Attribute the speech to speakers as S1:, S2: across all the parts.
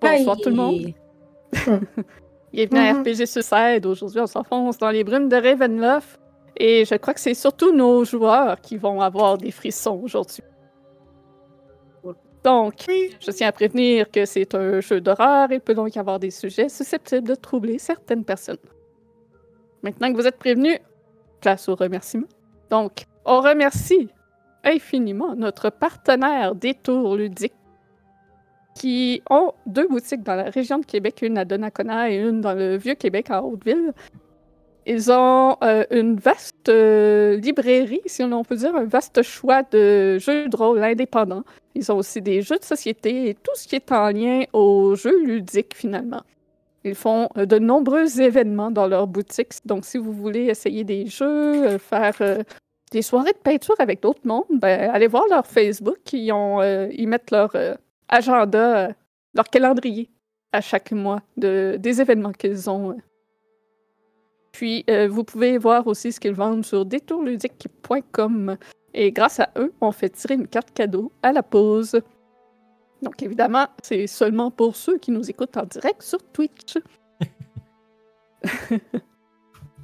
S1: Bonsoir tout le monde. Bienvenue à
S2: Mhm.
S1: RPG Suicide. Aujourd'hui, on s'enfonce dans les brumes de Ravenloft. Et je crois que c'est surtout nos joueurs qui vont avoir des frissons aujourd'hui. Donc, je tiens à prévenir que c'est un jeu d'horreur et peut donc y avoir des sujets susceptibles de troubler certaines personnes. Maintenant que vous êtes prévenus, place au remerciement. Donc, on remercie infiniment notre partenaire Détour Ludique qui ont deux boutiques dans la région de Québec, une à Donnacona et une dans le Vieux-Québec, en Haute-Ville. Ils ont euh, une vaste euh, librairie, si l'on peut dire, un vaste choix de jeux de rôle indépendants. Ils ont aussi des jeux de société et tout ce qui est en lien aux jeux ludiques, finalement. Ils font euh, de nombreux événements dans leur boutique, donc si vous voulez essayer des jeux, euh, faire euh, des soirées de peinture avec d'autres mondes, ben, allez voir leur Facebook, ils, ont, euh, ils mettent leur... euh, agenda, euh, leur calendrier à chaque mois de, des événements qu'ils ont. euh. Puis, euh, vous pouvez voir aussi ce qu'ils vendent sur détourludique.com. Et grâce à eux, on fait tirer une carte cadeau à la pause. Donc, évidemment, c'est seulement pour ceux qui nous écoutent en direct sur Twitch.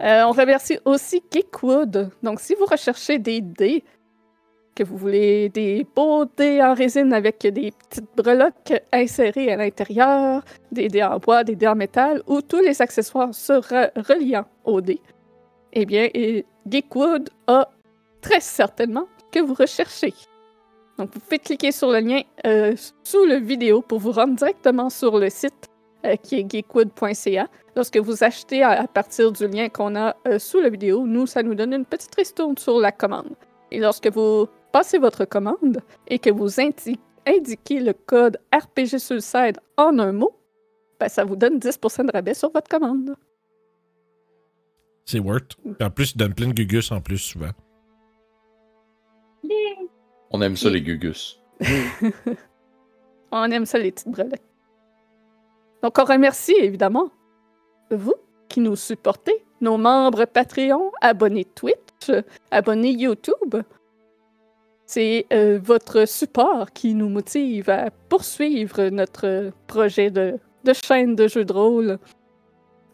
S1: Euh, on remercie aussi Geekwood. Donc, si vous recherchez des dés, que vous voulez des beaux dés en résine avec des petites breloques insérées à l'intérieur, des dés en bois, des dés en métal ou tous les accessoires se re- reliant aux dés, eh bien, et Geekwood a très certainement ce que vous recherchez. Donc, vous pouvez cliquer sur le lien euh, sous le vidéo pour vous rendre directement sur le site euh, qui est geekwood.ca. Lorsque vous achetez à, à partir du lien qu'on a euh, sous la vidéo, nous, ça nous donne une petite ristourne sur la commande. Et lorsque vous passez votre commande et que vous indi- indiquez le code RPG Suicide en un mot, ben, ça vous donne 10% de rabais sur votre commande.
S3: C'est worth. Puis en plus, ils donnent plein de gugus en plus, souvent.
S4: On aime ça, les gugus.
S1: On aime ça, les petites brelets. Donc, on remercie évidemment vous qui nous supportez, nos membres Patreon, abonnés Twitch, euh, abonnés YouTube. C'est euh, votre support qui nous motive à poursuivre notre projet de, de chaîne de jeux de rôle.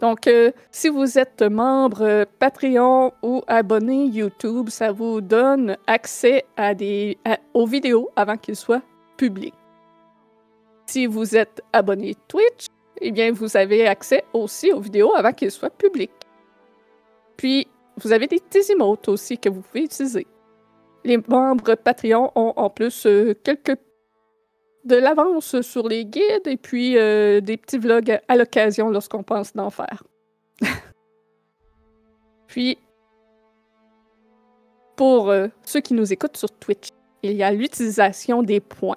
S1: Donc, euh, si vous êtes membre euh, Patreon ou abonné YouTube, ça vous donne accès à des, à- aux vidéos avant qu'ils soient publiés. Si vous êtes abonné Twitch, eh bien, vous avez accès aussi aux vidéos avant qu'elles soient publiques. Puis, vous avez des petits emotes aussi que vous pouvez utiliser. Les membres Patreon ont en plus euh, quelques de l'avance sur les guides et puis euh, des petits vlogs à l'occasion lorsqu'on pense d'en faire. puis, pour euh, ceux qui nous écoutent sur Twitch, il y a l'utilisation des points.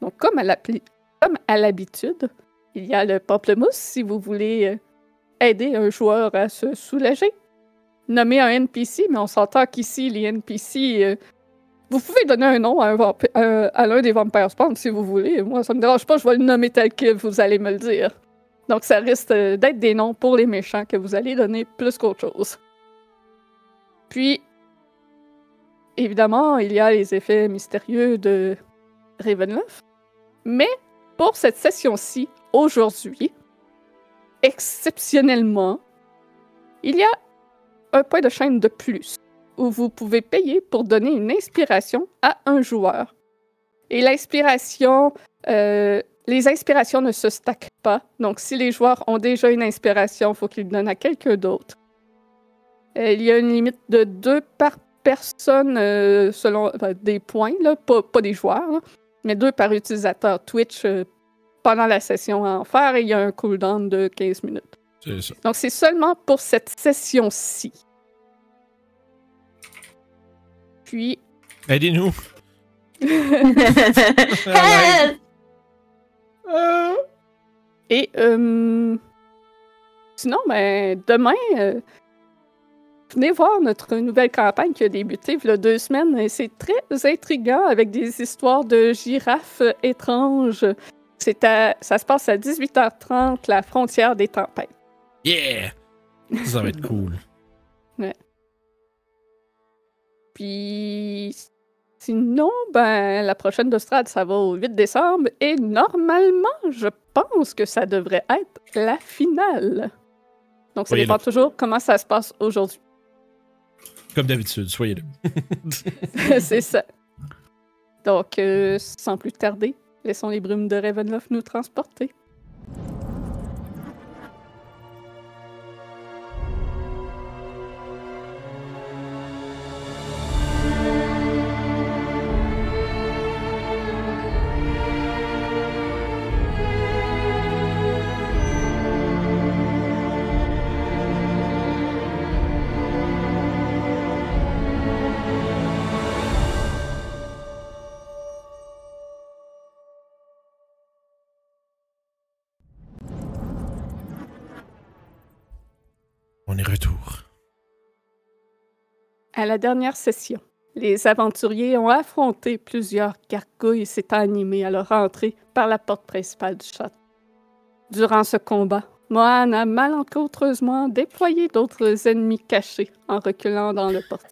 S1: Donc, comme à l'appli- comme à l'habitude, il y a le pamplemousse si vous voulez euh, aider un joueur à se soulager. Nommer un NPC, mais on s'entend qu'ici, les NPC, euh, vous pouvez donner un nom à, un vampi- euh, à l'un des vampires spawn si vous voulez. Moi, ça me dérange pas, je vais le nommer tel que vous allez me le dire. Donc, ça risque euh, d'être des noms pour les méchants que vous allez donner plus qu'autre chose. Puis, évidemment, il y a les effets mystérieux de Ravenloft. Mais pour cette session-ci, aujourd'hui, exceptionnellement, il y a un point de chaîne de plus où vous pouvez payer pour donner une inspiration à un joueur. Et l'inspiration, euh, les inspirations ne se stackent pas. Donc, si les joueurs ont déjà une inspiration, il faut qu'ils le donnent à quelqu'un d'autre. Euh, il y a une limite de deux par personne euh, selon ben, des points, là, pas, pas des joueurs. là mais deux par utilisateur Twitch euh, pendant la session à en faire et il y a un cooldown de 15 minutes.
S3: C'est ça.
S1: Donc c'est seulement pour cette session-ci. Puis,
S3: Aidez-nous. Ah ouais.
S2: Help!
S1: et euh, sinon, ben, demain, euh, venez voir notre nouvelle campagne qui a débuté il y a deux semaines. Et C'est très intriguant avec des histoires de girafes euh, étranges. C'est à- ça se passe à 18h30, la frontière des tempêtes.
S3: Yeah! Ça va être cool.
S1: Puis, si- Sinon, ben, la prochaine de Strade, ça va au 8 décembre. Et normalement, je pense que ça devrait être la finale. Donc, ça
S3: Oui,
S1: dépend
S3: là.
S1: toujours comment ça se passe aujourd'hui.
S3: Comme d'habitude, soyez là.
S1: C'est ça. Donc, euh, sans plus tarder, laissons les brumes de Ravenloft nous transporter.
S3: On est retour.
S1: À la dernière session, les aventuriers ont affronté plusieurs gargouilles s'étant animées à leur entrée par la porte principale du château. Durant ce combat, Mohan a malencontreusement déployé d'autres ennemis cachés en reculant dans le portail.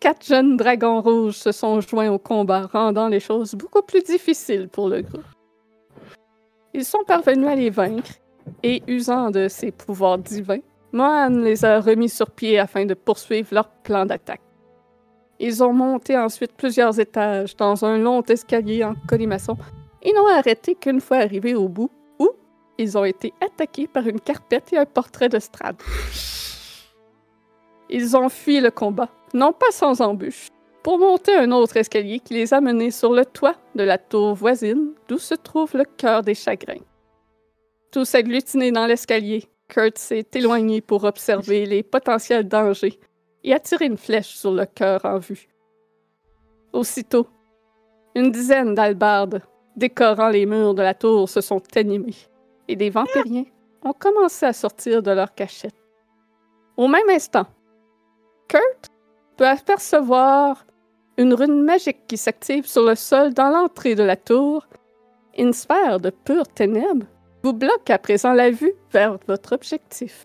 S1: Quatre jeunes dragons rouges se sont joints au combat, rendant les choses beaucoup plus difficiles pour le groupe. Ils sont parvenus à les vaincre et, usant de ses pouvoirs divins, Mohan les a remis sur pied afin de poursuivre leur plan d'attaque. Ils ont monté ensuite plusieurs étages dans un long escalier en colimaçon et n'ont arrêté qu'une fois arrivés au bout où ils ont été attaqués par une carpette et un portrait de Strad. Ils ont fui le combat, non pas sans embûche, pour monter un autre escalier qui les a menés sur le toit de la tour voisine d'où se trouve le cœur des chagrins. Tous agglutinés dans l'escalier, Kurt s'est éloigné pour observer les potentiels dangers et a tiré une flèche sur le cœur en vue. Aussitôt, une dizaine d'albardes décorant les murs de la tour se sont animés et des vampiriens ont commencé à sortir de leur cachette. Au même instant, Kurt peut apercevoir une rune magique qui s'active sur le sol dans l'entrée de la tour. Une sphère de pure ténèbres vous bloque à présent la vue vers votre objectif.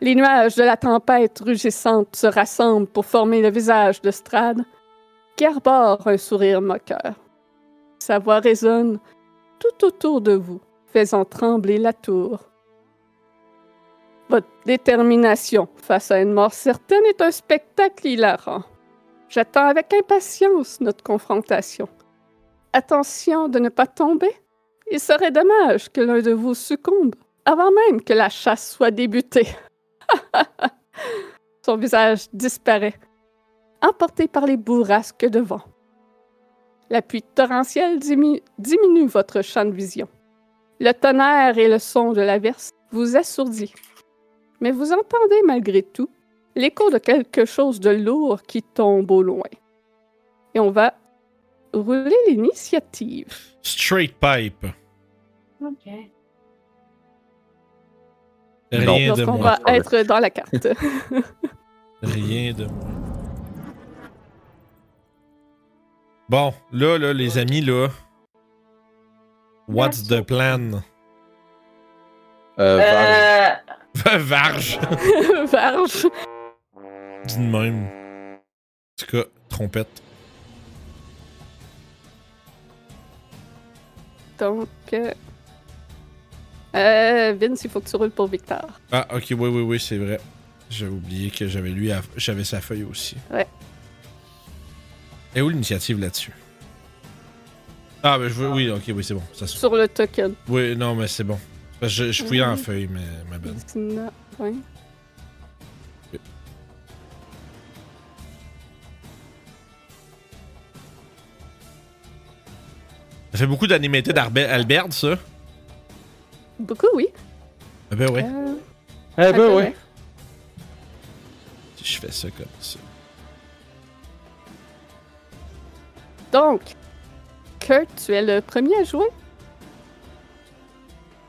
S1: Les nuages de la tempête rugissante se rassemblent pour former le visage de Strad, qui arbore un sourire moqueur. Sa voix résonne tout autour de vous, faisant trembler la tour. Votre détermination face à une mort certaine est un spectacle hilarant. J'attends avec impatience notre confrontation. Attention de ne pas tomber. Il serait dommage que l'un de vous succombe avant même que la chasse soit débutée. Son visage disparaît, emporté par les bourrasques de vent. La pluie torrentielle diminue, diminue votre champ de vision. Le tonnerre et le son de l'averse vous assourdit. Mais vous entendez malgré tout l'écho de quelque chose de lourd qui tombe au loin. Et on va rouler l'initiative.
S3: Straight pipe.
S2: Ok.
S4: Non.
S3: Rien de
S1: Lorsqu'on
S3: moi.
S1: va être dans la carte.
S3: Rien de moi. Bon, là, là, les amis, là. What's the plan?
S4: Euh, Val,
S2: Euh,
S3: Varge!
S1: Varge.
S3: Dis de même. En tout cas, trompette.
S1: Donc. euh, euh, Vince, il faut que tu roules pour Victor.
S3: Ah, ok, oui, oui, oui, c'est vrai. J'avais oublié que j'avais lui, à- j'avais sa feuille aussi.
S1: Ouais.
S3: Et où l'initiative là-dessus? Ah, ben, je veux, oui, ok, oui, c'est bon. Ça, se-
S1: Sur le token.
S3: oui, non, mais c'est bon. Parce que Je, je fouillais en
S1: Mhm.
S3: feuille, mais ma bonne.
S1: 19, 20.
S3: Ça fait beaucoup d'animété d'Albert, ça?
S1: Beaucoup, oui.
S3: Ah Ben ouais.
S1: Euh,
S4: Eh
S1: attends,
S4: ben ouais.
S3: Je fais ça comme ça.
S1: Donc, Kurt, tu es le premier à jouer.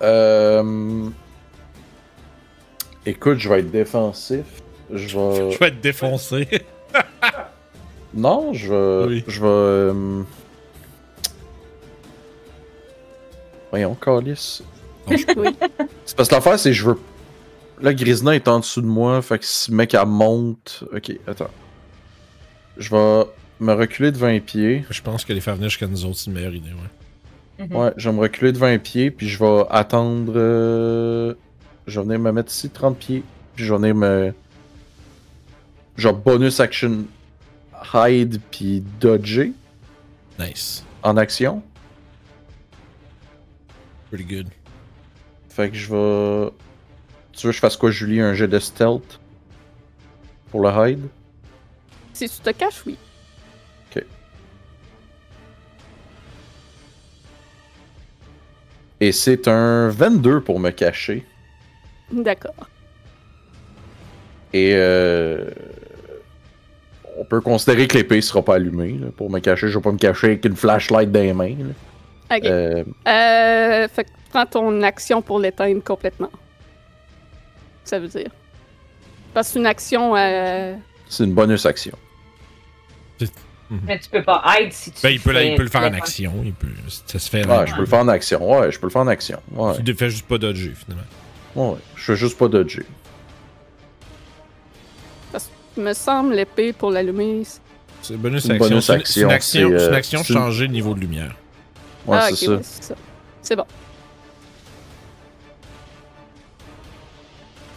S4: Euh... Écoute, je vais être défensif. Je vais.
S3: Je vais être défoncé.
S4: Non, je vais.
S3: Oui.
S4: Je vais. euh, Voyons, Calis.
S1: Oui.
S4: C'est parce que l'affaire, c'est que je veux. Là, Grisna est en dessous de moi, fait que si le mec elle monte. Ok, attends. Je vais me reculer de 20 pieds.
S3: Je pense que les faire venir jusqu'à nous autres, c'est une meilleure idée, ouais.
S2: Mhm.
S4: Ouais, je vais me reculer de 20 pieds, puis je vais attendre. euh, Je vais venir me mettre ici 30 pieds, puis je vais venir me. Genre bonus action hide, puis dodger
S3: Nice.
S4: en action.
S3: Pretty good.
S4: Fait que je vais. Tu veux que je fasse quoi, Julie Un jet de stealth Pour le hide
S1: Si tu te caches, oui.
S4: Et c'est un 22 pour me cacher.
S1: D'accord.
S4: Et euh, on peut considérer que l'épée sera pas allumée là, pour me cacher. Je vais pas me cacher avec une flashlight dans les mains. là.
S1: Ok.
S4: Euh,
S1: Euh, fait que prends ton action pour l'éteindre complètement. Ça veut dire. Parce que c'est une action. euh,
S4: c'est une bonus action.
S2: Mais tu peux pas hide si tu
S3: Ben, il peut, la- il peut le faire en
S2: fais-
S3: action. Il peut, ça se fait. en
S4: Ouais, je
S3: action.
S4: peux le faire en action. Ouais, je peux le faire en action. Ouais,
S3: Tu ne fais juste pas dodger, finalement.
S4: ouais. Je fais juste pas dodger.
S1: me semble l'épée pour l'allumer. c'est-
S3: C'est bonus
S4: Une
S3: action.
S4: bonus
S3: C'est une- C'est une
S4: action,
S3: action,
S4: c'est, euh,
S3: c'est une action
S4: c'est-
S3: changer le niveau de lumière.
S4: Ouais,
S1: ah,
S4: c'est
S1: ok,
S4: ça.
S1: ouais, c'est ça. C'est bon.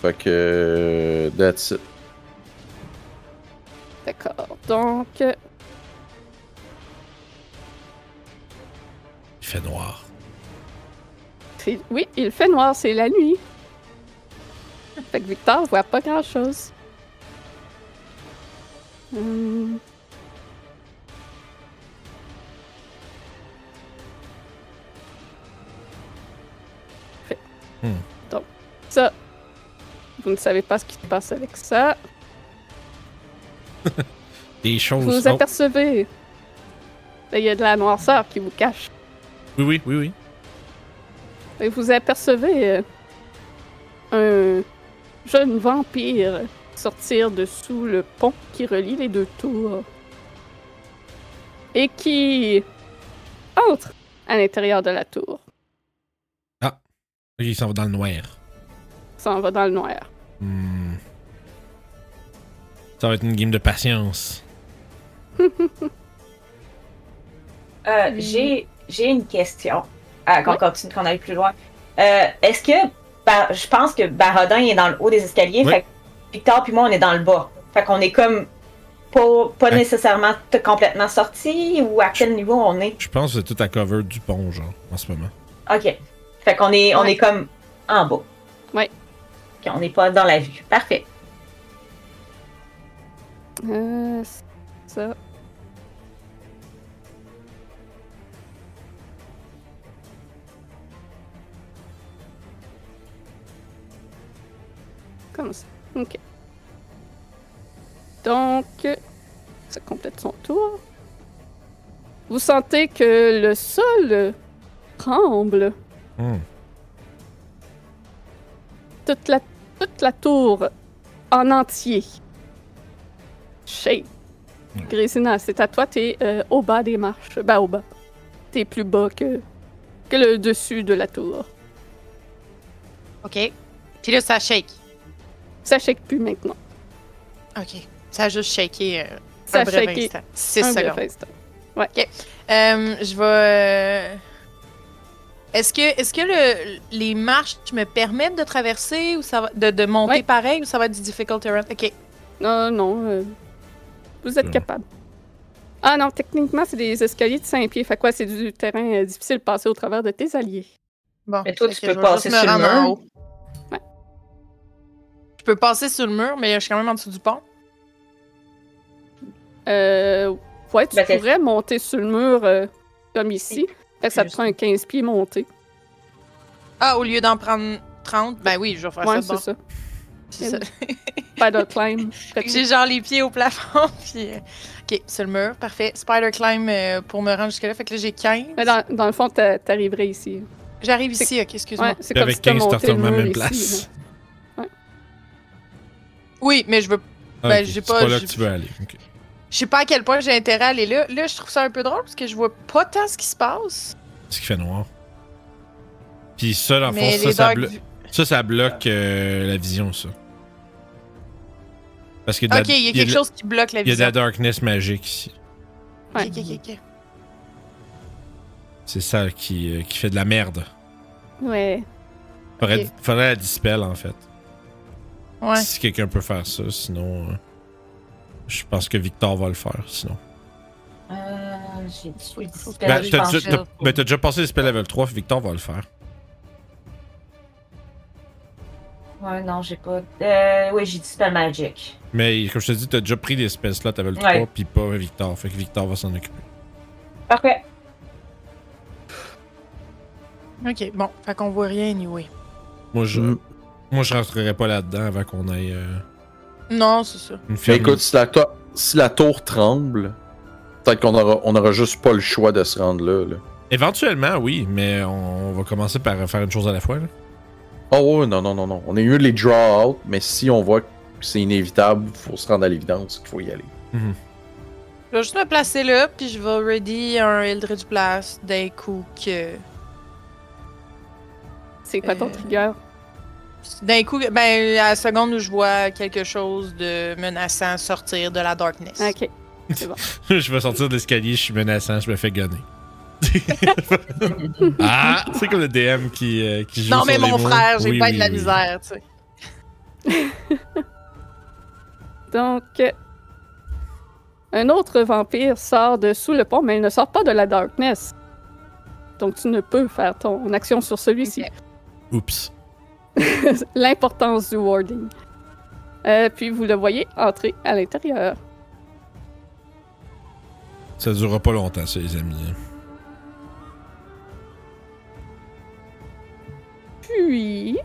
S4: Fait que. euh, That's it.
S1: D'accord. Donc, euh,
S3: Il fait noir.
S1: c'est- oui, il fait noir, c'est la nuit. Fait que Victor voit pas grand chose. Hum.
S3: Hmm.
S1: Donc, ça, vous ne savez pas ce qui se passe avec ça.
S3: Des choses.
S1: Vous vous
S3: Oh,
S1: apercevez. Là, Il y a de la noirceur qui vous cache.
S3: Oui, oui, oui, oui.
S1: Et vous apercevez euh, un jeune vampire sortir de sous le pont qui relie les deux tours. Et qui entre à l'intérieur de la tour.
S3: Ok, Il s'en va dans le noir.
S1: S'en va dans le noir.
S3: Hmm. Ça va être une game de patience.
S2: Euh, j'ai, j'ai une question. Ah, qu'on
S1: Oui.
S2: continue, qu'on aille plus loin. Euh, est-ce que. Ba- je pense que Barodin est dans le haut des escaliers.
S3: Oui.
S2: Fait que Victor puis moi, on est dans le bas. Fait qu'on est comme. Pas, pas
S3: Ouais.
S2: nécessairement t- complètement sorti ou à quel niveau on est.
S3: Je pense que c'est tout à cover du pont, genre, en ce moment.
S2: Ok. Fait qu'on est, on
S1: Ouais.
S2: est comme en bas.
S1: Ouais.
S2: Ok, on n'est pas dans la vue. Parfait.
S1: Euh, ça. Comme ça. Ok. Donc, ça complète son tour. Vous sentez que le sol tremble.
S3: Hmm.
S1: Toute la, toute la tour en entier. Shake.
S3: Ouais.
S1: Grésina, c'est à toi, t'es euh, au bas des marches. Ben, au bas. T'es plus bas que, que le dessus de la tour.
S5: OK. Puis là, ça shake.
S1: Ça shake plus maintenant.
S5: OK. Ça a juste shaké euh,
S1: Ça
S5: un bref
S1: shake et
S5: instant. 6
S1: un bref
S5: secondes.
S1: instant.
S5: Euh, je vais... euh, Est-ce que, est que le, les marches me permettent de traverser ou ça va, de, de monter
S1: Ouais.
S5: pareil ou ça va être du difficult terrain? OK.
S1: Non, non. euh, vous êtes
S3: Bon.
S1: capable. Ah non, techniquement, c'est des escaliers de 5 pieds. Fait quoi, c'est du terrain euh, difficile de passer au travers de tes alliés.
S5: Bon.
S2: Mais toi,
S5: Fait
S2: tu
S5: que
S2: peux
S5: je vais
S2: passer
S5: juste me
S2: sur le
S5: rendre en
S2: mur.
S5: haut.
S1: Ouais.
S5: Je peux passer sur le mur, mais je suis quand même en dessous du pont.
S1: Euh, ouais, tu
S2: Ben, t'es-
S1: pourrais monter sur le mur euh, comme ici. Fait que ça te
S2: Juste.
S1: prend un 15 pieds monté.
S5: Ah, au lieu d'en prendre 30, ben oui, je vais faire
S1: Ouais,
S5: ça.
S1: c'est ça.
S5: Bon. C'est ça.
S1: Paddle climb.
S5: Fait que j'ai genre les pieds au plafond, puis... euh, OK, sur le mur, parfait. Spider climb euh, pour me rendre jusque-là, fait que là, j'ai 15.
S1: Mais dans, dans le fond, t'a- t'arriverais ici.
S5: J'arrive ici, OK, excuse-moi.
S1: Ouais, c'est
S3: Puis
S1: comme si
S3: avec
S1: t'as
S3: 15, t'as
S1: monté le
S3: retourné à
S1: mur
S3: la même
S1: ici,
S3: place.
S5: Oui, mais je veux
S3: Ah,
S5: Ben,
S3: ok.
S5: j'ai
S3: C'est
S5: pas-
S3: pas là que
S5: j'ai-
S3: tu veux aller. ok.
S5: Je sais pas à quel point j'ai intérêt à aller là. Là, je trouve ça un peu drôle parce que je vois pas tant ce qui se passe.
S3: C'est qu'il fait noir. Puis ça, dans le fond,
S5: mais
S3: ça,
S5: les
S3: ça,
S5: dark
S3: blo-
S5: vi-
S3: ça, ça bloque euh, la vision, ça. Parce que de la-
S5: Ok, il y a
S3: de
S5: quelque
S3: la-
S5: chose qui bloque la
S3: il y a de la
S5: vision.
S3: darkness magique ici.
S1: Ouais.
S5: Ok, ok, ok.
S3: C'est ça qui, euh, qui fait de la merde.
S1: Ouais.
S3: Faudrait,
S1: Ok.
S3: faudrait la dispel en fait.
S5: ok. Ouais.
S3: Si quelqu'un peut faire ça, sinon. euh, je pense que Victor va le faire, sinon.
S2: Euh, j'ai du
S5: Ben,
S3: Ben,
S5: je
S3: t'as
S5: pense
S3: déjà-
S5: que-
S3: t'as- ben, t'as déjà passé le spell level 3, Victor va le faire.
S2: Ouais, non, j'ai pas. Euh, oui, j'ai du spell magic.
S3: Mais comme je te dis, t'as déjà pris des spells là, level 3,
S2: Ouais.
S3: puis pas Victor. Fait que Victor va s'en occuper.
S2: Parfait.
S5: Ok, bon, fait qu'on voit rien anyway.
S3: Moi, je,
S4: Mm.
S3: moi, je rentrerai pas là-dedans avant qu'on aille euh,
S5: Non, c'est ça.
S3: une
S4: Mais
S3: ferme-
S4: Ben, écoute, si la, to- si la tour tremble, peut-être qu'on aura, on aura juste pas le choix de se rendre là. là.
S3: Éventuellement, oui, mais on, on va commencer par faire une chose à la fois. là.
S4: Oh ouais, non, non, non, non. On est mieux de les draw out, mais si on voit que c'est inévitable, faut se rendre à l'évidence qu'il faut y aller.
S5: Je vais juste me placer là, puis je vais ready un Eldritch Blast d'un coup que.
S1: C'est quoi ton
S5: Euh,
S1: trigger?
S5: D'un coup, ben, à la seconde où je vois quelque chose de menaçant sortir de la darkness.
S1: Ok.
S3: je vais sortir de l'escalier, je suis menaçant, je me fais gonner. ah, c'est comme le DM qui, euh, qui joue
S5: Non,
S3: sur
S5: mais
S3: les
S5: mon
S3: mots.
S5: frère, j'ai
S3: Oui,
S5: pas
S3: oui,
S5: de la
S3: oui.
S5: misère, tu sais.
S1: Donc, euh, un autre vampire sort de sous le pont, mais il ne sort pas de la darkness. Donc, tu ne peux faire ton action sur celui-ci.
S3: Oups.
S1: L'importance du warding. Euh, puis, vous le voyez entrer à l'intérieur.
S3: Ça durera pas longtemps, ça, les amis. hein.
S1: Puis...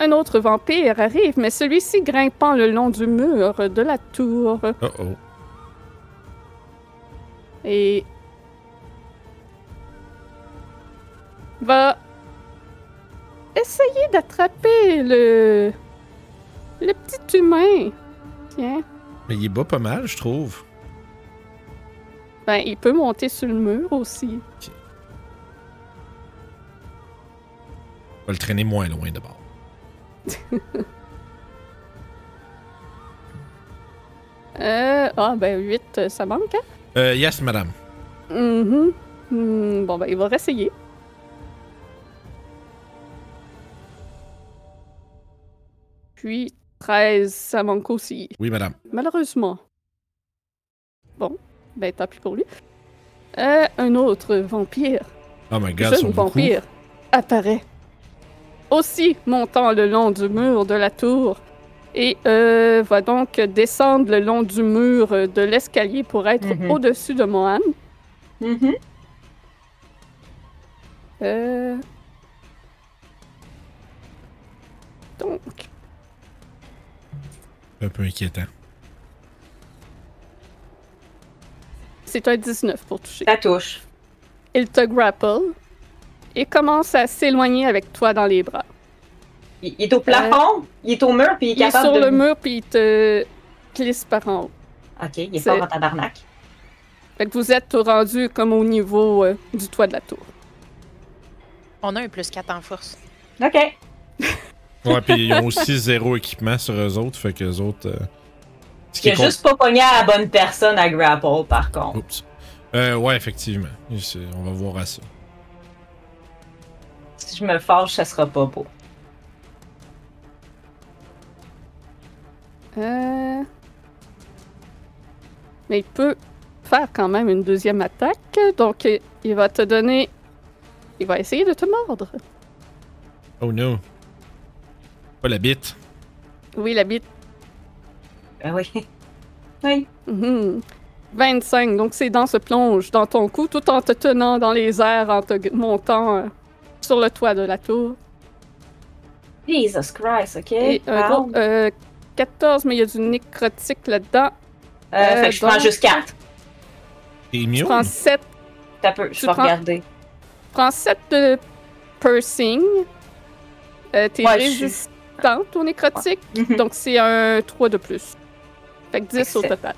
S1: Un autre vampire arrive, mais celui-ci grimpant le long du mur de la tour.
S3: Oh oh.
S1: et va essayer d'attraper le le petit humain. Tiens,
S3: Mais il est bas pas mal, je trouve.
S1: ben il peut monter sur le mur aussi.
S3: On va le traîner moins loin de bord.
S1: Euh, ah ben 8, ça manque. Hein?
S3: Euh, yes, madame.
S1: Mhm. Hmm, bon ben il va réessayer. Puis 13, ça manque aussi.
S3: Oui, madame.
S1: Malheureusement. Bon, ben tant pis pour lui. Euh, un autre vampire,
S3: Oh my god, ils
S1: jeune
S3: sont beaucoup.
S1: vampire, apparaît. Aussi montant le long du mur de la tour et euh, va donc descendre le long du mur euh, de l'escalier pour être
S2: Mhm.
S1: au-dessus de Mohan.
S2: Mhm.
S1: Euh, Donc,
S3: Un peu inquiétant.
S1: c'est un 19 pour toucher.
S2: Ça touche.
S1: Il te grapple et commence à s'éloigner avec toi dans les bras.
S2: Il, il est au plafond, il est au mur, puis il est
S1: Il est
S2: capable
S1: sur
S2: de.
S1: le mur, puis il te glisse par en haut.
S2: Ah, Ok, il est
S1: C'est-
S2: fort en tabarnak.
S1: Fait que vous êtes rendu comme au niveau euh, du toit de la tour.
S5: On a un plus 4 en force.
S2: Ok.
S3: Ouais, puis ils ont aussi zéro équipement sur eux autres, fait que les autres. euh, Ce
S2: Il a
S3: con-
S2: juste pas pogné à la bonne personne à grapple, par contre.
S3: Oups. Euh, ouais, effectivement. C'est- On va voir à ça.
S2: Si je me fâche, ça sera pas beau.
S1: Euh, Mais il peut faire quand même une deuxième attaque, donc euh, il va te donner... Il va essayer de te mordre.
S3: Oh no. Pas la bite.
S1: Oui, la bite.
S2: Ah oui. Oui.
S1: Mhm. 25, donc ses dents se plongent dans ton cou tout en te tenant dans les airs, en te g- montant euh, sur le toit de la tour.
S2: Jesus Christ, ok.
S1: Et un
S2: Wow.
S1: autre, euh, 14, mais il y a du nécrotique là-dedans.
S2: Euh, fait que je
S1: euh,
S2: prends
S1: donc-
S2: juste 4.
S3: T'es
S1: Tu
S3: mignon.
S1: prends 7
S2: T'as peu,
S1: Tu
S2: je vais
S1: prends-
S2: regarder.
S1: prends 7 de piercing. Euh, T'es
S2: Ouais, je suis-
S1: résistante au nécrotique,
S2: Mhm.
S1: donc c'est un 3 de plus. Fait que 10 au
S2: Excellent.
S1: total.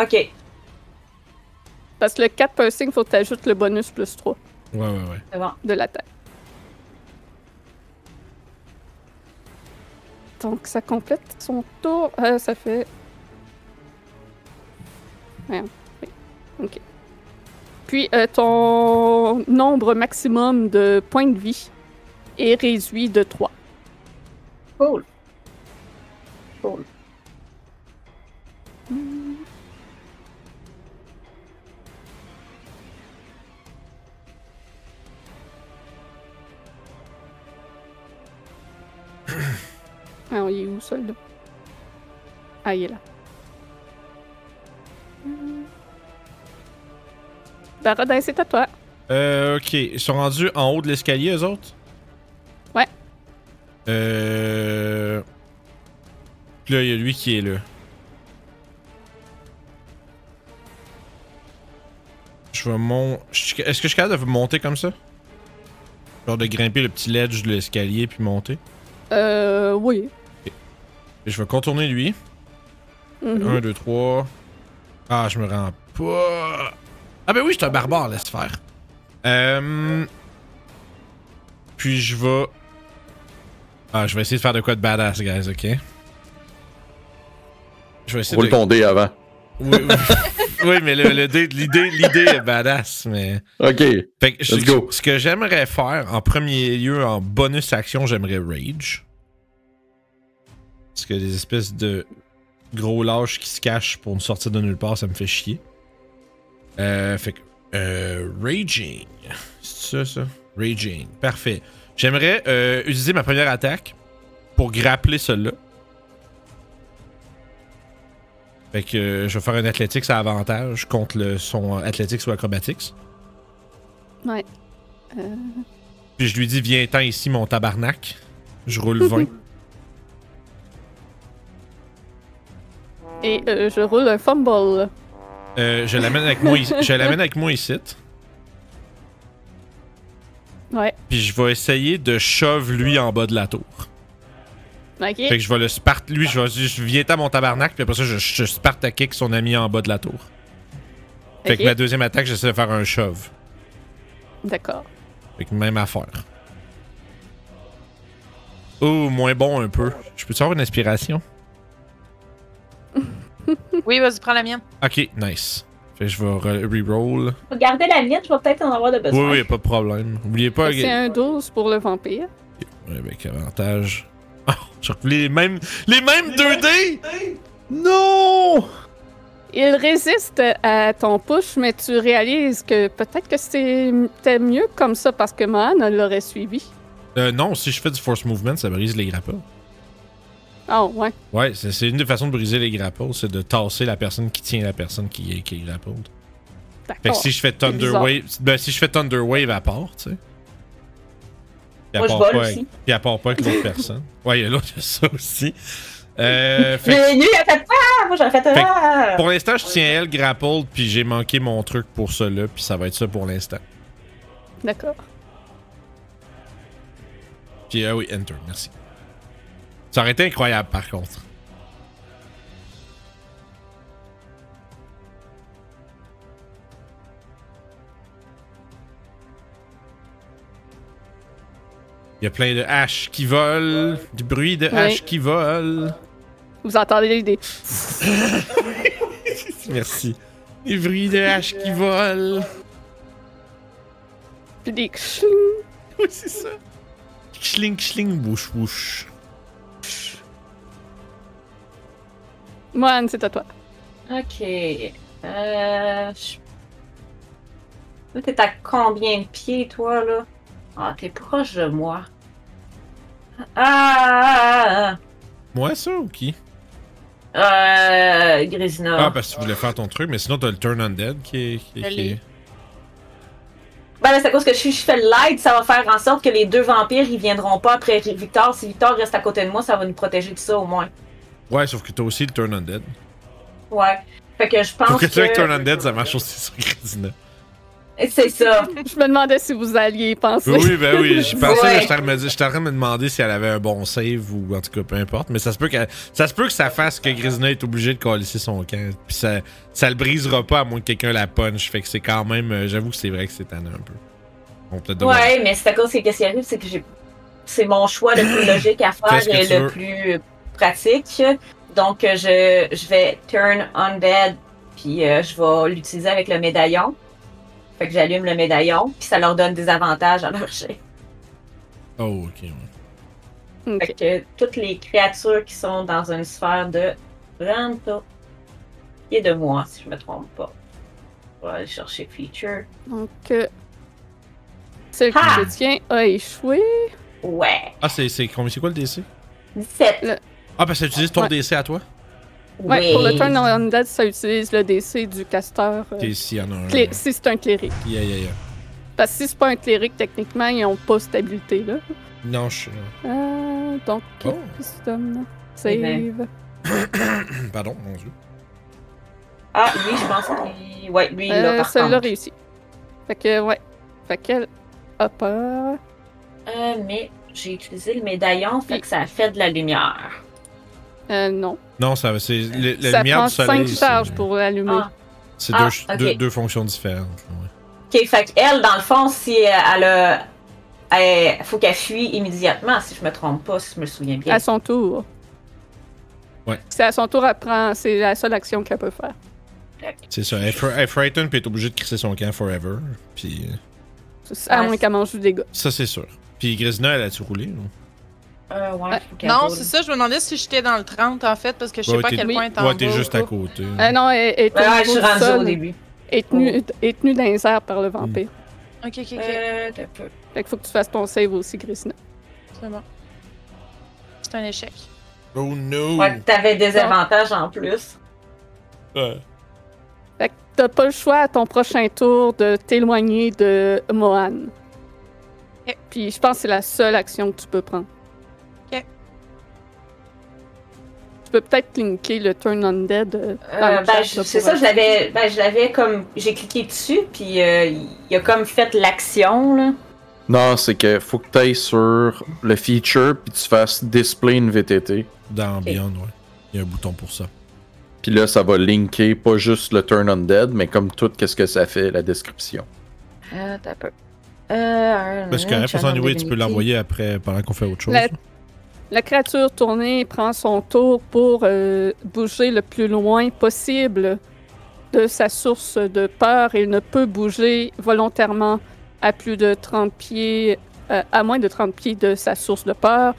S2: Ok.
S1: Parce que le 4 piercing, faut que t'ajoutes le bonus plus 3
S3: Ouais, ouais, ouais.
S2: C'est bon.
S1: de l'attaque. Donc, ça complète son tour. Euh, ça fait. Merde, oui. Ok. Puis, euh, ton nombre maximum de points de vie est réduit de 3.
S2: Cool. Cool.
S1: Ah, il est où, celui-là? Ah, il est là. Hmm. Baradin, c'est à toi.
S3: Euh, ok. Ils sont rendus en haut de l'escalier, eux autres?
S1: Ouais.
S3: Euh. Puis là, il y a lui qui est là. Je vais mon. je suis- Est-ce que je suis capable de monter comme ça? Genre de grimper le petit ledge de l'escalier puis monter.
S1: Euh, oui.
S3: Et je vais contourner lui.
S1: Mhm.
S3: 1, 2, 3. Ah, je me rends pas. Ah, ben oui, je suis un barbare, laisse faire. Euh... Puis je vais. Ah, je vais essayer de faire de quoi de badass, guys, ok? Je vais essayer
S4: Roule
S3: de.
S4: ton dé avant.
S3: Oui, oui. Oui, mais le- le dé- l'idée l'idée est badass, mais.
S4: Ok.
S3: Fait que je-
S4: Let's go.
S3: Ce que j'aimerais faire en premier lieu, en bonus action, j'aimerais rage. Parce que des espèces de gros lâches qui se cachent pour nous sortir de nulle part, ça me fait chier. Euh, fait que euh, raging, c'est ça ça. Raging, parfait. J'aimerais euh, utiliser ma première attaque pour grappler celui-là. Fait que euh, je vais faire un athletics à avantage contre le, son athletics ou acrobatics.
S1: Ouais.
S3: Puis je lui dis, viens-t'en ici, mon tabarnak. Je roule 20.
S1: Et euh, je roule un fumble.
S3: Euh, je l'amène avec moi ici. Je l'amène avec moi ici.
S1: Ouais.
S3: Puis je vais essayer de shove lui en bas de la tour.
S1: Ok.
S3: Fait que je vais le spart. Lui, je vais juste viens-t'en, mon tabarnak. Puis après ça, je, je spart à kick son ami en bas de la tour. Fait que
S1: Ok.
S3: ma deuxième attaque, j'essaie de faire un shove.
S1: D'accord.
S3: Fait que même affaire. Oh, moins bon un peu. Je peux-tu avoir une inspiration?
S5: Oui, vas-y, prends la mienne.
S3: Ok, nice. Fait que je vais re- reroll.
S2: Regardez la mienne, je vais peut-être en avoir de
S3: Oui,
S2: besoin.
S3: oui, pas de problème. Oubliez pas.
S1: Fait que C'est un 12 pour le vampire.
S3: Ouais, avec avantage. Ah, j'ai reculé les mêmes, les mêmes 2D! Non!
S1: Il résiste à ton push, mais tu réalises que peut-être que c'était mieux comme ça parce que Mohan l'aurait suivi.
S3: Euh, non, si je fais du force movement, ça brise les grapples.
S1: Oh, ouais.
S3: Ouais, c'est c'est une des façons de briser les grapples, c'est de tasser la personne qui tient la personne qui, qui est grappled. Fait que
S2: Oh,
S1: D'accord.
S3: si je fais Thunder
S1: bizarre.
S3: Wave, ben si je fais Thunder Wave, à part, tu sais. Puis elle
S2: Moi, je
S3: part
S2: vole
S3: pas
S2: aussi.
S3: avec- Puis à part pas avec l'autre personne. Ouais, il y a l'autre, il y a ça aussi. Euh, fait que-
S2: Mais lui, il a fait Ah! Moi, j'aurais fait
S3: Fait
S2: Ah!
S3: Pour l'instant, je tiens elle grappled, puis j'ai manqué mon truc pour cela, puis ça va être ça pour l'instant.
S1: D'accord.
S3: Puis ah oui, enter, merci. Ça aurait été incroyable par contre. Il y a plein de haches qui volent, du bruit de
S1: Oui.
S3: haches qui volent.
S1: Vous entendez des.
S3: Merci. Du bruit de haches qui volent.
S1: puis des. chling.
S3: Oui, c'est ça. Schling, schling, bouche, bouche.
S1: Mohan, c'est à toi.
S2: Ok. Euh. je- Toi, t'es à combien de pieds, toi, là? Ah, t'es proche de moi. Ah, Ah!
S3: Moi, ça ou qui
S2: ah, ah. Euh. Grésina.
S3: Ah, parce que tu voulais faire ton truc, mais sinon, t'as le Turn Undead qui est. Qui est-
S5: Je
S3: qui
S5: l'ai.
S3: est-
S2: Ben, là, c'est à cause que je, je fais le light, ça va faire en sorte que les deux vampires, ils viendront pas après Victor. Si Victor reste à côté de moi, ça va nous protéger de ça, au moins.
S3: Ouais, sauf que t'as aussi le Turn Undead.
S2: Ouais. Fait que je
S3: Faut
S2: pense
S3: que tu avec Turn
S2: que...
S3: Undead, ça marche aussi sur Grisina.
S2: C'est ça.
S1: Je me demandais si vous alliez y penser.
S3: Oui, ben oui, j'y pensais, mais
S2: Ouais.
S3: j'étais en train de me dire- j'étais en train de me demander si elle avait un bon save ou en tout cas, peu importe. Mais ça se peut, qu'elle- ça se peut que ça fasse que Grisina est obligée de coalisser son camp. Puis ça, ça le brisera pas à moins que quelqu'un la punch. Fait que c'est quand même. euh, J'avoue que c'est vrai que c'est tannant un peu. On peut peut-être
S2: Ouais, mais c'est à cause que ce qui arrive, c'est que j'ai. C'est mon choix le plus logique à faire
S3: Fais ce que
S2: et
S3: tu
S2: le
S3: veux.
S2: plus pratique. Donc, euh, je, je vais turn undead, puis euh, je vais l'utiliser avec le médaillon. Fait que j'allume le médaillon, puis ça leur donne des avantages à leur jet.
S3: Oh, ok, ouais.
S1: Ok.
S2: Fait que toutes les créatures qui sont dans une sphère de Ranto et de moi, si je me trompe pas. On va aller chercher feature.
S1: Donc, euh, celle
S2: Ah!
S1: que je tiens a échoué.
S2: Ouais.
S3: Ah, c'est, c'est combien? C'est quoi le DC?
S2: 17.
S3: Ah, parce que ça utilise ton
S1: Ouais.
S3: DC à toi?
S1: Ouais,
S2: oui.
S1: pour le turn on dead, ça utilise le DC du caster. euh,
S3: T'es s'il y en a un.
S1: clé- si c'est un cléric.
S3: Yeah, yeah, yeah.
S1: Parce que si c'est pas un cléric, techniquement, ils ont pas stabilité, là.
S3: Non, je suis.
S2: Ah,
S1: Euh, donc,
S3: Oh.
S1: custom
S2: Eh ben.
S1: save.
S3: Pardon, mon dieu.
S2: Ah, lui, je pense qu'il. Ouais, lui, il l'a
S1: Euh,
S2: par
S1: Celle-là
S2: contre.
S1: réussit. Fait que, ouais. Fait ah. qu'elle a peur.
S2: Euh, mais j'ai utilisé le médaillon, fait que ça a fait de la lumière.
S1: Euh, non.
S3: Non, ça, c'est, le- la
S1: ça
S3: lumière
S1: prend
S3: du soleil.
S1: 5 charges
S3: c'est,
S1: pour l'allumer.
S2: Ah.
S3: c'est
S2: Ah,
S3: deux, ch-
S2: ok.
S3: deux, deux fonctions différentes. ouais.
S2: Ok, fait qu'elle, dans le fond, si elle a. Elle, faut qu'elle fuit immédiatement, si je me trompe pas, si je me souviens bien.
S1: À son tour.
S3: Ouais.
S1: C'est à son tour, elle prend. C'est la seule action qu'elle peut faire.
S3: C'est ça. Elle, fr- elle frighten puis elle est obligée de crisser son camp forever. Puis euh,
S1: À
S2: Ouais,
S1: moins
S2: Ah, c'est-
S1: qu'elle mange du dégât.
S3: ça, c'est sûr. Puis Grisna, elle a-tu roulé? non?
S2: Euh, ouais, faut qu'elle
S5: Non,
S2: roule.
S5: c'est ça, je me demandais si j'étais dans le 30 en fait, parce que je sais
S3: Ouais,
S5: pas à
S3: t'es-
S5: quel point t'es en
S3: Ouais, t'es
S5: bas.
S3: juste à côté.
S1: Euh, non, elle, elle est, au
S2: Ouais,
S1: niveau
S2: Ah, je suis
S1: du
S2: rendue au
S1: sol,
S2: début. Oh.
S1: est tenue, est tenue dans les airs par le vampire.
S5: Ok, ok, ok.
S2: Euh, t'as peu.
S3: Mm.
S1: Fait qu'il faut que tu fasses ton save aussi, Christina.
S5: C'est bon. C'est un échec.
S3: Oh no!
S2: Ouais, t'avais des avantages en plus.
S3: Ouais.
S1: Fait que t'as pas le choix à ton prochain tour de t'éloigner de Mohan.
S5: Ok.
S1: Puis je pense que c'est la seule action que tu peux prendre.
S5: Ok.
S1: Tu peux peut-être linker le Turn Undead euh,
S2: Euh,
S1: dans le
S2: ben,
S1: chat,
S2: je-
S1: là,
S2: c'est
S1: pour-
S2: ça, je l'avais, ben, je l'avais comme, j'ai cliqué dessus, puis euh, il a comme fait l'action là.
S4: Non, c'est que faut que tu ailles sur le feature puis tu fasses display une VTT.
S3: Dans Beyond, ouais. Il y a un bouton pour ça.
S4: Puis là, ça va linker pas juste le turn undead, mais comme tout qu'est-ce que ça fait, la description.
S2: Euh, t'as peu. Euh,
S3: Parce que, façon, anyway, tu peux l'envoyer après, pendant qu'on fait autre chose.
S1: La-
S3: là.
S1: La créature tournée prend son tour pour euh, bouger le plus loin possible de sa source de peur et ne peut bouger volontairement à plus de 30 pieds, euh, à moins de 30 pieds de sa source de peur.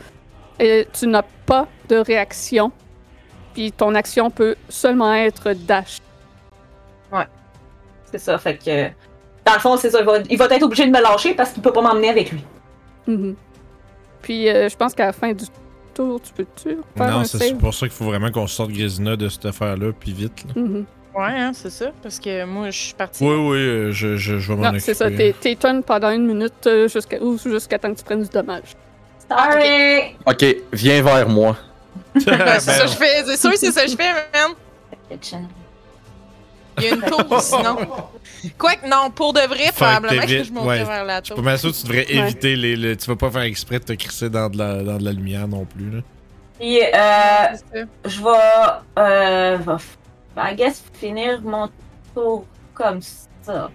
S1: Et tu n'as pas de réaction. Puis ton action peut seulement être dash.
S2: C'est ça, fait que, dans le fond, c'est ça, il va, il va être obligé de me lâcher parce qu'il peut pas m'emmener avec lui.
S1: Mhm. Puis euh, je pense qu'à la fin du tour, tu peux-tu faire
S3: Non,
S1: un
S3: c'est
S1: save?
S3: pour ça qu'il faut vraiment qu'on sorte Grisina de cette affaire-là, puis vite. là.
S1: Mhm.
S5: Ouais, hein, c'est ça, parce que moi, je suis partie.
S3: Oui, oui, euh, je, je, je vais m'en
S1: Non,
S3: occuper.
S1: c'est ça. t'é- T'étonnes pendant une minute euh, jusqu'à ou jusqu'à temps que tu prennes du dommage.
S2: Sorry.
S4: Ok, viens vers moi.
S5: Ouais, Ben,
S3: ben
S5: c'est ça que je fais, c'est sûr, c'est ça que je fais, man. Il y a une tour, sinon. Quoique, non, pour de vrai,
S3: que
S5: probablement
S3: t'évites,
S5: que je monterais
S3: ouais.
S5: vers la
S3: Pas
S5: tour.
S3: mal sûr que tu devrais
S1: Ouais.
S3: éviter les, les- Tu vas pas faire exprès de te crisser dans de la, dans de la lumière non plus. Là.
S2: Puis, euh,
S5: C'est ça.
S2: je vais, euh, va f- ben, I guess, finir mon tour comme ça.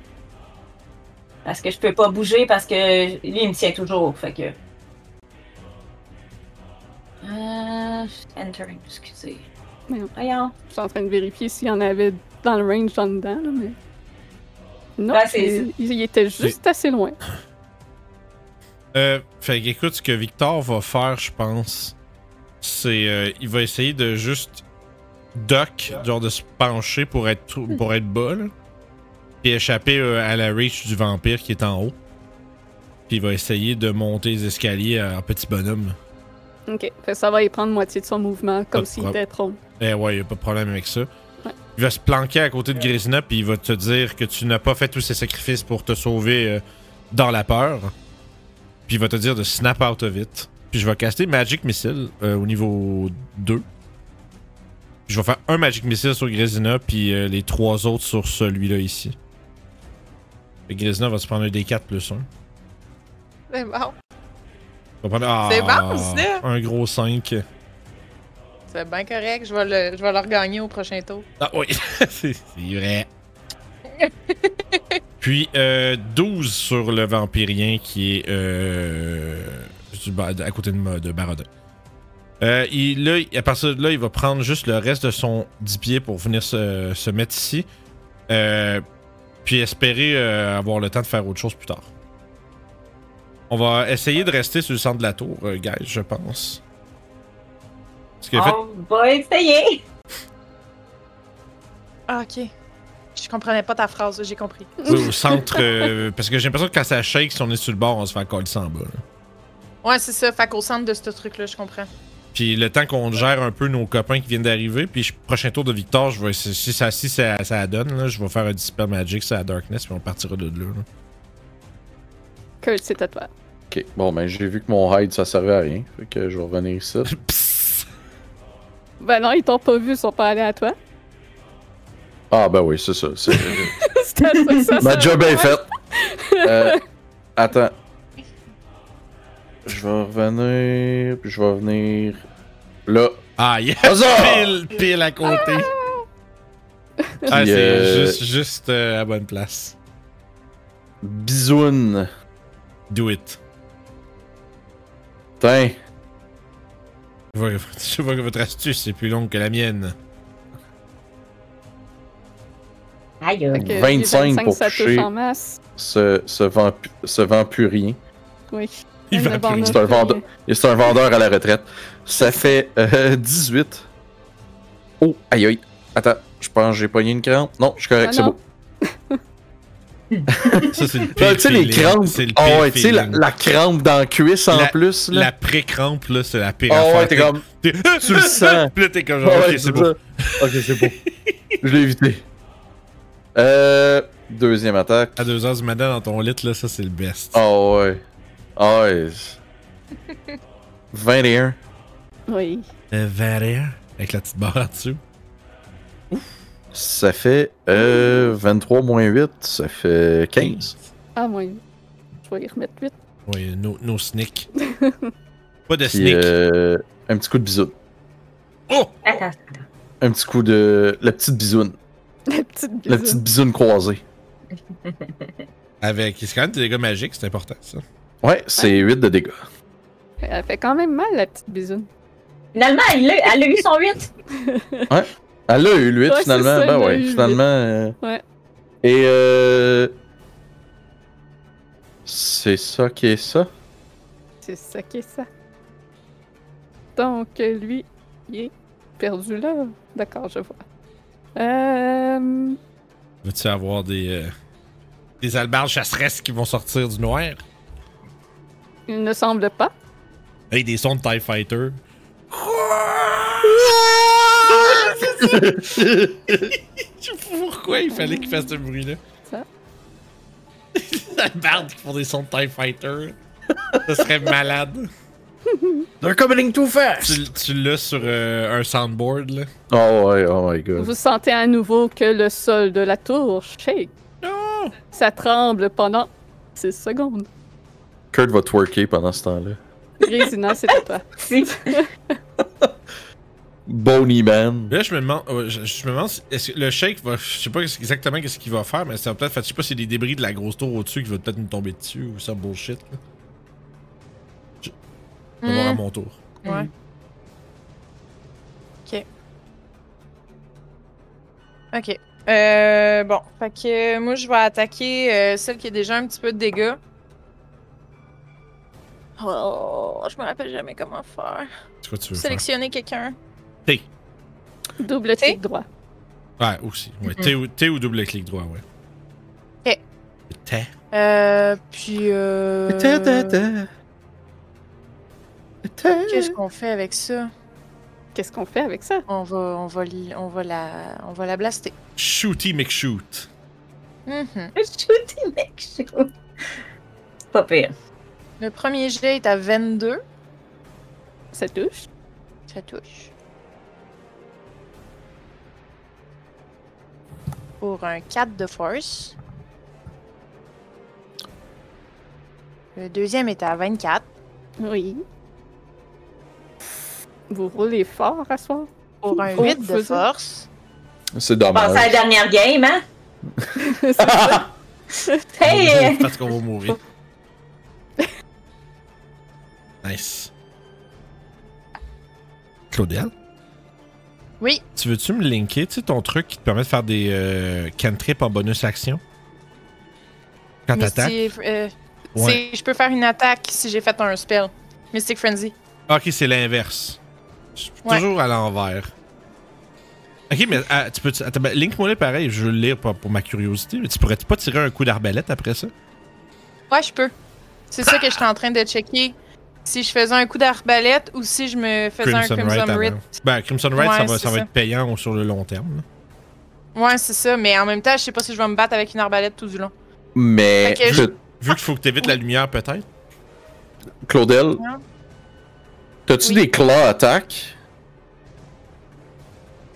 S2: Parce que je peux pas bouger parce que lui, il me tient toujours, fait que... Euh, entering, excusez.
S1: Mais non.
S2: Voyons.
S1: Je suis en train de vérifier s'il y en avait dans le range en dedans, là, mais. Non,
S2: Ouais, c'est-
S1: il, il était juste assez loin.
S3: Euh, fait que, écoute, ce que Victor va faire, je pense, c'est. euh, il va essayer de juste. Duck, genre de se pencher pour être, trou- pour être bas, là. Puis échapper euh, à la reach du vampire qui est en haut. Puis il va essayer de monter les escaliers en petit bonhomme.
S1: Ok. Fait que ça va y prendre moitié de son mouvement,
S3: Pas
S1: comme
S4: Ah,
S3: de
S1: s'il
S3: problème.
S1: était trop.
S3: Eh ouais, y a pas de problème avec ça. Il va se planquer à côté de Grisina, puis il va te dire que tu n'as pas fait tous ces sacrifices pour te sauver euh, dans la peur. Puis il va te dire de snap out of it. Puis je vais caster Magic Missile euh, au niveau 2. Puis je vais faire un Magic Missile sur Grisina, puis euh, les trois autres sur celui-là ici. Fait que Grisina va se prendre un D4 plus 1.
S5: C'est bon, C'est
S3: C'est
S5: bon, ça!
S3: ah, Un gros 5.
S5: c'est bien correct, je vais, le, je vais le regagner au prochain tour.
S3: Ah oui, c'est c'est vrai. Puis euh, 12 sur le vampirien qui est euh, du ba- à côté de, Mo- de Barodin. Euh, il- là, il- à partir de là, il va prendre juste le reste de son 10 pieds pour venir se, se mettre ici. Euh, puis espérer euh, avoir le temps de faire autre chose plus tard. On va essayer de rester sur le centre de la tour, euh, guys, je pense. Parce que, en fait,
S2: On va essayer.
S5: Ah, ok. Je comprenais pas ta phrase, j'ai compris.
S3: au centre. euh, parce que j'ai l'impression que quand ça shake, si on est sur le bord, on se fait coller en bas. là.
S5: Ouais, c'est ça. Fait qu'au centre de ce truc-là, je comprends.
S3: Puis le temps qu'on gère un peu nos copains qui viennent d'arriver, puis je- prochain tour de Victor, je vais, si, si ça, si ça, ça donne, là, je vais faire un Dispel Magic sur la Darkness, puis on partira de là. là.
S1: Kurt, c'est à toi.
S4: Ok, bon, ben j'ai vu que mon hide ça servait à rien. Fait que je vais revenir ici.
S3: Psst!
S1: Ben non, ils t'ont pas vu, ils sont pas allés à toi.
S4: Ah, ben oui, c'est ça. c'est-
S1: C'était à ça que ça servait.
S4: Ma job est faite. Euh, attends. Je vais revenir, puis je vais venir là.
S3: Ah, yeah!
S4: Huzzah!
S3: Pile, pile à côté. ah,
S4: Puis,
S3: c'est
S4: euh,
S3: juste, juste euh, à bonne place.
S4: Bisoun.
S3: Do it.
S4: Tiens.
S3: Je vois, je vois que votre astuce est plus longue que la mienne.
S2: Aïe.
S1: Fait que
S4: 25 pour
S1: ça touche
S4: toucher.
S1: en masse.
S4: ce, ce, vend, ce vampurien.
S1: Oui.
S3: Il
S1: Elle
S3: va
S1: ne
S3: plus rien.
S1: vendra
S4: C'est un
S1: plus
S4: vendeur.
S1: rien.
S4: Et c'est un vendeur à la retraite. Ça fait euh, 18. Oh, aïe aïe. Attends, je pense que j'ai pogné une crampe. Non, je suis correct,
S1: Ah
S4: c'est
S1: non.
S4: beau.
S3: Ça, c'est le
S4: Là,
S3: pire.
S4: tu sais, les
S3: feeling.
S4: crampes.
S3: C'est le pire.
S4: Ah ouais, tu sais, la,
S3: feeling.
S4: la crampe dans la cuisse en
S3: La-
S4: plus.
S3: La
S4: Là.
S3: pré-crampe, là, c'est la pire.
S4: Ah
S3: affaire.
S4: ouais, t'es comme.
S3: T'es-
S4: Tu le sens.
S3: Puis là, t'es comme
S4: Ah
S3: genre,
S4: ouais,
S3: ok,
S4: c'est
S3: c'est bon.
S4: ça. Ok, c'est beau. je l'ai évité. Euh, deuxième attaque.
S3: À 2h du matin dans ton lit, là, ça, c'est le best.
S4: Ah ouais. Ah ouais. 21.
S1: Oui.
S3: Euh, Varia, avec la petite barre là-dessus.
S4: Ça fait euh, 23 moins 8, ça fait 15.
S1: Ah, moi. Je vais y remettre 8.
S3: Oui, nos no sneaks. Pas de
S4: Puis
S3: sneak.
S4: euh, un petit coup de bisoune.
S3: Oh!
S2: Attends.
S4: Un petit coup de. La petite bisoune.
S1: La petite
S4: La
S1: bisoune.
S4: petite bisoune croisée.
S3: Avec. C'est quand même des dégâts magiques, c'est important, ça.
S4: Ouais, c'est 8 de dégâts.
S1: Elle fait quand même mal, la petite bisoune.
S2: Finalement, elle l'a- elle a eu son 8.
S4: Elle a eu 8
S1: Ouais, c'est
S4: finalement.
S1: ça,
S4: ben
S1: elle a
S4: ouais,
S1: eu huit.
S4: finalement. euh,
S1: Ouais.
S4: Et euh. C'est ça qui est ça.
S1: C'est ça qui est ça. Donc, euh, lui, il est perdu là. D'accord, je vois. Euh...
S3: Veux-tu avoir des. euh, des albardes chasseresses qui vont sortir du noir?
S1: Il ne semble pas.
S3: Hey, des sons de TIE Fighter. Je sais pas pourquoi il fallait qu'il fasse ce bruit-là.
S1: Ça.
S3: Des albardes qui font des sons de TIE Fighter. Ça serait malade.
S4: They're coming too fast!
S3: Tu, tu l'as sur euh, un soundboard, là.
S4: Oh ouais, oh my god.
S1: Vous sentez à nouveau que le sol de la tour shake.
S3: Non!
S1: Ça tremble pendant 6 secondes.
S4: Kurt va twerker pendant ce temps-là.
S1: Grésina, c'est à toi.
S2: Si.
S4: Boney Man.
S3: Là, je me demande, euh, je, je me demande, si- est-ce que le shake va, je sais pas exactement qu'est-ce qu'il va faire, mais ça va peut-être, fait- je sais pas si c'est des débris de la grosse tour au-dessus qui va peut-être nous tomber dessus ou ça bullshit. Là. Je vais voir à
S5: Hmm,
S3: mon tour.
S5: Ouais. Ok. Euh, bon, fait que euh, moi, je vais attaquer euh, celle qui a déjà un petit peu de dégâts. Oh, je me rappelle jamais comment faire.
S3: C'est quoi tu veux faire?
S5: Sélectionner quelqu'un.
S3: T.
S1: Double
S5: T'sais?
S1: tic droit.
S3: Ouais, aussi. Ouais, T, ou, T ou double clic droit, ouais.
S5: T.
S3: T.
S5: Euh, puis. Euh...
S4: Ta, ta, ta. Ta.
S5: Qu'est-ce qu'on fait avec ça?
S1: Qu'est-ce qu'on fait avec ça?
S5: On va, on va, l- on va la, on va la blaster.
S3: Shooty McShoot.
S5: Mhm.
S2: Shooty, mec, shoot. C'est pas pire.
S5: Le premier jet est à 22.
S1: Ça touche.
S5: Ça touche. Pour un 4 de force. Le deuxième est à 24.
S1: Oui. Vous roulez fort à soir?
S5: Pour un
S1: Oh,
S5: 8 de
S1: faisais-
S5: force.
S4: C'est
S2: Passez à la
S4: dommage.
S2: dernière game, hein?
S1: C'est ça.
S3: On va
S2: Hey!
S3: mourir Parce qu'on va mourir. nice. Claudel,
S5: Oui.
S3: tu veux-tu me linker, tu sais, ton truc qui te permet de faire des euh, cantrips en bonus action? Quand t'attaques?
S5: Mystic, euh,
S3: Ouais.
S5: c'est- Je peux faire une attaque si j'ai fait un spell. Mystic Frenzy.
S3: Ah, Ok, c'est l'inverse. Je suis
S5: Ouais.
S3: toujours à l'envers. Ok, mais ah, tu peux. Attends, ben, link-moi là pareil, je veux le lire pour, pour ma curiosité, mais tu pourrais pas tirer un coup d'arbalète après ça?
S5: Ouais, je peux. C'est ça que je suis en train de checker. Si je faisais un coup d'arbalète ou si je me faisais un Crimson
S3: Rite
S5: Writ.
S3: avant. Ben, Crimson Rite, ça,
S5: Ouais,
S3: va,
S5: c'est
S3: ça va
S5: ça.
S3: être payant sur le long terme. là.
S5: Ouais, c'est ça, mais en même temps, je sais pas si je vais me battre avec une arbalète tout du long.
S4: Mais
S5: Fait que
S4: je-
S3: Vu qu'il faut que tu évites la lumière, peut-être.
S4: Claudel,
S5: Non.
S4: t'as-tu
S5: Oui.
S4: des claws attaques?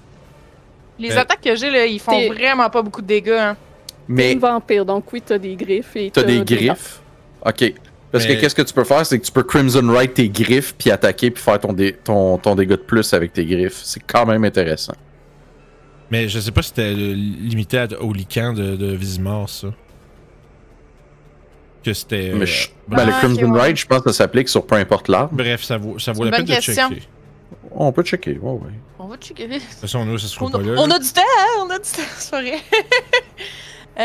S5: Les
S3: Euh,
S5: attaques que j'ai, là, ils font
S1: t'es-
S5: vraiment pas beaucoup de dégâts. Hein.
S1: Une
S4: Mais
S1: vampire, donc oui, t'as des griffes et
S4: t'as
S5: Euh,
S4: des
S1: dents.
S4: griffes? Ok. Parce
S3: Mais-
S4: que qu'est-ce que tu peux faire, c'est que tu peux Crimson Rite tes griffes, puis attaquer, puis faire ton, dé- ton, ton dégât de plus avec tes griffes. C'est quand même intéressant.
S3: Mais je sais pas si c'était euh, limité à- au lican de, de Vizimor, ça. Que c'était. euh,
S4: Mais je-
S3: bref.
S4: ben, le
S5: Ah,
S4: Crimson
S5: ok, ouais.
S4: Rite, je pense que ça s'applique sur peu importe l'arme.
S3: Bref, ça vaut, ça vaut
S5: C'est
S3: la
S5: une
S3: peine
S5: bonne
S3: de
S5: question.
S3: checker.
S4: On peut checker, ouais, ouais.
S5: On va checker.
S3: De toute façon, nous, ça se
S5: On,
S3: trouve pas là.
S5: on a du temps, hein, on a du temps, c'est pas vrai. Euh,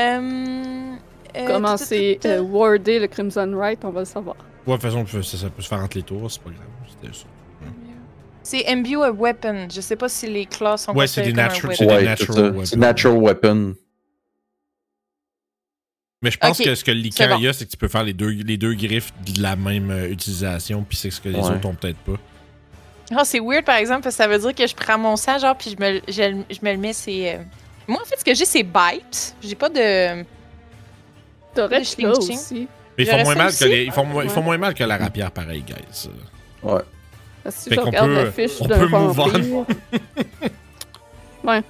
S5: euh,
S1: Comment
S5: tout, tout,
S1: c'est
S5: tout,
S1: euh,
S5: tout.
S1: wardé le Crimson Right, on va le savoir.
S3: Ouais, de toute façon, ça, ça peut se faire entre les tours, c'est pas grave. C'était ça.
S5: C'est imbue a weapon. Je sais pas si les classes sont
S3: Ouais, c'est des
S5: considérées
S3: natural-
S5: comme un
S3: c'est des
S5: weapon.
S4: Ouais,
S3: natural
S4: c'est ça.
S3: weapons.
S4: C'est natural weapon.
S3: Mais je pense
S5: Ok,
S3: que ce que le
S5: c'est
S3: lican
S5: bon.
S3: il y a, c'est que tu peux faire les deux, les deux griffes de la même euh, utilisation, puis c'est ce que les
S4: Ouais.
S3: autres ont peut-être pas.
S5: Ah, c'est weird par exemple parce que ça veut dire que je prends mon sang genre puis je me, le- je, le- je me le mets c'est euh, Moi en fait ce que j'ai c'est bite. J'ai pas
S3: Ben,
S5: de
S1: T'aurais
S5: Le
S1: de
S5: Schling
S1: là
S5: Schling.
S1: aussi.
S3: Mais ils font,
S5: J'aurais
S3: moins
S5: ça
S3: mal que
S5: aussi.
S3: les, ils, font, moins- ils
S1: Ouais.
S3: font moins mal que la rapière, pareil, guys.
S4: Ouais.
S1: Parce que Si
S3: Fait
S1: je
S3: qu'on
S1: regarde
S3: peut-
S1: la fiche
S3: on
S1: d'un
S3: peut move on.
S1: vampire... ouais.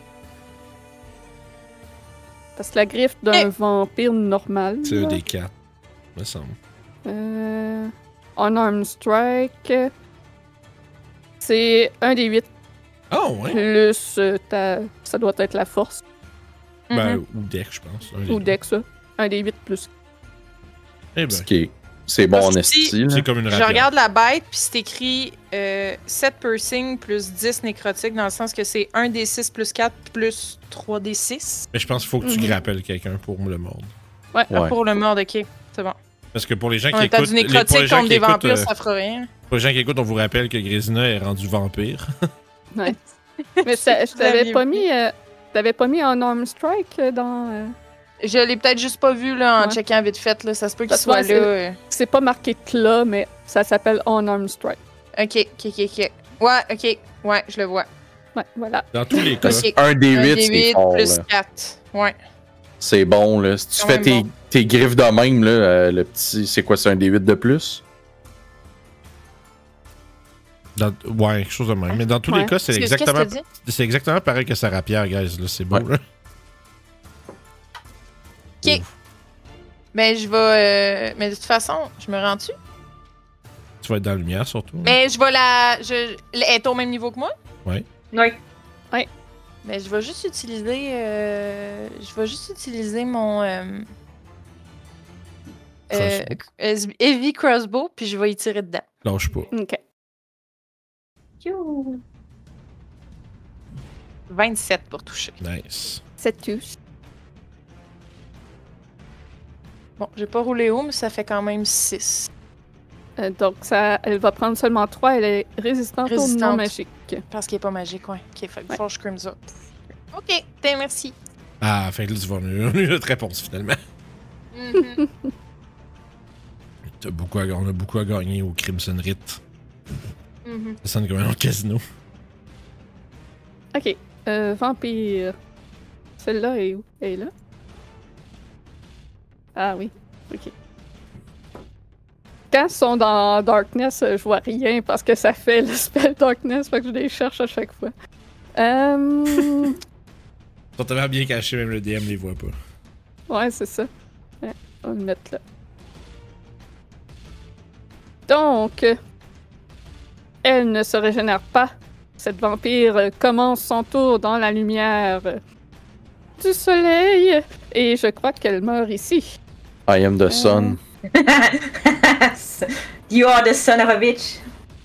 S1: Parce que la griffe d'un
S5: Eh.
S1: vampire normal...
S3: C'est un
S1: là,
S3: des quatre, me semble.
S1: Euh, Unarmed Strike. C'est un des 8
S3: Ah, ouais.
S1: plus euh, ta. Ça doit être la force.
S3: Ben,
S5: Mhm.
S3: ou deck, je pense. un des
S1: Ou
S3: deux.
S1: deck, ça. Un des 8 plus.
S3: Eh ben,
S4: Ce qui est- C'est bon en
S5: Parce que si-
S4: esti, là.
S3: c'est comme une
S5: Je
S3: rapière.
S5: regarde la bite puis c'est écrit euh, 7 piercing plus 10 nécrotique dans le sens que c'est 1 d 6 plus 4 plus 3 d 6
S3: Mais je pense qu'il faut que tu
S1: Mhm.
S3: grappelles quelqu'un pour le mordre.
S1: Ouais.
S4: Ouais.
S5: pour le mort OK.
S3: Parce que pour les gens
S5: En
S3: qui
S5: même temps,
S3: écoutent,
S5: du
S3: les- pour, les
S5: nécrotique
S3: gens
S5: contre
S3: qui
S5: des
S3: écoutent
S5: vampires
S3: euh,
S5: ça fera rien.
S3: pour les gens qui écoutent, on vous rappelle que Grisina est rendue vampire.
S1: Ouais. Mais ça- je
S5: Vous aviez
S1: t'avais pas
S5: oublié.
S1: mis. euh, T'avais pas mis Unarmed Strike euh, dans. euh,
S5: Je l'ai peut-être juste pas vu là en
S1: Ouais.
S5: checkant vite fait là, ça se peut qu'il
S1: Parce
S5: soit
S1: que
S5: là. euh.
S1: C'est pas marqué Claw, mais ça s'appelle Unarmed Strike.
S5: euh, OK, OK, OK. OK. Ouais, OK. Ouais, je le vois.
S1: Ouais, voilà.
S3: Dans tous les cas.
S5: OK.
S4: Un des
S5: Un
S4: 8,
S5: des
S4: c'est
S5: huit
S4: fort,
S5: plus
S4: là.
S5: 4. Ouais.
S4: C'est bon, là. Si tu
S5: Quand
S4: fais
S5: même
S4: tes,
S5: bon.
S4: tes griffes de même, là, euh, le petit... C'est quoi, c'est un des 8 de plus?
S3: Dans- ouais, quelque chose de même. Mais dans tous les
S1: Ouais.
S3: cas, c'est
S5: Excuse,
S3: exactement,
S5: Qu'est-ce que tu
S3: c'est exactement pareil que sa rapière, guys. Là, c'est beau.
S4: Ouais.
S3: là.
S5: dis? OK. Ben, je vais. euh, Mais de toute façon, je me rends-tu?
S3: Tu vas être dans la lumière, surtout.
S5: Mais je vais la. Je... Elle est au même niveau que moi?
S2: Oui.
S5: Ben, je vais juste utiliser. euh, Je vais juste utiliser mon. euh, euh,
S3: Crossbow.
S5: euh, heavy crossbow, puis je vais y tirer dedans.
S3: Lâche pas.
S1: Ok.
S2: You.
S5: 27 pour toucher.
S3: Nice.
S1: Cette touche.
S5: Bon, j'ai pas roulé haut, mais ça fait quand même 6.
S1: Euh, donc, ça, elle va prendre seulement 3. Elle est résistante,
S5: Résistante.
S1: au non magique.
S5: Parce qu'il est pas magique, ouais. Ok, fait que
S1: Ouais.
S5: faut que je crime ça. Ok, ben merci.
S3: Ah, fait que là, tu vas nous nous, notre réponse, finalement.
S5: Mhm.
S3: T'as beaucoup à- on a beaucoup à gagner au Crimson Rite.
S5: Mhm.
S3: Ça sonne comme un autre casino.
S1: Ok. Euh, vampire. Celle-là est où? Elle est là? Ah oui. Ok. Quand ils sont dans Darkness, euh, je vois rien parce que ça fait le spell Darkness, fait que je les cherche à chaque fois. Euh,
S3: Ils sont tellement bien cachés, même le DM les voit pas.
S1: ouais, c'est ça. Ouais, on va le mettre là. Donc, euh, elle ne se régénère pas. Cette vampire euh, commence son tour dans la lumière euh, du soleil et je crois qu'elle meurt ici.
S5: Euh,
S4: I am the sun.
S2: you are the son of a bitch.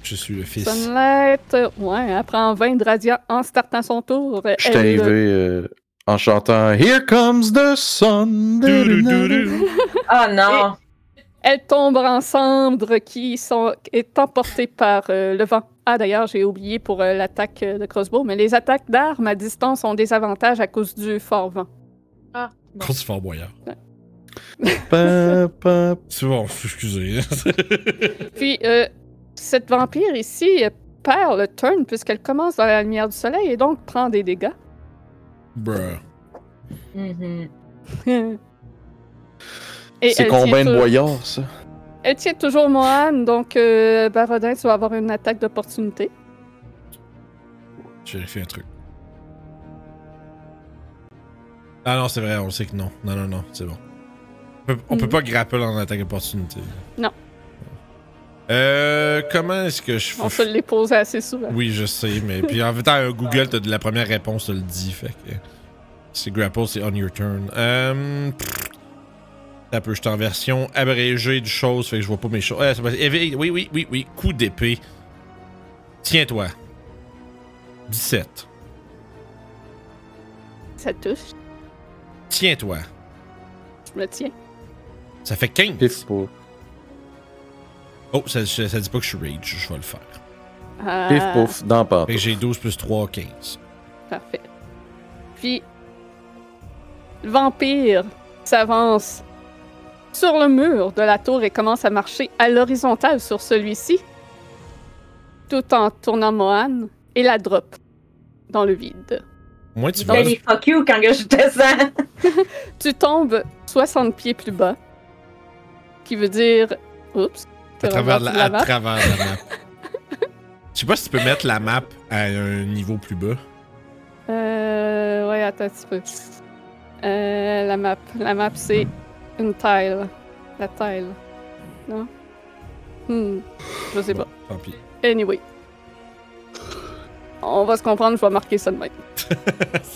S3: Je suis le fils.
S1: Sunlight, euh, ouais, elle prend 20 de radiant en startant son tour.
S4: Je suis
S1: Elle,
S4: arrivé
S1: euh,
S4: euh, en chantant Here comes the sun.
S3: Dou-dou-dou-dou.
S2: Oh non!
S1: Elles tombent en cendres qui sont, est emportée par euh, le vent. Ah, d'ailleurs, j'ai oublié pour euh, l'attaque euh, de crossbow, mais les attaques d'armes à distance ont des avantages à cause du fort vent.
S3: Quand tu fort boyard.
S4: Pa, pa,
S3: C'est bon, excusez.
S1: Puis, euh, cette vampire ici euh, perd le turn puisqu'elle commence dans la lumière du soleil et donc prend des dégâts.
S3: Bruh.
S2: Mhm.
S1: et
S4: C'est
S1: elle
S4: combien
S1: tient
S4: de
S1: tou-
S4: boyards, ça?
S1: Elle tient toujours Mohan, donc euh, Barodin, tu vas avoir une attaque d'opportunité.
S3: J'ai fait un truc. Ah non, c'est vrai, on sait que non. Non, non, non, c'est bon. On peut, on peut
S1: Mm.
S3: pas grapple en attaque opportunité.
S1: Non.
S3: Euh, comment est-ce que je
S1: On se l'est posé assez souvent.
S3: Oui, je sais, mais puis en fait, à Google, t'as de la première réponse, te le dit. Fait que c'est grapple, c'est on your turn. Euh, pff, ça peut, je suis en version abrégée de choses, fait que je vois pas mes choses. Euh, ça va- éveil- oui, oui, oui, oui, coup d'épée. Tiens-toi. 17.
S1: Ça touche,
S3: Tiens-toi.
S1: je me tiens.
S3: Ça fait 15.
S4: Pif pour,
S3: Oh, ça, ça- ça dit pas que je suis rage, je vais le faire.
S1: Ah,
S4: pif pouf, dans pas.
S3: Fait que j'ai 12 plus 3, 15.
S1: Parfait. Puis, le vampire s'avance sur le mur de la tour et commence à marcher à l'horizontale sur celui-ci, tout en tournant Mohan et la drop dans le vide.
S3: Moi, tu
S1: Dans
S3: vois.
S2: Belly fuck you quand que je descends!
S1: Tu tombes 60 pieds plus bas, qui veut dire... Oups.
S3: À
S1: t'es
S3: travers
S1: rendu
S3: la,
S1: la
S3: à
S1: map.
S3: travers la map. Je sais pas si tu peux mettre la map à un niveau plus bas.
S1: Euh, ouais, attends un petit peu. Euh, la map. La map, c'est une tile. La tile. Non? Hmm. Je sais
S3: Bon,
S1: pas.
S3: Tant pis.
S1: Anyway. On va se comprendre, je vais marquer ça de même.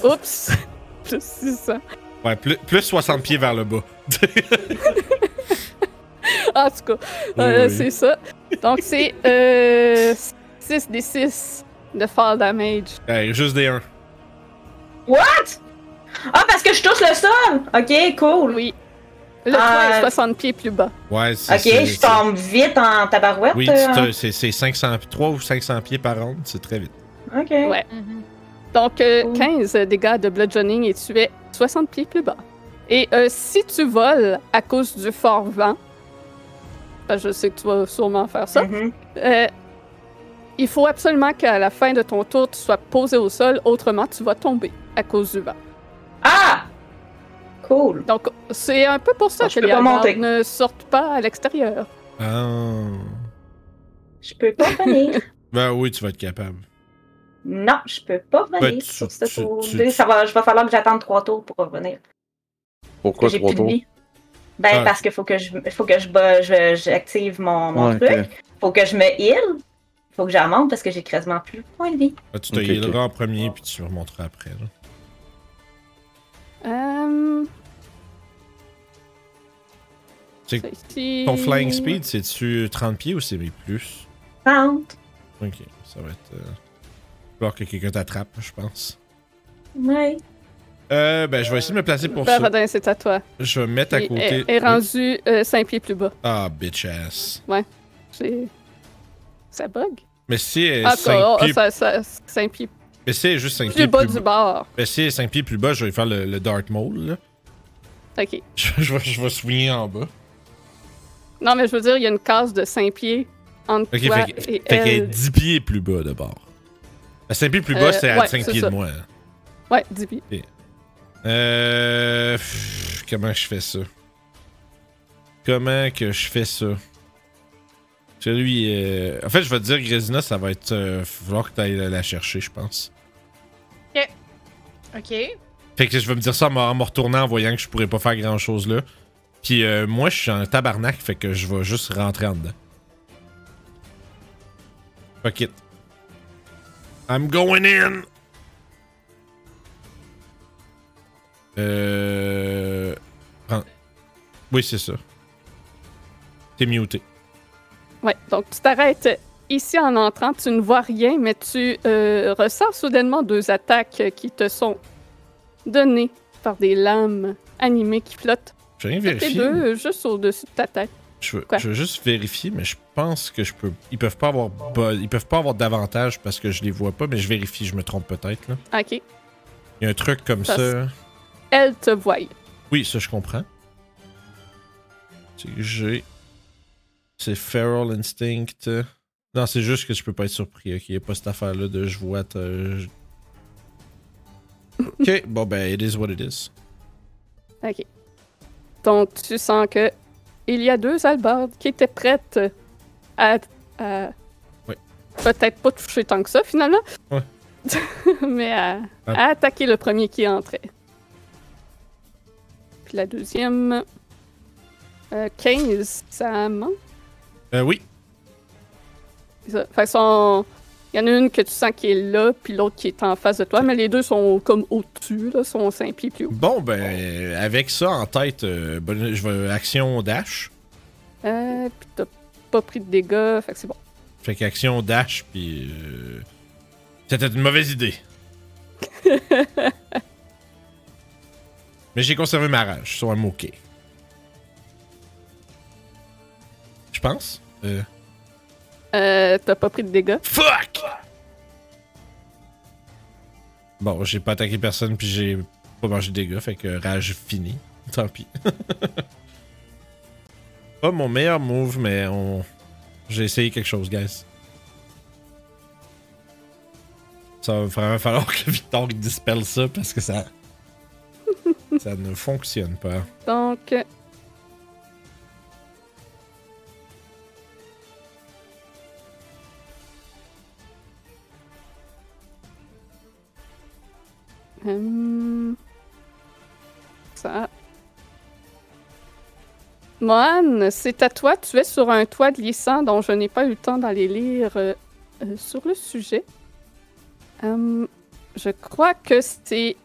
S1: Oups! Plus 600.
S3: Ouais, plus, plus 60 pieds vers le bas.
S1: En tout cas, euh, c'est ça. Donc, c'est euh, 6 des 6 de fall damage.
S3: Ouais, Euh, juste des 1.
S2: Ah, parce que je touche le sol! Ok, cool!
S1: Oui. Le toit est
S2: Euh,
S1: 60 pieds plus bas.
S3: Ouais, c'est
S2: Ok,
S3: c'est-
S2: je
S3: c'est-
S2: tombe vite en tabarouette.
S3: Oui,
S2: euh,
S3: tu te- c'est c'est 500, 3 ou 500 pieds par ronde, c'est très vite.
S2: hein. Ok.
S1: Ouais.
S5: mhm.
S1: Donc, euh,
S2: Ouh.
S1: 15 dégâts de bludgeoning et tu es 60 pieds plus bas. Et euh, si tu voles à cause du fort vent, ben, je sais que tu vas sûrement faire ça,
S2: Mhm.
S1: euh, il faut absolument qu'à la fin de ton tour, tu sois posé au sol, autrement tu vas tomber à cause du vent.
S2: Ah! Cool.
S1: Donc, c'est un peu pour ça
S2: Donc, Ah, je
S1: que
S2: peux
S1: les
S2: pas
S1: hasards
S2: monter.
S1: ne sortent pas à l'extérieur.
S3: Ah.
S2: Je peux pas venir.
S3: Ben oui, tu vas être capable.
S2: non, je peux pas
S3: Ben,
S2: venir.
S3: tu-
S2: sur ce
S3: tu-
S2: tour.
S3: tu-
S2: Deux, Ça va, je vais falloir que j'attende trois tours pour revenir.
S4: Pourquoi
S2: J'ai
S4: trois
S2: plus de
S4: tours?
S2: vie. Ben,
S3: Ah.
S2: parce qu'il faut que je, faut que je, ba- je- j'active mon, mon
S4: Ouais,
S2: truc.
S4: ok.
S2: Faut que je me heal. Faut que j'en monte parce que j'ai quasiment plus de points de vie.
S3: Ah, tu te
S4: Ok, ok.
S3: healeras en premier, puis tu remonteras après. là.
S1: Euh...
S3: C'est-
S1: ceci-
S3: Ton flying speed, c'est-tu 30 pieds ou c'est plus?
S2: 30.
S3: Ok, ça va être... Euh... peur que quelqu'un t'attrape, je pense.
S2: Ouais.
S3: Euh, ben je vais essayer de me placer pour ça.
S1: Baradin, c'est à toi.
S3: Je vais me mettre à
S1: Il
S3: côté.
S1: est, est rendu 5 pieds plus bas.
S3: Ah, bitch ass.
S1: J'ai- Ça bug?
S3: Mais si elle
S1: Ah,
S3: est 5
S1: ça,
S3: pieds,
S1: ça, ça, 5 pieds
S3: mais si elle est juste 5
S1: plus
S3: pieds
S1: bas
S3: plus
S1: du
S3: bas.
S1: bord.
S3: Mais si elle est 5 pieds plus bas, je vais faire le, le Dark Mole. là.
S1: OK.
S3: Je, je vais, je vais swinguer en bas.
S1: Non, mais je veux dire, il y a une case de 5 pieds entre
S3: Ok,
S1: toi
S3: fait, que-
S1: et
S3: fait qu'elle est
S1: elle.
S3: 10 pieds plus bas de bord. La 5 pieds plus bas,
S1: Euh,
S3: c'est à
S1: ouais,
S3: 5
S1: c'est
S3: pieds
S1: ça.
S3: de moi.
S1: Ouais, 10 pieds.
S3: Euh. pff, comment je fais ça? Comment que je fais ça? Celui. Euh... En fait, je vais te dire, Grésina, ça va être. Euh, falloir que tu ailles la chercher, je pense.
S5: Ok.
S3: Fait que je vais me dire ça en me- en me retournant en voyant que je pourrais pas faire grand chose là. Puis euh, moi, je suis en tabarnak, fait que je vais juste rentrer en dedans. Fuck it. I'm going in! Euh. prends- Oui, c'est ça. T'es muté.
S1: Ouais, donc tu t'arrêtes Ici, en entrant, tu ne vois rien, mais tu euh, ressens soudainement deux attaques qui te sont données par des lames animées qui flottent.
S3: J'ai rien
S1: Tes
S3: vérifié.
S1: deux, euh, juste au-dessus de ta tête.
S3: Je veux,
S1: Quoi?
S3: je veux juste vérifier, mais je pense que je peux. Ils peuvent pas avoir bo- ils peuvent pas avoir d'avantage parce que je les vois pas, mais je vérifie, je me trompe peut-être. là.
S1: OK.
S3: Il y a un truc comme
S1: Ça,
S3: ça.
S1: Elle te voit.
S3: Oui, ça je comprends. C'est que j'ai. C'est Feral Instinct. Non, c'est juste que je peux pas être surpris. ok? Il n'y a pas cette affaire-là de je vois. t'as- je- Ok, bon ben, it is what it is.
S1: OK. Donc, tu sens que il y a deux albardes qui étaient prêtes à. à-
S3: Oui.
S1: Peut-être pas toucher tant que ça, finalement.
S3: Ouais.
S1: Mais à,
S3: Ah.
S1: à attaquer le premier qui entrait. Puis la deuxième. euh, 15, ça manque.
S3: Euh, oui,
S1: C'est ça. Fait que sont- Il y en a une que tu sens qui est là, puis l'autre qui est en face de toi, mais les deux sont comme au-dessus, là, sont 5 pieds plus haut.
S3: bon ben, avec ça en tête, euh, bonne- je vais action dash.
S1: Euh, puis t'as pas pris de dégâts, fait que c'est bon.
S3: Fait qu'action dash, puis. euh, C'était une mauvaise idée. Mais j'ai conservé ma rage, sur un moqué. Je pense. Euh,
S1: Euh, t'as pas pris de dégâts.
S3: Fuck! Bon, j'ai pas attaqué personne, puis j'ai pas mangé de dégâts, fait que rage fini. Tant pis. pas mon meilleur move, mais on. J'ai essayé quelque chose, guys. Ça va vraiment falloir que Victor dispelle ça parce que ça. ça ne fonctionne pas.
S1: Donc. euh, Hum. Ça. Mohan, c'est à toi. Tu es sur un toit glissant dont je n'ai pas eu le temps d'aller lire euh, euh, sur le sujet. Hum, je crois que c'est.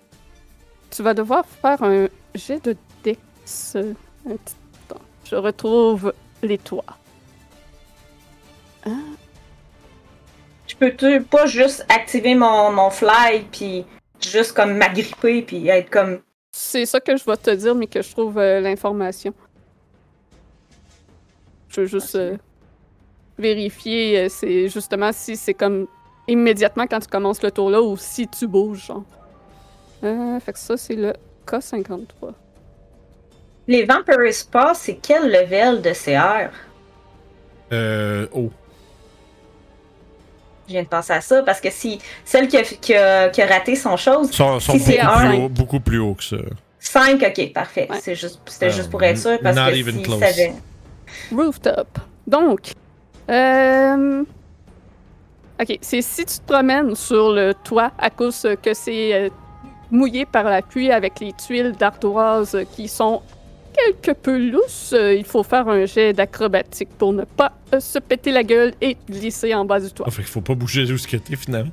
S1: Tu vas devoir faire un jet de Dex. Un petit temps. Je retrouve les toits.
S2: Je peux-tu pas juste activer mon, mon fly, puis juste comme m'agripper, puis être comme.
S1: C'est ça que je vais te dire, mais que je trouve euh, l'information. Je veux juste
S2: Ok.
S1: euh, vérifier euh, c'est justement si c'est comme immédiatement quand tu commences le tour là ou si tu bouges. Genre. Euh, fait que ça, c'est le K53.
S2: Les Vampire Spa, c'est quel level de CR?
S3: Euh. Oh.
S2: Je viens de penser à ça, parce que si celle qui a, qui a- qui a raté son chose,
S3: Sont, sont
S2: Si
S3: beaucoup,
S2: c'est un-
S3: plus haut, beaucoup plus haut que ça.
S2: 5, ok, parfait.
S1: Ouais.
S2: C'est juste, c'était
S3: Euh,
S2: juste pour être sûr, parce
S3: not
S2: que
S3: even
S2: si
S3: close.
S2: ça avait-
S1: Rooftop. Donc, euh, ok, c'est si tu te promènes sur le toit à cause que c'est euh, mouillé par la pluie avec les tuiles d'ardoise qui sont quelque peu lousses, euh, il faut faire un jet d'acrobatique pour ne pas euh, se péter la gueule et glisser en bas du toit.
S3: Ah, fait qu'il faut pas bouger où ce que t'es finalement.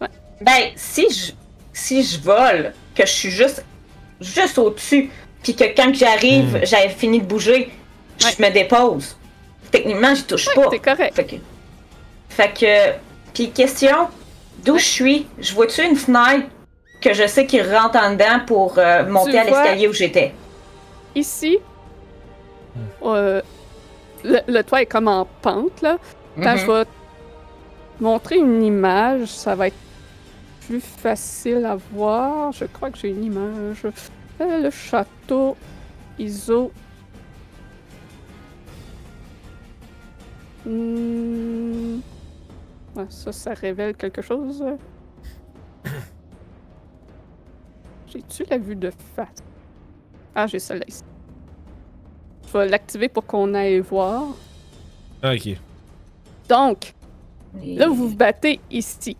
S2: Ben, si je, si je vole, que je suis juste, juste au-dessus, puis que quand que j'arrive,
S3: Mm.
S2: j'avais fini de bouger, je me dépose. Techniquement, je touche pas.
S1: C'est correct.
S2: Fait que. Fait que. Puis question, d'où je suis, je vois-tu une fenêtre que je sais qu'il rentre en dedans pour euh, monter à
S1: vois-
S2: l'escalier où j'étais?
S1: Ici, euh, le, le toit est comme en pente, là.
S2: Mhm.
S1: Quand je vais te montrer une image, ça va être plus facile à voir. Je crois que j'ai une image. Euh, le château ISO. Hmm. Ouais, ça, ça révèle quelque chose. J'ai-tu la vue de face? Ah, j'ai celle-là ici. Je vais l'activer pour qu'on aille voir.
S3: Ah, ok.
S1: Donc,
S2: Et-
S1: Là, vous vous battez ici.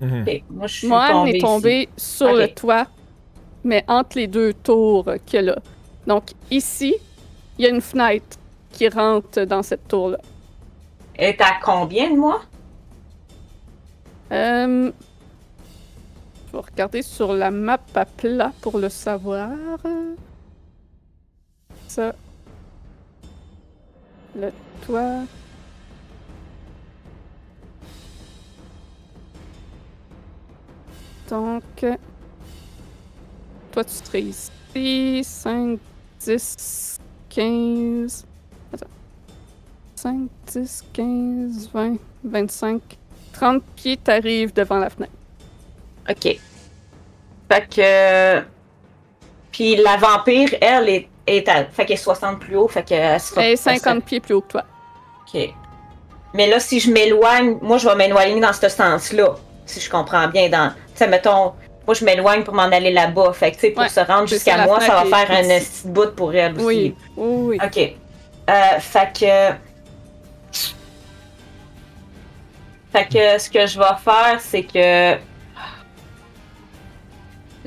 S3: Mhm.
S2: Ok, Moi, je suis
S1: Mohan
S2: tombée
S1: est tombé sur
S2: Ok.
S1: le toit, mais entre les deux tours euh, qu'il y a là. Donc, ici, il y a une fenêtre qui rentre dans cette tour-là.
S2: ici. Elle est à combien de moi?
S1: Euh, je vais regarder sur la map à plat pour le savoir. Ça. Le toit. Donc, euh, toi, tu serais ici. 5, 10, 15. Attends. 5, 10, 15, 20, 25. 30 pieds, t'arrives devant la fenêtre.
S2: OK. Fait que. Puis la vampire, elle, est, est à... fait qu'elle est 60 plus haut, fait qu'elle sera.
S1: Elle est
S2: elle sera-
S1: 50 Ben, pieds plus haut que toi.
S2: OK. Mais là, si je m'éloigne, moi, je vais m'éloigner dans ce sens-là. Si je comprends bien. Dans, tu sais, mettons, moi, je m'éloigne pour m'en aller là-bas. Fait que, tu sais, pour
S1: Ouais,
S2: se rendre
S1: c'est
S2: jusqu'à
S1: ça, la
S2: moi, ça va
S1: fenêtre est
S2: faire un
S1: ici.
S2: petit bout pour elle aussi.
S1: Oui, oui, oui.
S2: OK. Euh, fait que. Fait que ce que je vais faire, c'est que.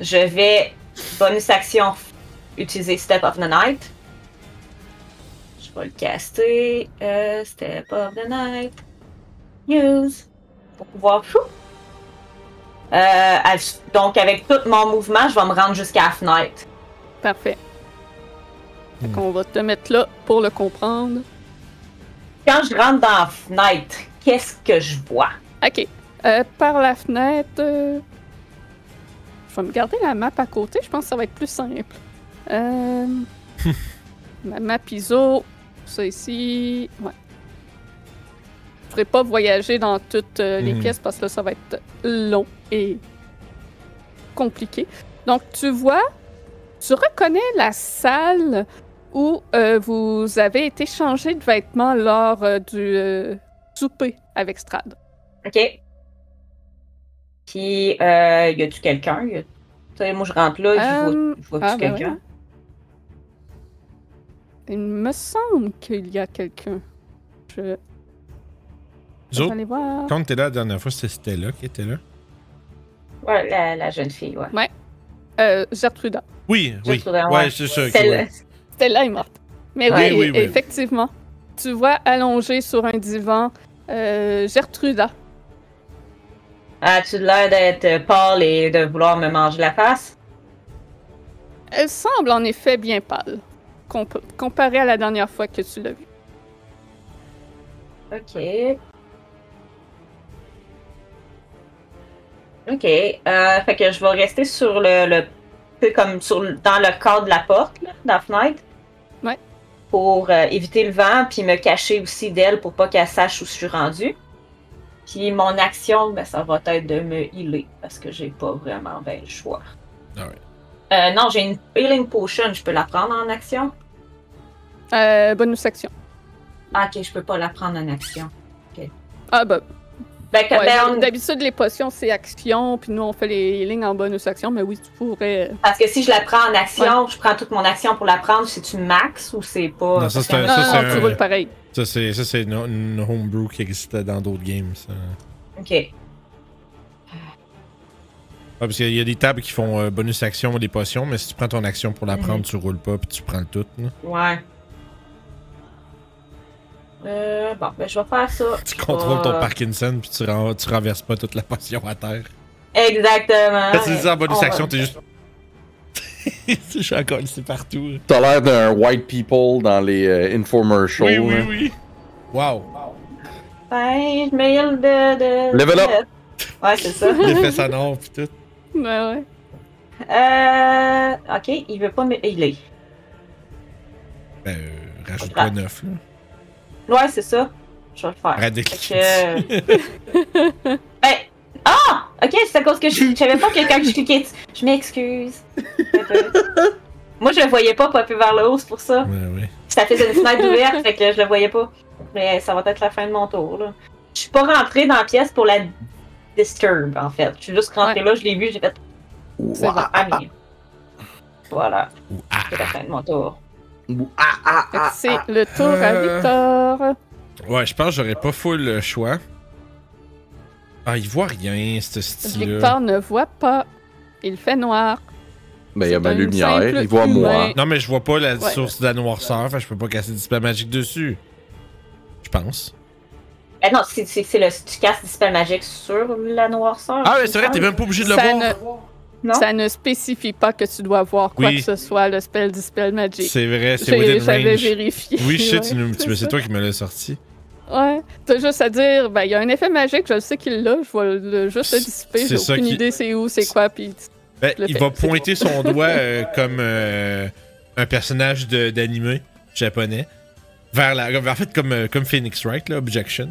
S2: Je vais, bonus action, utiliser Step of the Night. Je vais le caster. euh, Step of the Night. Use. Pour pouvoir. Chou! Euh, à- donc, avec tout mon mouvement, je vais me rendre jusqu'à la fenêtre.
S1: Parfait. Fait
S3: Hmm.
S1: qu'on va te mettre là pour le comprendre.
S2: Quand je rentre dans la fenêtre, qu'est-ce que je vois?
S1: Ok. Euh, par la fenêtre. euh, Je vais me garder la map à côté, je pense que ça va être plus simple. Euh, ma map ISO, ça ici. Ouais. Je ne pas voyager dans toutes euh, les
S3: Mhm.
S1: pièces parce que là, ça va être long et compliqué. Donc, tu vois, tu reconnais la salle où euh, vous avez été changé de vêtements lors euh, du euh, souper avec Strad.
S2: OK? Puis, euh, y a-tu quelqu'un? Y a- Tu sais, moi, je rentre là, je vois,
S1: Euh,
S2: je vois
S1: ah, ben
S2: quelqu'un?
S1: Il me semble qu'il y a quelqu'un. Je
S3: Nous autres,
S1: vais aller voir.
S3: quand t'es là la dernière fois, c'était Stella qui était là.
S1: hein.
S2: Ouais, la, la jeune fille, ouais.
S1: Euh, Gertruda.
S3: Oui, oui.
S2: Gertrude, ouais.
S3: Ouais, c'est ça. ok,
S2: Celle-
S3: ouais.
S1: Stella est morte. Mais oui,
S2: Ouais.
S3: Oui, oui, oui.
S1: effectivement. Tu vois allongée sur un divan euh, Gertruda.
S2: Ah, tu l'air d'être pâle et de vouloir me manger la face?
S1: Elle semble en effet bien pâle, comp- comparée à la dernière fois que tu l'as vue.
S2: OK. OK. euh, fait que je vais rester sur le. le peu comme sur, le- dans le cadre de la porte, là, dans la fenêtre.
S1: Ouais.
S2: Pour euh, éviter le vent, puis me cacher aussi d'elle pour pas qu'elle sache où je suis rendue. Puis mon action, ben, ça va être de me healer parce que j'ai pas vraiment ben, le choix.
S3: Alright.
S2: Euh, non, j'ai une healing potion, je peux la prendre en action.
S1: Euh, bonus action.
S2: Ah, ok, je peux pas la prendre en action.
S1: Ah bah,
S2: Ben, que-
S1: ouais,
S2: ben, on-
S1: d'habitude les potions c'est action, puis nous on fait les lignes en bonus action, mais oui tu pourrais.
S2: Parce que si je la prends en action, je prends toute mon action pour la prendre, c'est-tu max ou c'est pas.
S3: Non, ça, c'est un-
S1: Non,
S3: ça,
S1: non,
S3: c'est
S1: tu
S3: un-
S1: roules pareil.
S3: Ça, c'est ça, c'est une, une homebrew qui existait dans d'autres games. ça.
S2: Ok. Ouais,
S3: Ouais, Ah, parce qu'il y a des tables qui font euh, bonus action ou des potions, mais si tu prends ton action pour la
S2: Mhm.
S3: prendre, tu roules pas puis tu prends le tout. là.
S2: Ouais. Euh, bon, ben, je vais faire ça. Euh,
S3: Tu
S2: Je
S3: contrôles
S2: vais-
S3: ton Parkinson puis tu, ren- tu renverses pas toute la potion à terre.
S2: Exactement.
S3: Quand tu dis en bonus
S2: On va-
S3: action, t'es juste. Je suis encore ici partout.
S4: T'as l'air d'un white people dans les euh,
S3: Oui,
S4: infomercials.
S3: oui,
S4: hein.
S3: oui. euh, Wow.
S2: Ben, je mail de. de...
S4: Level up.
S2: Ouais, c'est ça.
S3: L'effet sonore puis tout.
S1: Ouais, ouais.
S2: euh. Ok, il veut pas me healer.
S3: Ben, euh, rajoute pas
S2: Ah.
S3: 9. Là.
S2: Ouais, c'est ça. Je vais le faire.
S3: Arrête de
S2: Fait
S3: cliquer. dessus.
S2: que. euh, ben. Ah! Ok, c'est à cause que je je savais pas que quand je cliquais. dessus- Je m'excuse. Moi, je le voyais pas popper vers le haut, c'est pour ça.
S3: Ouais, ouais.
S2: Ça faisait une fenêtre ouverte, fait que je le voyais pas. Mais ça va être la fin de mon tour, là. Je suis pas rentrée dans la pièce pour la disturb, en fait. Je suis juste rentrée là, je l'ai vu, j'ai fait
S1: C'est vrai.
S2: Ah, mais- Voilà,
S3: Ou ah.
S2: c'est la fin de mon tour.
S4: Ou- ah, ah,
S1: Fait que
S4: ah,
S1: C'est le tour
S3: Euh.
S1: à Victor.
S3: Ouais, je pense que j'aurais pas full le choix. Ah, il voit rien, ce style-là.
S1: Victor ne voit pas. Il fait noir.
S4: Ben, il y a
S1: C'est
S4: ma
S1: un
S4: lumière,
S1: simple
S4: il voit moi.
S1: humain.
S3: Non, mais je vois pas la
S1: Ouais.
S3: source de la noirceur, fait que je peux pas casser Dispel Magic dessus. Je pense.
S2: Ah non, c'est c'est- c'est le tu casses Dispel Magique sur la noirceur.
S3: Ah,
S2: je
S3: mais c'est vrai,
S2: pense.
S3: t'es même pas obligé de le
S1: ça,
S3: voir.
S1: ne,
S2: Non?
S1: ça ne spécifie pas que tu dois voir quoi
S3: Oui.
S1: que ce soit, le spell Dispel Magic.
S3: C'est vrai, c'est
S1: J'ai-
S3: within
S1: J'avais
S3: range.
S1: vérifié.
S3: Oui, shit,
S1: Ouais,
S3: tu nous- tu-
S1: c'est
S3: c'est
S1: ça.
S3: toi qui me l'as sorti.
S1: Ouais. T'as juste à dire, ben, il y a un effet magique, je sais qu'il l'a, je vais le, juste le dissiper,
S3: C'est
S1: j'ai
S3: ça
S1: aucune
S3: qui-
S1: idée c'est où, c'est quoi, puis
S3: Ben,
S1: le
S3: il
S1: fait,
S3: va
S1: c'est
S3: pointer son doigt euh, comme euh, un personnage de- d'anime japonais vers la, comme- en fait comme euh, comme Phoenix Wright là, Objection.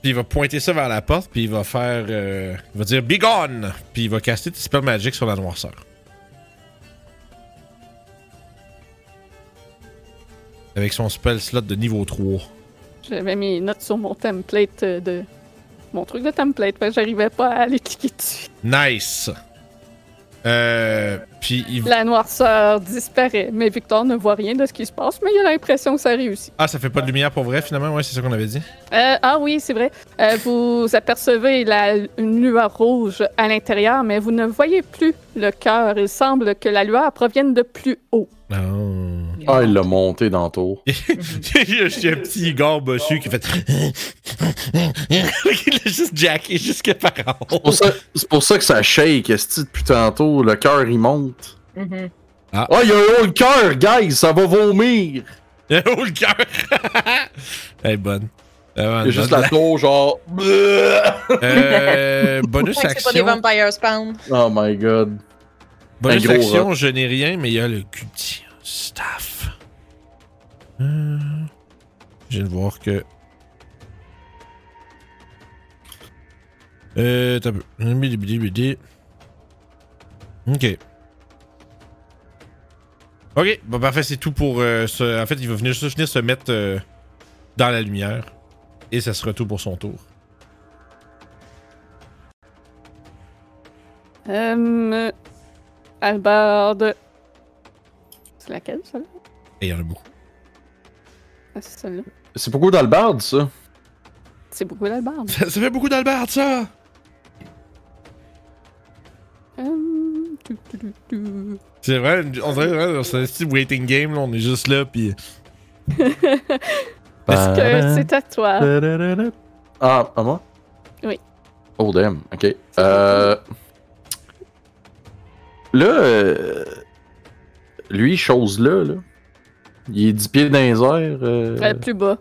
S3: Puis il va pointer ça vers la porte, puis il va faire, euh, il va dire Be gone, puis il va caster tes spells magiques sur la noirceur. Avec son spell slot de niveau 3.
S1: j'avais mis une note sur mon template euh, de. Mon truc de template, parce que j'arrivais pas à aller cliquer dessus.
S3: Nice. Euh, puis il va...
S1: La noirceur disparaît, mais Victor ne voit rien de ce qui se passe, mais il a l'impression que ça réussit.
S3: Ah, ça fait pas de lumière pour vrai finalement, ouais, c'est ça qu'on avait dit.
S1: Euh, ah oui, c'est vrai. Euh, vous apercevez la, une lueur rouge à l'intérieur, mais vous ne voyez plus le cœur. Il semble que la lueur provienne de plus haut.
S3: Oh.
S4: Ah, il l'a monté dans le tour.
S3: J'ai j'ai un petit Igor bossu qui fait. Il l'a juste jacké jusque par en
S4: C'est
S3: haut.
S4: pour ça- C'est pour ça que ça shake, esti, depuis tantôt. Le cœur, il monte.
S2: Mhm.
S4: Oh, il y a un haut le cœur, guys! Ça va vomir!
S3: Il a haut le cœur. Elle est bonne. Vraiment
S4: Il y a juste
S3: bonne.
S4: la tour, genre...
S3: Euh, bonus
S5: C'est pas des
S3: action.
S5: Vampire Spawn.
S4: Oh my god.
S3: Bonus
S4: Un gros
S3: action,
S4: rat.
S3: je n'ai rien, mais il y a le culti staff. Euh, je viens de voir que. Euh, t'as peu. Bidibidibidi. Ok. Ok, bon, parfait, c'est tout pour. euh, ce- En fait, il va venir, juste venir se mettre euh, dans la lumière. Et ça sera tout pour son tour.
S1: Euh, Albard. C'est laquelle, celle-là?
S3: Et il y en a beaucoup.
S1: Ah, c'est celle-là.
S4: C'est beaucoup dans le barde, ça.
S1: C'est beaucoup d'Albard.
S3: Ça, ça fait beaucoup d'Albert, ça!
S1: Euh, tu, tu, tu, tu.
S3: C'est vrai, on dirait vraiment, c'est un style waiting game, là, on est juste là, puis
S1: Est-ce que
S4: Euh.
S1: c'est à toi?
S4: Ah, à moi?
S1: Oui.
S4: Oh damn, ok. Euh... Là, euh, lui, chose-là, là, il est 10 pieds dans les airs. euh,
S1: Euh, plus bas.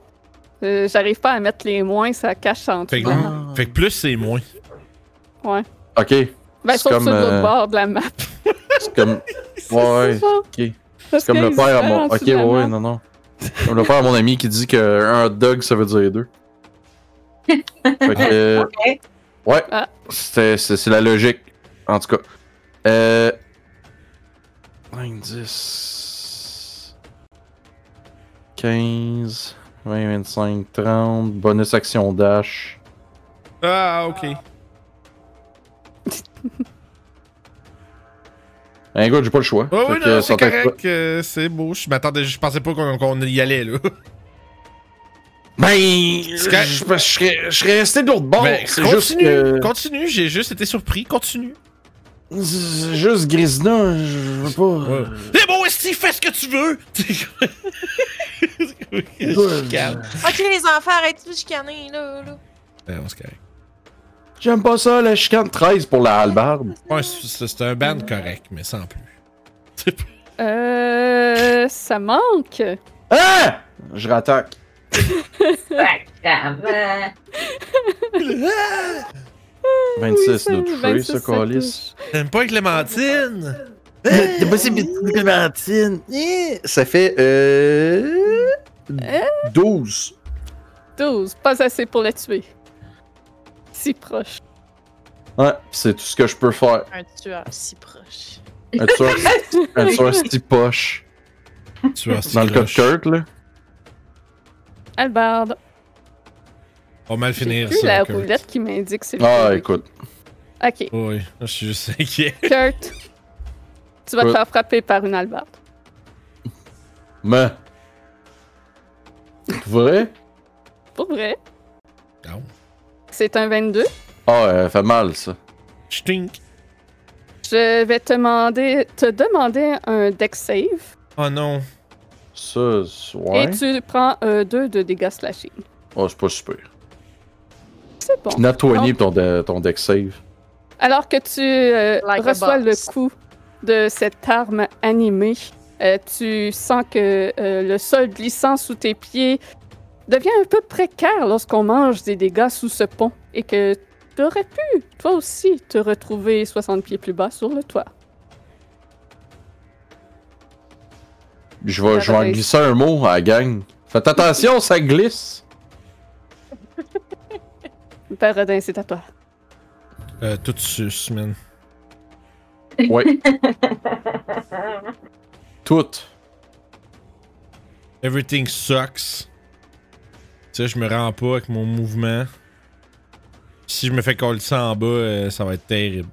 S1: Euh, J'arrive pas à mettre les moins, ça cache en
S3: Fait
S1: dessous.
S3: que,
S4: Ah.
S3: fait que plus c'est moins.
S4: Ok,
S1: Ben,
S4: c'est
S1: sauf
S4: comme,
S1: sur l'autre
S4: euh,
S1: bord de la map.
S4: c'est comme... Ouais, ok. C'est comme le père à mon... Ok, ouais, ouais, non, non. Comme le père à mon ami qui dit qu'un hot dog, ça veut dire deux. Fait que... euh,
S2: Ok.
S4: Ouais,
S1: Ah.
S4: C'était- c'est c'est la logique, en tout cas. Euh... 5, 10... 15... 20, 25, 30... Bonus action dash.
S3: Ah, ok.
S4: Ben écoute, j'ai pas le choix.
S3: Ouais,
S4: Fait
S3: ouais,
S4: que
S3: Ah non,
S4: ça
S3: c'est
S4: t'aide pas.
S3: correct, euh, c'est beau. Je m'attendais, je pensais pas qu'on qu'on y allait, là.
S4: Ben...
S3: correct.
S4: Je je serais je serais resté de l'autre bord.
S3: Ben,
S4: c'est
S3: continue,
S4: juste que...
S3: continue, j'ai juste été surpris, continue.
S4: C'est Juste Grisna, je veux pas...
S3: Ouais. C'est bon, Esti, fais ce que tu veux! Je chicane.
S5: Ok, les enfants, arrêtez de chicaner, là, là.
S3: Ben, on se correct.
S4: J'aime pas ça, la chicane 13 pour la halbarde.
S3: Ouais, c'est c'est- c'est un band correct, mais sans plus. C'est pas-
S1: Euh, ça manque.
S4: Ah! Je rattaque.
S2: Ah, Sacrement.
S4: 26
S1: Oui,
S4: de
S1: ça-
S4: toucher,
S1: 26,
S4: ça, Calis.
S1: touche.
S3: J'aime pas Clémentine!
S4: T'as Eh, pas si Clémentine. Ça fait euh...
S1: Eh?
S4: 12.
S1: 12, pas assez pour la tuer. Si proche.
S4: Ouais, c'est tout ce que je peux faire.
S5: Un tueur si proche.
S4: Un tueur, un tueur sti poche.
S3: Tu vois, c'est
S4: Dans le cas de
S3: croche.
S4: Kirk, là. Ah,
S1: Albard,
S3: On va mal
S1: j'ai
S3: finir
S1: plus
S3: ça.
S1: la
S3: Kurt.
S1: roulette qui m'indique c'est le
S4: Ah,
S1: premier.
S4: écoute.
S1: Ok,
S3: Oui, je suis juste inquiet.
S1: Kurt, tu vas te
S4: Ouais.
S1: faire frapper par une Albard.
S4: Mais. Vrai?
S1: Pour vrai,
S3: Non.
S1: c'est un 22.
S4: Ah, elle fait mal, ça.
S3: Je stink.
S1: Je vais te demander, te demander un deck save
S3: Oh non.
S4: Ça, c'est- ouais.
S1: et tu prends 2 de dégâts slashing.
S4: Oh, c'est pas super.
S1: C'est bon.
S4: Nat 20 pour ton, de- ton deck save.
S1: Alors que tu euh,
S5: Like a
S1: reçois le
S5: boss.
S1: coup de cette arme animée, euh, tu sens que euh, le sol glissant sous tes pieds devient un peu précaire lorsqu'on mange des dégâts sous ce pont et que tu aurais pu, toi aussi, te retrouver 60 pieds plus bas sur le toit.
S4: Je vais, je vais en glisser un mot à la gang. Faites attention, ça glisse.
S1: Paradin, c'est à toi.
S3: Euh, toute sus, man.
S4: Ouais. Tout.
S3: Everything sucks. Tu sais, je me rends pas avec mon mouvement. Si je me fais coller ça en bas, euh, ça va être terrible.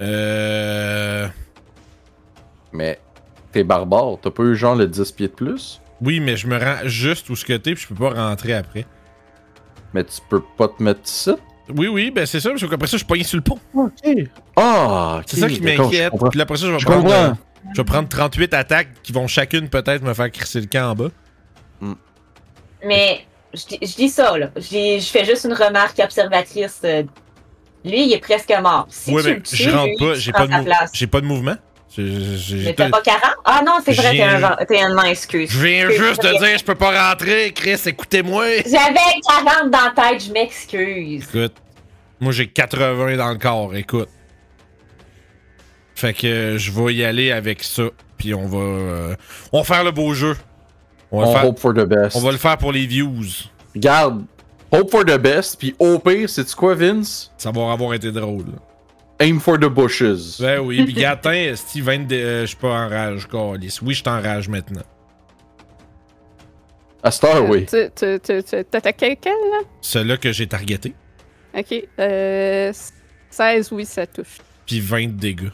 S3: Euh.
S4: Mais t'es barbare. T'as pas eu genre le 10 pieds de plus.
S3: Oui, mais je me rends juste où ce que t'es, puis je peux pas rentrer après.
S4: Mais tu peux pas te mettre ici.
S3: Oui, oui, ben c'est ça, parce qu'après ça, je suis pogné sur le pont.
S4: Ah, ok,
S3: C'est ça qui
S4: d'accord, je
S3: m'inquiète.
S4: comprends.
S3: Puis après ça, je vais
S4: Je
S3: prendre.
S4: comprends.
S3: euh, je vais prendre 38 attaques qui vont chacune peut-être me faire crisser le camp en bas.
S2: Mais je, dis- je dis ça, là. Je, dis- je fais juste une remarque observatrice. euh, Lui, il est presque mort. Si
S3: ouais,
S2: tu
S3: mais
S2: le tues,
S3: je
S2: lui,
S3: rentre pas,
S2: tu
S3: j'ai
S2: prends
S3: pas, de
S2: sa
S3: mou-
S2: place.
S3: j'ai pas de mouvement. J'ai- j'ai- j'ai-
S2: Mais
S3: j'ai-
S2: t'as pas 40? Ah non, c'est vrai,
S3: J'ai-
S2: t'es un, gen- t'es un nain, excuse.
S3: Je viens
S2: J'ai-
S3: juste de dire, je peux pas rentrer, Chris, écoutez-moi.
S2: J'avais 40 dans la tête, je m'excuse.
S3: Écoute, moi j'ai 80 dans le corps, écoute. Fait que euh, je vais y aller avec ça, puis on va, euh, on va faire le beau jeu. On va, le
S4: On
S3: faire-
S4: hope for the best.
S3: on va le faire pour les views.
S4: Garde, hope for the best, puis au pire, c'est quoi, Vince?
S3: Ça va avoir été drôle.
S4: Aim for the bushes.
S3: Ben oui, puis Gatin, si 20 de- euh, je suis pas en rage, câlisse. Oui, je t'enrage maintenant.
S4: À cette heure, oui.
S1: Tu, tu, tu, tu t'attaquais quel, là?
S3: Celui-là que j'ai targeté,
S1: OK. Euh, 16, oui, ça touche.
S3: puis 20 de dégâts.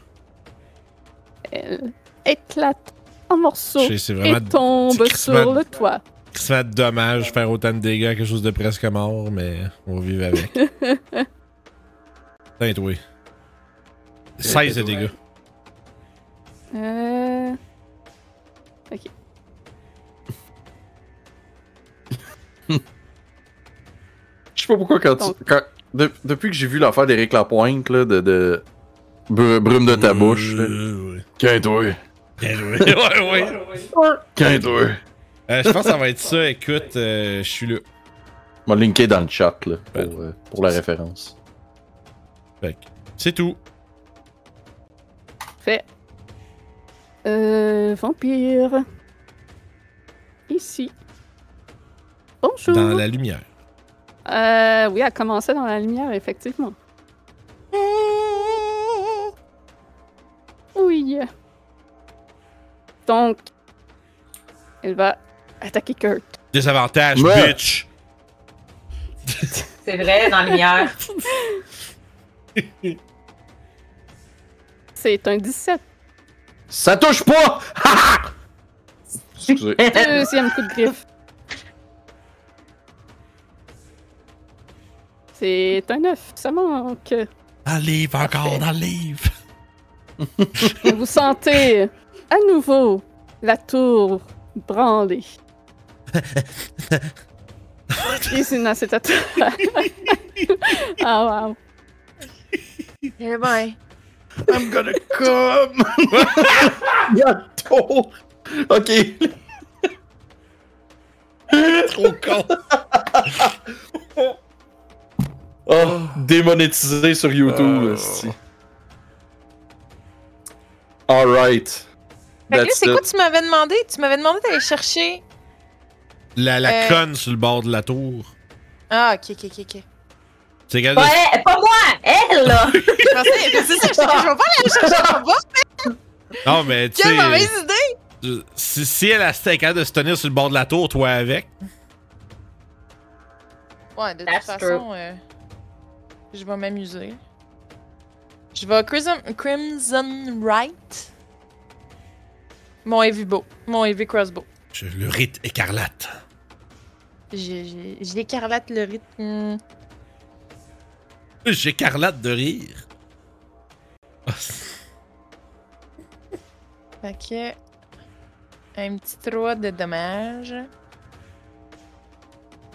S1: Elle éclate en morceaux
S3: J'ai- C'est
S1: et
S3: vraiment
S1: tombe
S3: c'est crissement-
S1: sur le toit.
S3: crissement dommage faire autant de dégâts à quelque chose de presque mort, mais on va vivre avec. Putain, toi. 16 de dégâts.
S1: Euh... OK.
S4: Je sais pas pourquoi quand, tu-
S1: Donc-
S4: quand- de- depuis que j'ai vu l'affaire d'Éric Lapointe là, de, de br- brume de ta bouche. là.
S3: Euh, ouais.
S4: Quinte-toi.
S3: Bien joué. ouais, ouais.
S4: Quinte-toi.
S3: Euh, je pense que ça va être ça. Écoute, euh, je suis là.
S4: Je vais le linker dans le chat là,
S3: Ben.
S4: pour, euh, pour la référence.
S3: Fait que c'est tout.
S1: Fait. Euh, vampire. Ici. Bonjour.
S3: Dans la lumière.
S1: Euh, oui, elle commençait dans la lumière, effectivement. Oui. Donc, elle va attaquer Kurt.
S3: Désavantage,
S4: Ouais.
S3: bitch.
S2: C'est vrai, dans la lumière.
S1: C'est un 17.
S4: Ça touche pas! Excusez.
S1: Deuxième coup de griffe. C'est un 9. Ça manque.
S3: Dans le livre, encore dans le livre.
S1: Et vous sentez à nouveau la tour branlée. Isina, c'est à toi. ah, wow.
S5: Eh ben.
S4: I'm gonna come! Bientôt! Ok.
S3: Trop con.
S4: Oh, démonétisé sur YouTube, esti. Alright.
S5: Fait que là,
S4: That's
S5: c'est quoi
S4: it.
S5: tu m'avais demandé? Tu m'avais demandé d'aller chercher.
S3: La, la
S5: Euh.
S3: conne sur le bord de la tour.
S5: Ah, ok, ok, ok, ok.
S3: C'est quelle
S2: Pas, elle- pas moi, elle, là!
S5: Je pensais, je pensais ça, je pensais, je vais pas aller la chercher en bas.
S3: Non, mais tu
S5: Quelle mauvaise
S3: sais.
S5: idée!
S3: euh, Si, si elle a c'était capable de se tenir sur le bord de la tour, toi avec.
S5: Ouais, de toute
S2: That's
S5: façon, euh, je vais m'amuser. Je vais Crimson, Crimson Right. Mon heavy bow. Mon heavy crossbow.
S3: Je- le rite écarlate.
S5: J'ai- j'ai- J'écarlate le rythme.
S3: J'écarlate de rire. Ah, c'est-
S5: Fait que. Un petit 3 de dommages.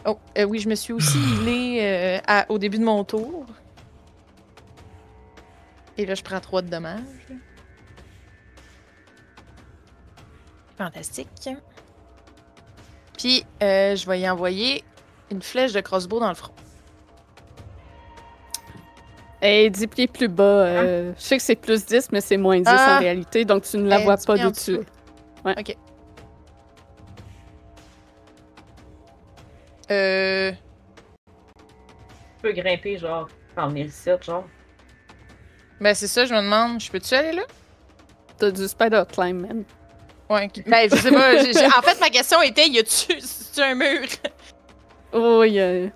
S5: Oh, euh, oui, je me suis aussi healée euh, à- au début de mon tour. Et là, je prends 3 de dommages. Fantastique. Puis, euh, je vais y envoyer une flèche de crossbow dans le front.
S1: Et 10 pieds plus bas. euh, je sais que c'est plus 10, mais c'est moins 10
S5: Ah.
S1: en réalité, donc tu ne la
S5: Eh,
S1: vois
S5: tu
S1: pas
S5: mets en
S1: d'où tu es.
S5: dessous.
S1: Ouais.
S5: Ok. Euh.
S2: Tu peux grimper, genre, en 1007, genre.
S5: Ben, c'est ça, je me demande, je peux-tu aller là?
S1: T'as du spider climb, man.
S5: Ouais, ok. ben, je sais pas. j'ai- j'ai- En fait, ma question était, y a-tu c'est-tu un mur?
S1: Oh, il y a, il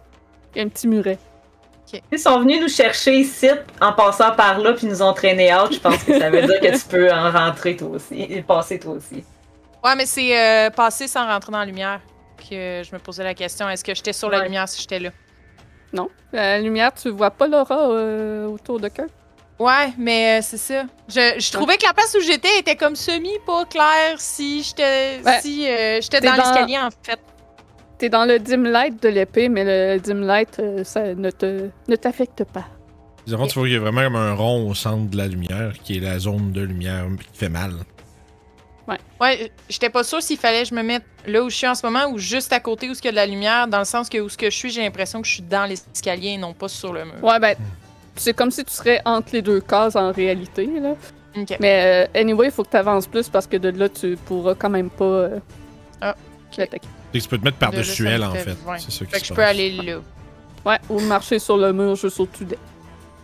S1: y a un petit muret.
S2: Ils sont venus nous chercher ici en passant par là puis nous ont traîné out. Je pense que ça veut dire que tu peux en rentrer toi aussi et passer toi aussi.
S5: Ouais, mais c'est euh, passer sans rentrer dans la lumière. Puis euh, je me posais la question, est-ce que j'étais sur la
S2: Ouais.
S5: lumière si j'étais là?
S1: Euh, La lumière, tu vois pas l'aura euh, autour de cœur.
S5: Ouais, mais euh, c'est ça. Je, je trouvais que la place où j'étais était comme semi pas claire si j'étais
S1: Ouais.
S5: si euh, j'étais
S1: T'es
S5: dans,
S1: dans-
S5: l'escalier en fait.
S1: T'es dans le dim light de l'épée, mais le dim light, euh, ça ne te ne t'affecte pas.
S3: Disons, tu vois qu'il y a vraiment comme un rond au centre de la lumière, qui est la zone de lumière qui fait mal.
S5: Ouais, j'étais pas sûre s'il fallait que je me mette là où je suis en ce moment ou juste à côté où il y a de la lumière, dans le sens que où ce que je suis, j'ai l'impression que je suis dans l'escalier et non pas sur le mur.
S1: Ouais, ben, c'est comme si tu serais entre les deux cases en réalité, là.
S5: Ok.
S1: Mais euh, anyway, il faut que tu avances plus parce que de là, tu pourras quand même pas euh,
S5: Ah, ok.
S1: l'attaquer.
S3: Fait que tu peux te mettre par-dessus
S5: De là,
S3: elle,
S5: ça
S3: en
S5: me fait
S3: fait.
S5: vingt.
S3: C'est ça qui
S5: Fait
S3: se
S5: que je
S3: passe.
S5: peux aller là.
S1: Ouais, ou marcher sur le mur juste au-dessus d'elle.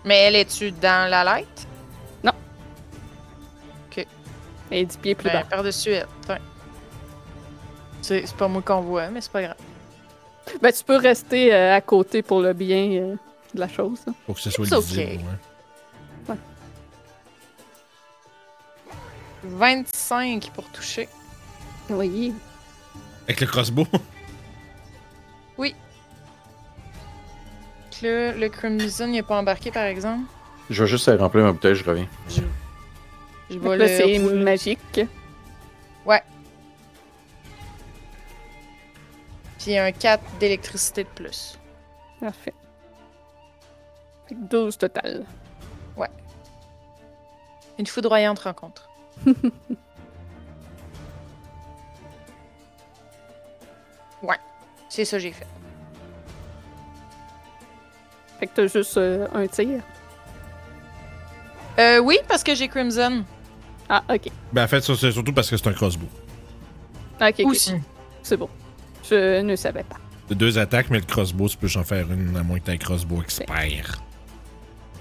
S5: Mais elle est-tu dans la light?
S1: Et 10 pieds plus
S5: Ben,
S1: bas.
S5: par-dessus elle. Attends. C'est c'est pas moi qu'on voit, mais c'est pas grave.
S1: Ben, tu peux rester euh, à côté pour le bien euh, de la chose. là.
S3: Pour que ce soit
S5: It's
S3: lisible.
S5: okay.
S3: ouais.
S5: 25 pour toucher.
S1: Oui.
S3: Avec le crossbow.
S5: Fait que Là, le Crimson n'est pas embarqué, par exemple.
S4: Je vais juste aller remplir ma bouteille, je reviens.
S5: Je
S1: Donc
S5: vais
S1: là,
S5: le...
S1: c'est magique.
S5: Puis un 4 d'électricité de plus.
S1: Parfait. Fait que 12 total.
S5: Une foudroyante rencontre. ouais, c'est ça que j'ai fait.
S1: Fait que t'as juste euh, un tir.
S5: Euh, oui, parce que j'ai Crimson.
S1: Ah, ok. Ah,
S3: ben, en fait, ça, c'est surtout parce que c'est un crossbow.
S1: Ok, ok.
S5: Aussi.
S1: c'est bon. Je ne savais pas.
S3: T'as deux attaques, mais le crossbow, tu peux en faire une, à moins que t'aies un crossbow expert.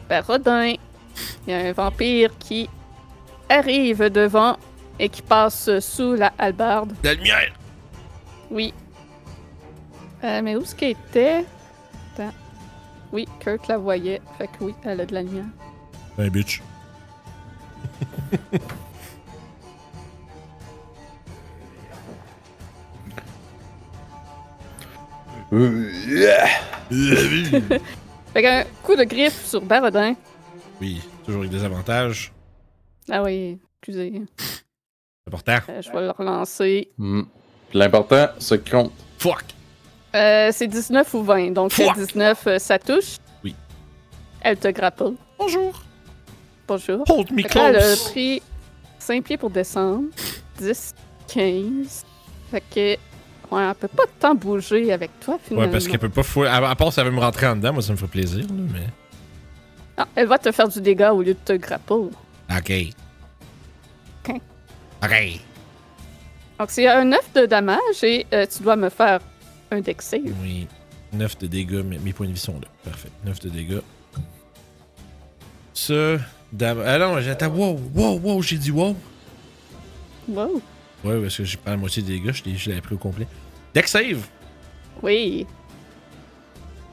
S1: Ben, Rodin, il y a un vampire qui arrive devant et qui passe sous la hallebarde.
S3: La lumière!
S1: Oui. Euh, mais où est-ce qu'elle était? Attends. Oui, Kurt la voyait. Fait que oui, elle a de la lumière.
S3: Ben, bitch.
S4: Euh, yeah!
S1: Fait qu'un coup de griffe sur Ben Barodin.
S3: oui, toujours avec des avantages.
S1: Ah oui, excusez.
S3: C'est important.
S1: Euh, je vais le relancer.
S4: Hmm. L'important, c'est que compte.
S3: Fuck!
S1: Euh, c'est 19 ou 20. Donc,
S3: Fuck.
S1: 19, euh, ça touche.
S3: Oui.
S1: Elle te grapple.
S3: Bonjour!
S1: Bonjour.
S3: Hold me
S1: Fait que là, elle a
S3: close!
S1: pris 5 pieds pour descendre. 10, 15. Fait que. Ouais, elle peut pas tant bouger avec toi, finalement.
S3: Ouais, parce qu'elle peut pas fouiller. À, à part si elle veut me rentrer en dedans, moi, ça me ferait plaisir, là, mais.
S1: Ah, elle va te faire du dégât au lieu de te grapple.
S3: Ok.
S1: Ok.
S3: Ok.
S1: Donc, c'est un 9 de dommage et euh, tu dois me faire un deck save.
S3: Oui. 9 de dégâts, mes, mes points de vie sont là. Parfait. 9 de dégâts. Ça. d'ab- Ah non, j'attends. Wow, wow, wow, j'ai dit wow.
S1: Wow.
S3: Ouais, parce que j'ai pas la moitié des dégâts, je l'ai- je l'avais pris au complet. Deck save
S1: Oui.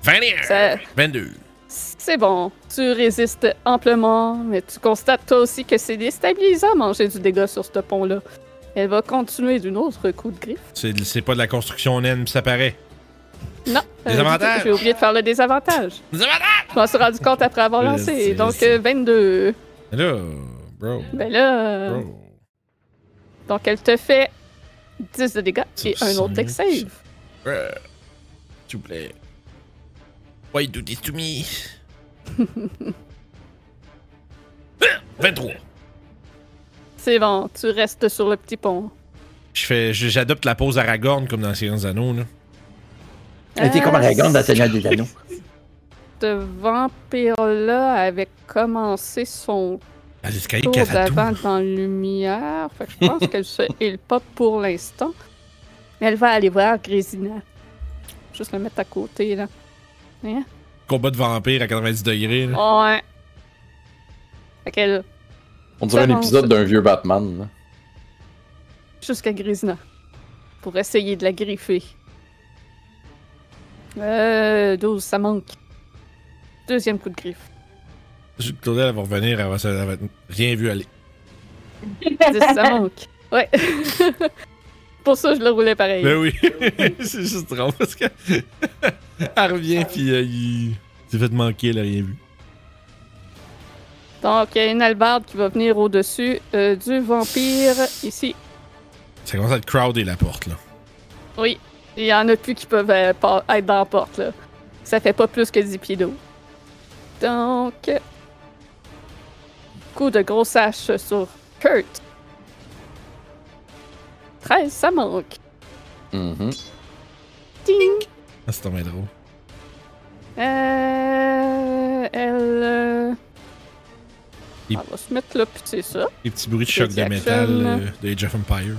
S3: 21
S1: Ça-
S3: 22
S1: C'est bon. Tu résistes amplement, mais tu constates toi aussi que c'est déstabilisant manger du dégât sur ce pont-là. Elle va continuer d'une autre coup de griffe.
S3: C'est c'est pas de la construction naine, puis ça paraît.
S1: Non. euh,
S3: Désavantage.
S1: J'ai oublié de faire le désavantage.
S3: Nous avons attaque!
S1: Je m'en suis rendu compte après avoir
S3: Je
S1: lancé.
S3: sais,
S1: Donc,
S3: je sais.
S1: euh, 22.
S3: Mais Là, bro.
S1: Ben là, euh,
S3: bro.
S1: donc elle te fait 10 de dégâts et
S3: Ça me
S1: un
S3: semble
S1: autre deck
S3: que-
S1: save.
S3: Bruh. Euh, S'il vous plaît. Why you do this to me? Ah! 23. Euh,
S1: C'est bon, tu restes sur le petit pont.
S3: Je fais, je- j'adopte la pose Aragorn comme dans Seigneur des Anneaux. Là.
S6: Elle était comme
S1: Euh,
S6: Aragorn dans Seigneur des Anneaux.
S1: Ce vampire-là avait commencé son
S3: Ah, c'est Sky
S1: tour
S3: Catatou.
S1: d'avant dans lumière. Fait que je pense qu'elle se heal pas pour l'instant. Mais elle va aller voir Grésina. Juste le mettre à côté, là.
S3: Combat de vampire à 90 degrés. là.
S1: Ouais. Fait qu'elle.
S4: On dirait un
S1: Avance.
S4: épisode d'un vieux Batman. là.
S1: jusqu'à Grisna pour essayer de la griffer. Euh, 12, ça manque. Deuxième coup de griffe.
S3: Claudel elle va revenir, elle va, se- elle va rien vu aller.
S1: 10, ça manque. Ouais. pour ça, je le roulais pareil.
S3: Ben oui, c'est juste drôle parce que. elle revient, puis euh, il s'est fait manquer, elle a rien vu.
S1: Donc, il y a une albarde qui va venir au-dessus euh, du vampire ici.
S3: Ça commence à être crowded la porte, là.
S1: Oui, il y en a plus qui peuvent euh, pas- être dans la porte, là. Ça fait pas plus que 10 pieds d'eau. Donc. euh, Coup de grosse hache sur Kurt. 13, ça manque.
S4: Mhm.
S1: Ding!
S3: Ah, c'est tombé drôle.
S1: Euh, elle. euh,
S3: Il-
S1: Elle va se mettre là, puis c'est ça.
S3: Les petits bruits de choc de
S1: Petit
S3: métal
S1: action.
S3: euh, de Age of Empire.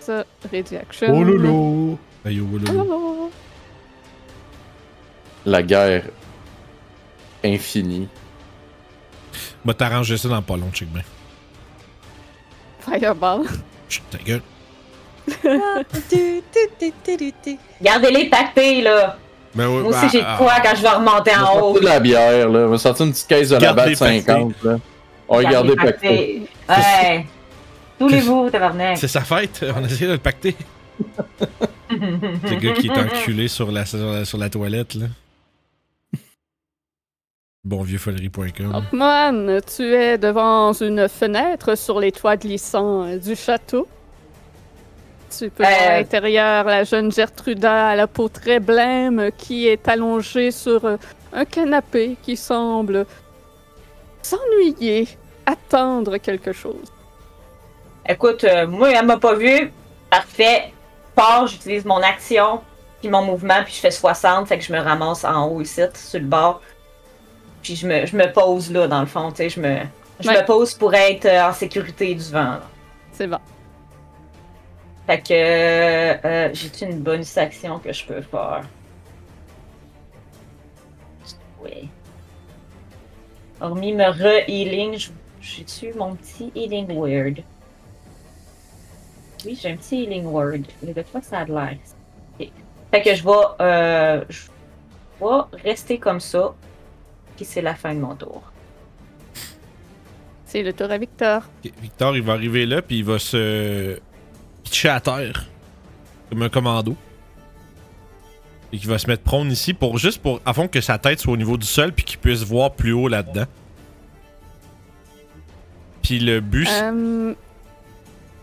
S1: Ça, Ready Action.
S6: Oh loulou!
S3: Aïe, oh, là, là.
S1: Allô.
S4: La guerre infinie.
S3: Bah, t'arranges ça dans pas long, check bien.
S1: Fireball.
S3: Chut, ta gueule.
S5: Tu, tu, tu, tu, tu, tu.
S2: Gardez-les pactés, là.
S3: Ben oui,
S2: Moi
S3: bah,
S2: aussi, j'ai
S3: ah,
S2: de quoi quand je vais remonter en
S4: On
S2: haut.
S4: va de la bière, là. On va sortir une petite caisse de la
S3: Garde
S4: batte
S3: les pactés.
S4: 50, là. On va garder pacté.
S2: pactés. Ouais. Tous tabarnak.
S3: C'est sa fête, on a essayé de le pacter. le gars qui est enculé sur la, sur la, sur la toilette, là. Bonvieuxfolerie.com.
S1: Hawkman, tu es devant une fenêtre sur les toits glissants euh, du château. Tu peux voir à
S2: Euh.
S1: l'intérieur la jeune Gertruda à la peau très blême euh, qui est allongée sur euh, un canapé qui semble s'ennuyer, attendre quelque chose.
S2: Écoute, euh, moi, elle m'a pas vu. Parfait. Pars, j'utilise mon action, puis mon mouvement, puis je fais 60, fait que je me ramasse en haut ici, sur le bord. Puis je me, je me pose là, dans le fond, tu sais, je me, je
S1: Ouais.
S2: me pose pour être euh, en sécurité du vent. là.
S1: C'est bon.
S2: Fait que euh, euh, j'ai une bonus action que je peux faire. Oui. Hormis me re-healing, je- j'ai-tu mon petit healing word? Oui, j'ai un petit healing word. Mais de quoi ça a l'air? Ok. Fait que je vais, euh, je vais rester comme ça. Puis c'est la fin de mon tour.
S1: C'est le tour à Victor.
S3: Ok, Victor, il va arriver là, puis il va se pitcher à terre. Comme un commando. Et qu'il va se mettre prone ici, pour juste pour, avant que sa tête soit au niveau du sol, puis qu'il puisse voir plus haut là-dedans. Puis le but, c'est-
S1: Euh,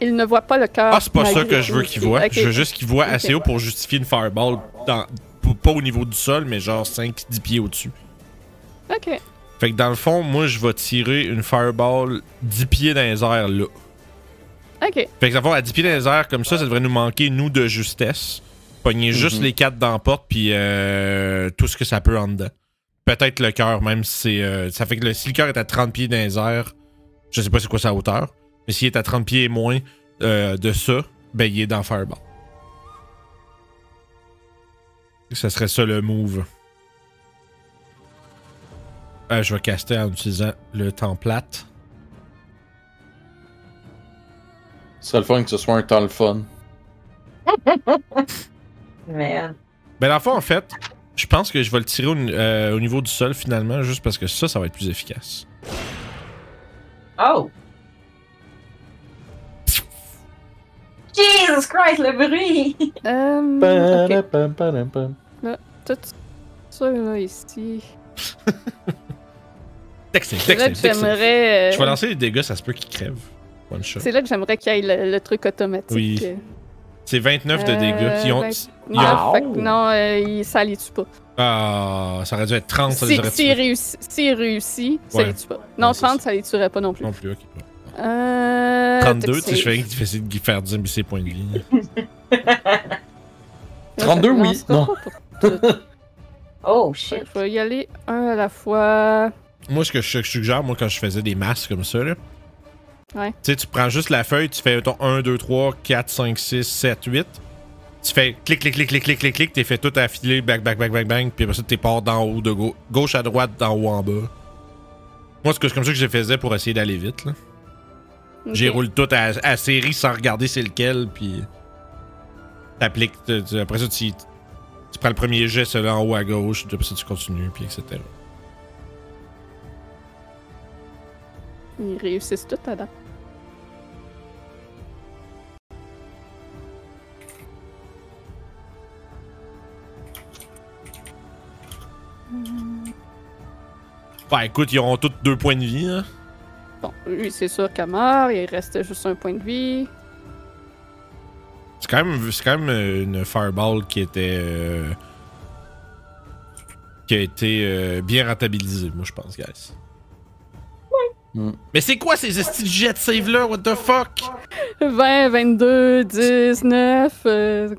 S1: il ne voit pas le cœur.
S3: Ah, c'est pas ça
S1: malgré
S3: que je veux
S1: tout.
S3: qu'il voit.
S1: Ok.
S3: Je veux juste qu'il voit
S1: Ok.
S3: assez haut pour justifier une fireball. Dans, p- pas au niveau du sol, mais genre 5-10 pieds au-dessus.
S1: Ok.
S3: Fait que dans le fond, moi, je vais tirer une fireball 10 pieds dans les airs là.
S1: Ok.
S3: Fait que dans le fond, à 10 pieds dans les airs, comme ça, ça devrait nous manquer, nous, de justesse. Pogner juste
S4: Mhm.
S3: les 4 dans la porte, puis euh, tout ce que ça peut en dedans. Peut-être le cœur, même si c'est. euh, ça fait que le- si le cœur est à 30 pieds dans les airs, je sais pas c'est quoi sa hauteur, mais s'il est à 30 pieds et moins euh, de ça, ben il est dans Fireball. Ça serait ça le move. Euh, je vais caster en utilisant le temps plate.
S4: Ce serait le fun que ce soit un temps le fun.
S2: Merde.
S3: Ben, dans le fond, en fait, je pense que je vais le tirer au, euh, au niveau du sol finalement, juste parce que ça, ça va être plus efficace.
S2: Oh! Jesus Christ, le bruit!
S1: Euh,
S4: Bah,
S1: ok. Tout ça, là, ici.
S3: Textez,
S1: C'est là
S3: textez,
S1: que
S3: textez.
S1: j'aimerais. euh,
S3: Je vais lancer les dégâts, ça se peut qu'ils crèvent. One shot.
S1: C'est là que j'aimerais qu'il y ait le, le truc automatique.
S3: Oui.
S1: Euh,
S3: C'est 29 de
S1: Euh,
S3: dégâts. Ils ont-
S1: vingt-
S3: ils ont-
S1: non, fait que non, euh, il, ça les tue pas.
S3: Ah, ça aurait dû être 30, ça les
S1: Si-
S3: aurait
S1: S'il
S3: tués.
S1: réussit, s'il réussit, ça
S3: Ouais.
S1: les tue pas. Non,
S3: Ouais, c'est
S1: 30, ça les tuerait pas non plus.
S3: Non plus, ok. Ah,
S1: Euh,
S3: 32, tu sais,
S1: deck
S3: je fais
S1: save.
S3: rien que essayer de faire diminuer ses points de vie.
S1: Là,
S4: 32,
S1: ça
S4: oui.
S1: lancera
S4: Non.
S1: pas pour tout.
S2: Oh
S1: Fait
S2: shit.
S1: que Je vais y aller un à la fois.
S3: Moi, ce que je suggère, moi, quand je faisais des masses comme ça, là.
S1: Ouais.
S3: Tu sais, tu prends juste la feuille, tu fais ton 1, 2, 3, 4, 5, 6, 7, 8. Tu fais clic, clic, clic, clic, clic, clic, clic, t'es fait tout affiler, bang, bang, bang, bang, bang, puis après ça, t'es part d'en haut, de gau- gauche à droite, d'en haut en bas. Moi, c'est que- c'est comme ça que je faisais pour essayer d'aller vite, là. J'y
S1: Ok.
S3: roule tout à, à série sans regarder c'est lequel, puis. T'appliques. tu- tu- Après ça, tu, tu prends le premier jet, celui en haut à gauche, puis après ça, tu continues, puis etc.
S1: Ils réussissent tout à date.
S3: Bah écoute, ils auront tous deux points de vie, hein.
S1: Bon, lui, c'est sûr qu'à mort, il reste juste un point de vie.
S3: C'est quand même, c'est quand même euh, une fireball qui était. euh, qui a été euh, bien rentabilisée, moi, je pense, guys.
S4: Mm.
S3: Mais c'est quoi ces esti de jet save là? What the fuck?
S1: 20, 22, 19. euh,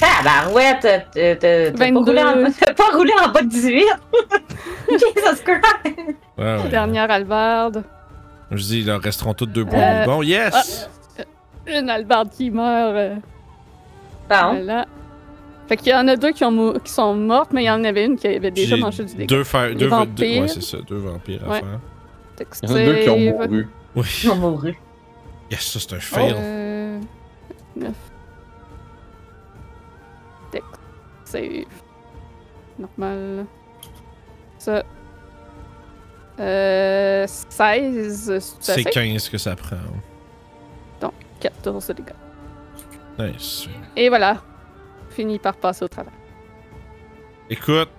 S2: Tabarouette, t'as- t'as- t'as pas,
S1: 22.
S2: roulé en- t'as pas roulé en bas de 18. Jesus Christ.
S3: Ouais, ouais.
S1: Dernière albarde.
S3: Je dis, ils leur resteront tous deux points de vie.
S1: Euh,
S3: Bon, yes!
S1: Une albarde qui meurt. euh,
S2: Bon.
S1: voilà. Fait qu'il y en a deux qui, ont mou- qui sont mortes, mais il y en avait une qui avait déjà
S3: J'ai
S1: mangé du dégât.
S3: deux, fa-
S1: Des
S3: deux, va- deux-
S1: vampires.
S3: ouais, c'est ça, deux vampires
S1: Ouais.
S3: à faire.
S1: Dex
S4: Il y en a deux qui ont
S1: save.
S4: mouru.
S3: Oui.
S2: Ils ont mouru.
S3: Yes, ça c'est un fail.
S1: Euh, neuf. Dex save. Normal. Ça. Euh, 16, c'est
S3: c'est
S1: assez.
S3: 15 que ça prend.
S1: 14 de dégâts.
S3: Nice.
S1: Et voilà. Fini par passer au travers.
S3: Écoute,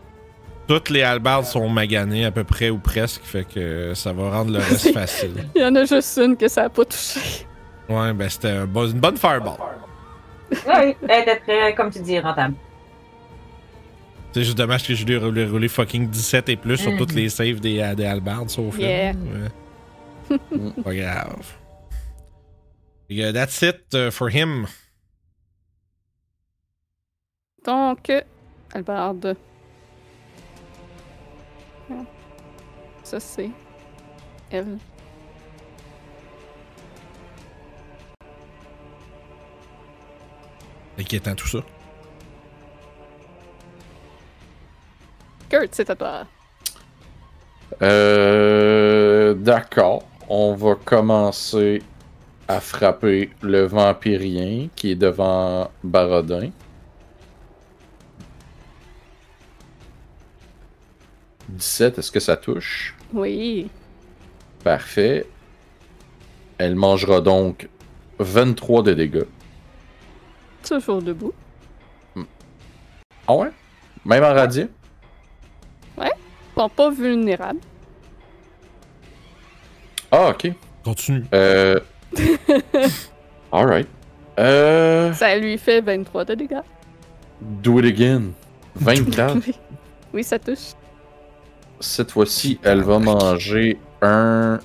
S3: toutes les halbardes sont maganées à peu près ou presque, fait que ça va rendre le reste facile.
S1: Il y en a juste une que ça a pas touché.
S3: Ouais, ben c'était un bon- une bonne fireball.
S2: Oui, d'être, euh, comme tu dis, rentable.
S3: C'est juste dommage que je lui ai roulé, roulé fucking 17 et plus sur toutes les saves des, euh, des halbards, sauf
S1: Yeah.
S3: là. Ouais. Pas grave. Fait que that's it uh, for him.
S1: Donc, Albarde. Ça, c'est. Elle.
S3: Inquiétant tout ça.
S1: Kurt, c'est à toi.
S4: Euh, D'accord. On va commencer à frapper le vampirien qui est devant Barodin. 17, est-ce que ça touche?
S1: Oui.
S4: Parfait. Elle mangera donc 23 de dégâts.
S1: Toujours debout.
S4: Ah ouais? Même en radier?
S1: Bon, pas vulnérable.
S4: Ah, ok.
S3: Continue.
S4: Euh. Alright. Euh.
S1: Ça lui fait 23 de dégâts.
S4: Do it again. 24.
S1: Oui. Oui, ça touche.
S4: Cette fois-ci, elle va manger un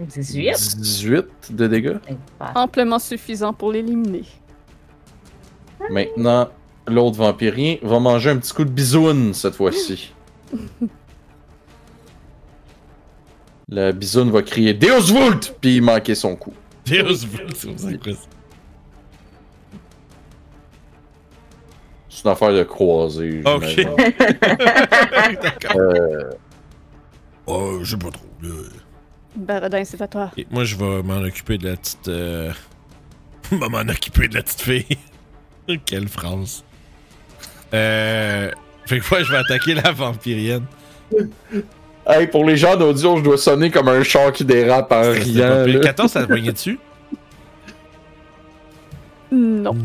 S2: 18.
S4: 18 de dégâts.
S1: Amplement suffisant pour l'éliminer.
S4: Ah. Maintenant, l'autre vampirien va manger un petit coup de bisoune cette fois-ci. La bisoune va crier Deus Vult! Puis manquer son coup.
S3: Deus Vult, c'est pour ça que-
S4: C'est une affaire de croisée.
S3: Ok.
S4: j'imagine.
S3: D'accord.
S4: Euh,
S3: Oh, je sais pas trop. là.
S1: Baradin, c'est à toi.
S3: Ok, moi, je vais m'en occuper de la petite. euh, je vais m'en occuper de la petite fille. Quelle phrase. Euh. Fait que moi, je vais attaquer la vampirienne.
S4: Hey, pour les gens d'audio, je dois sonner comme un chat qui dérape en
S3: C'était- c'était
S4: riant.
S3: pas pire.
S4: là.
S3: 14, ça te poignait dessus?
S1: Non,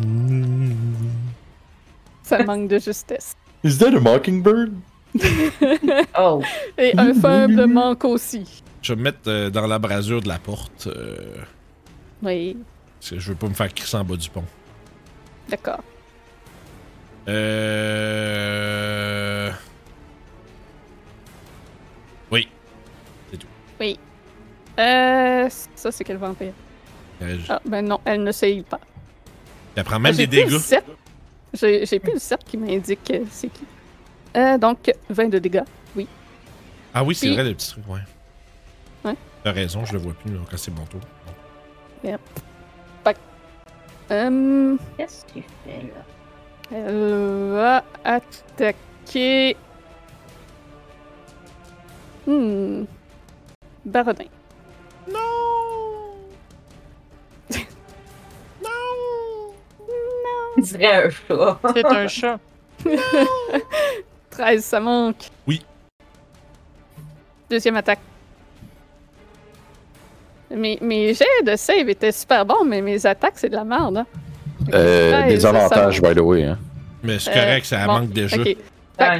S1: ça manque de justesse.
S4: Is that a mockingbird?
S2: Oh,
S1: Et un faible manque aussi.
S3: Je vais me mettre euh, dans la brasure de la porte. euh,
S1: Oui,
S3: parce que je veux pas me faire crisser en bas du pont.
S1: d'accord.
S3: Euh. Oui.
S1: Oui. Euh, ça, c'est quel vampire?
S3: Elle,
S1: Ah, ben non, elle ne se heal pas.
S3: elle prend euh, même
S1: Ah, J'ai
S3: des
S1: plus le
S3: dégâts.
S1: sept. J'ai j'ai plus le 7 qui m'indique euh, c'est qui. Euh, donc, 20 de dégâts.
S3: Ah oui, c'est
S1: Puis-
S3: vrai, le petit truc, ouais.
S1: Ouais.
S3: T'as raison, je le vois plus, donc là, c'est bon tour.
S1: Hum,
S2: Qu'est-ce que tu fais là?
S1: elle va attaquer. Hmm. Barodin.
S2: On dirait un chat.
S5: C'est un chat.
S1: 13, ça manque.
S3: Oui.
S1: Deuxième attaque. Mes, mes jets de save étaient super bons, mais mes attaques, c'est de la merde. hein. Fait que
S4: Euh,
S1: 13,
S4: des
S1: ça, ça
S4: avantages,
S1: manque.
S4: by the way. Hein.
S3: Mais c'est
S1: Euh,
S3: correct, ça
S1: bon,
S3: manque déjà.
S1: Ok.
S2: Ouais.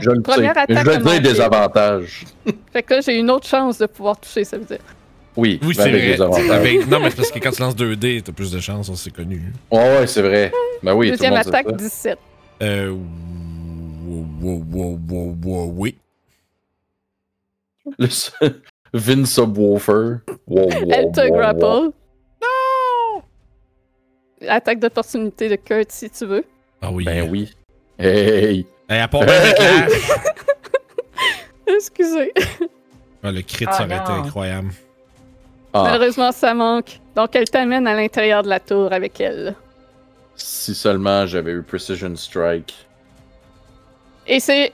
S4: Je le sais.
S1: Première
S4: Mais Je
S1: attaque
S4: veux dire
S1: manquée.
S4: des avantages.
S1: Fait que là, j'ai une autre chance de pouvoir toucher, ça veut dire.
S4: Oui,
S3: Oui,
S4: mais
S3: c'est
S4: Ben, avec des
S3: vrai.
S4: avantages.
S3: Avec- Non, mais c'est parce que quand tu lances 2D, t'as plus de chance, on s'est connu.
S4: Ouais, ouais, c'est vrai. Ben oui,
S1: Deuxième
S4: tout le monde Oh, sait
S1: attaque,
S4: ça.
S1: 17.
S3: Euh. wow, wow, wow, wow, wow, oui.
S4: Le seul- Vin Subwoofer. Wow, wow,
S1: Elle te
S4: wow, wow.
S1: grapple. Non! Attaque d'opportunité de Kurt si tu veux.
S3: Ah oui.
S4: Ben oui. Hey!
S3: Hey, à part bien le clash.
S1: Excusez.
S3: Ah, le crit,
S2: Ah,
S3: ça aurait été
S2: non.
S3: incroyable.
S4: Ah,
S1: Malheureusement, ça manque. Donc, elle t'amène à l'intérieur de la tour avec elle.
S4: si seulement j'avais eu Precision Strike.
S1: Et c'est.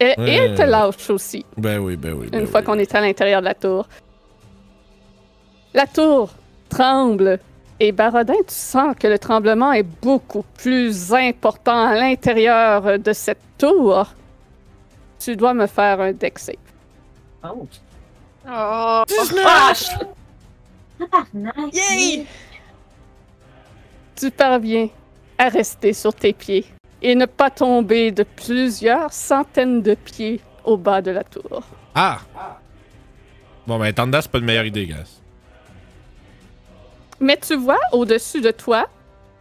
S1: Elle, et elle te
S3: Ouais.
S1: lâche aussi,
S3: Ben oui, ben oui. ben
S1: une
S3: oui.
S1: fois qu'on est à l'intérieur de la tour. La tour tremble. Et Barodin, tu sens que le tremblement est beaucoup plus important à l'intérieur euh, de cette tour. Tu dois me faire un deck save.
S2: Oh.
S5: Oh!
S2: Ah, je- Ah, nice.
S5: Yay!
S1: Tu parviens à rester sur tes pieds et ne pas tomber de plusieurs centaines de pieds au bas de la tour.
S3: Ah! Bon, ben, Tanda, c'est pas une meilleure idée, gars.
S1: Mais tu vois au-dessus de toi,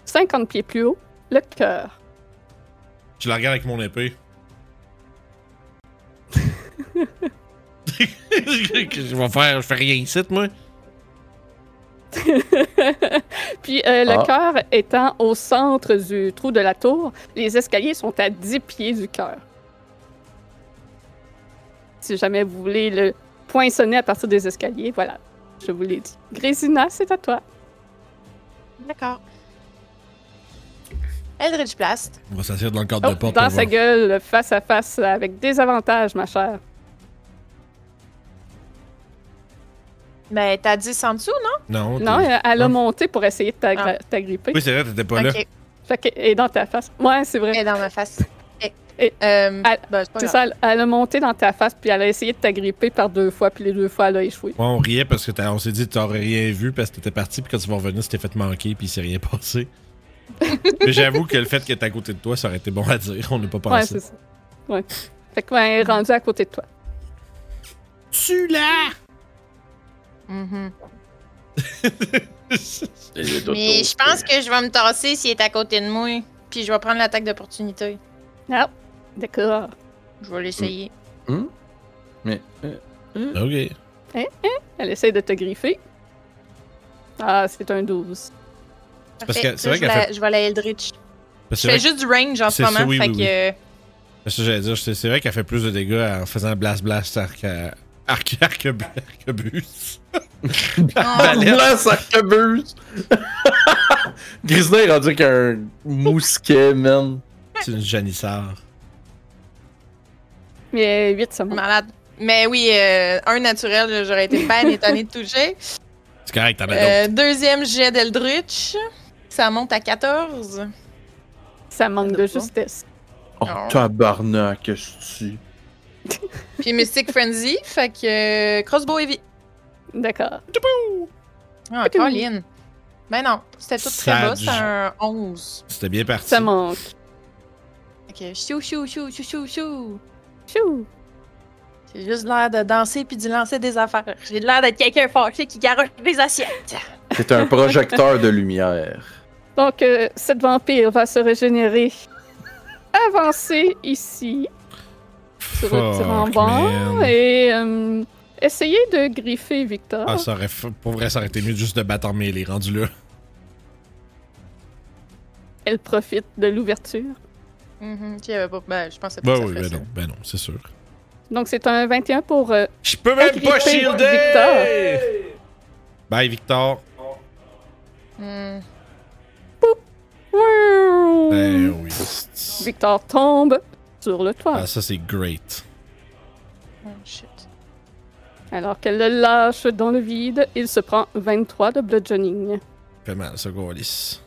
S1: 50 pieds plus haut, le cœur.
S3: Je la regarde avec mon épée. je vais faire, je fais rien ici, moi.
S1: Puis euh, le
S4: Ah.
S1: cœur étant au centre du trou de la tour, les escaliers sont à 10 pieds du cœur. Si jamais vous voulez le poinçonner à partir des escaliers, voilà, je vous l'ai dit. Grésina, c'est à toi.
S5: D'accord. Eldritch Blast.
S3: On va s'asseoir dans le cadre
S1: Oh,
S3: de porte. on
S1: dans
S3: va-
S1: sa gueule, face à face, avec des avantages, ma chère.
S5: Mais t'as 10 en dessous, non?
S3: Non,
S1: Non,
S3: t'es-
S1: euh, elle a
S3: Hein?
S1: monté pour essayer de t'agri-
S5: Ah.
S1: t'agripper.
S3: Oui, c'est vrai, t'étais pas là.
S5: Ok.
S1: Fait que- et dans ta face. Ouais, c'est vrai.
S5: Et dans ma face. Et,
S1: Et-
S5: euh,
S1: Ah,
S5: bah, c'est pas
S1: C'est
S5: grave.
S1: ça, elle, elle a monté dans ta face, puis elle a essayé de t'agripper par deux fois, puis les deux fois, elle a échoué.
S3: Ouais, on riait parce que t'as- on s'est dit que t'aurais rien vu parce que t'étais parti, puis quand tu vas revenir, c'était fait manquer, puis il s'est rien passé. Mais j'avoue que le fait que t'es à côté de toi, ça aurait été bon à dire. On n'a pas
S1: Ouais,
S3: pensé.
S1: c'est ça. Ouais. Fait que, ouais, elle est rendue à côté de toi.
S3: tu là!
S5: Mhm.
S4: Et les dodos.
S5: Mais je
S3: euh,
S5: pense que je vais me tasser s'il est à côté de moi. Puis je vais prendre l'attaque d'opportunité.
S1: Ah, d'accord.
S5: Je vais l'essayer.
S4: Mais, euh,
S3: ok.
S1: Hein, Elle essaie de te griffer. Ah, c'est un 12.
S3: Mm. parce
S5: Parfait.
S3: que c'est vrai qu'elle
S5: Ça, je, vais
S3: fait-
S5: la, je vais la Eldritch.
S3: Parce que c'est
S5: Je fais
S3: vrai
S5: juste du range en ce
S3: C'est ça,
S5: moment.
S3: oui,
S5: fait
S3: oui,
S5: que. euh,
S3: que- c'est ça que j'allais dire. C'est c'est vrai qu'elle fait plus de dégâts en faisant blast blast arc à- arc arquebus. arquebus.
S5: Ah.
S4: Blanc s'arquebuse! Grisna est rendu qu'un mousquet, man.
S3: C'est une janissard.
S1: Mais 8, ça manque.
S5: Malade. Mais oui, euh, un naturel, là, j'aurais été bien étonnée de toucher.
S3: C'est correct, t'en as
S5: Euh,
S3: d'autres.
S5: deuxième jet d'Eldritch. Ça monte à 14.
S1: Ça manque de
S5: Bon.
S1: justesse.
S4: Oh,
S5: Non.
S4: tabarnak, qu'est-ce que tu.
S5: Puis Mystic Frenzy, fait que euh, Crossbow Heavy.
S1: D'accord.
S5: Ah, Colin. Ben non, c'était tout très bas,
S3: Sage.
S5: c'est un 11.
S3: C'était bien parti.
S1: Ça manque.
S5: Ok, chou, chou, chou, chou, chou, chou.
S1: Tchou!
S5: J'ai juste l'air de danser puis de lancer des affaires. J'ai l'air d'être quelqu'un fâché qui garoche des assiettes.
S4: T'es un projecteur de lumière.
S1: Donc, euh, cette vampire va se régénérer. Avancer ici, sur le petit
S3: Fuck,
S1: rembord.
S3: man.
S1: Et euh, Essayez de griffer Victor.
S3: Ah, ça aurait. f- Pour vrai, ça aurait été mieux juste de battre en mêlée, rendu là.
S1: Elle profite de l'ouverture.
S5: Mhm, tu y avais pas. Ben, je pensais pas
S3: Ben
S5: que ça
S3: oui,
S5: ferait
S3: ben
S5: ça.
S3: non, ben non, c'est sûr.
S1: Donc c'est un 21 pour euh,
S3: Je peux même
S1: Agripper
S3: pas shielder!
S1: Victor.
S3: Bye, Victor.
S5: Mhm.
S3: Ben oui.
S1: Hmm. Victor tombe sur le toit.
S3: Ah, ça, c'est great.
S5: Oh, shit.
S1: Alors qu'elle le lâche dans le vide, il se prend 23 de bludgeoning.
S3: Fait mal, ça, Gaulis.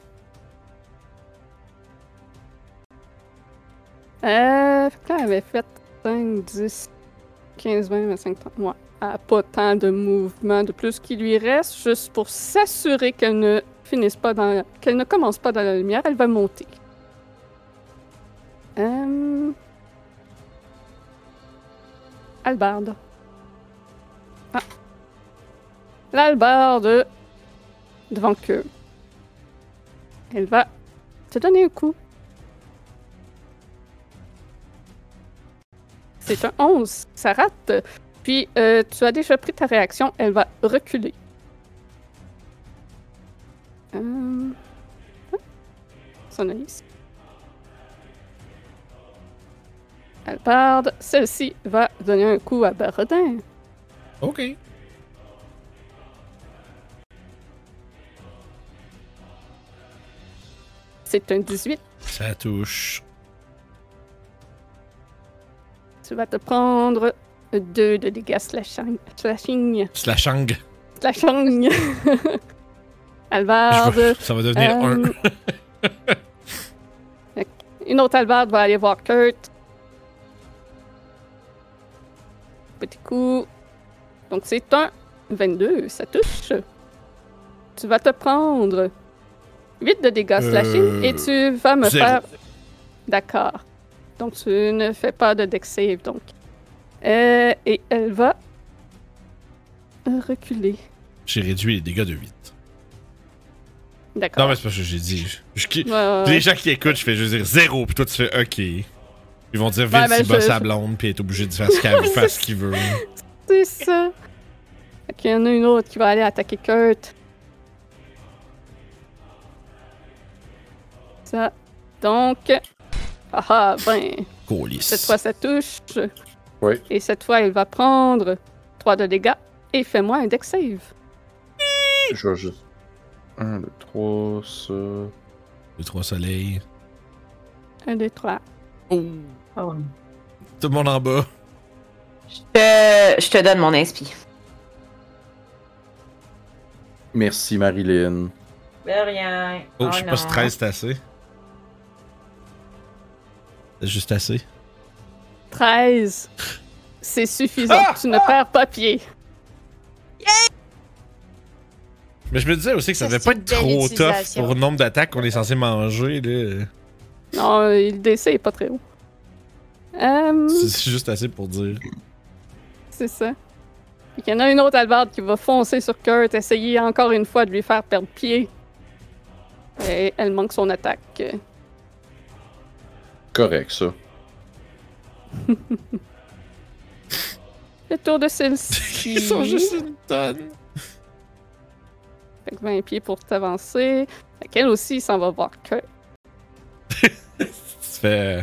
S1: Euh, fait que là, elle avait fait 5, 10, 15, 20, 25, 30. Ouais. Elle a pas tant de mouvement de plus qui lui reste, juste pour s'assurer qu'elle ne finisse pas dans la- qu'elle ne commence pas dans la lumière, elle va monter. Euh... Albarde. Ah. L'albarde devant que elle va te donner un coup. C'est un 11. Ça rate. Puis, euh, tu as déjà pris ta réaction. Elle va reculer. Euh... ah, Son alice. Albarde, celle-ci va donner un coup à Barodin.
S3: Ok.
S1: C'est un 18.
S3: Ça touche.
S1: Tu vas te prendre 2 de dégâts slashing. Slashing.
S3: Slashang.
S1: Slashing.
S3: Je
S1: Albarde.
S3: vais- Ça va devenir un.
S1: Ah, Euh, Fait que Une autre albarde va aller voir Kurt. Petit coup. Donc c'est un 22, ça touche. Tu vas te prendre 8 de dégâts
S3: Euh,
S1: slashing et tu vas me
S3: zéro.
S1: faire... D'accord. Donc tu ne fais pas de deck save, donc. Euh, et elle va reculer.
S3: J'ai réduit les dégâts de 8. Non,
S1: D'accord. Euh,
S3: mais c'est parce que j'ai dit. je- je qui-
S1: Ouais, ouais, ouais.
S3: Les gens qui écoutent, je fais juste dire 0, puis toi, tu fais OK. Ils vont dire Vince,
S1: Ouais, ben,
S3: il bosse
S1: je-
S3: à blonde, puis il est obligé de faire ce qu'elle veut, faire ce qu'il veut.
S1: C'est ça. Fait qu'il y en a une autre qui va aller attaquer Kurt. Ça. Donc. Ah ah, ben.
S3: Gaulis.
S1: Cette fois, ça touche.
S4: Oui.
S1: Et cette fois, elle va prendre 3 de dégâts. Et fais-moi un deck save.
S4: Je vais juste. 1, 2, 3, ça.
S3: Les trois soleils.
S1: Un, deux, trois.
S2: Oh.
S3: Tout le monde en bas.
S2: Je, te... je te donne mon inspi.
S4: Merci, Marilyn.
S2: De rien.
S3: Oh, je sais pas si 13 c'est assez. C'est juste assez.
S1: 13. C'est suffisant.
S3: Ah!
S1: tu ne perds pas pied.
S3: Mais je me disais aussi que ça
S5: Ça,
S3: devait
S5: c'est
S3: pas
S5: une
S3: être
S5: belle
S3: trop tough
S5: utilisation.
S3: pour le nombre d'attaques qu'on est censé manger. Là.
S1: Non, euh, le DC est pas très haut. Euh,
S3: C'est- C'est juste assez pour dire.
S1: C'est ça. Fait qu'il y en a une autre albarde qui va foncer sur Kurt, essayer encore une fois de lui faire perdre pied. Et elle manque son attaque.
S4: Correct, ça.
S1: Le tour de celle-ci.
S3: Ils sont juste une tonne.
S1: Fait que 20 pieds pour t'avancer. Fait qu'elle aussi, s'en va voir Kurt.
S3: Tu fais. euh,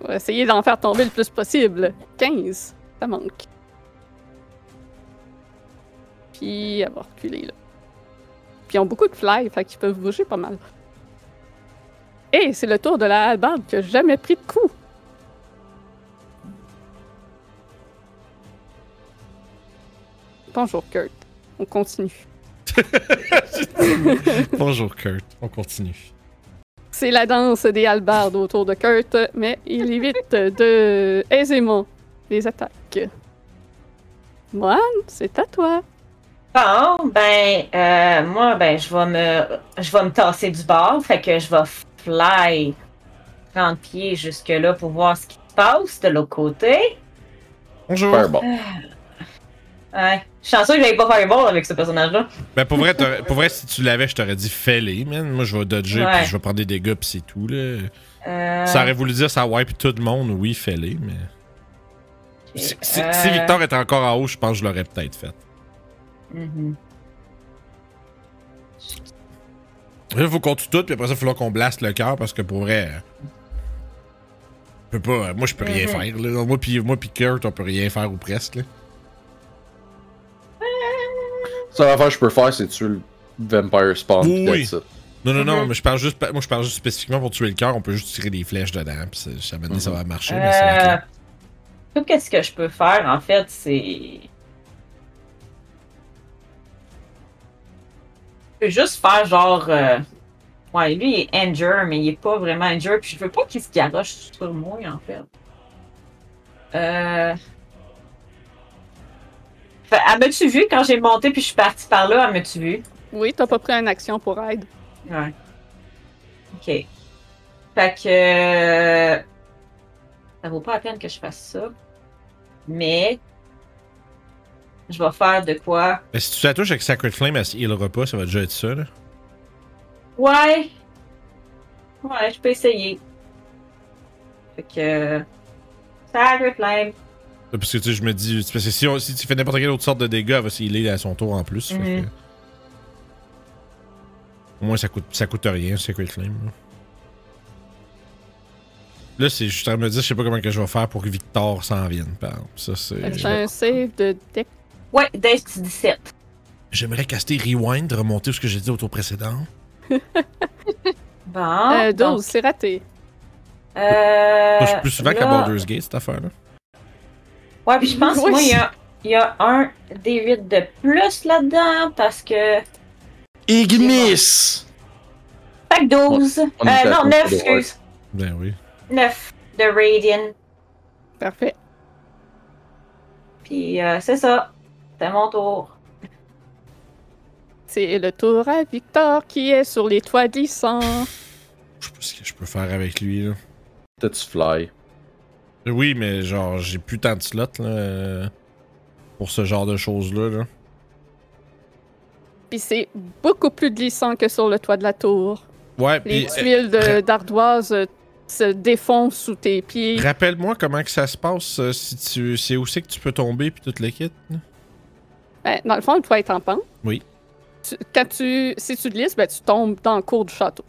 S1: On va essayer d'en faire tomber le plus possible. 15. Ça manque. Puis elle va reculer, là. Puis ils ont beaucoup de fly, fait qu'ils peuvent bouger pas mal. Et c'est le tour de la hallebarde qui a jamais pris de coup. Bonjour, Kurt. On continue.
S3: Bonjour Kurt, on continue.
S1: C'est la danse des hallebardes autour de Kurt, mais il évite de aisément les attaques. Moine, c'est à toi.
S2: Bon, ben, euh, moi, ben, je vais me, je vais me tasser du bord, fait que je vais fly 30 pieds jusque-là pour voir ce qui se passe de l'autre côté.
S3: Bonjour.
S4: Fireball.
S2: Ouais. Je suis chanceux que j'avais pas Fireball avec ce personnage-là.
S3: Ben pour vrai, t'aurais- pour vrai, si tu l'avais, je t'aurais dit fais-les, man. Moi, je vais dodger,
S2: Ouais.
S3: puis je vais prendre des dégâts, puis c'est tout. Là.
S2: Euh,
S3: Ça aurait voulu dire ça wipe tout le monde, oui, fais-les, mais.
S2: ok.
S3: Si, si-
S2: Euh,
S3: si Victor était encore en haut, je pense que je l'aurais peut-être fait.
S2: Mhm.
S3: Là, faut qu'on tue tout, puis après ça, il va falloir qu'on blaste le cœur parce que pour vrai. euh, Je peux pas. euh, Moi, je peux rien
S2: Mhm.
S3: faire. Là. Moi, puis moi, puis Kurt, on peut rien faire ou presque. Là.
S4: Seule affaire que je peux faire, c'est tuer le Vampire Spawn.
S3: Oui,
S4: pis
S3: oui.
S4: that's it.
S3: Non, non, non,
S5: Mhm.
S3: mais je parle juste, pa- moi, je parle juste spécifiquement pour tuer le cœur. On peut juste tirer des flèches dedans, puis ça, ça va- ça va marcher. mais ça va être
S2: Euh,
S3: là.
S2: tout qu'est-ce que je peux faire, en fait, c'est. Je peux juste faire genre. euh, Ouais, lui, il est injure, mais il est pas vraiment injure, puis je veux pas qu'il se garoche sur moi, en fait. Euh. Fait, elle m'a-tu vu quand j'ai monté puis je suis partie par là? Elle m'a-tu vu?
S1: Oui, t'as pas pris une action pour aide.
S2: Ouais. OK. Fait que. Ça vaut pas la peine que je fasse ça. Mais. Je vais faire de quoi.
S3: Mais si tu la touches avec Sacred Flame, elle se healera pas, ça va déjà être ça. Là.
S2: Ouais! Ouais, je peux essayer. Fait que. Sacred Flame.
S3: Parce que tu sais, je me dis, c'est parce que si, on- si tu fais n'importe quelle autre sorte de dégâts, elle va se healer à son tour en plus. fait
S1: Mm-hmm.
S2: Mhm.
S3: que- Au moins, ça coûte, ça coûte rien, Sacred Flame. Là, Là, c'est juste en train de me dire, je sais pas comment que je vais faire pour que Victor s'en vienne, par exemple. Ça,
S1: Fait que
S3: c'est.
S1: C'est un save de deck.
S2: Ouais, Dex 17.
S3: J'aimerais caster Rewind, remonter ce que j'ai dit au tour précédent.
S2: Bon.
S1: Euh, 12,
S2: donc,
S1: c'est raté.
S2: euh,
S3: Moi, je suis plus souvent qu'à
S2: là-
S3: Baldur's Gate, cette affaire-là.
S2: Ouais, puis je pense que
S1: Oui.
S2: moi, il y a, il y a un des 8 de plus là-dedans parce que.
S4: Ignis!
S2: Fait que 12.
S4: on est
S2: Euh,
S4: d'accord,
S2: non, 9,
S4: c'est bon.
S2: excuse.
S3: Ben oui.
S2: 9 de Radiant.
S1: Parfait.
S2: Puis euh, c'est ça. C'est mon tour.
S1: C'est le tour à Victor qui est sur les toits glissants.
S3: Je sais pas ce que je peux faire avec lui, là.
S4: T'as-tu fly?
S3: Oui, mais genre, j'ai plus tant de slots, là. euh, Pour ce genre de choses-là, là.
S1: Puis c'est beaucoup plus glissant que sur le toit de la tour.
S3: Ouais,
S1: Les
S3: pis.
S1: tuiles de- d'ardoise euh, se défont sous tes pieds.
S3: Rappelle-moi comment que ça se passe, euh, si tu, c'est où c'est que tu peux tomber puis toute le kit. là.
S1: Ben, dans le fond, le toit est en pente.
S3: Oui.
S1: Tu- quand tu, si tu glisses, ben, tu tombes dans le cours du château.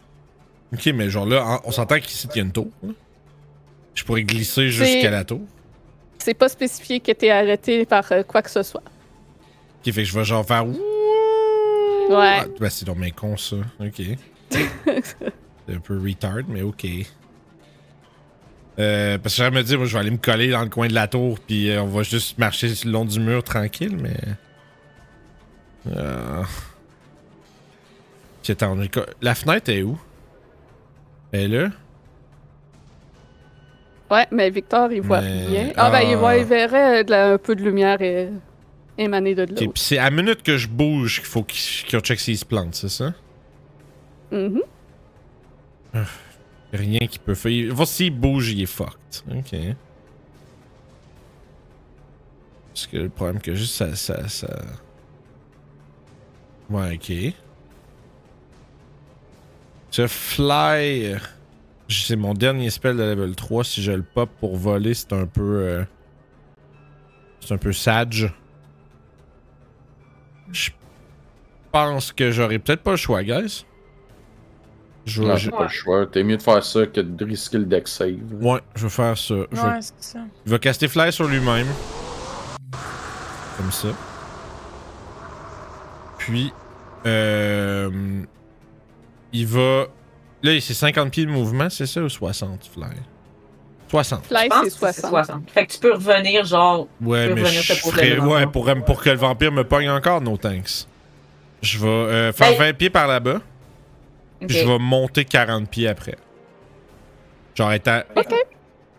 S3: Ok, mais genre là, en- on s'entend qu'ici il y a une tour. là. Je pourrais
S1: C'est-
S3: glisser jusqu'à la tour.
S1: C'est pas spécifié que t'es arrêté par euh, quoi que ce soit.
S3: Qui fait que je vais genre faire. ouh.
S1: Ouais.
S3: Ah,
S2: Mmh.
S3: ben c'est dans mes cons ça. Ok. c'est un peu retard, mais ok. Euh, parce que j'allais me dire, moi je vais aller me coller dans le coin de la tour puis euh, on va juste marcher le long du mur tranquille, mais. Euh... Puis attends, on est co- la fenêtre est où? Elle est là?
S1: Ouais, mais Victor, il voit
S3: Ah. Mais-
S1: rien. Ah, ben, il, voit, il verrait euh, de la- un peu de lumière euh, émaner de
S3: Ok,
S1: l'eau.
S3: puis c'est à la minute que je bouge qu'il faut qu'il- qu'on check s'il se plante, c'est ça?
S1: Mhm.
S3: Rien qui peut faire. Va s'il bouge, il est fucked. Ok. Parce que le problème que juste ça, ça, ça. Ouais, ok. Je fly. C'est mon dernier spell de level 3. Si je le pop pour voler, c'est un peu. euh, C'est un peu sage. Je pense que j'aurais peut-être pas le choix, guys. Je vais-
S4: Non,
S3: je-
S4: j'ai pas le choix. T'es mieux de faire ça que de risquer le deck save.
S3: Ouais, je vais faire ça. Je vais-
S5: Ouais, c'est ça.
S3: Il va caster Fly sur lui-même. Comme ça. Puis, euh, il va... Là, c'est 50 pieds de mouvement, c'est ça, ou 60, Fly? 60.
S1: Fly,
S2: Je pense
S1: c'est
S2: que
S1: 60.
S2: Fait que tu peux revenir genre.
S3: Ouais,
S2: peux
S3: mais
S2: revenir
S3: je
S2: te poser
S3: ferais-
S2: devant
S3: ouais,
S2: moi.
S3: pour, pour que le vampire me pogne encore, no thanks. Je vais euh, faire
S2: Ben-
S3: 20 pieds par là-bas,
S2: ok.
S3: puis je vais monter 40 pieds après. Genre étant...
S1: Ok.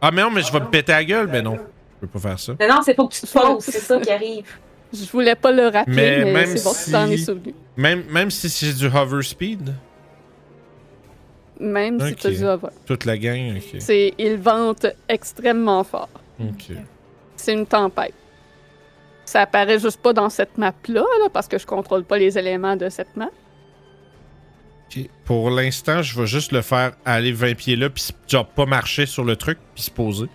S3: Ah, mais non, mais je vais me péter la gueule, mais non. Je peux pas faire ça.
S2: Non, non, c'est faut que tu te poses, c'est ça qui arrive.
S1: Je voulais pas le rappeler,
S3: Mais
S1: mais,
S3: même
S1: c'est bon, tu t'en
S3: si-
S1: es souvenu.
S3: Même, même si c'est du hover speed,
S1: Même si tu
S3: Ok.
S1: dû avoir.
S3: toute la gang, ok.
S1: C'est, il vente extrêmement fort.
S3: Ok.
S1: C'est une tempête. Ça apparaît juste pas dans cette map-là, là, parce que je contrôle pas les éléments de cette map.
S3: Ok. Pour l'instant, je vais juste le faire aller 20 pieds là, puis genre pas marcher sur le truc, puis se poser.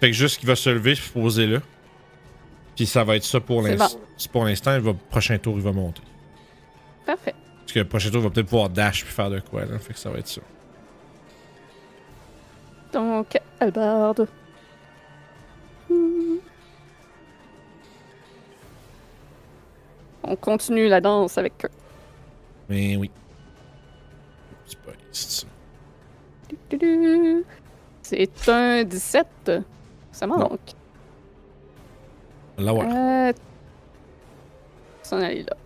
S3: Fait que juste qu'il va se lever, se poser là. Puis ça va être ça pour
S1: C'est
S3: l'instant. Pour l'instant, il va- prochain tour, il va monter.
S1: Parfait.
S3: Parce que le prochain tour, il va peut-être pouvoir dash puis faire de quoi, là. Fait que ça va être ça.
S1: Donc, Albard. Hmm. On continue la danse avec eux.
S3: Mais oui. C'est pas c'est ça.
S1: Tudu. C'est un 17. Ça manque.
S3: Là, ouais.
S1: Euh, S'en aller là.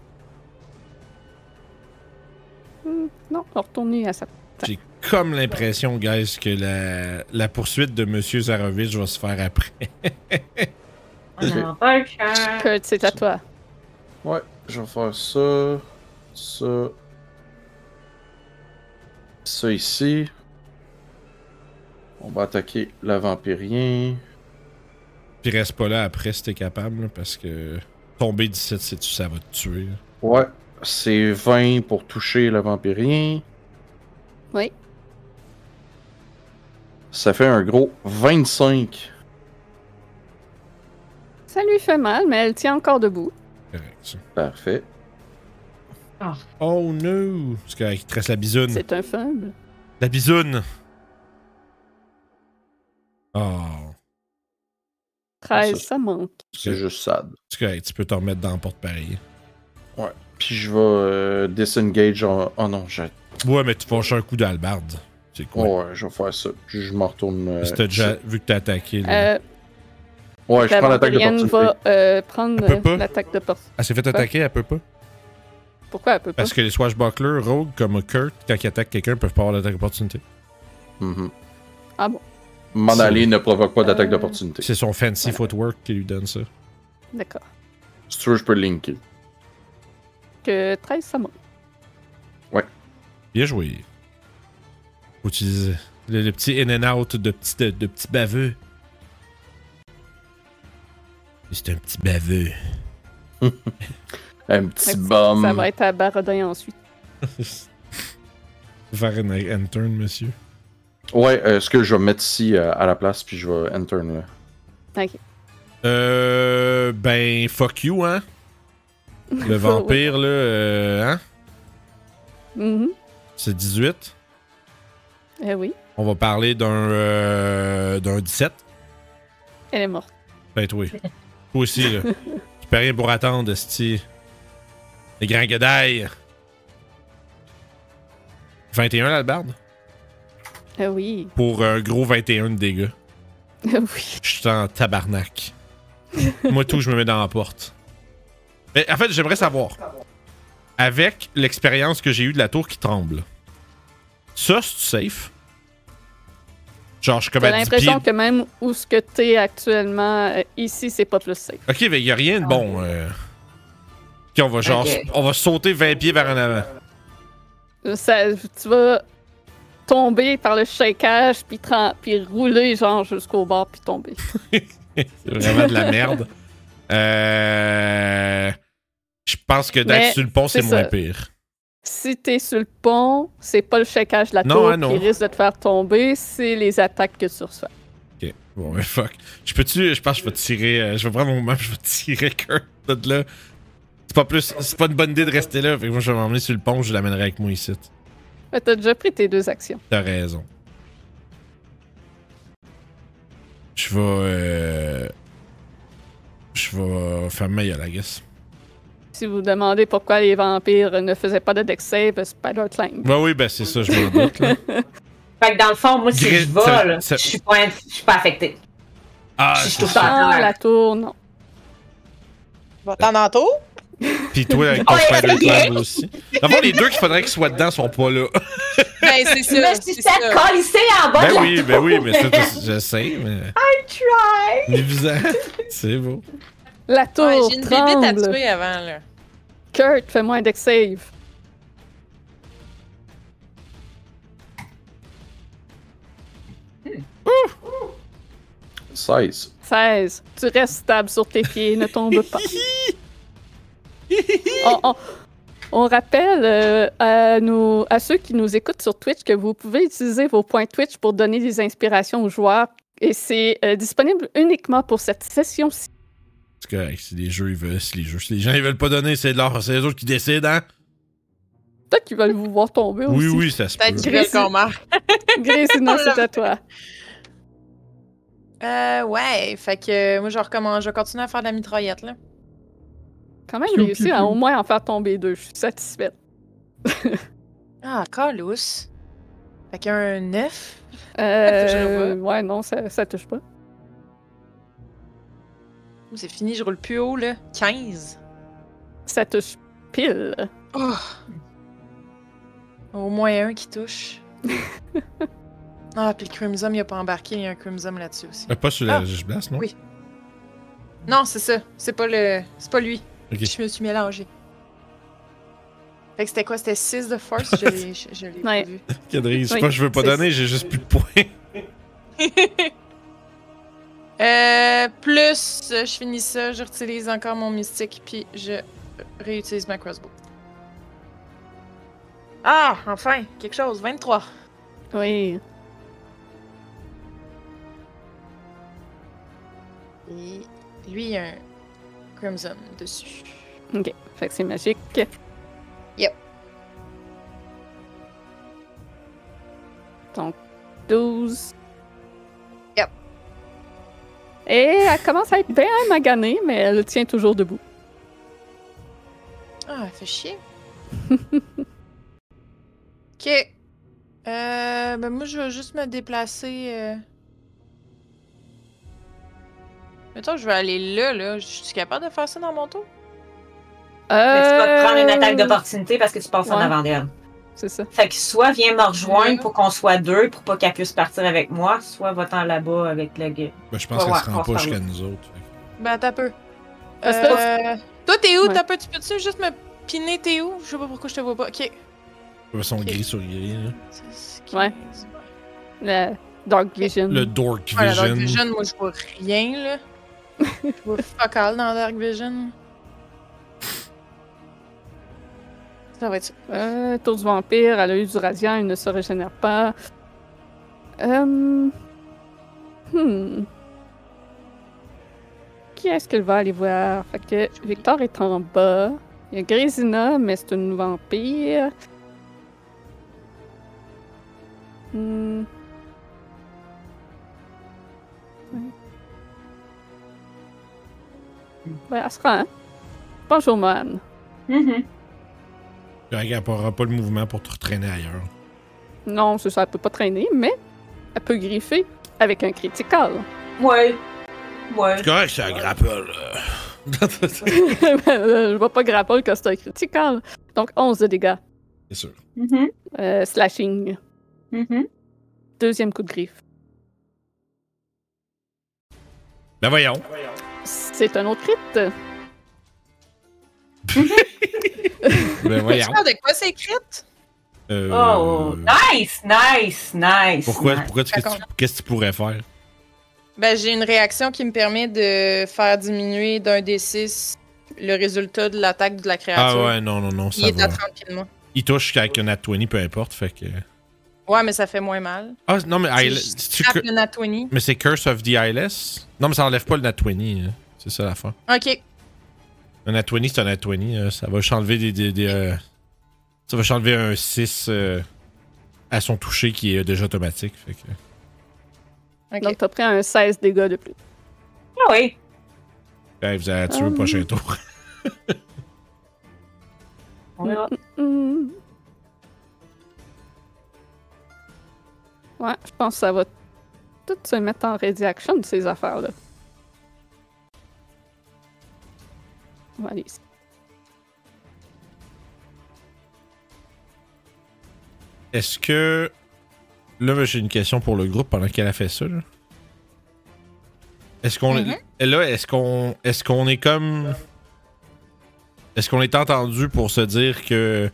S1: Hmm, Non, on va retourner à sa.
S3: J'ai comme l'impression, guys, que la, la poursuite de Monsieur Zarovich va se faire après.
S2: On n'en pas le cœur.
S1: Kurt, c'est à toi.
S4: Ouais, je vais faire ça. Ça. Ça ici. On va attaquer la vampirien.
S3: Puis reste pas là après si t'es capable, là, parce que tomber 17, c'est ça va te tuer. là.
S4: Ouais, c'est 20 pour toucher le vampirien.
S1: Oui.
S4: Ça fait un gros 25.
S1: Ça lui fait mal, mais elle tient encore debout.
S3: Correct, ça.
S4: Parfait.
S3: Oh no! Parce qu'il te reste la
S4: Hmm.
S3: bisoune.
S1: C'est un fumble.
S3: La bisoune! Oh.
S1: 13,
S4: Ah, Ça,
S1: ça manque.
S4: C'est juste sad.
S3: C'est correct, tu peux te remettre dans la porte pareil.
S4: Puis je vais euh, disengage en. Oh non, j'ai.
S3: Ouais, mais tu fâches un coup d'albarde. C'est quoi?
S4: Ouais, je vais faire ça. Puis je m'en retourne. euh,
S3: Si t'as déjà vu que t'as attaqué, là.
S1: Euh,
S4: Ouais, je
S1: la
S4: prends l'attaque
S1: vampirienne
S4: d'opportunité.
S1: va euh, prendre
S3: Elle peut
S1: euh,
S3: pas?
S1: l'attaque de porte.
S3: elle s'est fait attaquer, elle peut pas?
S1: Pourquoi elle peut pas?
S3: Parce que les swashbucklers, rogue comme Kurt, quand ils attaquent quelqu'un, peuvent pas avoir d'attaque opportunité.
S4: Mhm.
S1: Ah bon.
S4: M'en
S3: C'est-
S4: aller ne provoque pas d'attaque
S1: Euh,
S4: d'opportunité.
S3: C'est son fancy footwork qui lui donne ça.
S1: D'accord.
S4: Si tu veux, je peux le linker.
S1: Que 13, ça manque.
S3: Bien joué. Faut utiliser le, le petit in and out de petit, de, de petit baveux. C'est un petit baveux.
S4: Un
S1: Merci.
S4: petit bum.
S1: Ça va être à Barodin ensuite.
S3: Faire une end turn, monsieur.
S4: Ouais, euh, ce que je vais mettre ici euh, à la place, puis je vais enter là.
S1: Ok.
S3: Euh. Ben, fuck you, hein? Le vampire, là, euh, hein?
S1: Mhm.
S3: C'est 18.
S1: Eh oui,
S3: On va parler d'un. euh, d'un 17.
S1: elle est morte.
S3: Ben, toi. toi aussi, là. Tu peux rien pour attendre, Esti. Les grands guedailles. 21, l'albarde.
S1: Eh oui,
S3: Pour un gros 21 de dégâts.
S1: Eh oui.
S3: Je suis en tabarnak. Moi, tout, je me mets dans la porte. Mais, en fait, j'aimerais savoir. Avec l'expérience que j'ai eue de la tour qui tremble, ça, c'est safe. Genre, je suis comme
S1: J'ai
S3: à 10 pieds.
S1: l'impression que même où ce que t'es actuellement, euh, ici, c'est pas plus safe.
S3: Ok, mais il a
S1: Ah,
S3: rien de bon. euh. Ok, on va genre.
S2: Ok.
S3: On va sauter 20 pieds vers en avant.
S1: Ça- tu vas tomber par le shakeage, puis, tran- puis rouler genre jusqu'au bord, puis tomber.
S3: C'est vraiment de la merde. Euh. Je pense que
S1: Mais
S3: d'être sur le pont, c'est
S1: c'est
S3: moins
S1: ça.
S3: pire.
S1: Si t'es sur le pont, c'est pas le shakeage de la
S3: Non,
S1: tour
S3: hein, non.
S1: qui risque de te faire tomber, c'est les attaques que tu reçois.
S3: Ok, bon, mais fuck. Je peux-tu. Je pense que je vais tirer. euh, je vais prendre mon moment, je vais tirer Kurt de là. C'est pas plus. C'est pas une bonne idée de rester là. Fait que moi, je vais m'emmener sur le pont, je l'amènerai avec moi ici.
S1: Mais Euh, t'as déjà pris tes deux actions.
S3: T'as raison. Je vais. euh, Je vais faire ma gueule, I guess.
S1: Si vous demandez pourquoi les vampires ne faisaient pas de deck save, Spider Climb.
S3: Ben oui, ben c'est ça, je m'en doute. Là.
S2: Fait que dans le fond, moi, si
S3: Gris-
S2: je
S3: ça-
S2: vole, je
S3: ça-
S2: suis pas, je suis pas affecté.
S3: Ah,
S2: je suis tout
S3: c'est
S2: le temps
S3: ça.
S2: à
S1: Ah,
S2: terre.
S1: la tour, non.
S5: Va-t'en en tour?
S3: Pis toi, avec ton
S2: Oh,
S3: spider
S2: yeah.
S3: climb aussi. D'abord, les deux qu'il faudrait qu'ils soient dedans sont pas là.
S5: Ben, c'est
S2: Je
S5: ça.
S2: me suis
S5: C'est
S2: fait
S5: ça.
S2: colisser en bas de
S3: Ben
S2: la
S3: oui, ben oui, mais ça,
S2: tour.
S3: tu- je sais, mais.
S2: Try.
S3: Évident. C'est beau.
S1: La tour
S5: Ouais, J'ai une bébite à
S1: tremble.
S5: tuer avant, là.
S1: Kurt, fais-moi un deck save.
S4: Ouh! 16.
S1: 16. Tu restes stable sur tes pieds, ne tombe pas. on, on- on rappelle euh, à, nos- à ceux qui nous écoutent sur Twitch que vous pouvez utiliser vos points Twitch pour donner des inspirations aux joueurs Et c'est euh, disponible uniquement pour cette session-ci.
S3: C'est correct, si les jeux ils veulent, si les jeux. Si les gens ils veulent pas donner, c'est de leur- c'est les autres qui décident, hein?
S1: Peut-être qu'ils veulent vous voir tomber
S3: Oui,
S1: aussi.
S3: oui, ça se
S5: Peut-être
S3: peut.
S5: qu'il qu'on marque.
S1: Gris, sinon c'est à toi.
S5: Euh, ouais, fait que euh, moi, je recommence. Je vais continuer à faire de la mitraillette, là.
S1: Quand même
S6: Piou,
S1: réussi
S6: piou,
S1: à
S6: piou.
S1: au moins en faire tomber deux. Je suis satisfaite.
S5: Ah, calous. Fait qu'un 9.
S1: Euh, ouais, non, ça, ça touche pas.
S5: C'est fini, je roule plus haut, là. 15.
S1: Ça touche pile.
S5: Oh. Au moins un qui touche. ah, puis le Crimson, il a pas embarqué, il y a un Crimson là-dessus aussi.
S3: Euh, Pas sur la
S5: Ah.
S3: je blast, non?
S5: Oui. Non, c'est ça. C'est pas le. C'est pas lui.
S3: Ok.
S5: Je me suis mélangée. Fait que c'était quoi? C'était 6 de force? Je l'ai, je, je l'ai pas
S1: Ouais.
S5: vu.
S3: Cadrille, c'est
S1: Oui,
S3: pas je veux pas
S1: c'est-
S3: donner, j'ai juste plus de points. Ben,
S5: Euh, plus, euh, je finis ça, je réutilise encore mon mystique, puis je réutilise ma crossbow. Ah, enfin, quelque chose, 23.
S1: Oui.
S5: Et lui, il y a un crimson dessus.
S1: Ok. Fait que c'est magique.
S5: Yep.
S1: Donc, 12.
S5: Yep.
S1: Et elle commence à être bien maganée, mais elle tient toujours debout.
S5: Ah, elle fait chier. ok. Euh, ben moi, je vais juste me déplacer. Euh... Mettons, que je vais aller là, là. Je suis capable de faire ça dans mon tour?
S2: Mais tu vas te prendre une
S1: Euh,
S2: attaque d'opportunité parce que tu passes en
S1: ouais.
S2: avant d'elle.
S1: C'est ça.
S2: Fait que soit viens me rejoindre
S5: Ouais.
S2: pour qu'on soit deux, pour pas qu'elle puisse partir avec moi, soit va-t'en là-bas avec le gars.
S3: Ben, je pense
S2: Ouais,
S3: qu'elle se
S2: ouais,
S3: rend
S2: on
S3: pas
S2: se parle.
S3: jusqu'à nous autres. fait que-
S5: Ben, t'as peu.
S1: Parce que-
S5: Euh, Toi, t'es où?
S1: Ouais.
S5: T'as peu? Tu peux-tu juste me piner? T'es où? Je sais pas pourquoi je te vois pas. Ok.
S3: De toute façon,
S5: Ok. Mm.
S3: gris sur gris, là.
S1: Ouais. La Dark Vision.
S3: Le Dork Vision.
S5: Voilà, Dark Vision, moi, je vois rien, là. je vois fuck all dans Dark Vision. Ça va être ça.
S1: Euh, tour du vampire, elle a eu du radiant, elle ne se régénère pas. Euh, hmm. Qui est-ce qu'elle va aller voir? Fait que Victor est en bas. Il y a Grésina, mais c'est une vampire. Hmm. Ouais. Ouais, elle se rend. Bonjour, Mohan.
S4: Mm-hmm.
S2: Mhm.
S3: Fait qu'elle aura pas le mouvement pour te retraîner ailleurs.
S1: Non, c'est ça, elle peut pas traîner, mais elle peut griffer avec un critical.
S2: Ouais. Ouais.
S3: C'est correct, c'est la grappelle. là.
S1: Je vois pas grapple quand c'est un critical. Donc 11 de dégâts.
S3: c'est sûr.
S2: Mhm.
S1: Euh, slashing.
S3: Euh,
S2: Mhm.
S1: Deuxième coup de griffe.
S3: Ben voyons.
S1: C'est un autre crit.
S3: Ben
S5: Tu
S3: voyons.
S5: parles de quoi, c'est écrit?
S3: Euh,
S2: Oh, nice, nice, nice.
S3: Pourquoi,
S2: nice.
S3: pourquoi tu- qu'est-ce que tu- qu'est-ce que tu pourrais faire?
S5: Ben, j'ai une réaction qui me permet de faire diminuer d'un des 6 le résultat de l'attaque de la
S3: Ah
S5: créature.
S3: ouais, non, non, non,
S5: Il
S3: ça
S5: est à
S3: va.
S5: 30 pieds de moi.
S3: Il touche avec un nat 20, peu importe, fait que...
S5: Ouais, mais ça fait moins mal.
S3: Ah, non, mais...
S5: C'est
S3: Isle-
S5: juste
S3: c'est-tu
S5: Tape
S3: que-
S5: le nat 20.
S3: Mais c'est Curse of the Eyeless? Non, mais ça enlève pas le nat 20, hein. c'est ça la fin.
S5: Ok.
S3: Un nat 20, c'est un nat 20, euh, ça va s'enlever des... des, des, euh, Ça va s'enlever un 6 euh, à son toucher qui est déjà automatique, fait que...
S5: ok.
S1: Donc t'as pris un 16 dégâts de plus.
S2: Ah oui.
S3: Hey, vous allez tuer
S5: Ah.
S1: Hum.
S3: au prochain tour.
S2: On verra.
S1: Hmm. Ouais, je pense que ça va tout se mettre en ready action, ces affaires-là. On va aller ici.
S3: Est-ce que... Là, j'ai une question pour le groupe pendant qu'elle a fait ça. là. Est-ce qu'on
S2: Mm-hmm.
S5: Mhm.
S3: là, est-ce qu'on est-ce qu'on est comme est-ce qu'on est entendu pour se dire que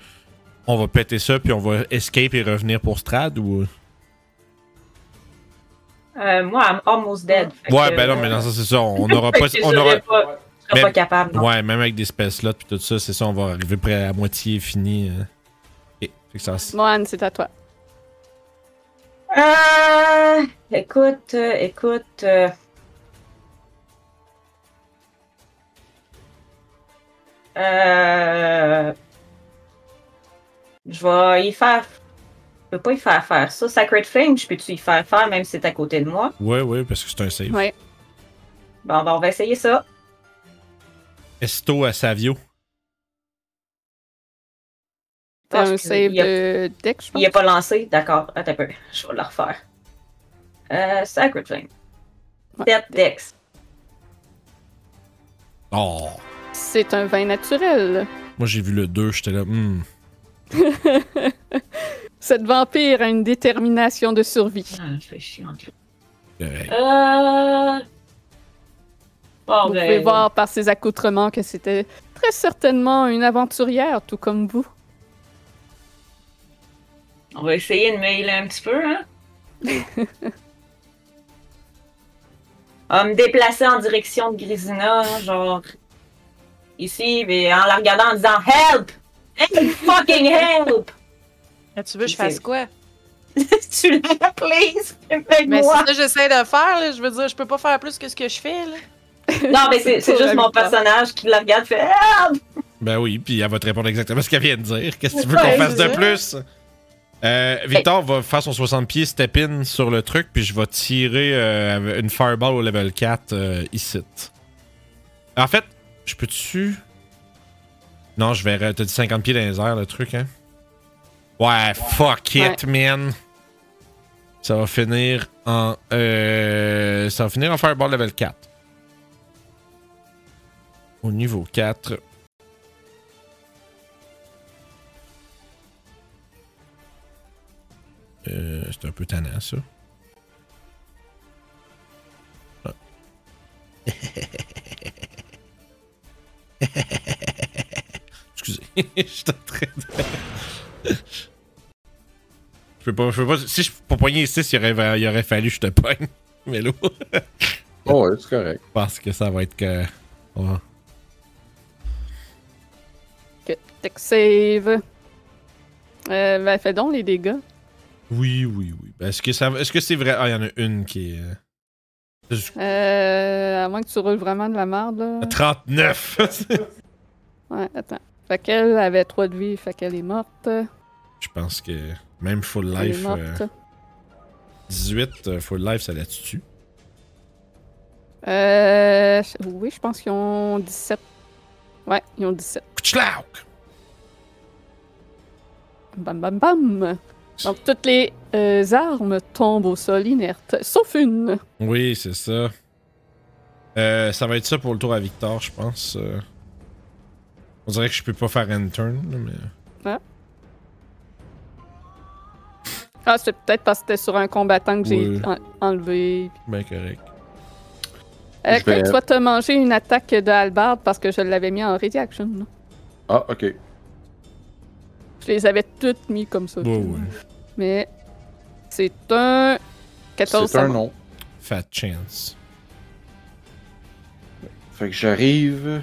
S3: on va péter ça puis on va escape et revenir pour Strad ou
S2: Euh, moi, I'm almost dead. Fait
S3: Ouais,
S2: que,
S3: ben non, mais dans ça c'est ça, on n'aura pas
S2: fait que
S3: on
S2: je
S3: aura
S2: serais pas, je serais
S3: Mais-
S2: pas capable. non.
S3: Ouais, même avec des space slots puis tout ça, c'est ça, on va arriver près à moitié fini. euh. Ok, fait que ça, c'est-
S1: Mohan, c'est à toi.
S2: Ah, écoute, euh, écoute. euh. Euh, Je vais y faire. Je peux pas y faire faire ça. Sacred Flame, je peux-tu y faire faire même si c'est à côté de moi?
S3: Ouais, ouais, parce que c'est un save.
S1: Ouais.
S2: Bon, ben, on va essayer ça.
S3: Esto à Savio.
S1: T'as
S2: Ah,
S1: un
S2: excusez,
S1: save
S2: il y a-
S1: de deck, je pense.
S2: Il n'est pas lancé? D'accord. Attends un peu. Je vais le refaire. Euh, Sacred Flame.
S1: Ouais.
S2: Death Dex.
S3: Oh!
S1: C'est un vin naturel.
S3: Moi, j'ai vu le 2, j'étais là, hmm.
S1: Cette vampire a une détermination de survie.
S2: Ah, je fais chier en tout.
S3: correct.
S2: Euh... Bon,
S1: vous
S2: ben,
S1: pouvez voir par ses accoutrements que c'était très certainement une aventurière, tout comme vous.
S2: On va essayer de mailer un petit peu, hein? On va me déplacer en direction de Grisina, genre ici, mais en la regardant en disant Help! Help! Fucking help!
S5: Ah, tu veux que je
S2: C'est-
S5: fasse quoi?
S2: tu l'as, please! Avec
S5: Mais
S2: moi!
S5: c'est ça que j'essaie de faire, là. Je veux dire, je peux pas faire plus que ce que je fais, là.
S2: Non, mais c'est c'est juste mon
S1: Probablement.
S2: personnage qui la regarde, fait Ah! Help!
S3: Ben oui, puis elle va te répondre exactement ce qu'elle vient de dire. Qu'est-ce que tu veux
S2: Ouais,
S3: qu'on fasse
S5: c'est
S3: de
S5: ça. Ben-
S3: plus? Euh, Victor va faire son 60 pieds step in sur le truc, puis je vais tirer euh, avec une fireball au level 4 euh, ici. En fait, je peux-tu. Non, je vais. T'as dit 50 pieds dans les airs, le truc, hein? Ouais, fuck it, man! Ça va finir en. euh, ça va finir en fireball level 4. Au niveau 4. Euh, c'est un peu tannant, ça. Ah. Excusez. Je suis en train de- Je peux pas. Je peux pas. Si je pour poigner ici, il aurait, il aurait fallu que je te pogne. Mais là, je
S4: Oh, ouais, c'est correct.
S3: pense que ça va être que. on va-
S1: Que deck save. Euh, ben, fais donc les dégâts.
S3: Oui, oui, oui. Ben, Est-ce que ça Est-ce que c'est vrai? Ah, il y en a une qui est. euh,
S1: Euh, à moins que tu roules vraiment de la merde, là.
S3: 39!
S1: Ouais, attends. Fait qu'elle avait 3 de vie, fait qu'elle est morte.
S3: je pense que même full
S1: Elle est
S3: life. euh,
S1: morte.
S3: 18, euh, full life, ça la tue.
S1: Euh, oui, je pense qu'ils ont 17. Ouais, ils ont 17.
S3: Kuchlauk!
S1: Bam, bam, bam! Donc, toutes les euh, armes tombent au sol inerte, sauf une.
S3: Oui, c'est ça. Euh, ça va être ça pour le tour à Victor, je pense. euh. On dirait que je peux pas faire un turn, là, mais.
S1: Ah, c'est peut-être parce que c'était sur un combattant que j'ai
S3: Oui.
S1: en- enlevé.
S3: Ben correct.
S1: Euh,
S4: Je vais-
S1: Craig, tu vas te manger une attaque de halbarde parce que je l'avais mis en ready action. là.
S4: Ah, ok.
S1: Je les avais toutes mis comme ça.
S3: Ouais,
S1: finalement.
S3: ouais.
S1: Mais c'est un 14.
S4: C'est
S1: ça
S4: un
S1: va.
S4: nom.
S3: Fat chance.
S4: Fait que j'arrive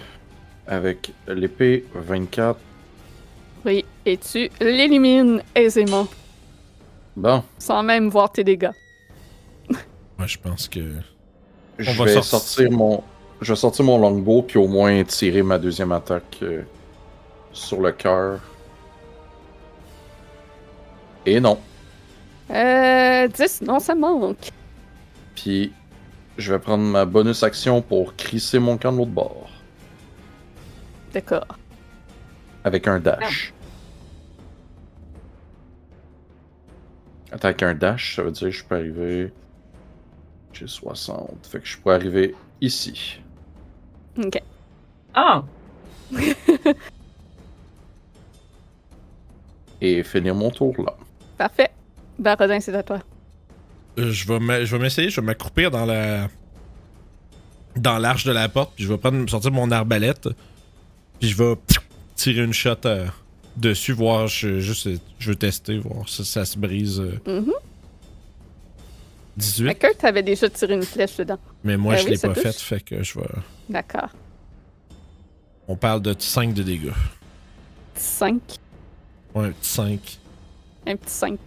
S4: avec l'épée 24.
S1: Oui, et tu l'élimines aisément,
S4: Bon,
S1: sans même voir tes dégâts.
S3: Moi, je pense que.
S4: je
S3: va
S4: vais
S3: sortir-
S4: sortir mon. Je vais sortir mon longbow puis au moins tirer ma deuxième attaque euh, sur le cœur. Et non.
S1: Euh, 10, non, ça manque.
S4: Puis je vais prendre ma bonus action pour crisser mon camp de l'autre bord.
S1: D'accord.
S4: Avec un dash. Attends, avec un dash, ça veut dire que je peux arriver. J'ai 60. Fait que je pourrais arriver ici.
S1: Ok.
S2: Ah!
S4: Et finir mon tour là.
S1: Parfait. Barodin, c'est à toi.
S3: Euh, Je vais me- je vais m'essayer, je vais m'accroupir dans la. Dans l'arche de la porte, puis je vais prendre, sortir mon arbalète, puis je vais pfiou, tirer une shot euh, dessus, voir, je, juste, euh, je veux tester, voir si ça se brise. euh,
S1: Mhm.
S3: 18,
S1: Fait que t'avais déjà tiré une flèche dedans.
S3: mais moi
S1: ben
S3: je
S1: oui,
S3: l'ai
S1: ça
S3: pas
S1: touche.
S3: faite, fait que je vais.
S1: D'accord.
S3: On parle de 5 de dégâts.
S1: 5.
S3: Ouais, un petit 5.
S1: Un petit 5.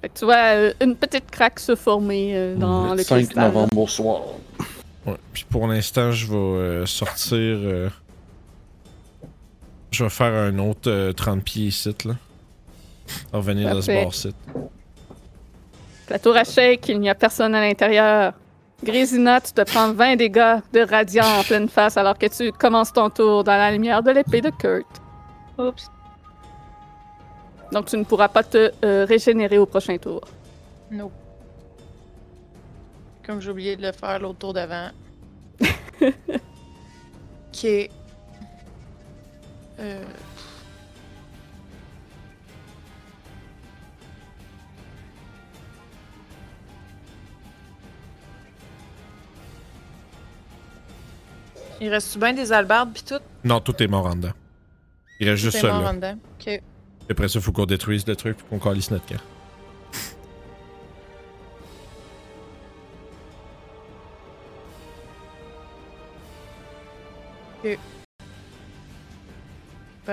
S1: Fait que tu vois euh, une petite craque se former euh, dans le
S4: 5
S1: cristal.
S4: novembre au soir.
S3: Ouais. Puis pour l'instant, je vais euh, sortir. euh, Je vais faire un autre euh, 30 pieds ici, là. Revenir de ce
S1: Parfait.
S3: bord-ci.
S1: La tour à shake, il n'y a personne à l'intérieur. Grésina, tu te prends 20 dégâts de radiant en pleine face alors que tu commences ton tour dans la lumière de l'épée de Kurt.
S2: Oups.
S1: Donc tu ne pourras pas te euh, régénérer au prochain tour.
S5: No. Comme j'ai oublié de le faire l'autre tour d'avant. ok. Euh. Il reste-tu bien des albardes pis tout?
S3: Non, tout est mort en dedans. Il reste juste
S5: C'est
S3: ça,
S5: mort en
S3: là.
S5: dedans. Ok.
S3: Après ça, faut qu'on détruise le truc pour qu'on calisse notre camp.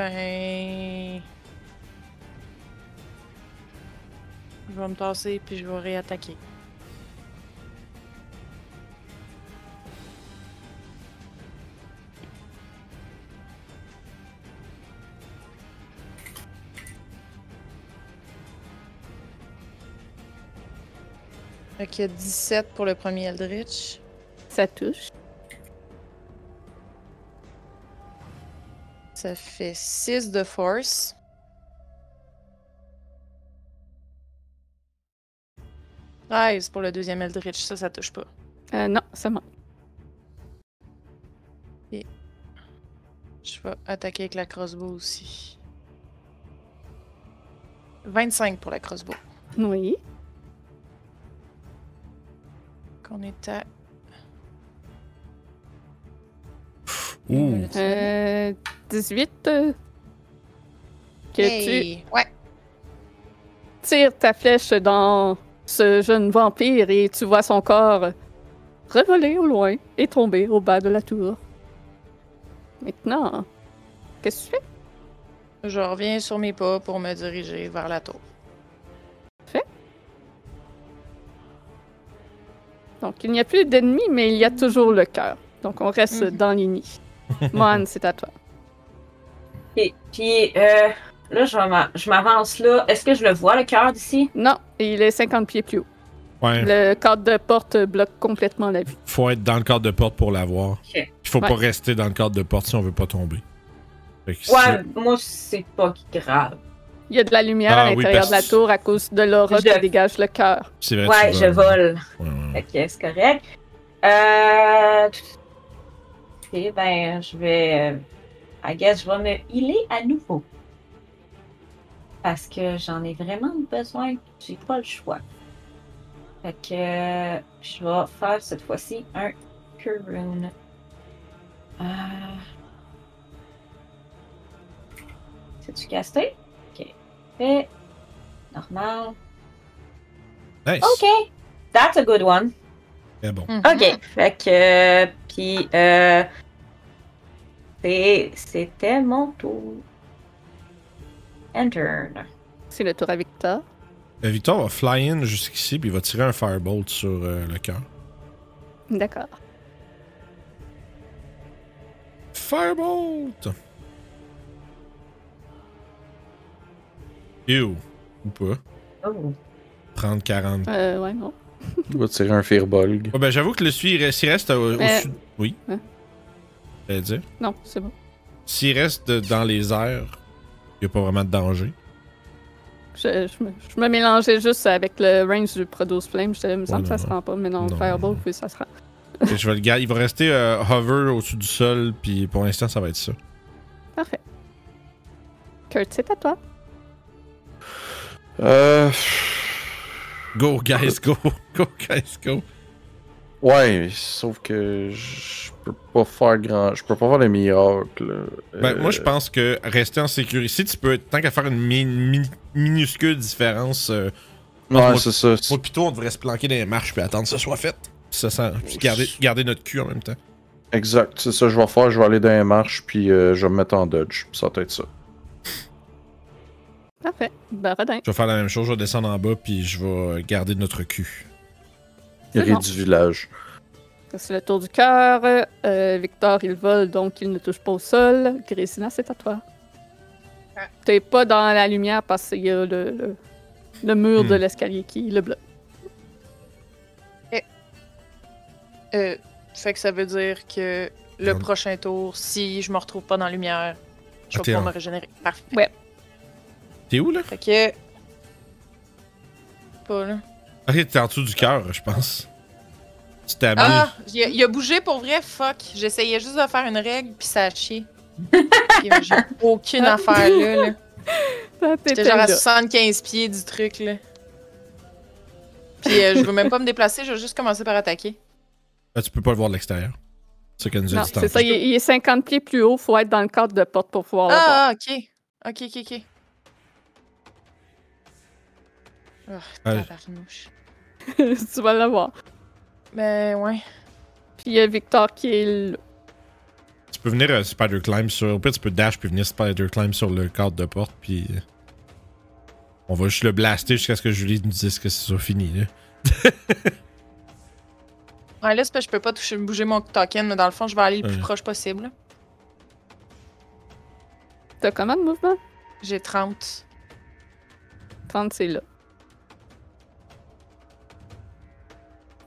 S5: Ben. Je vais me tasser puis je vais réattaquer. Ok, 17 pour le premier Eldritch.
S1: Ça touche.
S5: Ça fait 6 de force. c'est pour le deuxième Eldritch, ça, ça touche pas.
S1: Euh, non, ça manque.
S5: Je vais attaquer avec la crossbow aussi. 25 pour la crossbow.
S1: Oui.
S5: Qu'on est à.
S3: Ouh!
S1: Euh, 18. euh, que tu
S5: Hey! Ouais!
S1: tires ta flèche dans ce jeune vampire et tu vois son corps revoler au loin et tomber au bas de la tour. Maintenant, qu'est-ce que tu fais?
S5: Je reviens sur mes pas pour me diriger vers la tour.
S1: Donc, il n'y a plus d'ennemis, mais il y a toujours le cœur. Donc, on reste
S5: Mhm.
S1: dans les nids. Mon, c'est à toi.
S2: Et puis, euh, là, je m'en- je m'avance là. Est-ce que je le vois, le cœur d'ici?
S1: Non, il est 50 pieds plus haut.
S3: Ouais,
S1: Le cadre de porte bloque complètement la vue.
S3: faut être dans le cadre de porte pour l'avoir.
S2: Ok.
S3: Il faut
S1: Ouais.
S3: pas rester dans le cadre de porte si on veut pas tomber. Fait que
S2: Ouais, moi, c'est pas grave.
S1: Il y a de la lumière
S3: Ah
S1: à
S3: oui,
S1: l'intérieur
S3: parce-
S1: de la tour à cause de l'aura
S2: Je-
S1: qui dégage le cœur.
S3: c'est vrai,
S2: Ouais,
S3: tu
S2: je
S3: voles.
S2: vole.
S3: Ouais, ouais, ouais.
S2: Ok, c'est correct. Euh... Ok, ben, je vais. I guess, je vais me healer à nouveau. Parce que j'en ai vraiment besoin. J'ai pas le choix. Fait que euh, je vais faire cette fois-ci un Cure Rune. Euh... C'est-tu casté? Ok. Fait. Normal.
S3: Nice!
S2: Ok! That's a good one.
S3: Très bon.
S2: Ok, fait que. euh, Puis. Euh, c'est- C'était mon tour. Enter.
S1: C'est le tour à Victor.
S3: Euh, Victor va fly in jusqu'ici, puis il va tirer un firebolt sur euh, le cœur.
S1: D'accord.
S3: Firebolt! Ew! Ou pas.
S2: Oh.
S3: Prendre 40.
S1: Euh, ouais, non.
S4: Il va tirer un Firbolg.
S3: Ouais, ben j'avoue que le suit, il reste- s'il reste au, au
S1: Mais-
S3: sud. Oui.
S1: Hein?
S3: J'allais dire.
S1: Non, c'est bon.
S3: S'il reste de- dans les airs, il n'y a pas vraiment de danger.
S1: Je, je me, je me mélangeais juste avec le range du Produce Flame. Je me semble
S3: Ouais,
S1: que ça
S3: non,
S1: se rend pas, mais non,
S3: Non,
S1: Fireball,
S3: non.
S1: oui, ça se rend.
S3: Fait que je vais le garder. Il va rester euh, hover au-dessus du sol, puis pour l'instant, ça va être ça.
S1: Parfait. Kurt, c'est à toi.
S4: Euh. pff,
S3: Go, guys, go! Go, guys, go!
S4: Ouais, sauf que je peux pas faire grand. Je peux pas faire de miracle. là.
S3: Ben,
S4: Euh,
S3: moi, je pense que rester en sécurité, si tu peux, tant qu'à faire une mi- mi- minuscule différence, euh,
S4: Ouais,
S3: moi-
S4: c'est ça. c'est-
S3: moi, plutôt, on devrait se planquer dans les marches, puis attendre que ce soit fait. Puis Ça, ça, puis garder, garder notre cul en même temps.
S4: Exact, c'est ça que je vais faire. Je vais aller dans les marches, puis euh, je vais me mettre en dodge. Ça va être ça.
S1: Parfait. Baradin.
S3: Je vais faire la même chose, je vais descendre en bas, puis je vais garder notre cul.
S1: C'est
S4: Ré
S1: bon.
S4: du village.
S1: C'est le tour du cœur. Euh, Victor, il vole, donc il ne touche pas au sol. Grésina, c'est à toi.
S5: Ouais.
S1: T'es pas dans la lumière parce qu'il y a le, le- le mur
S3: Hmm.
S1: de l'escalier qui le bloque.
S5: Euh, fait que ça veut dire que le
S3: Non.
S5: prochain tour, si je me retrouve pas dans la lumière,
S3: Ah, t'es
S5: je vais pouvoir
S3: en-
S5: me régénérer. Parfait.
S3: T'es où, là?
S5: Fait que. Pas là.
S3: Ok, t'es en dessous du cœur, je pense. Tu t'as mis.
S5: Ah! Il a, il a bougé pour vrai, fuck. J'essayais juste de faire une règle, puis ça a chié. Ok, J'ai aucune
S1: Ah.
S5: affaire là. là.
S1: Ah, t'es
S5: J'étais genre à
S1: là.
S5: 75 pieds du truc là. Puis euh, je veux même pas me déplacer, je vais juste commencer par attaquer.
S3: Ah, tu peux pas le voir de l'extérieur. C'est ce qu'elle nous a
S1: Non,
S3: dit
S1: c'est
S3: tantôt.
S1: ça, il est, il est 50 pieds plus haut, faut être dans le cadre de porte pour pouvoir le voir.
S5: Ah, ah, ok. Ok, ok, ok. Oh,
S3: Ouais.
S5: tabarnouche.
S1: tu vas le voir.
S5: Ben ouais.
S1: Puis il y a Victor qui est là.
S3: Tu peux venir euh, Spider Climb sur. Au pire, tu peux dash puis venir Spider Climb sur le cadre de porte, puis. euh, On va juste le blaster jusqu'à ce que Julie nous dise que c'est soit fini, là.
S5: Ouais, là, c'est parce que je peux pas toucher, bouger mon token, mais dans le fond, je vais aller le plus
S3: Ouais.
S5: proche possible.
S1: T'as comment de mouvement?
S5: J'ai 30.
S1: 30, c'est là.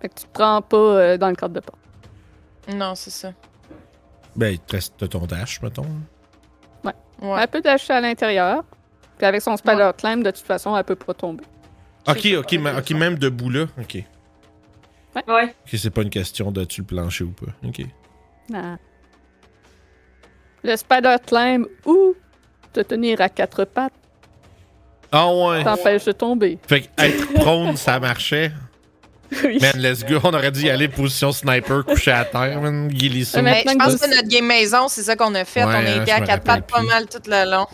S1: Fait que tu te prends pas euh, dans le cadre de porte.
S5: Non, c'est ça.
S3: Ben, il te reste t'as ton dash, mettons.
S5: Ouais.
S1: Elle peut lâcher à l'intérieur. Puis avec son spider climb, de toute façon, elle peut pas tomber.
S3: Ok,
S5: C'est-
S3: ok, ma- ok, même debout là. Ok.
S2: Ouais.
S3: Ok, c'est pas une question de tu le plancher ou pas. Ok.
S1: Non. Ah. Le spider climb ou te tenir à quatre pattes
S3: Ah ouais!
S1: t'empêche de tomber.
S3: Fait que être prone, ça marchait.
S1: Oui.
S3: Man, let's go. On aurait dû y aller position sniper, couché à terre, man. Guilly sous.
S1: Mais
S5: Mais je
S1: maintenant
S5: pense
S1: que
S5: que notre game maison, c'est ça qu'on a fait.
S3: Ouais,
S5: on
S3: hein,
S5: a été
S3: je
S5: à
S3: me
S5: quatre
S3: rappelle
S5: pattes pas
S3: plus.
S5: mal tout le long.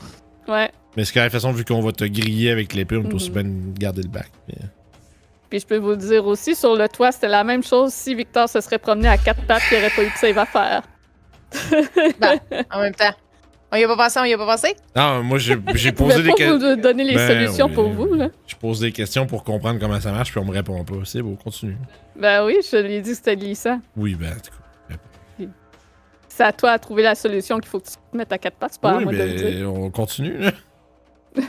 S1: Ouais.
S3: Mais c'est que de toute façon, vu qu'on va te griller avec l'épée, on peut
S1: Mhm.
S3: aussi bien garder le bac. mais-
S1: Puis je peux vous le dire aussi, sur le toit, c'était la même chose. Si Victor se serait promené à quatre pattes, il aurait pas eu de save à faire.
S5: En même temps. On y a pas passé, on y a pas passé?
S3: Non, moi, j'ai
S1: Je
S3: j'ai posé
S1: pouvais
S3: des
S1: pas
S3: questions.
S1: vous donner les
S3: Ben
S1: solutions
S3: oui.
S1: pour vous, là.
S3: Je pose des questions pour comprendre comment ça marche, puis on me répond pas. C'est beau, continue.
S1: Ben oui, je lui ai dit que c'était glissant.
S3: Oui, ben, en tout cas.
S1: C'est à toi à trouver la solution qu'il faut que tu te mettes à quatre pattes. C'est pas à
S3: oui,
S1: moi de le dire.
S3: mais on continue, là.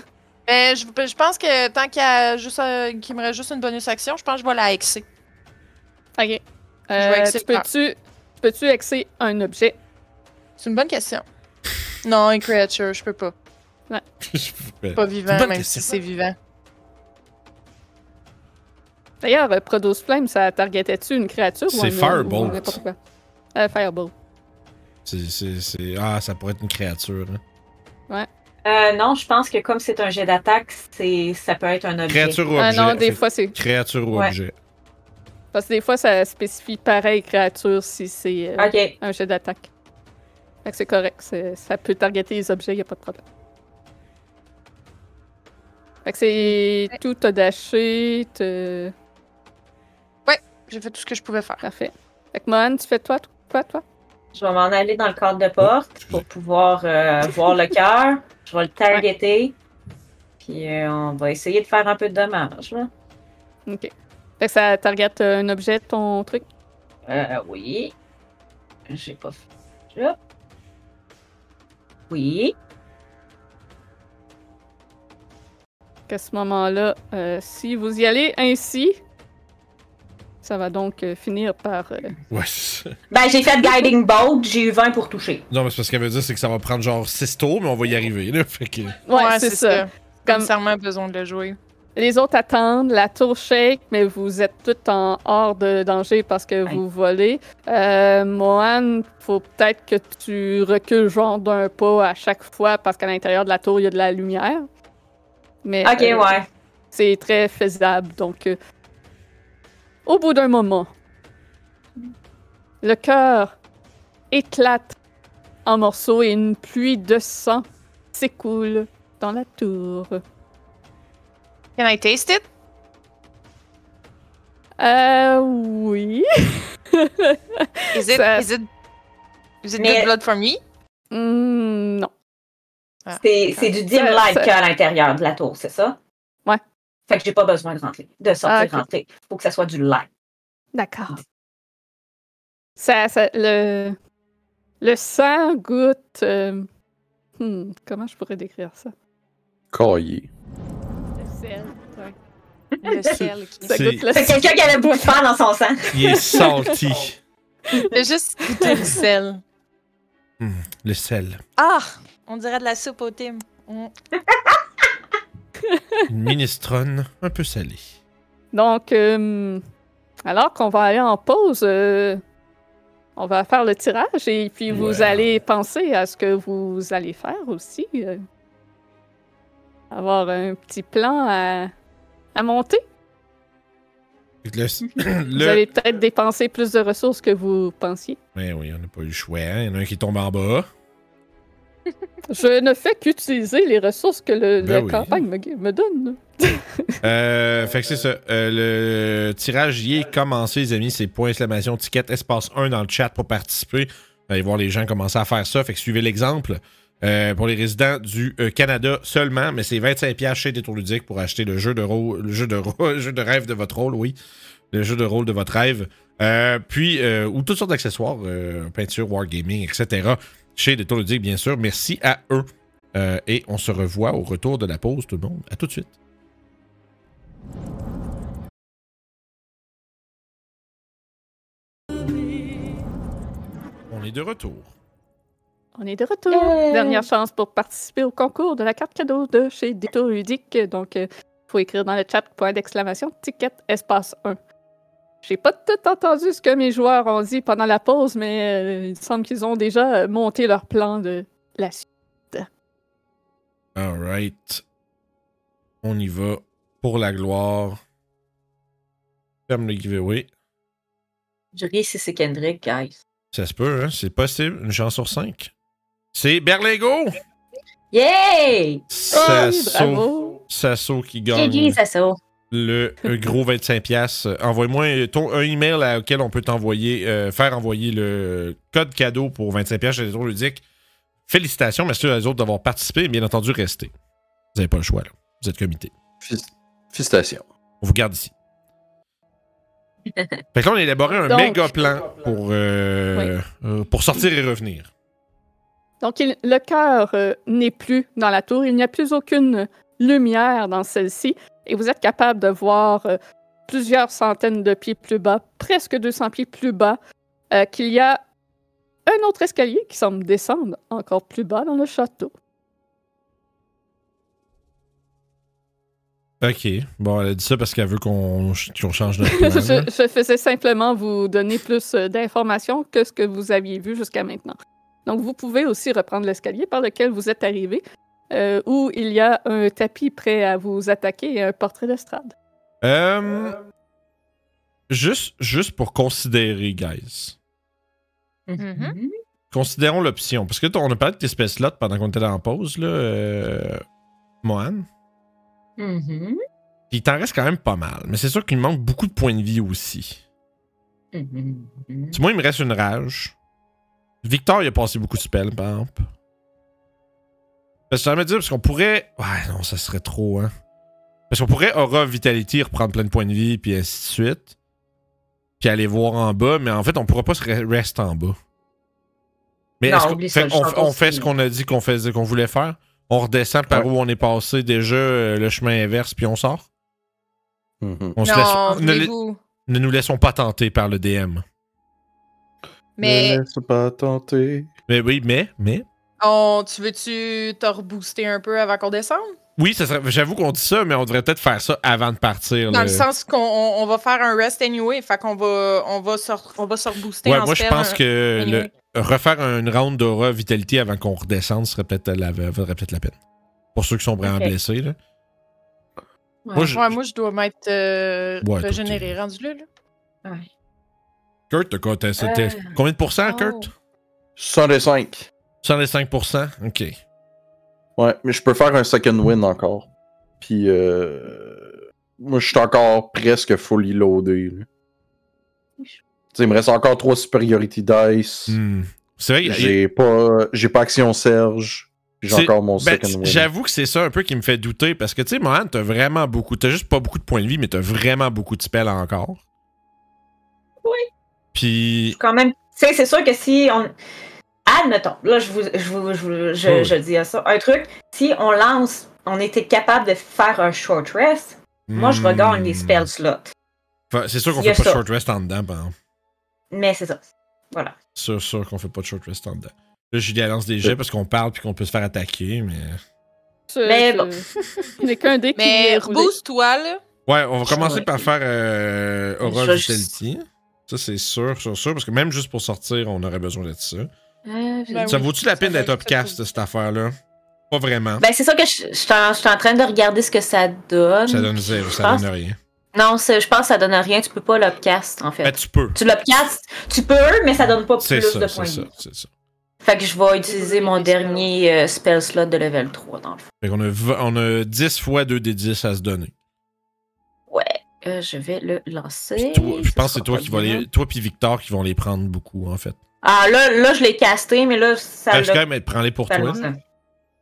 S5: Ben, je, je pense que tant qu'il y a juste, euh, qu'il me reste juste une bonus action, je pense que je vais la hexer.
S1: Ok.
S5: vais
S1: Euh,
S5: axer
S1: tu peux-tu peux hexer un objet?
S5: C'est une bonne question. non, un creature, je peux pas.
S3: Je- ben,
S5: Pas vivant,
S3: bonne
S5: même
S3: question.
S5: si c'est vivant.
S1: D'ailleurs, euh, Produce Flame, ça targetait-tu une créature ou
S3: C'est
S1: un- ou
S3: Firebolt.
S1: n'importe quoi? Euh, Firebolt.
S3: c'est- c'est- c'est- Ah, ça pourrait être une créature. hein.
S2: Euh, non, je pense que comme c'est un jet d'attaque, c'est ça peut être un objet.
S3: Créature ou
S1: Ah
S3: objet.
S1: non, des
S3: Fait-
S1: fois, c'est.
S3: Créature ou
S2: Ouais.
S3: objet.
S1: Parce que des fois, ça spécifie pareil créature si c'est euh,
S2: Ok.
S1: un jet d'attaque. Fait que c'est correct. c'est- Ça peut targeter les objets, y a pas de problème. Fait que c'est tout, t'as dashé, t'as-
S5: J'ai fait tout ce que je pouvais faire.
S1: Parfait. Fait que Mohan, tu fais toi, toi, toi?
S2: Je vais m'en aller dans le cadre de porte
S3: excusez.
S2: pour pouvoir euh, voir le cœur. Je vais le targeter. Puis euh, on va essayer de faire un peu de dommages. là.
S1: Ok. Fait que ça target euh, un objet, ton truc?
S2: Euh, oui. J'ai pas fait. Hop. Oui.
S1: qu'à ce moment-là, euh, si vous y allez ainsi, ça va donc euh, finir par... euh,
S3: Ouais, c'est ça.
S2: Ben, j'ai fait Guiding Bolt. J'ai eu 20 pour toucher.
S3: Non, mais c'est parce qu'elle veut dire c'est que ça va prendre genre 6 tours, mais on va y arriver, là. Fait que.
S1: Ouais, c'est ça.
S5: Pas
S1: Comme
S5: nécessairement besoin de le jouer.
S1: les autres attendent, la tour shake, mais vous êtes tout en hors de danger parce que
S2: Ouais.
S1: vous volez. Euh, Mohan, faut peut-être que tu recules genre d'un pas à chaque fois parce qu'à l'intérieur de la tour, il y a de la lumière. Mais
S2: Ok,
S1: euh,
S2: ouais.
S1: c'est très faisable. Donc, euh, au bout d'un moment, le cœur éclate en morceaux et une pluie de sang s'écoule dans la tour.
S5: Can I taste it?
S1: Euh, oui.
S5: Is it,
S1: Ça-
S5: is it, is it
S2: Mais-
S5: good blood for me?
S1: Hmm, non.
S5: Ah.
S2: C'est c'est du dim
S1: Ça-
S2: light
S1: ça-
S2: qu'il y a à l'intérieur de la tour, c'est ça?
S1: Ouais.
S2: Fait que j'ai pas besoin de rentrer, de sortir
S1: Ah, ok.
S2: rentrer. Faut que ça soit du light.
S1: D'accord. Ça, ça- le, le sang goûte. euh, hmm, comment je pourrais décrire ça?
S4: Caillé.
S1: Le sel.
S5: Le ciel qui.
S1: Ça goûte le
S2: C'est
S1: sel.
S2: quelqu'un qui avait beaucoup de fer dans son sang.
S3: Il est salty.
S5: J'ai juste goûté le sel.
S3: Le sel.
S5: Ah! On dirait de la soupe au thym. Mm.
S3: Une minestrone un peu salée.
S1: Donc, euh, alors qu'on va aller en pause, euh, on va faire le tirage et puis vous
S3: Ouais.
S1: allez penser à ce que vous allez faire aussi. euh. avoir un petit plan à, à monter.
S3: Fait que Le...
S1: Vous
S3: le...
S1: allez peut-être dépenser plus de ressources que vous pensiez.
S3: Ben oui, on n'a pas eu le choix. hein. Il y en a un qui tombe en bas.
S1: Je ne fais qu'utiliser les ressources que le-
S3: Ben
S1: la
S3: oui.
S1: campagne me, me donne.
S3: Euh, fait que c'est ça. Euh, le tirage y est commencé, les amis. C'est point exclamation ticket espace 1 dans le chat pour participer. Vous allez voir les gens commencer à faire ça. Fait que suivez l'exemple. Euh, pour les résidents du euh, Canada seulement, mais c'est 25 pièces chez Détour Ludique pour acheter le jeu de rôle, le jeu de rôle- le jeu de rêve de votre rôle, oui, le jeu de rôle de votre rêve. Euh, puis euh, ou toutes sortes d'accessoires, euh, peinture, wargaming, etc. Chez Détour Ludique, bien sûr. Merci à eux. Euh, et on se revoit au retour de la pause, tout le monde. À tout de suite. On est de retour.
S1: On est de retour. Dernière chance pour participer au concours de la carte cadeau de chez Détour Ludique. Donc, il faut écrire dans le chat point d'exclamation ticket espace 1. J'ai pas tout entendu ce que mes joueurs ont dit pendant la pause, mais euh, il semble qu'ils ont déjà euh, monté leur plan de la suite.
S3: Alright. On y va pour la gloire. Ferme le giveaway.
S2: Je ris si c'est Kendrick, guys.
S3: Ça se peut, hein? C'est possible. Une chance sur cinq. C'est Berlego!
S2: Yay!
S1: Oui,
S3: Sasso.
S1: bravo!
S3: Sasso qui
S2: GG,
S3: gagne
S2: ça sort.
S3: le euh, gros 25$. piastres. Euh, Envoie-moi ton, un email à- auquel on peut t'envoyer, euh, faire envoyer le code cadeau pour 25$ piastres chez les autres ludiques. Félicitations, merci à les autres d'avoir participé et bien entendu rester. Vous n'avez pas le choix, là. Vous êtes comité.
S4: Fis- Félicitations.
S3: On vous garde ici. fait que là, on a élaboré un
S1: Donc-
S3: méga plan pour, euh, euh, pour sortir et revenir.
S1: Donc, il- le cœur euh, n'est plus dans la tour. Il n'y a plus aucune lumière dans celle-ci. Et vous êtes capable de voir euh, plusieurs centaines de pieds plus bas, presque 200 pieds plus bas, euh, qu'il y a un autre escalier qui semble descendre encore plus bas dans le château.
S3: OK. Bon, elle a dit ça parce qu'elle veut qu'on qu'on change notre plan. là.
S1: je, je faisais simplement vous donner plus euh, d'informations que ce que vous aviez vu jusqu'à maintenant. Donc, vous pouvez aussi reprendre l'escalier par lequel vous êtes arrivé, euh, où il y a un tapis prêt à vous attaquer et un portrait d'estrade.
S3: Euh, juste, juste pour considérer, guys.
S2: Mm-hmm.
S5: Mhm.
S3: Considérons l'option. Parce que t- on a parlé de tes espèces là pendant qu'on était en pause, là, euh, Mohan.
S2: Mhm.
S3: Puis il t'en reste quand même pas mal. Mais c'est sûr qu'il me manque beaucoup de points de vie aussi.
S2: Mhm. Mhm.
S3: Tu moi, il me reste une rage. Victor, il a passé beaucoup de spells, par exemple. Parce que j'aimerais dire, parce qu'on pourrait. Ouais, non, ça serait trop, hein. Parce qu'on pourrait Aura Vitality reprendre plein de points de vie, puis ainsi de suite. Puis aller voir en bas, mais en fait, on pourra pas se re- rest en bas. Mais
S2: Non,
S3: est-ce qu'on-
S2: oublie ça,
S3: fait-
S2: le
S3: on,
S2: champion,
S3: on fait ce
S2: c'est-
S3: qu'on a dit qu'on faisait, qu'on voulait faire. On redescend par
S4: Ouais.
S3: où on est passé déjà euh, le chemin inverse, puis on sort.
S4: Mhm.
S3: On se laisse-
S5: Non,
S3: ne, la-
S5: vous
S3: ne nous laissons pas tenter par le DM.
S5: Mais
S4: Ne laisse pas tenter.
S3: Mais oui, mais, mais.
S5: on, tu veux-tu te rebooster un peu avant qu'on descende?
S3: Oui, ça serait- j'avoue qu'on dit ça, mais on devrait peut-être faire ça avant de partir.
S5: Dans
S3: là.
S5: le sens qu'on on, on va faire un rest anyway, fait qu'on va, on va, se, re- on va se rebooster
S3: Ouais,
S5: en
S3: moi, je
S5: spell,
S3: pense
S5: hein.
S3: que
S5: anyway.
S3: le- refaire une round d'aura vitalité avant qu'on redescende serait peut-être la, vaudrait peut-être la peine. Pour ceux qui sont vraiment
S2: Ok.
S3: blessés. là.
S2: Ouais.
S3: Moi, je,
S5: Ouais, moi, je dois m'être euh,
S3: Ouais, toi,
S5: régénéré,
S3: t'es-
S5: rendu là. là.
S2: Ouais.
S3: Kurt, t'as quoi, t'as- t'as- t'as- combien de pourcents,
S5: Oh.
S3: Kurt
S4: 105.
S3: 105 Ok.
S4: Ouais, mais je peux faire un second win encore. Puis, euh, moi, je suis encore presque fully loadé. là. Tu sais, il me reste encore 3 superiority dice.
S3: Hmm. C'est vrai, il-
S4: J'ai pas, j'ai pas action Serge. Puis j'ai
S3: C'est-
S4: encore mon
S3: Ben,
S4: second win.
S3: J'avoue que c'est ça un peu qui me fait douter parce que, tu sais, Mohan, t'as vraiment beaucoup. T'as juste pas beaucoup de points de vie, mais t'as vraiment beaucoup de spells encore.
S2: Oui.
S3: Puis.
S2: Faut quand même. Tu sais, c'est sûr que si on. Admettons, là, je vous, je vous- je vous- je-
S3: Oui.
S2: je dis à ça. Un truc, si on lance, on était capable de faire un short rest, moi, je
S3: hmm,
S2: regagne les spell slots.
S3: fa- C'est sûr qu'on
S2: Il y
S3: fait
S2: a
S3: pas de
S2: ça.
S3: short rest en dedans, par exemple.
S2: Mais c'est ça. Voilà.
S3: Sûr, sûr qu'on fait pas de short rest en dedans. Là, Julie, elle lance des
S2: Euh.
S3: jets parce qu'on parle puis qu'on peut se faire attaquer, mais.
S1: Ce-
S2: Mais
S1: ce-
S2: bon.
S1: Ce Euh, n'est qu'un dé qui
S5: Mais
S1: est roulé.
S5: reboost-toi, là.
S3: Ouais, on va commencer
S2: Ouais.
S3: par faire euh, Aura
S2: Je-
S3: Vitality. Ça, c'est sûr, sûr, sûr, parce que même juste pour sortir, on aurait besoin de ça.
S2: Ah
S5: Ben
S3: ça
S5: oui,
S3: vaut-tu la
S5: ça
S3: peine
S5: va
S3: d'être
S5: être
S3: upcast,
S5: cool.
S3: cette affaire-là? Pas vraiment.
S2: Ben, c'est ça que je je suis en, je suis en train de regarder ce que ça donne.
S3: ça donne zéro, ça
S2: Ben, pense-
S3: donne rien.
S2: Non, c'est- je pense que ça donne rien. Tu peux pas l'upcast, en fait.
S3: Ben, tu peux.
S2: Tu l'upcast, tu peux, mais ça donne pas plus
S3: C'est ça,
S2: de
S3: c'est
S2: points de
S3: ça,
S2: vie.
S3: c'est ça.
S2: Fait que je vais utiliser mon
S5: Les spells.
S2: dernier euh, spell slot de level 3, dans le fond.
S3: Fait qu'on a, v- on a 10 fois 2 des 10 à se donner.
S2: Euh, je vais le lancer.
S3: Puis toi- je
S2: Ça
S3: pense que c'est
S2: sera
S3: toi
S2: pas
S3: qui vas
S2: bien.
S3: les. Toi puis Victor qui vont les prendre beaucoup, en fait.
S2: Ah, là, là, je l'ai casté, mais là, ça
S3: Fait que Ben, quand
S2: l'a.
S3: même, prends-les pour
S2: ça
S3: toi. hein.
S2: l'a-
S3: là.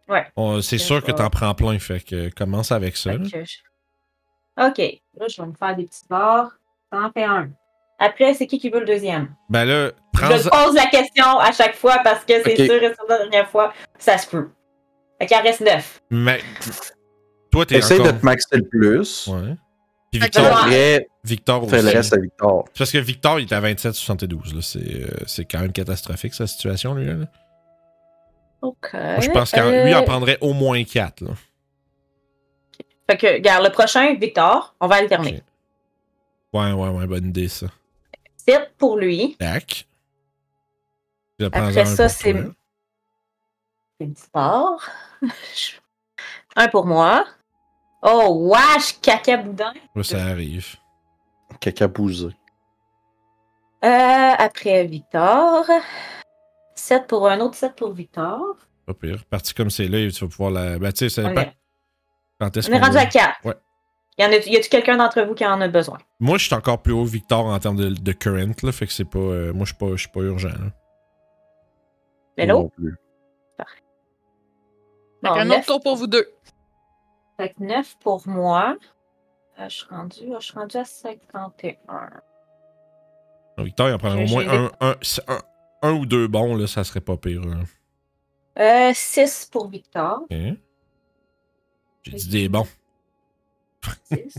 S2: Ouais.
S3: On- C'est
S2: Fait
S3: sûr
S2: que
S3: que
S2: je
S3: t'en
S2: vais-
S3: prends plein, fait que commence avec ça.
S2: Fait
S3: là.
S2: que je- Ok. Là, je vais me faire des petits bords. T'en fais un. Après, c'est qui qui veut le deuxième?
S3: Ben là,
S2: Je
S3: prends-en.
S2: pose la question à chaque fois parce que c'est
S4: Ok.
S2: sûr et sur la dernière fois, ça se peut. Fait qu'il en reste neuf.
S3: Mais. Toi, t'es
S4: Essaye
S3: encore...
S4: de te maxer le plus.
S3: Ouais. Puis
S5: Fait que là,
S3: Victor,
S4: Après,
S3: Victor aussi.
S4: fais le reste à Victor.
S3: C'est Parce que Victor, il était à 27,72. là. C'est euh, c'est quand même catastrophique, sa situation, lui. Là. Moi,
S2: OK. Euh,
S3: je pense que lui, il en prendrait au moins 4. Là.
S2: Fait que, regarde, le prochain, Victor, on va alterner.
S3: Ouais, ouais, ouais, bonne idée, ça.
S2: C'est pour lui.
S3: Tac. Je le
S2: Après
S3: prends-en un
S2: ça,
S3: pour
S2: c'est-
S3: toi.
S2: C'est une sport. un pour moi. Oh, wesh, caca boudin.
S3: Là, ça arrive.
S4: Cacabouzé.
S2: Euh, après Victor. 7 pour un autre, 7 pour Victor.
S3: Pas pire. Parti comme c'est là, tu vas pouvoir la. Ben, tu sais, ça
S2: On
S3: dépend
S2: est,
S3: quand est-ce
S2: on est
S3: qu'on
S2: rendu
S3: va-
S2: à 4.
S3: Ouais.
S2: Y, en a, y a-tu quelqu'un d'entre vous qui en a besoin?
S3: Moi, je suis encore plus haut que Victor en termes de, de current, là. Fait que c'est pas. euh, moi, je suis pas, je suis pas urgent, là.
S2: Hello?
S3: Oh.
S4: Non plus.
S5: Fait qu'un autre tour pour vous deux.
S2: Fait que 9 pour moi. Euh, je suis rendue je suis rendue à 51.
S3: Donc, Victor, il en prendrait au
S2: J'ai-
S3: moins
S2: j'ai-
S3: un, un, c'est un, un ou deux bons, là, ça serait pas pire. là.
S2: Euh, 6 pour Victor.
S3: Ok. J'ai dit des bons.
S2: Six.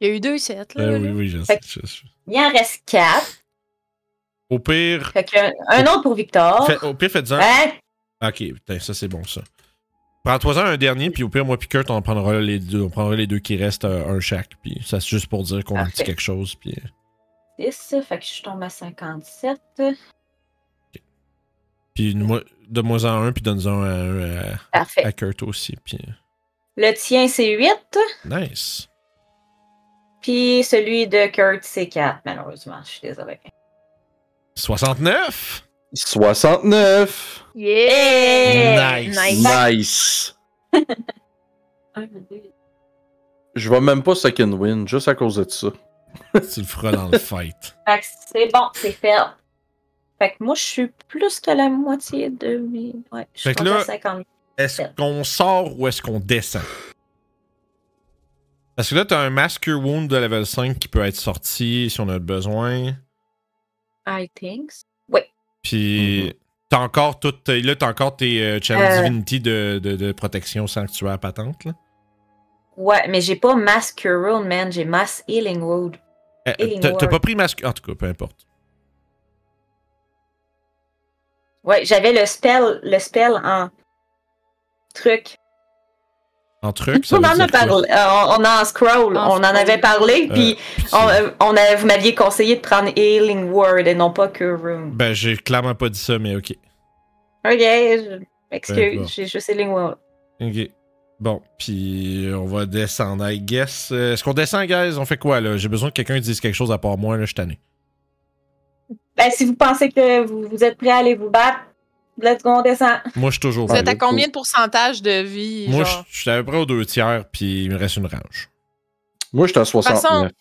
S5: Il y a eu deux sets, là.
S3: Euh,
S5: là.
S3: oui, oui, je sais.
S2: Fait-
S3: je sais.
S2: Il en reste 4.
S3: Au pire,
S2: Fait que un autre pour Victor.
S3: fait- oh, au pire, faites-en.
S2: Hein?
S3: Ok, putain, ça c'est bon ça. Prends-toi-en un dernier, puis au pire, moi puis Kurt, on prendra les deux, on prendra les deux qui restent euh, un chaque. Puis ça, c'est juste pour dire qu'on a dit
S2: Parfait.
S3: quelque chose. Puis euh,
S2: 10, fait que je tombe à 57.
S3: puis moi- donne-moi en un, puis donne-en un à,
S2: Parfait.
S3: à Kurt aussi. Puis
S2: Le tien, c'est 8.
S3: nice.
S2: Puis celui de Kurt, c'est 4, malheureusement. Je suis désolée.
S3: 69!
S4: 69!
S5: Yeah!
S3: Nice.
S4: Nice! Je vais même pas second win, juste à cause de ça.
S3: tu le feras dans le fight.
S2: Fait que c'est bon, c'est fait. Fait que moi, je suis plus que la moitié de mes. Ouais, je suis
S3: Fait que
S2: rendue
S3: là-
S2: à 50.
S3: Est-ce
S2: Sept.
S3: qu'on sort ou est-ce qu'on descend? Parce que là, t'as un Master Wound de level 5 qui peut être sorti si on a besoin.
S2: I think. so.
S3: Puis t'as encore tout, là, t'as encore tes euh, Channel
S2: Euh.
S3: Divinity de, de- de protection sanctuaire patente. Là.
S2: Ouais, mais j'ai pas Mass Cure Wound, man. J'ai Mass Healing Wound.
S3: Euh,
S2: Healing
S3: t'as t'as
S2: Word.
S3: pas pris masque. En tout cas, peu importe.
S2: Ouais, j'avais le spell, le spell en truc.
S3: En truc, ça
S2: On en,
S3: veut
S2: a
S3: dire quoi?
S2: parlé, euh, on, on a en scroll,
S1: En
S2: on en
S1: scroll.
S2: avait parlé,
S3: Euh,
S2: puis
S3: puis
S2: on,
S3: tu-
S2: euh, on a- vous m'aviez conseillé de prendre Healing Word et non pas Cure Room.
S3: Ben, j'ai clairement pas dit ça, mais ok.
S2: Ok, je
S3: Ben, bon.
S2: m'excuse, j'ai juste Healing Word.
S3: Ok. Bon, puis euh, on va descendre, I guess. Euh, Est-ce qu'on descend, guys? On fait quoi, là? J'ai besoin que quelqu'un dise quelque chose à part moi, là, je suis tanné.
S2: Ben, si vous pensez que vous, vous êtes prêt à aller vous battre, let's go, on descend.
S3: Moi, je suis toujours
S5: Vous êtes à
S4: Ouais, cool.
S5: combien de pourcentage de vie?
S3: Moi, je
S5: genre?
S3: je suis à peu près aux deux tiers, puis il me reste une range.
S4: Moi, j'étais à
S5: façon,
S4: 69.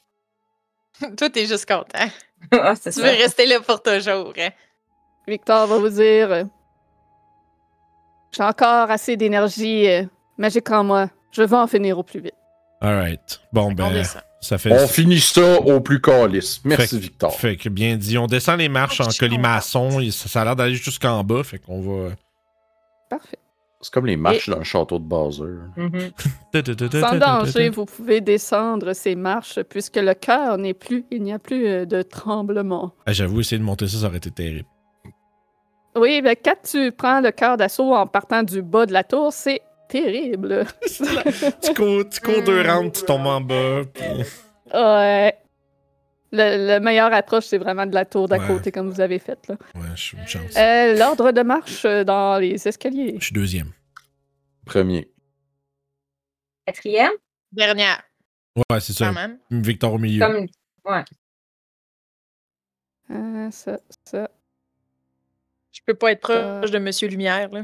S5: Toi, t'es juste content.
S2: Ah, c'est
S5: Tu
S2: ça.
S5: veux
S3: Ben.
S5: rester là pour toujours. hein?
S1: Victor va vous dire euh, J'ai encore assez d'énergie euh, magique en moi. Je vais en finir au plus vite.
S3: Alright. Bon,
S5: On
S3: ben,
S5: descend.
S3: ça fait.
S4: On finit ça au plus calice. Merci, Victor.
S3: Fait que bien dit, on descend les marches en
S5: Action.
S3: colimaçon. et Ça ça a l'air d'aller jusqu'en bas. Fait qu'on va.
S1: Parfait.
S4: C'est comme les marches d'un château de Bowser.
S2: Mhm.
S1: Sans danger, vous pouvez descendre ces marches puisque le cœur n'est plus, il n'y a plus euh, de tremblement.
S3: Ah, J'avoue, essayer de monter ça, ça aurait été terrible.
S1: Oui, ben, quand tu prends le cœur d'assaut en partant du bas de la tour, c'est terrible.
S3: tu cours, tu cours
S5: Hmm.
S3: deux rounds, tu tombes en bas. puis-
S1: Oh, ouais. Le, le meilleur approche, c'est vraiment de la tour d'à
S3: Ouais.
S1: côté, comme vous avez fait. là.
S3: Ouais, je suis une chance.
S1: Euh, L'ordre de marche euh, dans les escaliers.
S3: Je suis deuxième.
S4: Premier.
S2: Quatrième,
S5: Dernière,
S3: Ouais, c'est ça.
S5: quand même.
S3: Victor au milieu.
S2: comme
S1: Euh, ça, ça.
S5: Je peux pas être
S1: Euh.
S5: proche de Monsieur Lumière, là.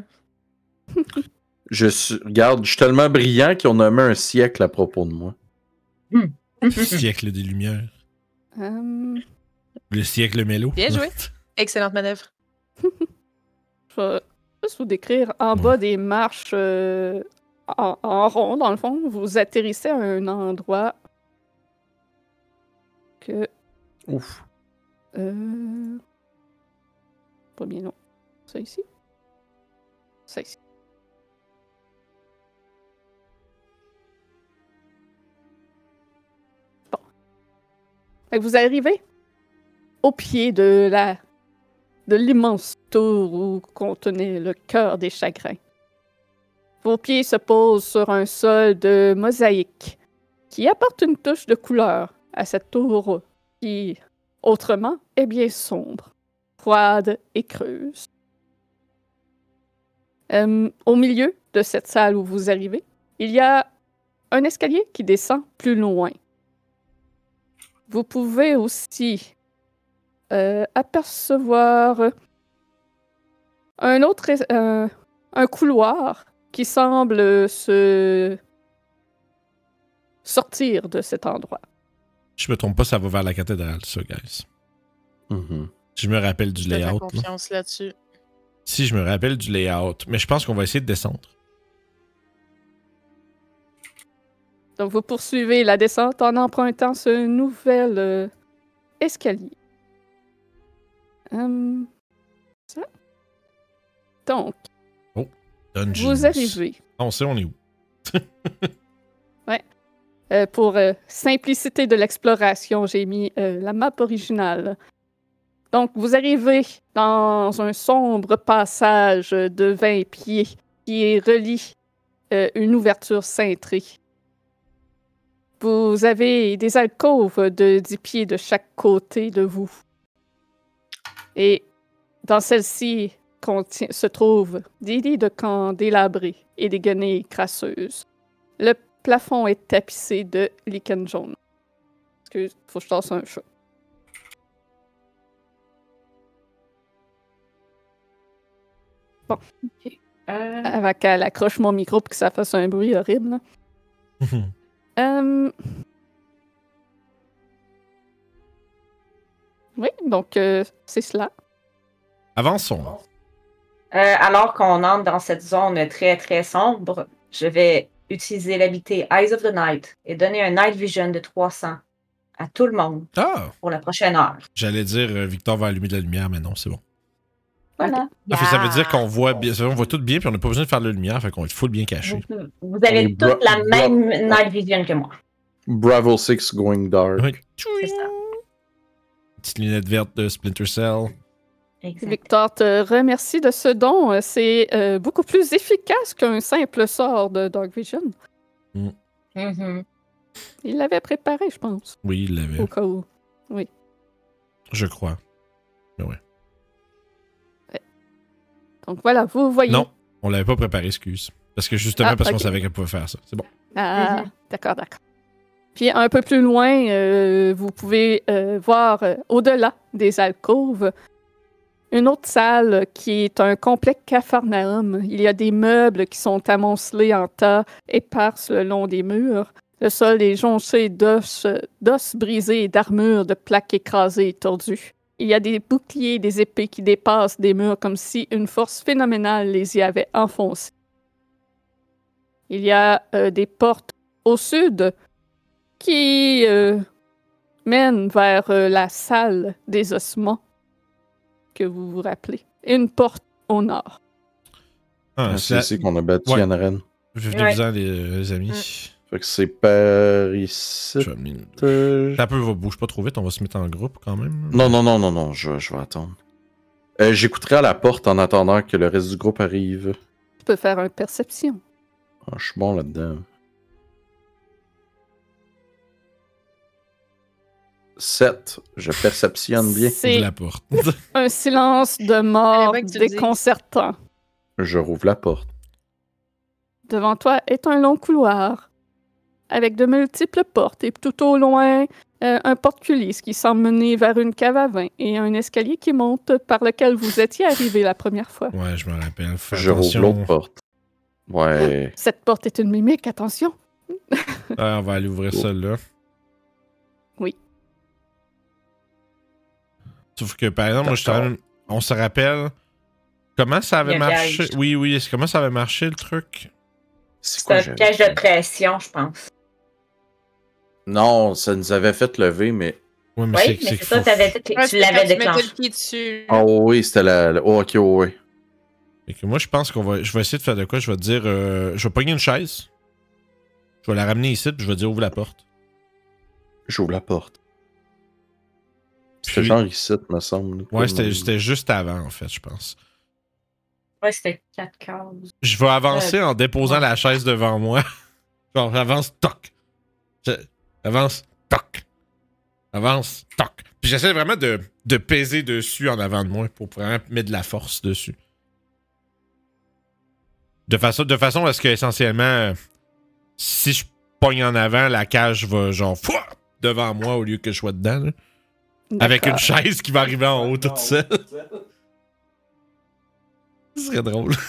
S4: Je suis- regarde, je suis tellement brillant qu'ils ont nommé un siècle à propos de moi.
S3: siècle des Lumières.
S1: euh,
S3: Le siècle mélo.
S5: Bien joué. Excellente manœuvre.
S1: je vais juste vous décrire en
S3: Ouais.
S1: bas des marches euh, en, en rond, dans le fond. Vous atterrissez à un endroit que
S4: Ouf.
S1: Euh... Pas bien long. Ça ici? Ça ici. Bon. Fait que vous arrivez au pied de la de l'immense tour où contenait le cœur des chagrins. Vos pieds se posent sur un sol de mosaïque qui apporte une touche de couleur à cette tour qui autrement est bien sombre, froide et creuse. Euh, au milieu de cette salle où vous arrivez, il y a un escalier qui descend plus loin. Vous pouvez aussi euh, apercevoir un autre es- euh, un couloir qui semble se sortir de cet endroit.
S3: Je me trompe pas, ça va vers la cathédrale, ça, guys.
S4: Mhm.
S3: Je me rappelle du
S5: Je te fais
S3: layout. là.
S5: confiance là-dessus.
S3: Si je me rappelle du layout, mais je pense qu'on va essayer de descendre.
S1: Donc, vous poursuivez la descente en empruntant ce nouvel euh, escalier. Hum, ça. Donc,
S3: Dungeons.
S1: vous arrivez.
S3: Ah, On sait, on est où.
S1: Euh, pour euh, simplicité de l'exploration, j'ai mis euh, la map originale. Donc, vous arrivez dans un sombre passage de 20 pieds qui relie euh, une ouverture cintrée. Vous avez des alcôves de 10 pieds de chaque côté de vous. Et dans celle-ci contient- se trouvent des lits de camp délabrés et des guenilles crasseuses. Le plafond est tapissé de lichen jaune. Excuse, faut que je tasse un chat.
S2: euh,
S1: Avant qu'elle accroche mon micro pour que ça fasse un bruit horrible. là. Hum. Oui, donc euh, c'est cela.
S3: Avançons.
S2: Euh, alors qu'on entre dans cette zone très très sombre, je vais utiliser l'habilité Eyes of the Night et donner un Night Vision de 300 à tout le monde
S3: Ah!
S2: pour la prochaine heure.
S3: J'allais dire euh, Victor va allumer de la lumière, mais non, c'est bon.
S2: Voilà.
S3: Ah, fait que ça veut
S5: Yeah.
S3: dire qu'on voit
S5: Bah.
S3: bien, ça veut dire on voit tout bien, puis on n'a pas besoin de faire de la lumière, fait qu'on est full bien caché.
S2: Vous, vous
S4: On
S2: avez
S4: est blo-
S2: toute la
S4: blo-
S2: même Night Vision que moi.
S4: Bravo 6 going dark.
S3: Ouais.
S2: C'est ça.
S3: Petite lunette verte de Splinter Cell.
S2: Exact.
S1: Victor te remercie de ce don. C'est euh, beaucoup plus efficace qu'un simple sort de Dark Vision.
S2: Mhm.
S1: Il l'avait préparé, je pense,
S3: Oui, il l'avait,
S1: au cas où.
S3: je crois.
S1: Donc voilà, vous voyez.
S3: Non, on l'avait pas préparé, excuse. Parce que justement,
S1: Ah,
S3: parce qu'on
S1: ok.
S3: savait qu'elle pouvait faire ça. C'est bon.
S1: Ah, d'accord, d'accord. Puis un peu plus loin, euh, vous pouvez euh, voir euh, au-delà des alcôves une autre salle qui est un complexe capharnaüm. Il y a des meubles qui sont amoncelés en tas éparses le long des murs. Le sol est jonché d'os, d'os brisés et d'armures de plaques écrasées et tordues. Il y a des boucliers, des épées qui dépassent des murs comme si une force phénoménale les y avait enfoncés. Il y a euh, des portes au sud qui euh, mènent vers euh, la salle des ossements que vous vous rappelez. Et une porte au nord.
S3: Ah,
S4: c'est
S3: c'est la-
S4: ici qu'on a battu
S3: Ouais.
S4: en arène.
S3: Venez-vous-en, les, euh, les
S2: Mm.
S3: amis.
S4: Fait que c'est par ici.
S3: Je vais me-
S4: euh,
S3: T'as peu, va- bouge pas trop vite, on va se mettre en groupe quand même.
S4: Non, non, non, non, non, je, je vais attendre. Euh, J'écouterai à la porte en attendant que le reste du groupe arrive.
S1: Tu peux faire une perception.
S4: Ah, je suis bon là-dedans. Sept. Je perceptionne bien.
S3: Ouvre
S1: C'est
S3: la porte.
S1: un silence de mort
S5: Fallait bien que tu le dises.
S1: déconcertant.
S4: Je rouvre la porte.
S1: Devant toi est un long couloir avec de multiples portes et tout au loin euh, un porte-culisse qui semble mener vers une cave à vin et un escalier qui monte par lequel vous étiez arrivé la première fois.
S3: ouais, je me rappelle. Fais
S4: je
S3: attention.
S4: rouvre l'autre porte. Ouais.
S1: Cette porte est une mimique, attention.
S3: Ah, on va aller ouvrir celle-là.
S1: Oui.
S3: Sauf que, par exemple, moi, je suis en- on se rappelle comment ça avait
S2: Il y a le
S3: marché.
S2: piège.
S3: Oui, oui, c'est comment ça avait marché le truc.
S4: C'est
S2: C'est un
S4: j'avais
S2: piège
S4: fait?
S2: de pression, je pense.
S4: Non, ça nous avait fait lever, mais.
S3: Ouais, mais
S2: Oui, mais
S3: c'est
S2: c'est
S3: qu'il
S2: ça,
S3: faut-
S2: t'avais- tu
S5: Ouais,
S2: tu
S5: c'est quand
S2: l'avais
S5: tu mettais
S2: déclenché.
S5: le pied dessus.
S4: Oh oui, c'était la. la- oh, ok, oh, oui.
S3: Fait que moi, je pense qu'on va. Je vais essayer de faire de quoi Je vais te dire. euh, je vais pogner une chaise. Je vais la ramener ici, puis je vais dire ouvre la porte.
S4: J'ouvre la porte. C'était
S3: Puis-
S4: genre ici, me semble.
S3: Ouais,
S4: Comme- euh,
S3: c'était c'était juste avant, en fait, je pense.
S2: Ouais, c'était quatre cases.
S3: Je vais avancer en déposant
S2: ouais.
S3: la chaise devant moi. Genre, j'avance, toc. Je- J'avance, toc. J'avance, toc. Puis j'essaie vraiment de, de peser dessus en avant de moi pour vraiment mettre de la force dessus. De façon, de façon à ce que, essentiellement, euh, si je pogne en avant, la cage va genre fouah, devant moi au lieu que je sois dedans. là. Avec une
S1: D'accord.
S3: chaise qui va arriver en haut toute seule. Ce serait drôle.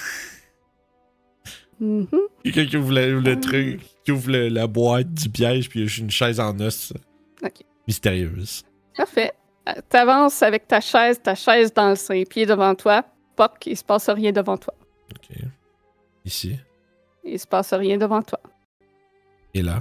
S1: Mhm.
S3: Quelqu'un qui ouvre le,
S2: Ah.
S3: le truc, qui ouvre le- la boîte du piège, puis j'ai une chaise en os.
S1: Ok.
S3: Mystérieuse.
S1: Parfait. Euh, T'avances avec ta chaise, ta chaise dans le sein, pied devant toi. Poc, il se passe rien devant toi.
S3: Ok. Ici.
S1: Il se passe rien devant toi.
S3: Et là.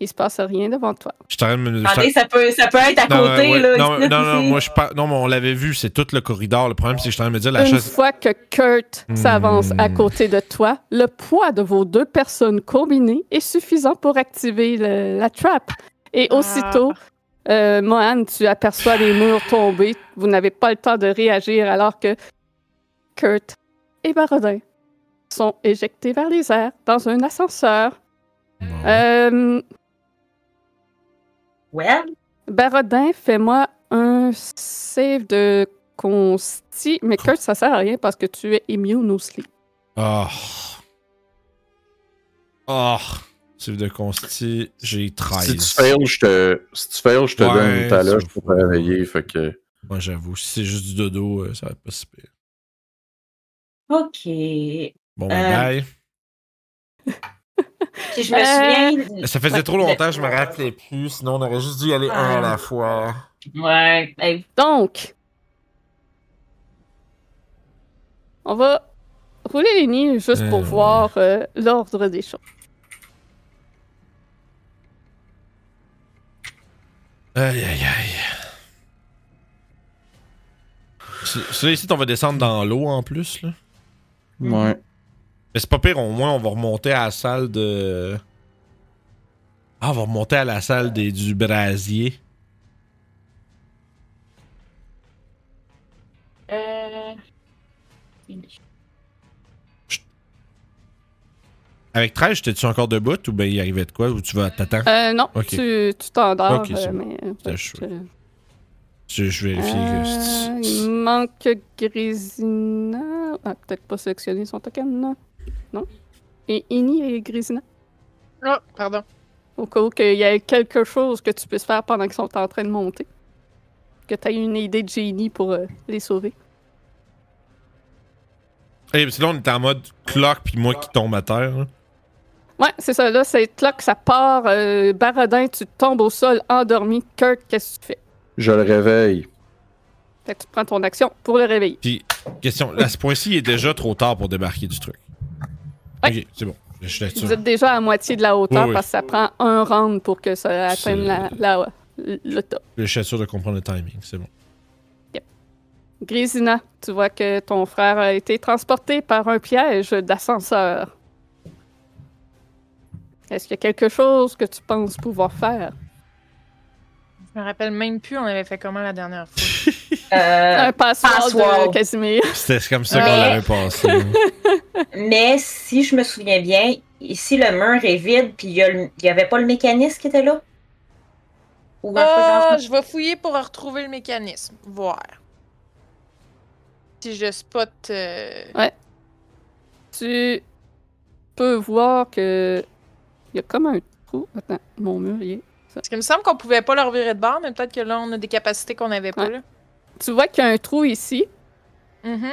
S1: Il se passe rien devant toi.
S3: Je suis en train de me.
S2: Attendez, ça peut, ça peut être à
S3: Non,
S2: côté,
S3: ouais,
S2: là.
S3: non,
S2: ici,
S3: non, non,
S2: ici.
S3: moi je par- Non, mais on l'avait vu, c'est tout le corridor. Le problème, c'est que je suis en train de me dire la
S2: Euh,
S1: Une
S3: chaise.
S1: fois que Kurt s'avance à
S3: Hmm.
S1: côté de toi, le poids de vos deux personnes combinées est suffisant pour activer le- la trap. Et
S5: Ah.
S1: aussitôt, euh, Mohan, tu aperçois les murs tomber. Vous n'avez pas le temps de réagir alors que Kurt et Barodin sont éjectés vers les airs dans un ascenseur.
S3: Bon.
S1: Euh,
S2: Well,
S1: Barodin, fais-moi un save de consti. Mais Kurt, ça sert à rien parce que tu es immune au sleep.
S3: Oh. Oh. C'est de consti. J'ai
S4: Si tu
S3: 13.
S4: fails, je te, si tu fails, je te
S3: Ouais,
S4: donne ta loge
S3: ça
S4: pour
S3: faut-
S4: te réveiller. Fait que.
S3: Moi, j'avoue, si c'est juste du dodo, euh, ça va être pas si pire.
S2: OK. Puis
S3: Bon, ben,
S2: Euh,
S3: bye.
S2: je
S5: Euh,
S2: me souviens.
S3: Ça faisait trop longtemps, je me
S2: le-
S3: rappelais plus. Sinon, on aurait juste dû y aller un à la fois.
S2: Ouais. eh, hey,
S1: Donc, on va rouler les nids juste pour
S3: Euh.
S1: voir euh, l'ordre des choses.
S3: Aïe, aïe, aïe. Ce- Celui ici, on va descendre dans l'eau en plus. Là.
S2: Mm.
S4: Ouais.
S3: Mais c'est pas pire, au moins, on va remonter à la salle de. Ah, on va remonter à la salle des, du brasier.
S2: euh,
S3: Avec 13, j'étais-tu encore debout ou ben il arrivait de quoi Ou tu vas t'attendre
S1: Euh, non,
S3: Ok.
S1: tu tu t'endors,
S3: Ok, c'est
S1: euh,
S3: bon.
S1: mais...
S3: C'est
S1: ouais,
S3: chouette.
S1: euh,
S3: Je, je vérifie
S1: euh,
S3: que
S1: il manque Grisina. Ah, peut-être pas sélectionner son token, non? Non? Et Ini et Grisina.
S5: Oh, pardon.
S1: Au cas où qu'il y ait quelque chose que tu puisses faire pendant qu'ils sont en train de monter. Que tu aies une idée de génie pour euh, les sauver.
S3: Et Eh, parce que là, on est en mode clock, puis moi qui tombe à terre. hein. là.
S1: Ouais, c'est ça. Là, c'est là que ça part. euh, Barodin, tu tombes au sol endormi. Kurt, qu'est-ce que tu fais?
S4: Je le réveille.
S1: Fait que tu prends ton action pour le réveiller.
S3: Question, à ce point-ci, il est déjà trop tard pour débarquer du truc.
S1: Ouais.
S3: Ok, c'est bon. Je suis là-dessus.
S1: Vous êtes déjà à moitié de la hauteur
S3: Oui, oui.
S1: parce que ça prend un round pour que ça
S3: C'est-
S1: atteigne la, la- le top.
S3: Je suis sûr de comprendre le timing, c'est bon.
S1: Grisina, tu vois que ton frère a été transporté par un piège d'ascenseur. Est-ce qu'il y a quelque chose que tu penses pouvoir faire?
S5: Je me rappelle même plus, on avait fait comment la dernière fois.
S2: Euh,
S1: un passoire,
S2: passoire.
S1: de Casimir.
S3: C'était comme ça
S5: Ouais.
S3: qu'on l'avait passé. hein.
S2: mais si je me souviens bien, ici le mur est vide, puis il y a le- il y avait pas le mécanisme qui était là? Ou un truc dans
S5: Ah,
S2: ce-
S5: je vais fouiller pour retrouver le mécanisme. Voir. Si je spot. euh,
S1: Tu peux voir que il y a comme un trou. Attends, mon mur, il est-
S5: Parce qu'il me semble qu'on pouvait pas leur virer de bord, mais peut-être que là, on a des capacités qu'on n'avait pas.
S1: Ouais.
S5: Là.
S1: Tu vois qu'il y a un trou ici.
S5: Mhm.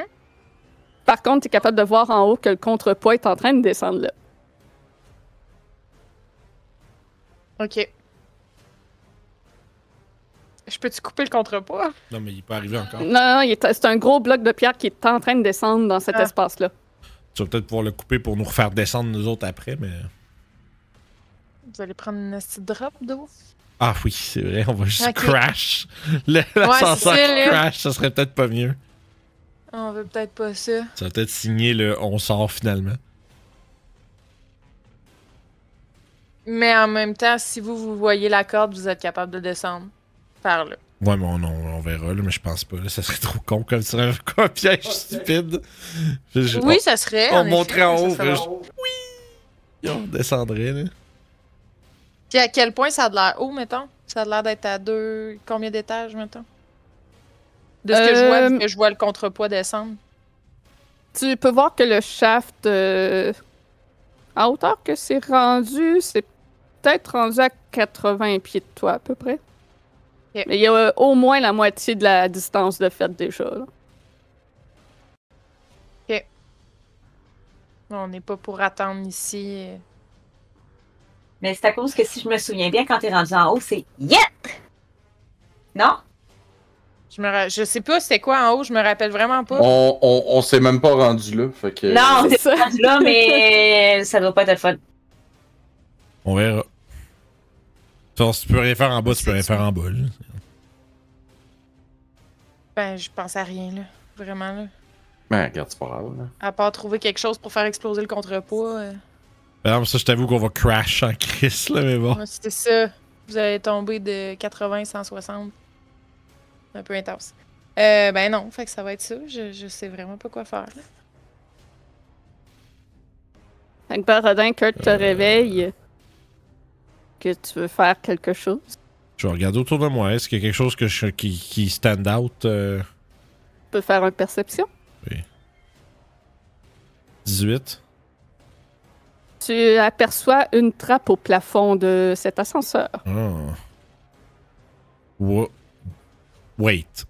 S1: Par contre, tu es capable de voir en haut que le contrepoids est en train de descendre là.
S5: Ok. Je peux-tu couper le contrepoids?
S3: non, mais il peut arriver encore.
S1: Non, non, il est- c'est un gros bloc de pierre qui est en train de descendre dans cet
S5: Ah.
S1: espace-là.
S3: Tu vas peut-être pouvoir le couper pour nous refaire descendre nous autres après, mais.
S5: Vous allez prendre une petite drop d'eau?
S3: Ah oui, c'est vrai, on va juste
S5: Ok.
S3: crash. Le- L'ascenseur
S5: c'est ça,
S3: qui
S5: là.
S3: crash, ça serait peut-être pas mieux.
S5: On veut peut-être pas ça.
S3: Ça va peut-être signer le on sort finalement.
S5: Mais en même temps, si vous, vous voyez la corde, vous êtes capable de descendre par là.
S3: Ouais, mais on, on- on verra, là, mais je pense pas. Là, ça serait trop con comme sur un, comme un piège stupide. Je- je-
S5: oui, ça serait.
S3: on
S5: en effet,
S3: monterait en
S5: ça
S3: haut,
S5: serait
S3: puis
S5: drôle.
S3: on, on descendrait, là.
S5: Puis à quel point ça a de l'air haut, mettons? Ça a l'air d'être à deux. Combien d'étages, mettons? De ce que je vois,
S1: Euh,
S5: vu que je vois le contrepoids descendre.
S1: Tu peux voir que le shaft, euh, à hauteur que c'est rendu, c'est peut-être rendu à 80 pieds de toi à peu près.
S5: Ok.
S1: Mais il y a euh, au moins la moitié de la distance de fait déjà. là.
S5: On n'est pas pour attendre ici. euh,
S2: Mais c'est à cause que si je me souviens bien, quand t'es rendu en haut, c'est YET! Non?
S5: Je, me ra- je sais pas c'était quoi en haut, je me rappelle vraiment pas.
S4: On, on, on s'est même pas rendu là. Fait que...
S2: Non,
S1: Euh, C'est
S2: t'es
S1: ça.
S2: pas rendu là, mais euh, ça doit pas être le fun.
S3: On verra. Genre, si tu peux rien faire en bas, tu peux rien faire en bas, là.
S5: Ben, je pense à rien, là. Vraiment, là.
S4: Ben, regarde, c'est pas grave. là.
S5: À part trouver quelque chose pour faire exploser le contrepoids. euh,
S3: Par exemple, Ah, ça, je t'avoue qu'on va crash en Chris, là, mais
S1: Ah.
S3: bon.
S5: ouais, C'était ça. Vous allez tomber de 80, 160. Un peu intense. Euh, ben non, fait que ça va être ça. Je, je sais vraiment pas quoi faire. là.
S1: Fait que Barodin, Kurt
S3: Euh,
S1: te réveille. Que tu veux faire quelque chose.
S3: Je vais regarder autour de moi. Est-ce qu'il y a quelque chose que je- qui, qui stand out? euh,
S1: Tu peux faire une perception.
S3: 18.
S1: Tu aperçois une trappe au plafond de cet ascenseur.
S3: Ah. Wa- Wait.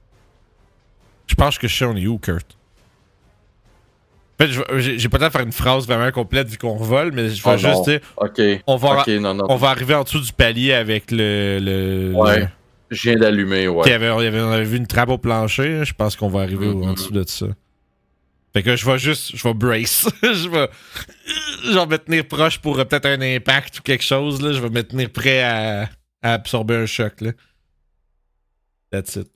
S3: Je pense que je sais on est où, Kurt. En fait, je vais- j'ai j'ai peut-être faire une phrase vraiment complète vu qu'on revole, mais je vais
S4: Oh non.
S3: juste dire
S4: Ok.
S3: on va,
S4: Ok, non, non.
S3: on va arriver en dessous du palier avec le. le-
S4: Ouais.
S3: le-
S4: Je viens d'allumer, ouais.
S3: Puis il y avait- on, avait, on avait vu une trappe au plancher. hein, Je pense qu'on va arriver au- en
S4: Mhm.
S3: dessous de ça. Fait que je vais juste. Je vais brace. je vais. Genre me tenir proche pour euh, peut-être un impact ou quelque chose. Là. Je vais me tenir prêt à, à absorber un choc. Là. That's it.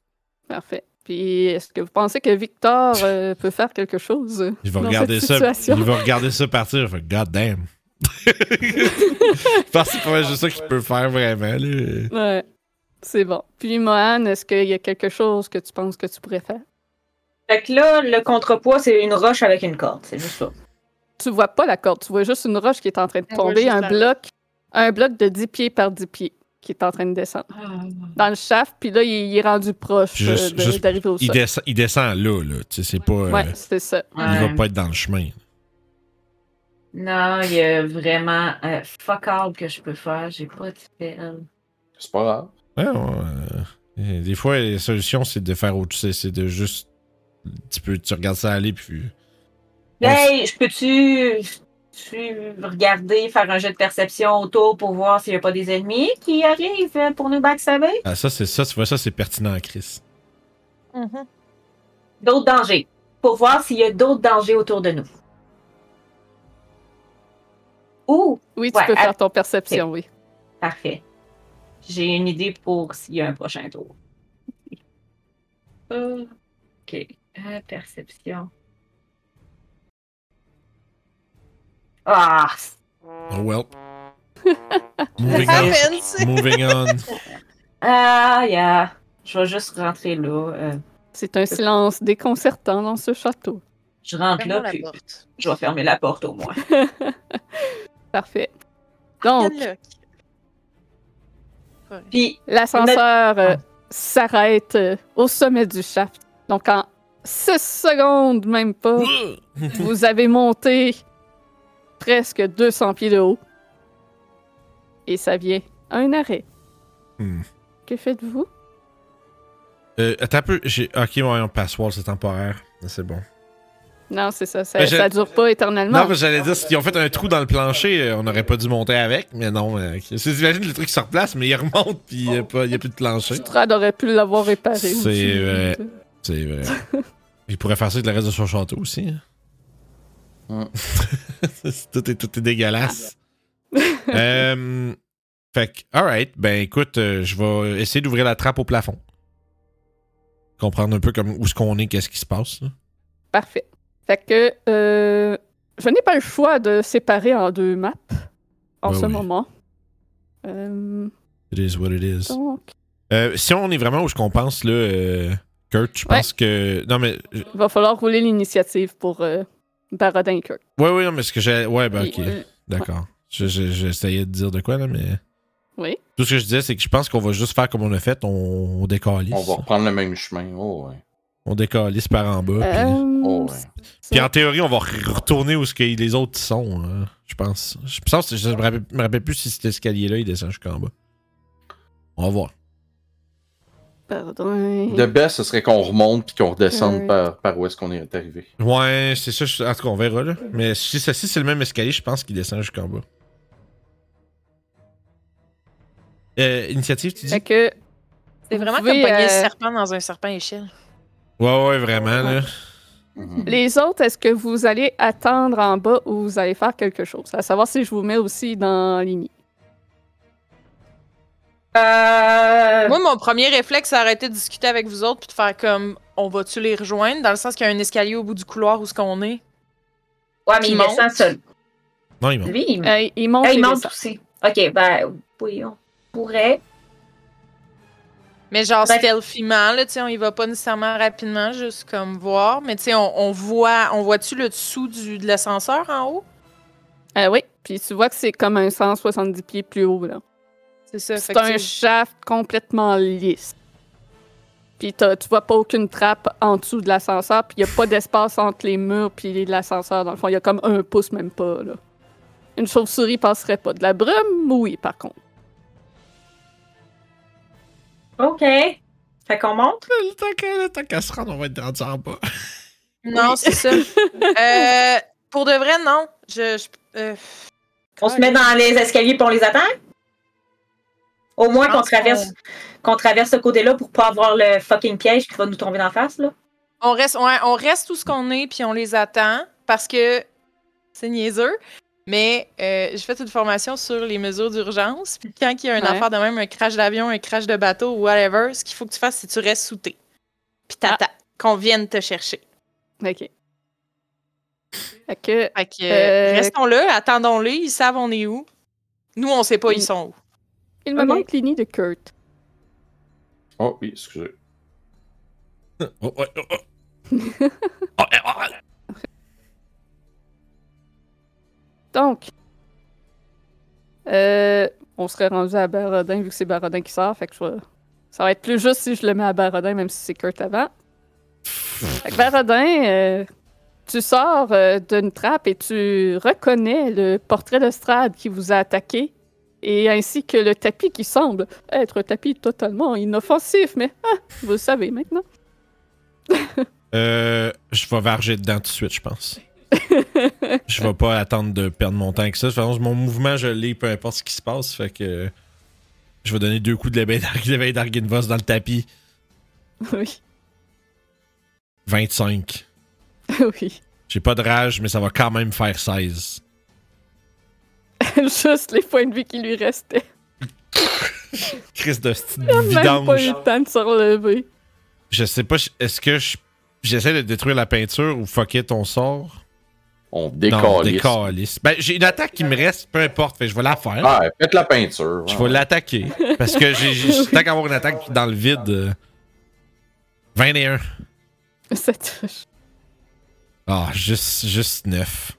S1: Parfait. Puis, est-ce que vous pensez que Victor euh, peut faire quelque chose?
S3: Il va
S1: Dans
S3: regarder
S1: cette
S3: ça.
S1: situation.
S3: Il va regarder ça partir. Fait que, God damn. je pense que c'est pas mal juste ça qu'il peut faire vraiment. Là.
S1: Ouais. C'est bon. Puis, Mohan, est-ce qu'il y a quelque chose que tu penses que tu pourrais faire?
S2: Fait que là, le contrepoids, c'est une roche avec une corde. C'est juste ça.
S1: Tu vois pas la corde. Tu vois juste une roche qui est en train de
S5: On voit
S1: tomber,
S5: juste
S1: un
S5: la
S1: bloc, un bloc de 10 pieds par 10 pieds qui est en train de descendre dans le shaft. Puis là, il, il est rendu proche euh,
S3: Juste-
S1: de-
S3: juste-
S1: d'arriver au
S3: Il,
S1: sol.
S3: descend, il descend là. là. Tu sais, c'est pas. euh,
S1: Ouais, c'est ça.
S3: Il va
S2: Ouais.
S3: pas être dans le chemin.
S2: Non, il y a vraiment un fuck all que je peux faire. J'ai pas de film.
S4: C'est pas grave.
S3: Ouais, ouais, euh, euh, des fois, les solutions, c'est de faire autre chose. C'est de juste. Tu, peux, tu regardes ça aller, puis. Ouais,
S2: Hey, je peux-tu tu regarder, faire un jeu de perception autour pour voir s'il y a pas des ennemis qui arrivent euh, pour nous backstabber?
S3: Ah, ça, c'est ça. Tu vois, ça, c'est pertinent, Chris.
S5: Mhm.
S2: D'autres dangers. Pour voir s'il y a d'autres dangers autour de nous. Ouh!
S1: Oui, tu
S2: Ouais,
S1: peux
S2: à-
S1: faire ton perception, oui.
S2: Parfait. J'ai une idée pour s'il y a un prochain tour. Euh, ok. Euh, perception. Ah! c-
S3: Oh well. Moving on.
S5: Happens.
S3: Moving on.
S2: Ah, yeah. Je vais juste rentrer là. euh,
S1: C'est un silence déconcertant dans ce château.
S2: je rentre
S5: Fermons
S2: là,
S5: la
S2: puis
S5: porte.
S2: je vais fermer la porte au moins.
S1: Parfait. Donc,
S5: Yann-le.
S2: Puis,
S1: l'ascenseur euh, s'arrête euh, au sommet du shaft. Donc, en 6 secondes, même pas, vous avez monté presque 200 pieds de haut. Et ça vient à un arrêt.
S3: Hmm.
S1: Que faites-vous?
S3: Euh, attends un peu. j'ai- Ok, ouais, on passe wall, c'est temporaire. C'est bon.
S1: Non, c'est ça. Ça,
S3: Ben, je-
S1: ça dure pas éternellement.
S3: Non, mais j'allais dire, s'ils ont fait un trou dans le plancher, euh, on n'aurait pas dû monter avec, mais non. euh, ok. C'est- J'imagine le truc se replace, mais il remonte, puis il n'y a, pas- y a plus de plancher.
S1: Strad aurait pu l'avoir réparé.
S3: C'est euh,
S1: aussi.
S3: vrai. C'est vrai. Il pourrait faire ça avec le reste de son château aussi. hein.
S4: Mm.
S3: tout, est, tout est dégueulasse. Euh, fait que, alright, ben écoute, euh, je vais essayer d'ouvrir la trappe au plafond. Comprendre un peu comme où est-ce qu'on est, qu'est-ce qui se passe. là.
S1: Parfait. Fait que euh, je n'ai pas le choix de séparer en deux maps en
S3: Ouais,
S1: ce
S3: Ben oui.
S1: moment. Euh,
S3: It is what it is.
S1: donc,
S3: Euh, si on est vraiment où ce qu'on pense, là, euh, Kurt, je pense que. Non, mais. je-
S1: il va falloir rouler l'initiative pour euh, Baradin et Kirk.
S3: Ouais, ouais, non, mais ce que j'ai. Ouais, ben,
S1: Puis,
S3: ok.
S1: euh,
S3: D'accord. Je- je- J'essayais de dire de quoi, là, mais.
S1: Oui.
S3: Tout ce que je disais, c'est que je pense qu'on va juste faire comme on a fait. On, on décalisse.
S4: On va reprendre le même chemin. Oh, ouais.
S3: On décalisse par en bas. puis-
S1: euh,
S4: Oh, ouais.
S3: Puis en théorie, on va re- retourner où ce que les autres sont, hein, je pense. Je pense que je me rappelle, me rappelle plus si cet escalier-là, il descend jusqu'en bas. On va voir.
S1: Baradin.
S4: Le best, ce serait qu'on remonte puis qu'on redescende
S1: Ouais.
S4: par, par où est-ce qu'on est arrivé.
S3: Ouais, c'est ça. je- En tout cas, on verra, là. Mais si ceci, c'est le même escalier, je pense qu'il descend jusqu'en bas. Euh, initiative, tu dis?
S1: Fait que
S5: C'est
S1: Vous
S5: vraiment
S1: pouvez,
S5: comme pogner
S1: euh,
S5: un serpent dans un serpent échelle.
S3: Ouais, ouais, vraiment, là.
S4: Mhm.
S1: les autres, est-ce que vous allez attendre en bas ou vous allez faire quelque chose? À savoir si je vous mets aussi dans l'INI.
S2: euh,
S5: Moi, mon premier réflexe, c'est arrêter de discuter avec vous autres puis de faire comme on va-tu les rejoindre dans le sens qu'il y a un escalier au bout du couloir où ce qu'on est.
S2: ouais, mais il
S5: monte.
S2: descend seul.
S3: Non, il monte.
S2: Lui,
S5: Hmm.
S2: il,
S1: Euh, ils montent
S2: Ah, il
S1: et
S2: monte
S1: descendent.
S2: aussi. Ok, ben, oui, on pourrait.
S5: Mais genre
S2: Ben-
S5: stealthyment, là, tu sais, on y va pas nécessairement rapidement, juste comme voir. Mais tu sais, on, on voit, on voit-tu le dessous du, de l'ascenseur en haut?
S1: Euh, oui, puis tu vois que c'est comme un 170 pieds plus haut, là.
S5: C'est ça. fait
S1: C'est
S5: que
S1: un
S5: tu-
S1: shaft complètement lisse. Puis t'as- tu vois pas aucune trappe en dessous de l'ascenseur, puis il y a pas d'espace entre les murs puis l'ascenseur. Dans le fond, il y a comme un pouce même pas là. Une chauve-souris passerait pas. De la brume, oui, par contre.
S2: Ok. Fait qu'on monte.
S3: Le temps qu'à- le temps qu'à se rendre, on va être rendu en bas.
S5: Non, c'est ça. Euh, pour de vrai, non. Je, je- euh,
S2: On se met dans les escaliers puis on les attend. Au moins qu'on
S5: pense
S2: traverse, qu'on traverse ce côté-là pour pas avoir le fucking piège qui va nous tomber d'en face, là.
S5: On reste, ouais, on reste où ce qu'on est, puis on les attend, parce que c'est niaiseux. Mais euh, j'ai fait une formation sur les mesures d'urgence. Puis quand il y a une
S1: Ouais.
S5: affaire de même, un crash d'avion, un crash de bateau, whatever, ce qu'il faut que tu fasses, c'est que tu restes souté. Puis
S1: Ah.
S5: t'attends qu'on vienne te chercher.
S1: Ok. Fait que
S5: Fait que
S1: Euh,
S5: restons là, attendons-les, ils savent on est où. Nous, on sait pas, ils sont où.
S1: il me
S2: Ok.
S1: manque l'ini de Kurt.
S4: Oh, oui, excusez.
S3: Oh, ouais, oh, oh. Oh, eh, oh, ah.
S1: Donc, euh, on serait rendu à Barodin vu que c'est Barodin qui sort. Fait que je vais- ça va être plus juste si je le mets à Barodin, même si c'est Kurt avant. Fait que Barodin, euh, tu sors euh, d'une trappe et tu reconnais le portrait de Strad qui vous a attaqué, et ainsi que le tapis qui semble être un tapis totalement inoffensif, mais ah, vous le savez maintenant.
S3: Euh, je vais varger dedans tout de suite, je pense. je vais pas attendre de perdre mon temps avec ça. De toute façon, mon mouvement, je l'ai, peu importe ce qui se passe. Fait que je vais donner deux coups de l'éveil d'Arg- l'éveil d'Arginvos dans le tapis.
S1: oui.
S3: 25.
S1: oui.
S3: J'ai pas de rage, mais ça va quand même faire 16.
S1: Juste les points de vie qui lui restaient.
S3: Chris de petite
S1: Même pas eu
S3: vidange.
S1: le temps de se relever.
S3: Je sais pas, est-ce que je- j'essaie de détruire la peinture ou fucker ton sort?
S4: On
S3: Non,
S4: décolle.
S3: décalisse. Ben, j'ai une attaque qui me reste, peu importe. Fait, que je vais la faire.
S4: Ah, faites la peinture.
S3: Je
S4: ouais.
S3: vais l'attaquer. Parce que j'ai j'ai- tant qu'à avoir une attaque dans le vide. euh, 21.
S1: Ça touche.
S3: Ah, juste, juste 9.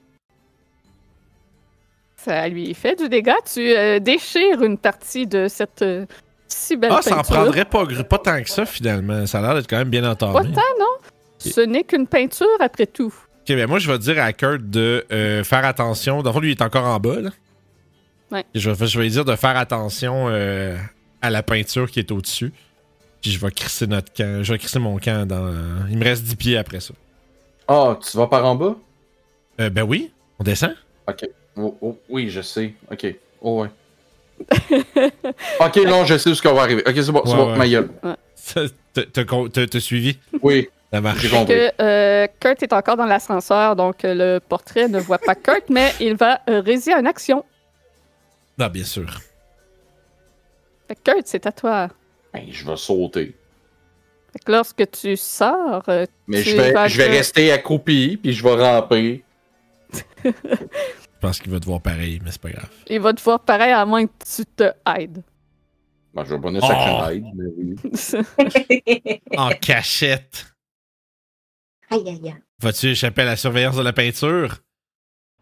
S1: Ça lui fait du dégât. Tu euh, déchires une partie de cette euh, si belle
S3: Ah, ça en
S1: peinture.
S3: prendrait pas, gr- pas tant que ça, finalement. Ça a l'air d'être quand même bien
S1: Pas
S3: entendu.
S1: tant, non? Ce n'est qu'une peinture après tout.
S3: Ok, ben moi, je vais dire à Kurt de euh, faire attention. Dans le fond, lui, il est encore en bas, là.
S1: Ouais.
S3: Et je, vais, je vais lui dire de faire attention euh, à la peinture qui est au-dessus. Puis je vais crisser notre camp. Je vais crisser mon camp dans. euh, Il me reste 10 pieds après ça.
S4: Ah, tu vas par en bas?
S3: Euh, ben oui, on descend.
S4: Oh, oh, oui, je sais. Ok. Oh, ouais. ok, non, je sais où ce qu'on va arriver. Ok, c'est bon, c'est
S3: Ouais,
S4: bon,
S3: ouais.
S4: ma gueule.
S3: Ça, T'as t'as con- t'as- t'as suivi?
S4: Oui,
S3: Ça marche.
S4: j'ai compris.
S1: que euh, Kurt est encore dans l'ascenseur, donc euh, le portrait ne voit pas Kurt, mais il va euh, résister à une action.
S3: Non, bien sûr.
S1: Fait que Kurt, c'est à toi.
S4: Ben, je vais sauter.
S1: Fait que lorsque tu sors, euh,
S4: Mais
S1: Tu
S4: je vais,
S1: vas
S4: je vais
S1: que-
S4: rester accroupi, puis je vais ramper.
S3: Je pense qu'il va te voir pareil, mais c'est pas grave.
S1: il va te voir pareil à moins que tu te hides.
S4: Ben, je vais bonus action
S3: Oh.
S4: aide, mais oui.
S3: En cachette.
S2: Aïe, aïe, aïe.
S3: Vas-tu échapper à la surveillance de la peinture?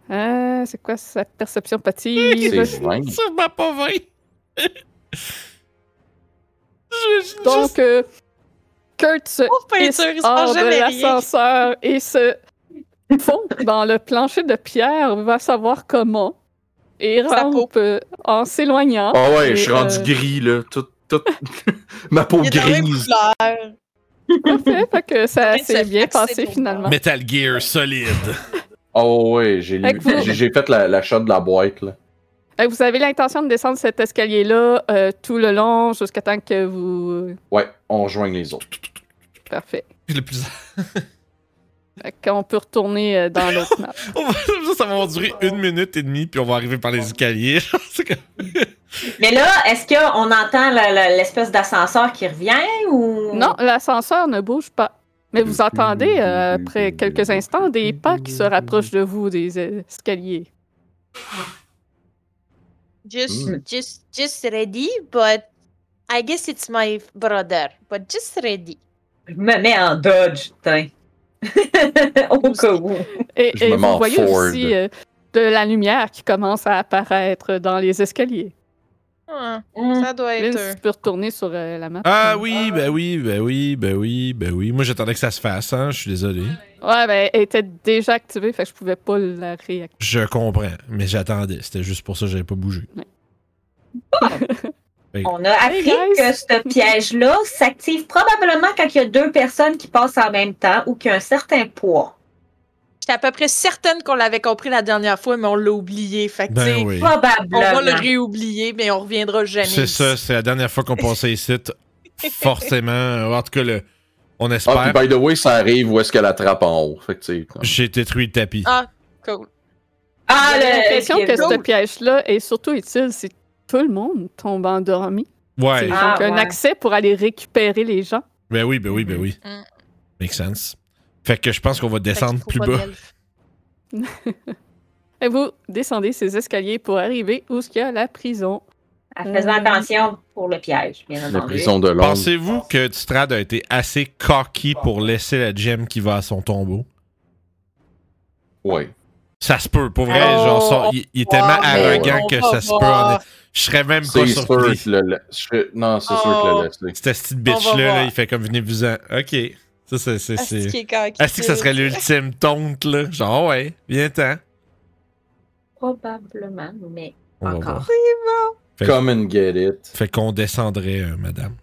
S1: Ah, c'est quoi cette perception passive?
S4: C'est 20.
S3: Sûrement pas 20. Je- je-
S1: Donc, euh, Kurt se
S5: Pauvre peinture,
S1: hisse
S5: il se
S1: hors
S5: passe
S1: de
S5: jamais rien.
S1: l'ascenseur et se fond dans le plancher de pierre, va savoir comment, et
S5: Sa peau.
S1: rampe euh, en s'éloignant.
S4: Ah ouais, je suis
S1: Et,
S4: rendu
S1: euh,
S4: gris, là. Tout, tout... ma peau
S5: Il est dans les
S4: grise.
S5: couleurs.
S1: Parfait, fait que ça
S5: Oui, ça
S1: s'est
S5: fait
S1: bien
S5: accès
S1: passé
S5: au
S1: finalement.
S3: Metal Gear solide.
S4: Oh ouais, j'ai
S1: Fait que vous-
S4: j'ai- j'ai fait la, la shot de la boîte, là.
S1: Euh, Vous avez l'intention de descendre cet escalier-là euh, tout le long jusqu'à temps que vous.
S4: Ouais, on rejoint les autres.
S1: Parfait.
S3: Le plus...
S1: Fait qu'on peut retourner euh, dans l'autre map.
S3: On va- ça, ça va durer une minute et demie, puis on va arriver par les escaliers. C'est comme-
S2: Mais là, est-ce qu'on entend la- la- l'espèce d'ascenseur qui revient ou.
S1: Non, l'ascenseur ne bouge pas. Mais vous entendez, euh, après quelques instants, des pas qui se rapprochent de vous des euh, escaliers.
S5: Just,
S4: Mm.
S5: just, just ready, but I guess it's my brother. But just ready.
S2: Je me mets en dodge, putain. Au cas où.
S1: Et,
S4: Je
S1: et
S4: me mets
S1: vous
S4: en
S1: voyez
S4: Ford.
S1: aussi euh, de la lumière qui commence à apparaître dans les escaliers.
S5: Ah,
S2: Hum.
S5: ça doit être.
S1: Vince, tu peux retourner sur euh, la map.
S3: Ah oui, ben oui, ben oui, ben oui, ben oui. Moi, j'attendais que ça se fasse, hein. Je suis désolé.
S1: Ouais, ben, elle était déjà activée, fait que je pouvais pas la réactiver.
S3: Je comprends, mais j'attendais. C'était juste pour ça que j'avais pas bougé.
S2: On a appris
S1: guys.
S2: que ce piège-là s'active probablement quand il y a deux personnes qui passent en même temps ou qu'il y a un certain poids.
S5: J'étais à peu près certaine qu'on l'avait compris la dernière fois, mais on l'a oublié. Fait que, tu
S3: Ben
S5: sais,
S3: oui.
S5: on va le
S2: Probablement.
S5: réoublier, mais on reviendra jamais.
S3: C'est
S5: ici.
S3: ça, c'est la dernière fois qu'on passait ici. t- Forcément. Euh, En tout cas, le- on
S4: Ah,
S3: espère.
S4: puis by the way, ça arrive où est-ce qu'elle attrape en haut. Fait que, tu sais, comme-
S3: J'ai détruit le tapis.
S5: Ah, cool.
S2: Ah,
S1: J'ai
S2: le-
S1: l'impression que
S2: le-
S1: ce piège-là est surtout utile si tout le monde tombe endormi.
S3: Ouais.
S1: Donc,
S2: Ah,
S1: un
S2: ouais.
S1: accès pour aller récupérer les gens.
S3: Ben oui, ben oui, ben oui.
S5: Mm.
S3: Make sense. Fait que je pense qu'on va
S5: Fait qu'il
S3: descendre
S5: faut
S3: plus
S5: pas
S3: bas.
S5: d'elfe.
S1: Et vous descendez ces escaliers pour arriver où il y a la prison.
S2: En faisant attention pour le piège, bien
S4: la
S2: entendu.
S4: prison de Londres.
S3: Pensez-vous que Strad a été assez cocky pour laisser la gemme qui va à son tombeau?
S4: Ouais.
S3: Ça se peut, pour vrai,
S5: Oh,
S3: genre, ça- il, il est tellement
S5: Ah, mais
S3: arrogant
S5: on
S3: que
S5: va
S3: ça se peut.
S5: voir.
S3: en- Je serais même pas
S4: C'est sûr
S3: surpris.
S4: que le, le- je- Non, c'est sûr que
S5: Oh.
S4: le laisser.
S3: Cette petite
S5: va
S3: bitch-là, là,
S5: voir.
S3: il fait comme venez-vous-en. Ok. Ça, c'est. c'est-
S5: Asti
S3: c'est-
S5: qui est cocky.
S3: Asti que ça serait l'ultime tonte, là. Genre, ouais, viens-t'en.
S2: Probablement, mais
S3: On va
S2: encore.
S3: voir. Fait-
S4: Come and get it.
S3: Fait qu'on descendrait, euh, madame.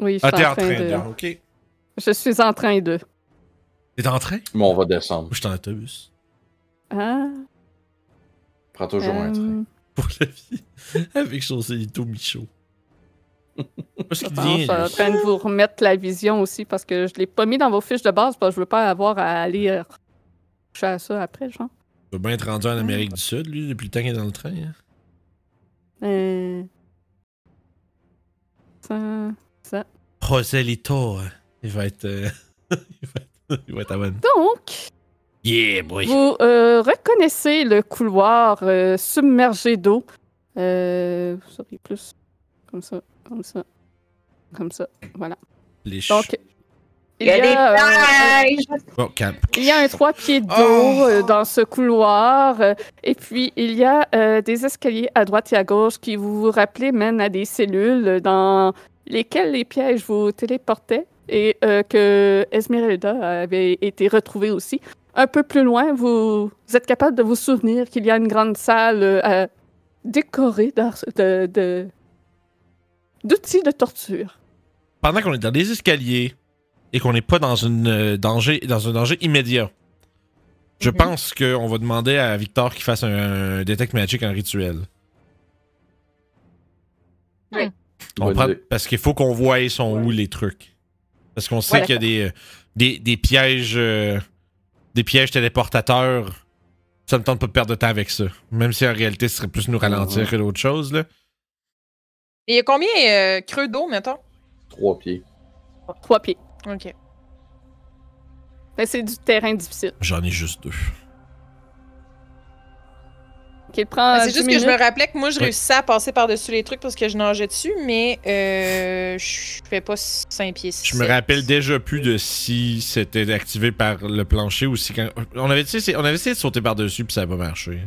S1: Oui, je suis
S3: Ah, t'es
S1: en,
S3: en
S1: train
S3: train
S1: de...
S3: de. Ok.
S1: Je suis en train de.
S3: T'es en train?
S4: Bon, on va descendre.
S3: Ou je suis en autobus?
S1: Ah,
S4: Prends toujours un train.
S1: euh,
S3: Pour la vie. Avec José Lito Michaud. Où est-ce
S1: Je
S3: qu'il
S1: pense,
S3: devient.
S1: je suis en train de vous remettre la vision aussi parce que je l'ai pas mis dans vos fiches de base parce que je veux pas avoir à aller euh, toucher à ça après, genre.
S3: Il peut bien être rendu en Amérique du Sud, lui, depuis le temps qu'il est dans le train. hein.
S1: Euh, Ça...
S3: Roselito, hein. il va être. euh, il va être- il va être à bonne.
S1: Donc,
S3: Yeah, boy.
S1: vous euh, reconnaissez le couloir euh, submergé d'eau. Euh, vous auriez plus comme ça, comme ça, comme ça. Voilà.
S3: Les ch-
S1: Donc,
S2: Il y a,
S1: euh,
S2: des pièges!
S3: Bon, calme.
S1: Il y a un trois pieds d'eau
S3: Oh!
S1: euh, dans ce couloir. euh, et puis, il y a euh, des escaliers à droite et à gauche qui, vous vous rappelez, mènent à des cellules euh, dans lesquelles les pièges vous téléportaient et euh, que Esmeralda avait été retrouvée aussi. Un peu plus loin, vous, vous êtes capable de vous souvenir qu'il y a une grande salle euh, à- décorée d'ar- de- de- d'outils de torture.
S3: Pendant qu'on est dans des escaliers et qu'on n'est pas dans, une, euh, danger, dans un danger immédiat, je
S5: Mhm.
S3: pense qu'on va demander à Victor qu'il fasse un, un Detect Magic en rituel.
S2: Oui.
S3: On
S4: Bonne
S3: prend-
S4: idée.
S3: parce qu'il faut qu'on voie sont où les trucs. Parce qu'on sait
S1: Ouais.
S3: qu'il y a des, euh, des, des pièges euh, des pièges téléportateurs. Ça me tente pas de perdre de temps avec ça. Même si en réalité, ce serait plus nous ralentir
S4: Mhm.
S3: que d'autres choses. Là.
S5: Et il y a combien euh, creux d'eau, mettons?
S4: Trois pieds.
S1: Trois pieds.
S5: Ok.
S1: Mais C'est du terrain difficile.
S3: J'en ai juste deux.
S1: Qu'il prend euh,
S5: Ben, c'est
S1: dix
S5: juste que je me
S1: minutes.
S5: rappelais que moi, je
S3: Oui.
S5: réussissais à passer par-dessus les trucs parce que je nageais dessus, mais euh, je fais pas 5 pieds.
S3: Je me
S5: sept.
S3: rappelle déjà plus de si c'était activé par le plancher ou si quand. On avait, tu sais, c'est- on avait essayé de sauter par-dessus puis ça n'a pas marché.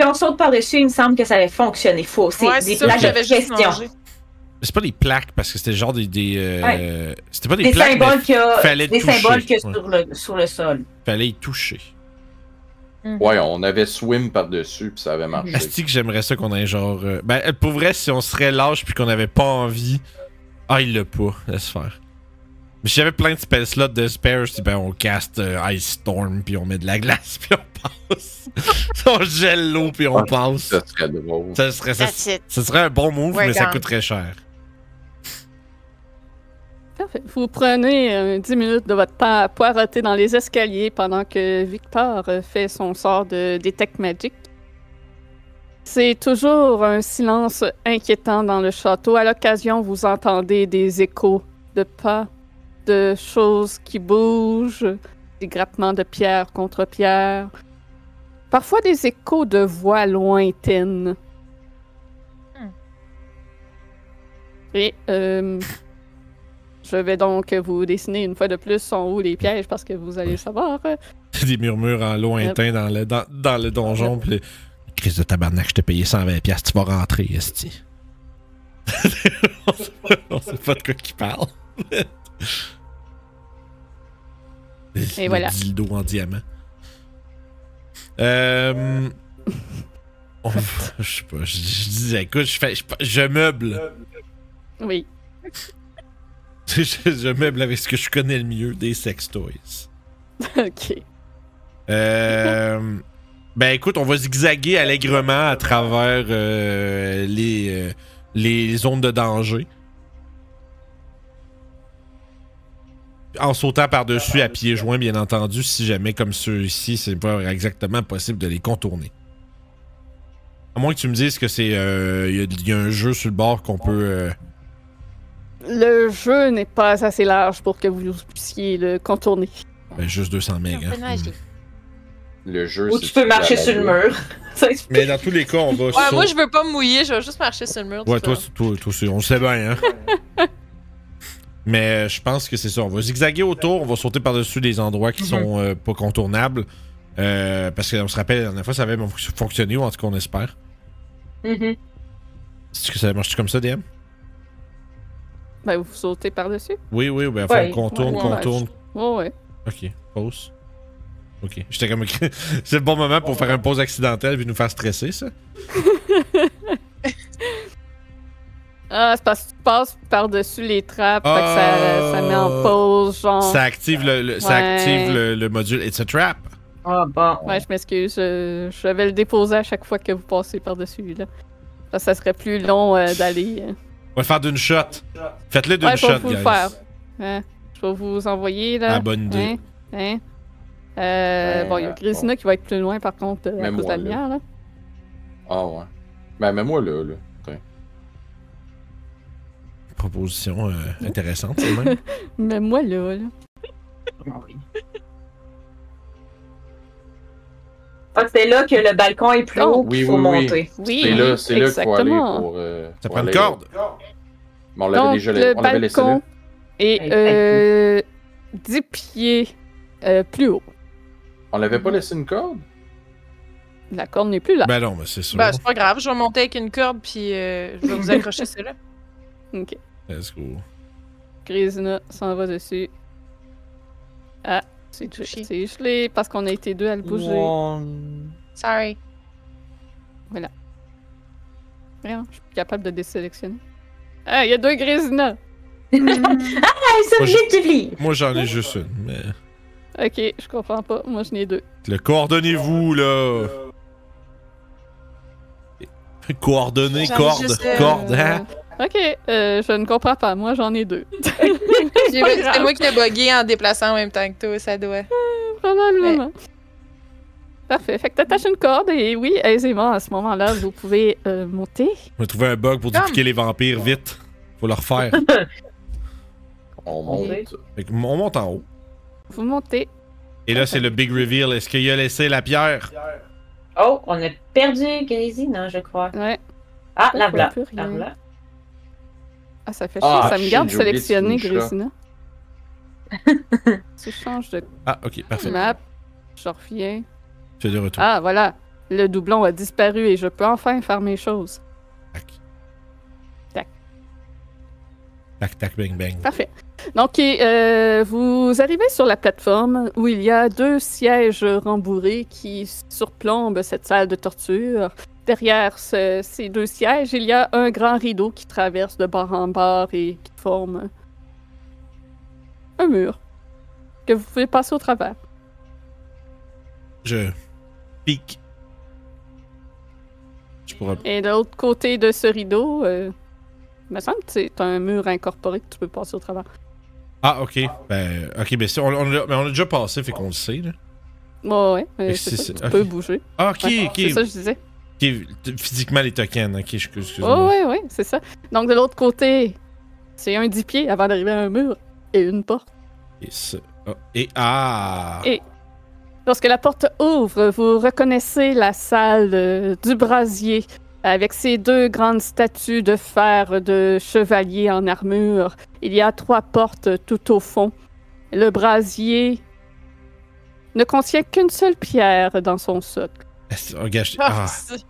S2: Quand on saute par-dessus, il me semble que ça avait fonctionné. Faut, c'est
S5: Ouais,
S2: des
S5: c'est ça,
S2: plages
S5: j'avais
S2: de
S5: juste
S2: gestion.
S5: mangé.
S3: Mais C'est pas des plaques parce que c'était genre des. des, euh, C'était pas des,
S2: Des
S3: plaques,
S2: symboles
S3: mais
S2: qu'il y a,
S3: fallait
S2: des
S3: toucher,
S2: symboles qu'il y a
S3: ouais.
S2: sur, le, sur le sol.
S3: fallait y toucher.
S4: Ouais, on avait swim par-dessus, puis ça avait marché.
S3: Asti que j'aimerais ça qu'on ait genre. euh, Ben, euh, pour vrai, si on serait lâche puis qu'on n'avait pas envie. Ah, il l'a pas, laisse faire. Mais si j'avais plein de spell slots de spares, je dis, ben on cast euh, Ice Storm puis on met de la glace puis on passe. on gèle l'eau puis on
S4: Ah,
S3: passe.
S4: Ça serait drôle.
S3: Ça serait, ça,
S5: That's it.
S3: ce serait un bon move,
S5: We're
S3: mais ça
S5: gone.
S3: coûte très cher.
S1: Parfait. Vous prenez euh, 10 minutes de votre temps à poireauter dans les escaliers pendant que Victor euh, fait son sort de Detect Magic. C'est toujours un silence inquiétant dans le château. À l'occasion, vous entendez des échos de pas, de choses qui bougent, des grappements de pierre contre pierre, parfois des échos de voix lointaines.
S5: Hmm.
S1: Et euh, je vais donc vous dessiner une fois de plus sont où les pièges parce que vous allez le savoir.
S3: des murmures en lointain dans, le, dans, dans le donjon. Puis, le- Crise de tabarnak, je t'ai payé 120$, piastres, tu vas rentrer, Esti. on, sait pas, on sait pas de quoi qu'il parle.
S1: Et
S3: Le
S1: voilà.
S3: Dildo en diamant. Euh. on va- je sais pas, je, je dis, écoute, je, fais, je, je meuble.
S1: Oui.
S3: je, je meuble avec ce que je connais le mieux, des sex toys.
S1: OK.
S3: Euh, ben écoute, on va zigzaguer allègrement à travers euh, les, euh, les zones de danger. En sautant par-dessus à pieds joints, bien entendu, si jamais, comme ceux-ci, c'est pas exactement possible de les contourner. À moins que tu me dises que c'est. euh, Il y a- il y, a un jeu sur le bord qu'on peut. euh,
S1: Le jeu n'est pas assez large pour que vous puissiez le contourner.
S3: ben, juste 200 mégas.
S4: Le jeu,
S2: Ou
S4: c'est
S2: tu peux
S4: de la
S2: marcher sur le
S4: labeur.
S2: mur. Ça, tu
S3: Mais dans tous les cas, on va.
S5: Ouais, moi, je veux pas me mouiller, je vais juste marcher sur le mur.
S3: Ouais,
S5: tu
S3: toi,
S5: vois.
S3: c'est- toi, toi, c'est- on le sait bien, hein. Mais euh, je pense que c'est ça. On va zigzaguer autour, on va sauter par-dessus des endroits
S1: Mhm.
S3: qui sont euh, pas contournables. Euh, parce qu'on se rappelle, la dernière fois, ça avait fonc- fonctionné, ou en tout cas, on espère.
S2: peux- Mhm.
S3: Est-ce que ça marche comme ça, DM?
S1: Ben, vous sautez par-dessus.
S3: Oui, oui, ben, faut qu'on
S2: Ouais.
S3: contourne,
S1: Ouais, ouais.
S3: contourne.
S1: Oh, ouais.
S3: Ok, pause. Ok, j'étais comme. c'est le bon moment pour faire une pause accidentelle puis nous faire stresser, ça?
S1: Ah, c'est parce que tu passes par-dessus les trappes, fait que ça,
S3: Oh.
S1: ça met en pause, genre.
S3: Ça active le, le- ça
S1: Oh. Ouais.
S3: active le, le module It's a Trap.
S2: Ah bon.
S1: Ouais, je m'excuse. Je, je vais le déposer à chaque fois que vous passez par-dessus, là. Ça, ça serait plus long euh, d'aller. euh.
S3: On va le faire d'une shot. Faites-le d'une
S1: Ouais, faut-
S3: shot,
S1: faut le
S3: guys.
S1: faire. Hein, je vais vous envoyer là.
S3: Ah, bonne idée.
S1: Hein, hein. Euh,
S4: Ben,
S1: bon, il y a
S4: bon.
S1: Grisina qui va être plus loin par contre euh, à
S4: Même
S1: cause de la
S4: moi, là.
S1: lumière. Là.
S4: Ah ouais. Ben, même moi là, là. Attends.
S3: Proposition euh, intéressante, c'est même.
S1: Mais moi là, là.
S2: Ah, c'est là que le balcon est plus
S1: Oh.
S2: haut qu'il
S4: Oui,
S2: faut
S4: oui, oui.
S2: monter.
S1: Oui,
S4: C'est là, c'est là qu'il faut aller
S1: exactement.
S4: pour. euh,
S3: Ça
S4: pour
S3: prend une
S4: aller-
S3: corde.
S4: Mais on l'avait
S1: Donc,
S4: déjà
S1: le
S4: on l'avait laissé là.
S1: balcon est
S2: Hey,
S1: euh, 10 pieds euh, plus haut.
S4: On l'avait pas laissé une corde?
S1: La corde n'est plus là.
S3: Ben non, mais c'est sûr.
S5: Ben, c'est pas grave, je vais monter avec une corde, puis euh, je vais vous accrocher, c'est là.
S1: Ok.
S3: Let's go.
S4: Ben.
S1: Grisina s'en va dessus. Ah, c'est
S5: Touché.
S1: touché. C'est gelé parce qu'on a été deux à le bouger.
S5: Sorry.
S1: Rien, je suis plus capable de désélectionner. Ah, il y a deux Grisina.
S2: Ah, ça
S3: Moi, je-
S2: vite du livre!
S3: Moi, j'en ai juste une, mais.
S1: Ok, je comprends pas. Moi, je n'ai deux.
S3: Le coordonnez-vous, là. Coordonnez,
S5: J'en ai
S3: corde,
S5: juste, euh,
S3: corde, hein?
S1: Ok, euh, je ne comprends pas. Moi, j'en ai deux.
S5: J'ai-
S1: pas
S5: C'est
S1: grave.
S5: moi qui l'ai bugué en déplaçant en même temps que toi, ça doit.
S1: Probablement. Parfait. Fait que t'attaches une corde et oui, aisément, à ce moment-là, vous pouvez euh, monter.
S3: On a trouvé un bug pour
S5: Comme.
S3: dupliquer les vampires vite. Faut le refaire.
S4: On monte.
S3: Fait que on monte en haut.
S1: Vous montez.
S3: Et là, c'est le big reveal. Est-ce qu'il a laissé la pierre?
S2: Oh, on a perdu Grisina, je crois.
S1: Ouais.
S2: Ah,
S1: Pourquoi
S2: la voilà.
S1: plus rien?
S2: La voilà.
S1: Ah, ça fait chier.
S4: Ah,
S1: ça me
S4: shit,
S1: garde
S4: j'ai oublié de
S1: sélectionner,
S4: finir ça.
S1: Grésina. tu changes de
S3: Ah, ok, parfait.
S1: map. Je reviens.
S5: Hmm.
S3: Tu es de retour.
S1: Ah, voilà. Le doublon a disparu et je peux enfin faire mes choses.
S3: Tac.
S1: Tac.
S3: Tac, tac, bang, bang.
S1: Parfait. Donc, et, euh, vous arrivez sur la plateforme où il y a deux sièges rembourrés qui surplombent cette salle de torture. Derrière ce- ces deux sièges, il y a un grand rideau qui traverse de bord en bord et qui forme un mur que vous pouvez passer au travers.
S3: Je pique. Je pourrais.
S1: Et de l'autre côté de ce rideau, euh, il me semble que c'est un mur incorporé que tu peux passer au travers.
S3: Ah, ok. Ben, ok, ben, si, on, on l'a- mais on l'a déjà passé, fait qu'on le sait, là.
S1: Ouais, ouais, mais
S3: Et
S1: c'est
S3: c'est-
S1: ça, tu
S3: ok.
S1: peux bouger.
S3: Ah, ok,
S1: Ouais,
S3: ok.
S1: C'est ça que je disais.
S3: Ok, t- Physiquement, les tokens. Ok, excuse- excuse-moi.
S1: Oh, ouais, ouais, c'est ça. Donc, de l'autre côté, c'est un dix pieds avant d'arriver à un mur et une porte.
S3: Et ça. ah, Et ah!
S1: Et- Lorsque la porte ouvre, vous reconnaissez la salle euh, du brasier avec ses deux grandes statues de fer de chevaliers en armure. Il y a trois portes tout au fond. Le brasier ne contient qu'une seule pierre dans son socle.
S3: Est-ce- oh, gars, je-
S5: Ah,
S3: ah.
S5: c'est-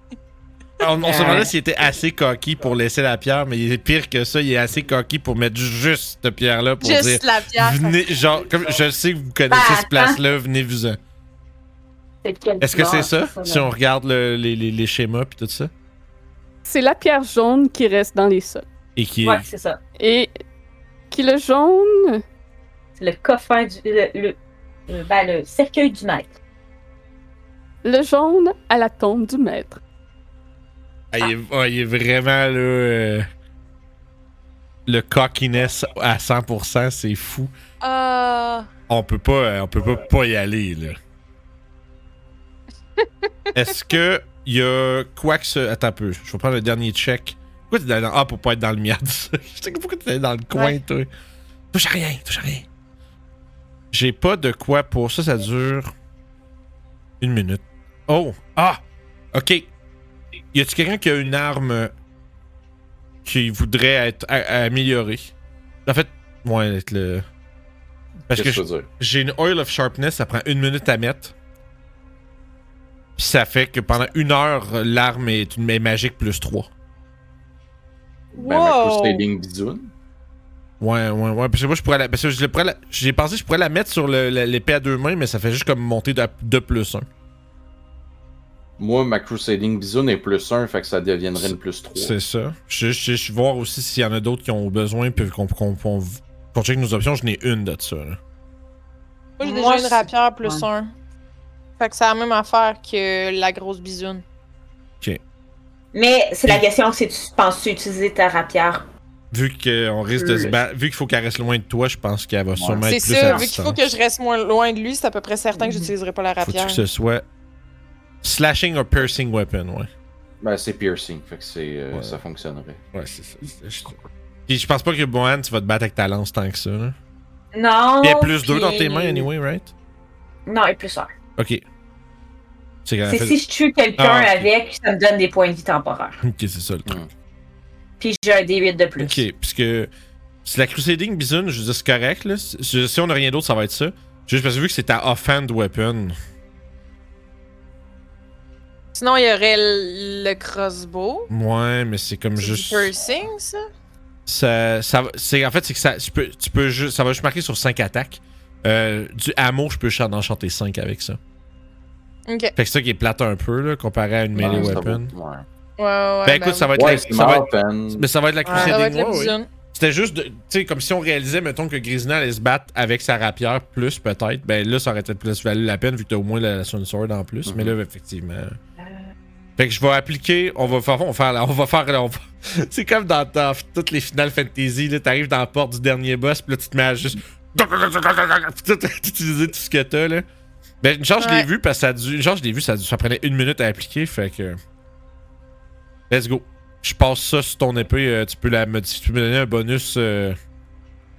S3: On, on se demandait s'il était assez coquille pour laisser la pierre, mais il est pire que ça, il est assez coquille pour mettre juste cette pierre-là pour dire.
S5: Juste la pierre.
S3: Venez, genre, comme je sais que vous connaissez
S2: Bah,
S3: cette place-là, venez-vous-en.
S2: C'est quel
S3: Est-ce que
S2: bord,
S3: c'est ça?
S2: là?
S3: Si on regarde le- les, les- les schémas puis tout ça?
S1: C'est la pierre jaune qui reste dans les socles.
S3: Et qui est.
S2: Ouais, c'est ça.
S1: Et qui le jaune
S2: C'est le coffin du. Le, le- le- ben, le cercueil du maître.
S1: Le jaune à la tombe du maître.
S3: Ah, il, est ouais, il est vraiment là. euh, le cockiness à 100%, c'est fou.
S5: Ah,
S3: On peut pas, euh, on peut pas, pas y aller, là. Est-ce que y a quoi que ce. Attends un peu, je vais prendre le dernier check. Pourquoi t'es dans. Ah, pour pas être dans le mien. je sais que pourquoi t'es dans le coin,
S5: Ouais.
S3: toi. Touche à rien, touche à rien. J'ai pas de quoi pour ça, ça dure. Une minute. Oh! Ah! Ok. Y a-tu quelqu'un qui a une arme qui voudrait être a- améliorée? En fait, moi, être le. Parce
S4: Qu'est-ce
S3: que
S4: que
S3: je-
S4: je veux dire?
S3: j'ai une Oil of Sharpness, ça prend une minute à mettre. Puis ça fait que pendant une heure, l'arme est, une, est magique plus 3.
S4: Ben, ma
S5: Wow.
S4: couche, c'est lignes bisounes.
S3: Ouais, ouais, ouais. Parce que moi, je pourrais la. Parce que je le pourrais la- j'ai pensé que je pourrais la mettre sur le- le- l'épée à deux mains, mais ça fait juste comme monter de, de plus 1.
S4: Moi, ma Crusading Bisoun est plus 1, fait que ça deviendrait une plus 3.
S3: C'est ça. Je, je, je vais voir aussi s'il y en a d'autres qui ont besoin, puis qu'on qu'on, qu'on, qu'on check nos options. Je n'ai une de ça. là.
S5: moi j'ai
S2: Moi,
S5: déjà une
S2: c'est-
S5: rapière plus
S2: Ouais.
S5: un. Fait que c'est la même affaire que la grosse bisoune.
S2: Mais c'est la question c'est tu penses utiliser ta rapière
S3: Vu qu'on risque de se battre, vu qu'il faut qu'elle reste loin de toi, je pense qu'elle va sûrement
S5: C'est
S3: être plus
S5: sûr,
S3: à
S5: vu qu'il faut
S3: distance.
S5: que je reste moins loin de lui, c'est à peu près certain que j'utiliserai pas la
S3: Faut-tu
S5: rapière.
S3: que ce soit slashing or piercing weapon, ouais.
S4: Ben, c'est piercing, fait que c'est, euh,
S3: Ouais.
S4: ça fonctionnerait.
S3: Ouais, c'est ça. c'est- je- Puis je pense pas que Bohan, tu vas te battre avec ta lance tant que ça. Là.
S2: Non.
S3: Puis il y a plus deux
S2: puis-
S3: dans tes mains, anyway, right?
S2: Non, et plus un.
S3: Ok. C'est quand
S2: C'est
S3: fait...
S2: si je tue quelqu'un
S3: Ah, ok.
S2: avec, ça me donne des points de vie temporaires.
S3: Ok, c'est ça le truc.
S2: Puis j'ai un D8 de plus.
S3: Ok, puisque. Si la Crusading Bison, je veux dire, c'est correct, là. Si je- si on a rien d'autre, ça va être ça. Juste parce que vu que c'est ta offhand weapon.
S5: Sinon, il y aurait le le crossbow.
S3: Ouais, mais c'est comme
S5: C'est du
S3: juste.
S5: piercing, ça.
S3: Ça, ça va- c'est, en fait, c'est que ça, tu peux, tu peux juste, ça va juste marquer sur 5 attaques. Euh, du hameau, je peux ch- en chanter 5 avec ça.
S5: Ok. Ouais,
S3: Fait que c'est ça qui est plate un peu, là, comparé à une melee
S4: Ouais, ça
S3: weapon.
S4: vaut- ouais.
S5: ouais, ouais.
S3: ben écoute, ça va être
S4: Ouais,
S3: la,
S4: c'est
S3: ça va
S4: ma
S3: être-
S4: open.
S3: mais ça va être la
S5: Ça va être
S3: Crusading
S5: le
S3: War, oui.
S5: bison.
S3: C'était juste, de- tu sais, comme si on réalisait, mettons, que Grisina allait se battre avec sa rapière plus, peut-être. Ben là, ça aurait peut-être plus valu la peine, vu que t'as au moins la, la Sun Sword en plus.
S4: Mhm.
S3: Mais là, effectivement. Fait que je vais appliquer, on va faire, on va faire, la- on va faire, la- on va- c'est comme dans, dans toutes les finales fantasy, là, t'arrives dans la porte du dernier boss, pis là, tu te mets à juste, Puis tout- utiliser tout ce que t'as, là. Ben, une chance, je l'ai
S5: Ouais.
S3: vu, parce que ça a dû, une chance, je l'ai vu, ça, a dû- ça prenait une minute à appliquer, fait que, let's go. Je passe ça sur ton épée, euh, tu peux la modifier, tu peux me donner un bonus, euh,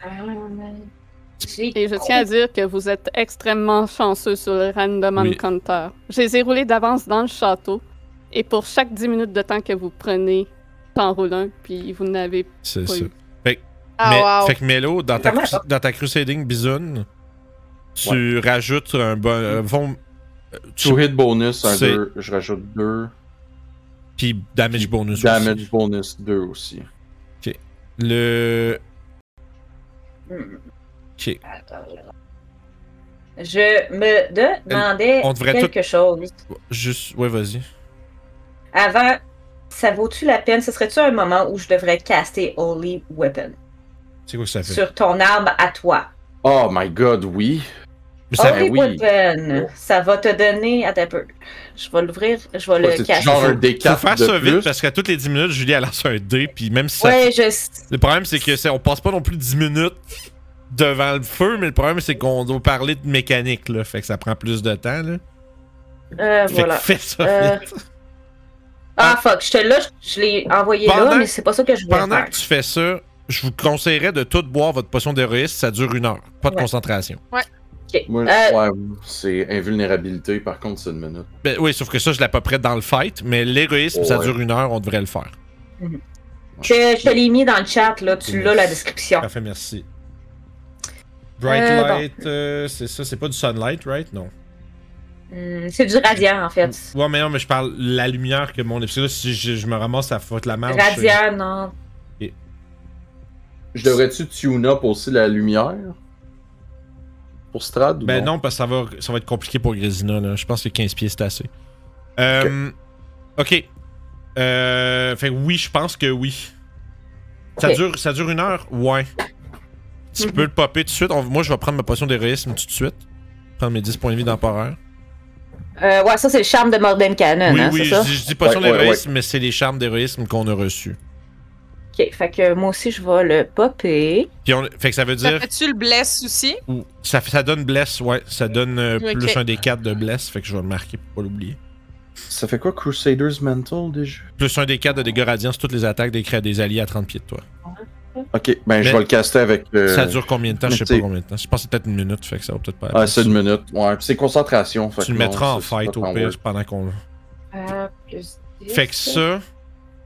S2: Ah
S1: Et je tiens à dire que vous êtes extrêmement chanceux sur le random
S3: Oui.
S1: encounter. Je les ai roulés d'avance dans le château. Et pour chaque 10 minutes de temps que vous prenez, t'en roules un, puis vous n'avez
S3: c'est
S1: Oui.
S3: ça. Mais-
S5: Ah, wow.
S3: Fait que Melo, dans ta,
S2: Vraiment,
S3: cru- dans ta Crusading Bison, tu rajoutes un bon.
S4: Mm.
S3: un bon- euh, tu-
S4: Two hit bonus, un
S3: C'est-
S4: 2, je rajoute 2.
S3: Puis damage bonus
S4: Damage
S3: aussi.
S4: bonus 2 aussi.
S3: Le. Ok.
S2: Je me demandais
S3: Euh, On devrait
S2: quelque chose.
S3: Juste. Ouais, vas-y.
S2: Avant, ça vaut-tu la peine? Ce serait-tu un moment où je devrais caster Holy Weapon
S3: C'est quoi que ça fait?
S2: sur ton arme à toi?
S4: Oh my god, oui.
S3: Mais ça
S4: Ah
S3: fait-
S2: Holy
S4: oui.
S2: Weapon, ça va te donner... Attends un peu. Je vais l'ouvrir, je vais le
S4: C'est
S2: caster.
S4: genre un
S3: Faut
S4: D4
S3: faire
S4: de
S3: ça vite
S4: plus.
S3: parce qu'à toutes les 10 minutes, Julie, elle lance un dé. Puis même si ça.
S2: Ouais, je...
S3: Le problème, c'est que c'est- on passe pas non plus 10 minutes devant le feu, mais le problème, c'est qu'on doit parler de mécanique, là. Fait que ça prend plus de temps, là.
S2: euh,
S3: Fait que
S2: voilà.
S3: fais ça
S2: Euh,
S3: vite.
S2: Ah fuck, je te là, je l'ai envoyé
S3: Pendant-
S2: là, mais c'est pas ça que je voulais
S3: Pendant
S2: faire.
S3: que tu fais ça, je vous conseillerais de tout boire votre potion d'héroïsme. Ça dure une heure. Pas de
S2: Ouais.
S3: concentration.
S4: Moi,
S2: Euh,
S4: ouais, c'est invulnérabilité, par contre, c'est une minute.
S3: Ben oui, sauf que ça, je l'ai à peu près dans le fight. Mais l'héroïsme, ça
S4: Ouais.
S3: dure une heure. On devrait le faire.
S2: Je, je te l'ai mis dans le chat, là, tu l'as la description.
S3: Parfait, merci. Bright
S2: Euh, bon.
S3: light, euh, c'est ça, c'est pas du sunlight, right? Non.
S2: Hmm, c'est du radiant, en fait.
S3: Ouais, mais non, mais je parle la lumière que mon épisode. Si je, je me ramasse, à foutre la merde. je-
S2: Radiant, non.
S4: Je devrais-tu tune up aussi la lumière Pour Strad ou
S3: Ben non, parce que ça va, ça va être compliqué pour Grésina. Là. Je pense que 15 pieds, c'est assez. Euh, ok. Euh, fait que oui, je pense que oui. Ça,
S2: Ok.
S3: dure, ça dure une heure? Ouais. Tu peux le popper tout de suite. On- moi, je vais prendre ma potion d'héroïsme tout de suite. Prendre mes 10 points de vie temporaire.
S2: Euh, ouais, ça, c'est le charme de Morden Cannon,
S3: oui,
S2: hein,
S3: oui,
S2: c'est ça?
S3: je dis, je dis potion
S4: Ouais, ouais,
S3: d'héroïsme, mais c'est les charmes d'héroïsme qu'on a reçus.
S2: Ok, fait que moi aussi, je vais le popper.
S3: Puis on, fait que ça veut
S5: Ça
S3: dire.
S5: fait-tu le bless aussi?
S3: Ou- Ça, fait- ça donne bless, ouais. Ça donne euh,
S5: Ok.
S3: plus un des 4 de bless, fait que je vais le marquer pour pas l'oublier.
S4: Ça fait quoi Crusaders Mental déjà
S3: Plus un des 4 de dégâts radiants sur toutes les attaques des, cré- des alliés à 30 pieds de toi.
S4: Ok, ben je
S3: Mais-
S4: vais le caster avec. euh,
S3: ça dure combien de temps? Je sais
S4: mais t'sais-
S3: pas combien de temps. Je pense que c'est peut-être une minute, fait que ça va peut-être pas
S4: Ah,
S3: aller.
S4: c'est une minute. Ouais, puis c'est concentration. fait
S3: Tu le
S4: que non,
S3: mettras en
S4: c'est- c'est pas
S3: fight au
S4: tant
S3: pire
S4: work.
S3: pendant qu'on.
S2: Euh, plus dix.
S3: Fait que ça.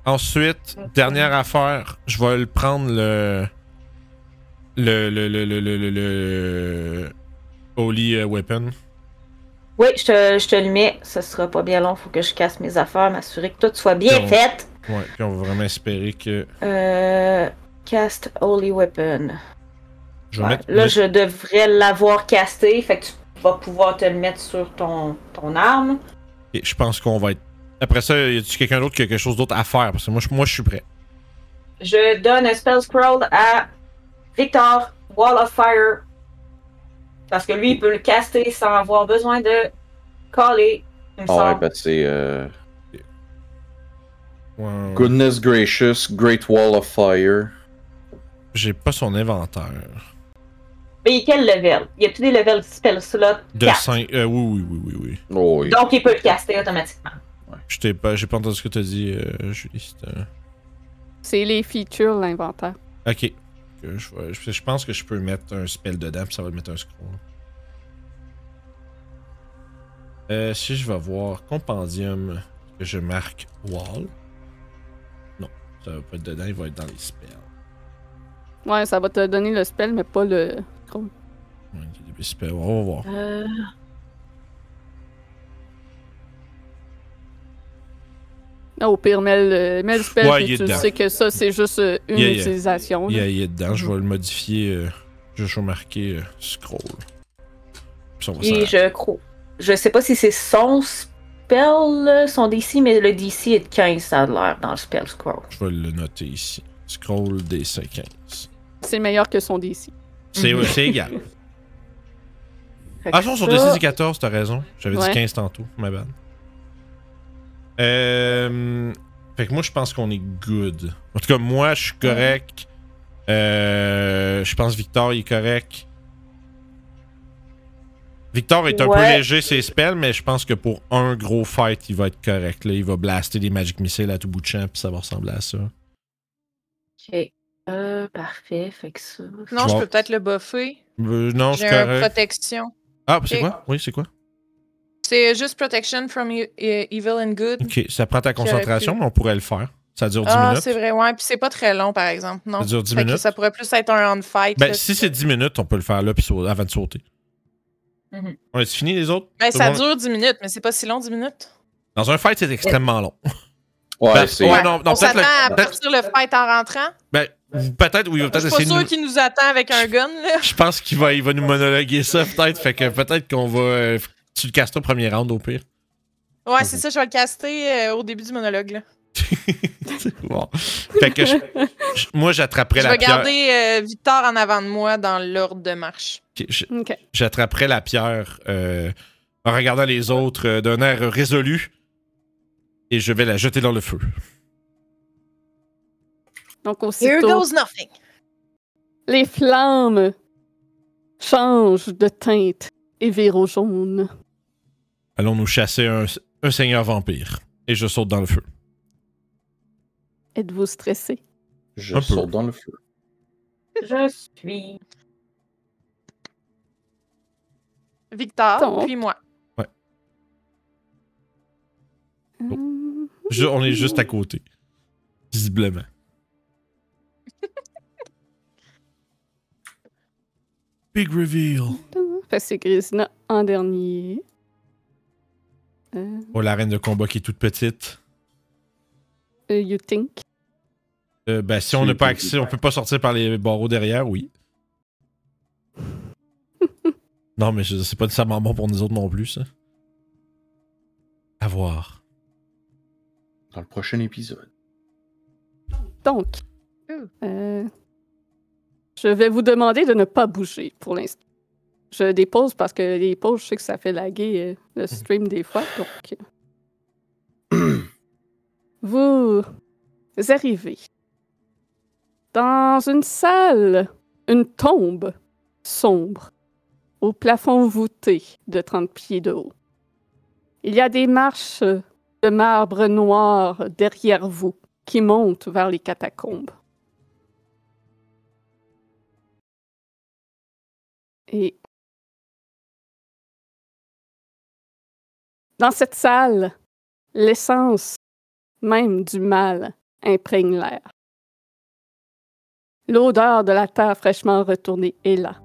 S3: Ensuite, dernière affaire, je vais le prendre le. Le. Le. Le. Le. Le. le- le- Holy euh, Weapon.
S2: Oui, je te, je te le mets. Ce sera pas bien long, faut que je casse mes affaires, m'assurer que tout soit bien
S3: Non.
S2: fait.
S3: Ouais, puis on va vraiment espérer que.
S2: Euh, cast Holy Weapon.
S3: Je vais
S2: Ouais,
S3: mettre.
S2: Là, je devrais l'avoir casté, fait que tu vas pouvoir te le mettre sur ton, ton arme.
S3: Et je pense qu'on va être. Après ça, y a-tu quelqu'un d'autre qui a quelque chose d'autre à faire? Parce que moi, je, moi, je suis prêt.
S2: Je donne un spell scroll à Victor Wall of Fire. Parce que lui, il peut le caster sans avoir besoin de caller. il me
S4: Ah ouais,
S2: semble.
S4: ben c'est. euh,
S3: Ouais.
S4: Goodness gracious, Great Wall of Fire.
S3: J'ai pas son inventaire.
S2: Mais il est quel level? Il y a tous des levels de spell slot.
S3: De
S2: quatre.
S3: 5. Euh, oui, oui, oui, oui, oui.
S4: Oh, oui.
S2: Donc, il peut le caster automatiquement.
S3: Je t'ai pas, j'ai pas entendu ce que t'as dit, euh, Julie. c'était-
S1: C'est les features, l'inventaire.
S3: Ok. Euh, Je, vais- je- je pense que je peux mettre un spell dedans, puis ça va le mettre un scroll. Euh, si je vais voir Compendium, que je marque Wall. Non, ça va pas être dedans, il va être dans les spells.
S1: Ouais, ça va te donner le spell, mais pas le.
S3: Ouais, il y a des spells, On va voir.
S2: Euh,
S1: Non, au pire, mets le, mets le spell,
S3: Ouais,
S1: puis
S3: il est
S1: tu
S3: dedans.
S1: sais que ça, c'est juste euh, une
S3: Yeah, yeah.
S1: utilisation.
S3: Il y
S1: là.
S3: a, il est dedans, je vais le modifier. euh, je vais marquer euh, Scroll. Puis on va
S2: et
S3: s'arrêter.
S2: je crois. Je sais pas si c'est son spell, là, son DC, mais le DC est de 15, ça a l'air, dans le spell scroll.
S3: Je vais le noter ici. Scroll DC 15.
S1: C'est meilleur que son DC.
S3: C'est
S2: Mhm.
S3: c'est égal.
S2: Fait que
S3: Ah non, sur
S2: ça-
S3: DC c'est 14, t'as raison. J'avais
S1: Ouais.
S3: dit 15 tantôt, ma bad. Euh, fait que moi, je pense qu'on est good. En tout cas, moi, je suis correct. Euh, je pense Victor, il est correct. Victor est un peu
S2: Ouais.
S3: léger ses spells, mais je pense que pour un gros fight, il va être correct. Là, il va blaster des Magic Missiles à tout bout de champ, puis ça va ressembler à ça.
S2: Ok. Euh, parfait, fait que ça.
S5: Non, je
S3: Bon.
S5: peux peut-être le buffer.
S3: Euh, non,
S5: J'ai
S3: c'est
S5: un
S3: correct.
S5: protection.
S3: Ah, c'est
S5: Ok.
S3: quoi? Oui, c'est quoi?
S5: C'est juste protection from e- e- evil and good.
S3: Ok, ça prend ta
S5: J'aurais
S3: concentration,
S5: pu.
S3: mais on pourrait le faire. Ça dure 10
S5: Ah,
S3: minutes.
S5: c'est vrai, ouais. Puis c'est pas très long, par exemple, non.
S3: Ça dure 10
S5: Fait que
S3: minutes.
S5: ça pourrait plus être un round fight.
S3: Ben,
S5: là.
S3: si c'est 10 minutes, on peut le faire là puis sau- avant de sauter.
S2: Mhm.
S3: On a-tu fini les autres?
S5: Ben,
S3: Tout
S5: ça
S3: le monde-
S5: dure 10 minutes, mais c'est pas si long, 10 minutes.
S3: Dans un fight, c'est extrêmement long.
S4: Ouais,
S3: Ben,
S4: c'est.
S3: ouais, non, non,
S5: On
S3: peut-être
S5: s'attend
S3: le-
S5: à
S3: peut-être-
S5: partir le fight en rentrant.
S3: ben, peut-être, oui,
S5: Je
S3: peut-être
S5: suis pas
S3: essayer de
S5: sûr
S3: nous...
S5: qu'il nous attend avec un gun, là.
S3: Je pense qu'il va, il va nous monologuer ça, peut-être. Fait que peut-être qu'on va. euh, tu le castes au premier round au pire. Mhm.
S5: Ouais, c'est ça, je vais le caster euh, au début du monologue, là.
S3: Bon. Fait que je- je- moi, j'attraperai
S5: je
S3: la
S5: vais
S3: pierre.
S5: garder euh, Victor en avant de moi dans l'ordre de marche.
S3: Ok, je-
S1: Ok.
S3: J'attraperai la pierre euh, en regardant les autres euh, d'un air résolu et je vais la jeter dans le feu.
S1: Donc,
S5: Here
S1: aussitôt,
S5: goes nothing.
S1: les flammes changent de teinte et virent au jaune.
S3: Allons nous chasser un, un seigneur vampire et je saute dans le feu.
S1: Êtes-vous stressé?
S4: Je
S3: Un peu.
S4: saute dans le feu.
S2: Je suis.
S5: Victor,
S1: Donc.
S5: puis moi.
S3: Oh.
S1: Hum,
S3: Je- on est juste à côté. Visiblement. Big reveal.
S1: Fait que c'est Grisina en dernier. Euh,
S3: Oh, la reine de combat qui est toute petite.
S1: euh, you think?
S3: Euh, ben, si on n'a pas accès, on peut pas sortir par les barreaux derrière, oui. Non, mais je- c'est pas nécessairement bon pour nous autres non plus, ça. À voir.
S4: Dans le prochain épisode.
S1: Donc,
S5: Ouh.
S1: euh, je vais vous demander de ne pas bouger pour l'instant. Je dépose parce que les pauses, je sais que ça fait laguer euh, le stream des fois. Donc, euh, vous arrivez dans une salle, une tombe sombre, au plafond voûté de 30 pieds de haut. Il y a des marches de marbre noir derrière vous qui monte vers les catacombes. Et dans cette salle, l'essence même du mal imprègne l'air. L'odeur de la terre fraîchement retournée est là.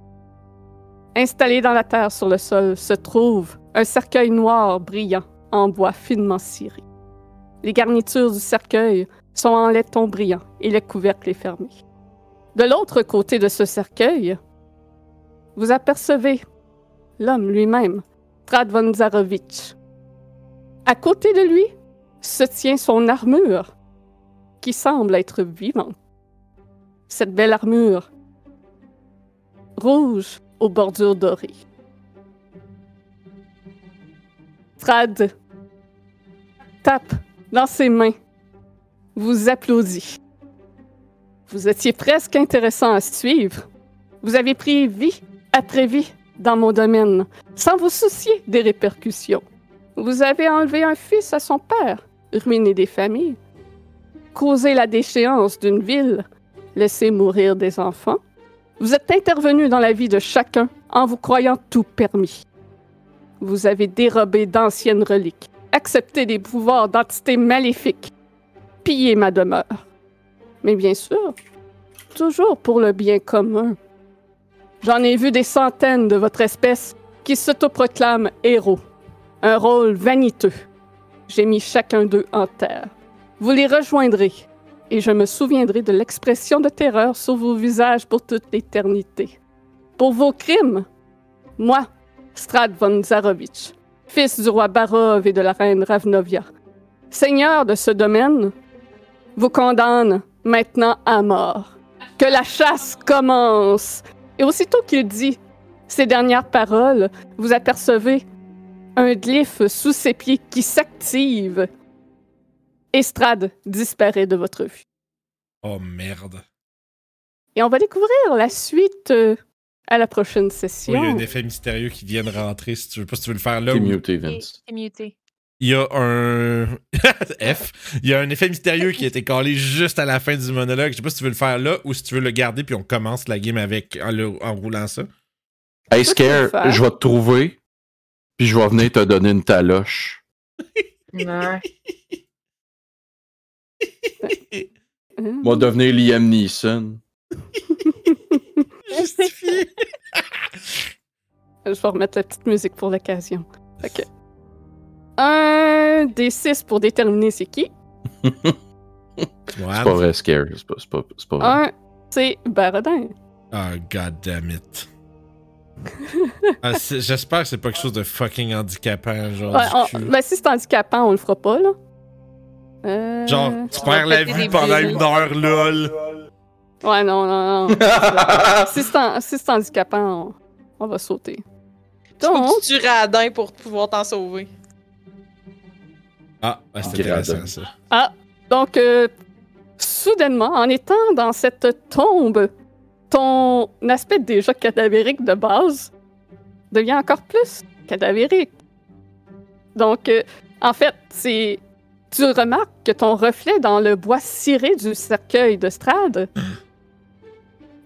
S1: Installé dans la terre sur le sol se trouve un cercueil noir brillant en bois finement ciré. Les garnitures du cercueil sont en laiton brillant et le couvercle est fermé. De l'autre côté de ce cercueil, vous apercevez l'homme lui-même, Trad von Zarovitch. À côté de lui se tient son armure, qui semble être vivante. Cette belle armure, rouge aux bordures dorées. Trad tape dans ses mains vous applaudit. Vous étiez presque intéressant à suivre. Vous avez pris vie après vie dans mon domaine, sans vous soucier des répercussions. Vous avez enlevé un fils à son père, ruiné des familles, causé la déchéance d'une ville, laissé mourir des enfants. Vous êtes intervenu dans la vie de chacun en vous croyant tout permis. Vous avez dérobé d'anciennes reliques, accepté des pouvoirs d'entités maléfiques, pillé ma demeure. Mais bien sûr, toujours pour le bien commun. J'en ai vu des centaines de votre espèce qui s'autoproclament héros. Un rôle vaniteux. J'ai mis chacun d'eux en terre. Vous les rejoindrez et je me souviendrai de l'expression de terreur sur vos visages pour toute l'éternité. Pour vos crimes, moi, Strad von Zarovich, fils du roi Barov et de la reine Ravnovia, seigneur de ce domaine, vous condamne maintenant à mort. Que la chasse commence. Et aussitôt qu'il dit ces dernières paroles, vous apercevez un glyphe sous ses pieds qui s'active. Estrade disparaît de votre vue.
S3: Oh merde.
S1: Et on va découvrir la suite euh, à la prochaine session.
S3: Oui, il y a un effet mystérieux qui vient de rentrer. Si tu veux, je sais pas si tu veux le faire là.
S4: T'es
S3: ou-
S4: muté,
S5: T'es
S4: Vince.
S5: t'es muté.
S3: Il y a un. F. Il y a un effet mystérieux qui a été collé juste à la fin du monologue. Je sais pas si tu veux le faire là ou si tu veux le garder puis on commence la game avec en, le- en roulant ça.
S4: Hey,
S1: Toi, tu veux le
S4: Scare,
S1: faire?
S4: je vais te trouver, puis je vais venir te donner une taloche.
S2: Ouais.
S1: Hein?
S4: Moi, devenir Liam Neeson.
S3: Justifié.
S1: Je vais remettre la petite musique pour l'occasion. OK. Un des six pour déterminer c'est qui.
S4: C'est pas vrai, Scare. C'est pas, c'est pas, c'est pas vrai.
S1: Un, c'est Baradin.
S3: Oh, god damn it. Ah, c'est- J'espère que c'est pas quelque chose de fucking handicapant, genre.
S1: Ouais,
S3: du
S1: on-
S3: cul.
S1: ben, si c'est handicapant, on le fera pas, là. Euh,
S3: Genre, tu perds la
S5: péter
S3: vie
S5: des
S3: pendant
S5: bulles.
S3: une heure, lol.
S1: Ouais, non, non, non. si c'est en- si c'est handicapant, on, on va sauter. Donc,
S5: Faut que tu tues Radin pour pouvoir t'en sauver.
S3: Ah, ah, c'est
S4: Grade.
S3: intéressant ça.
S1: Donc, euh, soudainement, en étant dans cette tombe, ton aspect déjà cadavérique de base devient encore plus cadavérique. Donc, euh, en fait, c'est. Tu remarques que ton reflet dans le bois ciré du cercueil de Strade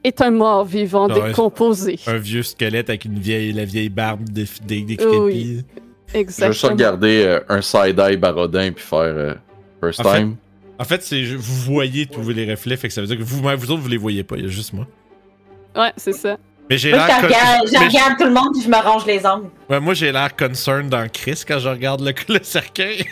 S1: est un mort vivant
S3: Hmm. Ah ouais.
S1: décomposé.
S3: Un vieux squelette avec une vieille, la vieille barbe des des, des
S1: Oui.
S4: Je vais juste
S1: Exactement.
S4: regarder euh, un side-eye barodin puis faire euh, first
S3: En fait-
S4: time.
S3: En fait, c'est ju- vous voyez tous les reflets, fait que ça veut dire que vous, vous autres, vous les voyez pas, il y a juste moi.
S1: Ouais, c'est ça.
S3: Mais j'ai
S2: Moi,
S3: l'air.
S2: je
S3: con-
S2: regarde, je
S3: mais-
S2: regarde tout le monde et je me range les ongles.
S3: Ouais, moi, j'ai l'air concerned dans Chris quand je regarde le, le cercueil.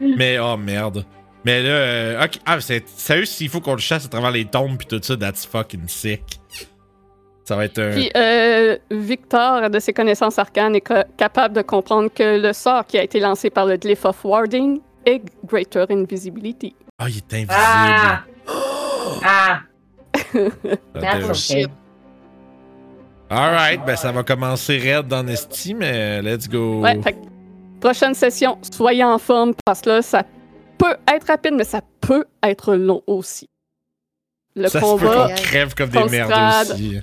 S1: Hmm.
S3: Mais oh merde. Mais là, euh, ok. Ah, c'est sérieux, s'il faut qu'on le chasse à travers les tombes puis tout ça, that's fucking sick. Ça va être un.
S1: Puis euh, Victor, de ses connaissances arcanes, est ca- capable de comprendre que le sort qui a été lancé par le Glyph of Warding est Greater Invisibility.
S3: Ah, il est invisible.
S2: Ah! Ah!
S3: Ça va être-
S5: Oh,
S2: That's okay.
S3: Alright, ben ça va commencer raide dans Esti, mais let's go.
S1: Ouais, fait que prochaine session, soyez en forme parce que là, ça peut être rapide, mais ça peut être long aussi. Le
S3: ça se peut
S1: combat,
S3: qu'on crève comme des
S1: contre
S3: merdes
S1: Strad.
S3: aussi.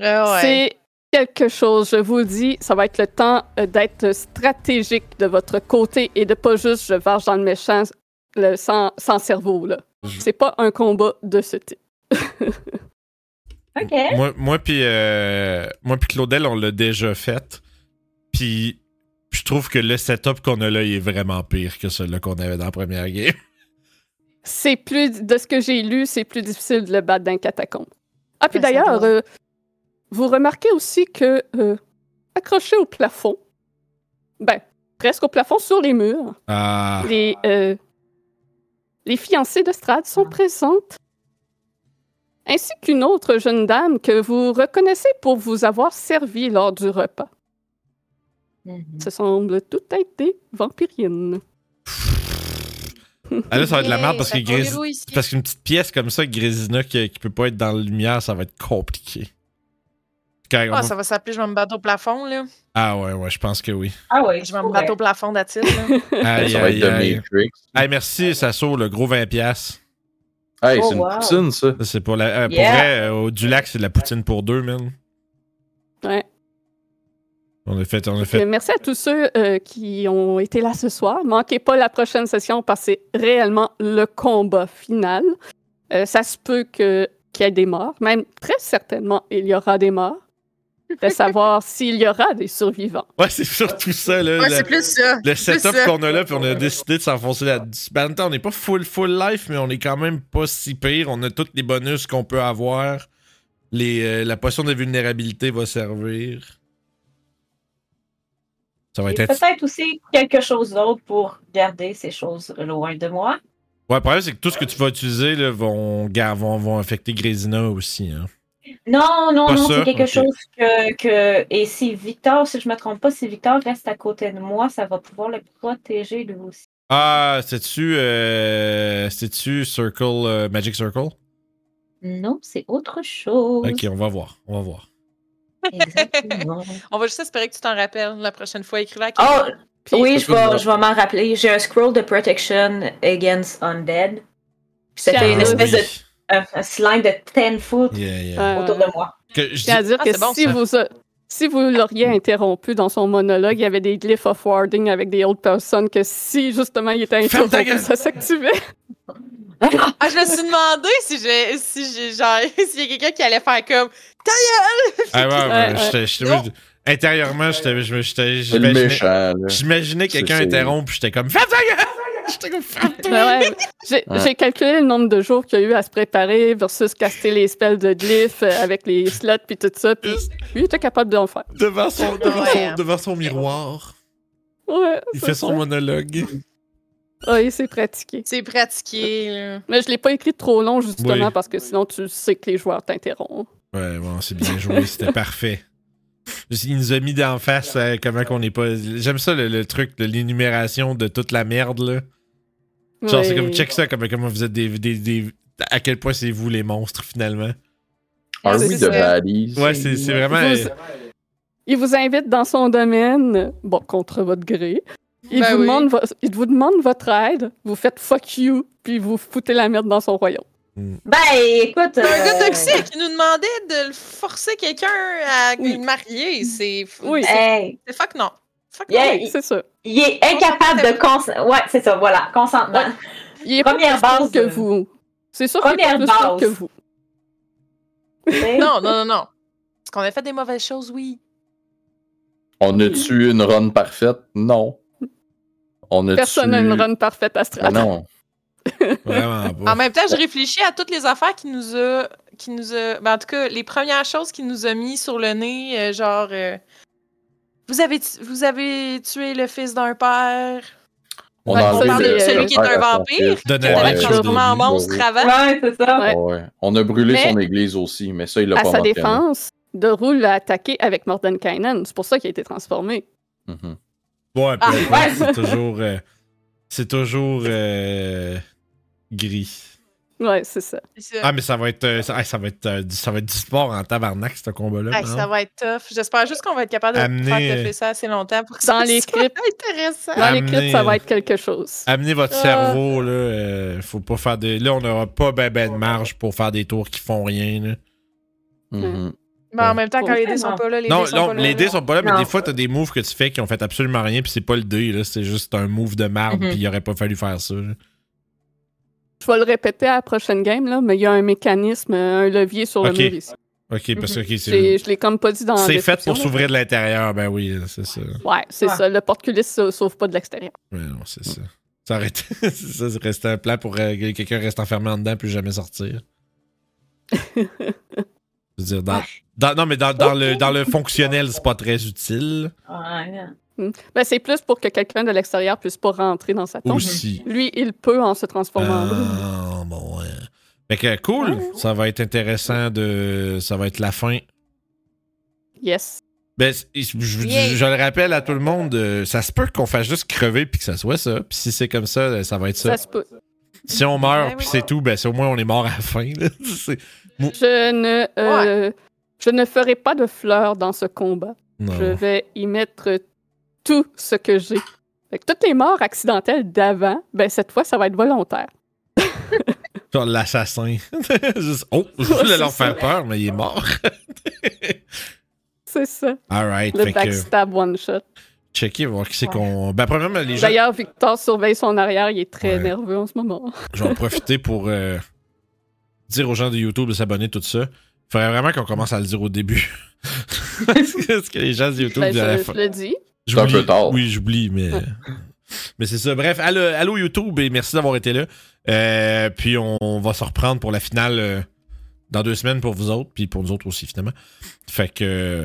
S5: Ah ouais.
S1: c'est quelque chose, je vous le dis, ça va être le temps euh, d'être stratégique de votre côté et de pas juste je varge dans le méchant le, sans, sans cerveau. là.
S3: Mhm.
S1: C'est pas un combat de ce type.
S2: Ok.
S3: Moi, moi puis euh, moi puis Claudel, on l'a déjà fait. Puis je trouve que le setup qu'on a là, il est vraiment pire que celui-là qu'on avait dans la première game.
S1: c'est plus de ce que j'ai lu, c'est plus difficile de le battre dans les catacombes. Ah puis
S5: Ben, ça
S1: d'ailleurs,
S5: doit.
S1: euh, vous remarquez aussi que euh, accroché au plafond, ben presque au plafond sur les murs,
S3: Ah,
S1: les euh, les fiancées de Strade sont
S5: Ah.
S1: présentes, ainsi qu'une autre jeune dame que vous reconnaissez pour vous avoir servi lors du repas.
S2: Mhm.
S5: Mm-hmm.
S1: Ce semble tout être des vampirines.
S3: Ah, là, ça va être de la merde parce que
S5: Fait qu'on
S3: grise-
S5: verrouille ici.
S3: parce qu'une petite pièce comme ça, Grésina, qui, qui peut pas être dans la lumière, ça va être compliqué. Quand on-
S5: Ah, ça va s'appeler, je vais me battre au plafond, là.
S3: Ah ouais, ouais, je pense que oui.
S2: Ah oui,
S5: Je vais me battre au plafond d'Atil, là.
S3: Aïe,
S4: Ça va être
S3: aïe,
S4: de
S3: aïe.
S4: Matrix.
S3: Hey, merci, Sasso, le gros 20$. piastres.
S4: Hey,
S2: Oh,
S4: c'est une
S2: wow.
S4: poutine, ça.
S3: Ça, C'est pour la. euh, pour
S2: Yeah.
S3: vrai, euh, au- du lac, c'est de la poutine pour deux, man.
S1: Ouais.
S3: On a fait. On a
S1: Euh,
S3: fait.
S1: Merci à tous ceux euh, qui ont été là ce soir. Manquez pas la prochaine session parce que c'est réellement le combat final. Euh, ça se peut que- qu'il y ait des morts, même très certainement il y aura des morts. De savoir s'il y aura des survivants.
S3: Ouais, c'est surtout ça, là.
S5: Ouais,
S3: la-
S5: c'est plus ça.
S3: le
S5: c'est
S3: setup
S5: ça.
S3: qu'on a là, puis on a décidé de s'enfoncer là. Ben, en même temps, on n'est pas full, full life, mais on est quand même pas si pire. On a tous les bonus qu'on peut avoir. Les, euh, la potion de vulnérabilité va servir. Ça va
S2: Et
S3: être. Ouais,
S2: Peut-être aussi quelque chose d'autre pour garder ces choses loin de moi.
S3: le problème, c'est que tout ce que tu vas utiliser là, vont, ga- vont, vont affecter Grésina aussi. Hein.
S2: Non, non,
S3: Pas
S2: non,
S3: ça?
S2: c'est quelque
S3: Ok.
S2: chose que, que. Et si Victor, si je me trompe pas, si Victor reste à côté de moi, ça va pouvoir le protéger lui aussi.
S3: Ah, c'est-tu. Euh, c'est-tu Circle, euh, Magic Circle?
S2: Non, c'est autre chose.
S3: Ok, on va voir. On va voir.
S2: Exactement.
S5: On va juste espérer que tu t'en rappelles la prochaine fois. Écris-la à
S2: Oh,
S5: quelqu'un.
S1: Puis,
S2: oui,
S3: c'est
S2: je
S3: pas
S2: vais,
S3: grave.
S2: je vais m'en rappeler. J'ai un scroll de protection against undead. Puis C'était une
S1: Ah,
S2: espèce de
S3: oui.
S2: un, un slime de 10 foot
S3: Yeah, yeah.
S1: euh,
S2: autour de moi.
S3: Que je
S1: Je tiens à dire
S5: Ah,
S1: que
S5: c'est bon,
S1: si,
S3: ça.
S1: vous, a- si vous l'auriez interrompu dans son monologue, il y avait des glyphs of warding avec des autres personnes que si justement il était
S3: Ferme ta
S1: interrompu,
S3: gueule.
S1: ça s'activait.
S5: Ah, je me suis demandé si j'ai, si j'ai, genre, s'il y a quelqu'un qui allait faire comme.
S3: Ah ouais, ouais,
S1: Ouais,
S3: j'étais- j'étais- moi, je- Intérieurement, j'étais- je me- j'étais-
S4: C'est le méchant,
S3: j'imaginais
S4: là.
S3: j'imaginais quelqu'un
S4: C'est- c'est-
S3: interrompre, puis j'étais comme Ferme ta gueule! J'étais comme Ferme ta gueule!
S1: Ben ouais, j'ai
S4: Ouais.
S1: j'ai calculé le nombre de jours qu'il y a eu à se préparer versus caster les spells de glyphes euh, avec les slots puis tout ça. Puis
S3: Juste
S1: lui, il était capable d'en faire.
S3: Devant son, devant, son,
S5: Ouais.
S3: devant son miroir.
S1: Ouais,
S3: Il
S1: c'est
S3: fait
S1: ça.
S3: son monologue.
S1: Ouais, il s'est pratiqué.
S5: C'est pratiqué, là.
S1: Mais je l'ai pas écrit trop long, justement,
S3: Oui.
S1: parce que sinon, tu sais que les joueurs t'interrompent.
S3: Ouais, bon, c'est bien joué, c'était parfait. Il nous a mis d'en face euh, comment qu'on n'est pas. J'aime ça le, le truc de l'énumération de toute la merde là. Genre c'est
S1: Ouais.
S3: comme check ça comme comment vous êtes des, des, des- à quel point c'est vous les monstres finalement.
S4: Are
S5: C'est
S4: we the
S5: ça.
S4: baddies?
S3: Ouais, c'est c'est vraiment
S1: Vous-
S3: euh,
S1: Il vous invite dans son domaine, bon, contre votre gré. Il,
S5: Ben
S1: vous
S5: oui.
S1: demande vo- il vous demande votre aide, vous faites fuck you, puis vous foutez la merde dans son royaume.
S2: Ben, écoute.
S5: C'est un
S2: euh,
S5: gars toxique qui nous demandait de le forcer quelqu'un à
S1: Oui.
S5: le marier. C'est.
S1: Oui.
S5: C'est,
S2: Hey,
S5: c'est fuck non. Fuck
S2: Yeah.
S5: non.
S2: Il-
S1: C'est ça.
S2: il est incapable de consentement. Ouais, c'est ça, voilà, consentement.
S1: Il est pas
S2: Première
S1: plus fort
S2: base,
S1: que
S2: euh,
S1: vous. C'est sûr qu'il est pas
S2: première
S1: plus fort
S2: base.
S1: que vous.
S2: t'sais.
S5: Non, non, non, non. Est-ce qu'on a fait des mauvaises choses? Oui.
S4: On a-tu une run parfaite? Non. On a
S1: Personne n'a une run parfaite à Strat.
S4: Ah non.
S3: vraiment
S5: En
S1: Ah,
S3: pas.
S5: même temps, je réfléchis à toutes les affaires qui nous a. Qui nous a ben, en tout cas, les premières choses qui nous a mis sur le nez, euh, genre. euh, vous, avez tu- vous avez tué le fils d'un père.
S4: On
S1: Ouais,
S4: a
S1: ça,
S4: enlevé
S1: c'est,
S4: le-
S1: euh,
S5: celui qui est
S4: le père
S5: un
S4: à son
S5: vampire.
S4: fils.
S3: Donne
S5: Qui avait
S4: Ouais,
S3: au
S5: transformé en
S3: début.
S5: monstre
S4: Ouais,
S5: avant.
S2: Ouais, c'est ça.
S1: Ouais.
S4: Ouais. On a brûlé
S1: Mais-
S4: son église aussi, mais ça, il l'a
S1: À
S4: pas
S1: sa
S4: mentionné.
S1: défense, de Roule l'a attaqué avec Mordenkainen. C'est pour ça qu'il a été transformé.
S4: Mhm.
S3: Ouais,
S5: Ah,
S3: peu importe,
S2: ouais.
S3: c'est toujours. euh, c'est toujours. euh, gris.
S1: Ouais, c'est ça.
S5: C'est ça.
S3: Ah, mais ça va être. euh, ça, ah, ça va être, euh, du, ça va être du sport en tabarnak, ce combat-là.
S5: Ah,
S3: par
S5: ça
S3: exemple.
S5: va être tough. J'espère juste qu'on va être capable de
S3: Amener,
S5: faire
S3: euh,
S5: que ça assez longtemps pour que
S1: Dans
S5: ça
S1: les
S5: soit
S1: clips.
S5: intéressant.
S1: Dans les
S3: Amener,
S1: clips, ça
S3: euh,
S1: va être quelque chose.
S3: Amenez votre
S1: Ah.
S3: cerveau, là. euh, faut pas faire des. Là, on n'aura pas ben ben de marge pour faire des tours qui font rien, là.
S4: Mhm.
S5: Mais en même temps, quand les dés
S2: Vraiment.
S5: sont pas là, les
S3: non,
S5: dés sont
S3: non,
S5: pas là.
S3: les dés sont pas là, mais
S2: Non.
S3: des fois, t'as des moves que tu fais qui ont fait absolument rien, puis c'est pas le dé, là. C'est juste un move de marde,
S2: Mhm.
S5: Mm-hmm.
S3: puis il aurait pas fallu faire ça, là.
S1: Je vais le répéter à la prochaine game, là, mais il y a un mécanisme, un levier sur
S3: Ok.
S1: le mur ici.
S3: Ok, parce
S5: Mm-hmm.
S3: que, ok, c'est.
S1: J'ai- Je l'ai comme pas dit dans la
S3: C'est fait
S1: description,
S3: pour s'ouvrir de l'intérieur, ben oui, c'est ça.
S1: là. Ouais, c'est
S5: Ah.
S2: Ouais.
S1: ça. Le porte-culisse ne sauve pas de l'extérieur.
S3: Ouais, non, c'est ça. Ça aurait été- c'est ça, c'est resté un plan pour euh, que quelqu'un reste enfermé en dedans, plus jamais sortir. Je veux dire, dans, dans- non, mais dans, dans le, dans le fonctionnel, c'est pas très utile.
S2: Ouais.
S1: Ben, c'est plus pour que quelqu'un de l'extérieur puisse pas rentrer dans sa tombe.
S3: Aussi.
S1: Lui, il peut en se transformant en brune.
S3: Ah, bon, ouais. Fait que cool, ça va être intéressant de. Ça va être la fin.
S1: Yes.
S3: Ben, c'est- je, je-
S5: Yeah.
S3: je le rappelle à tout le monde, euh, ça se peut qu'on fasse juste crever puis que ça soit ça. Puis si c'est comme ça, ça va être ça.
S1: Ça se peut.
S3: Si on
S5: Ben
S3: meurt puis
S5: oui.
S3: c'est tout, ben c'est au moins on est mort à la fin. là. C'est-
S1: Je ne, euh, je ne ferai pas de fleurs dans ce combat.
S3: Non.
S1: Je vais y mettre tout ce que j'ai. Fait que toutes les morts accidentelles d'avant, ben cette fois, ça va être volontaire.
S3: Genre l'assassin. Juste, oh, je voulais leur faire peur, mais il est mort.
S1: C'est ça.
S3: Alright,
S1: Le
S3: fait que
S1: backstab one shot.
S3: checker, voir qui c'est qu'on. Ben, premièrement, les gens.
S1: D'ailleurs, Victor surveille son arrière, il est très
S3: Ouais.
S1: nerveux en ce moment.
S3: Je vais en profiter pour euh, dire aux gens de YouTube de s'abonner, tout ça. Faudrait vraiment qu'on commence à le dire au début. Parce que les gens de YouTube,
S1: Ben,
S3: à la
S1: je,
S3: fin-
S1: je le dis.
S4: C'est un peu
S3: J'oublie.
S4: tard.
S3: Oui, j'oublie, mais. mais c'est ça. Bref, allô, allô YouTube et merci d'avoir été là. Euh, puis on, on va se reprendre pour la finale euh, dans deux semaines pour vous autres, puis pour nous autres aussi, finalement. Fait que.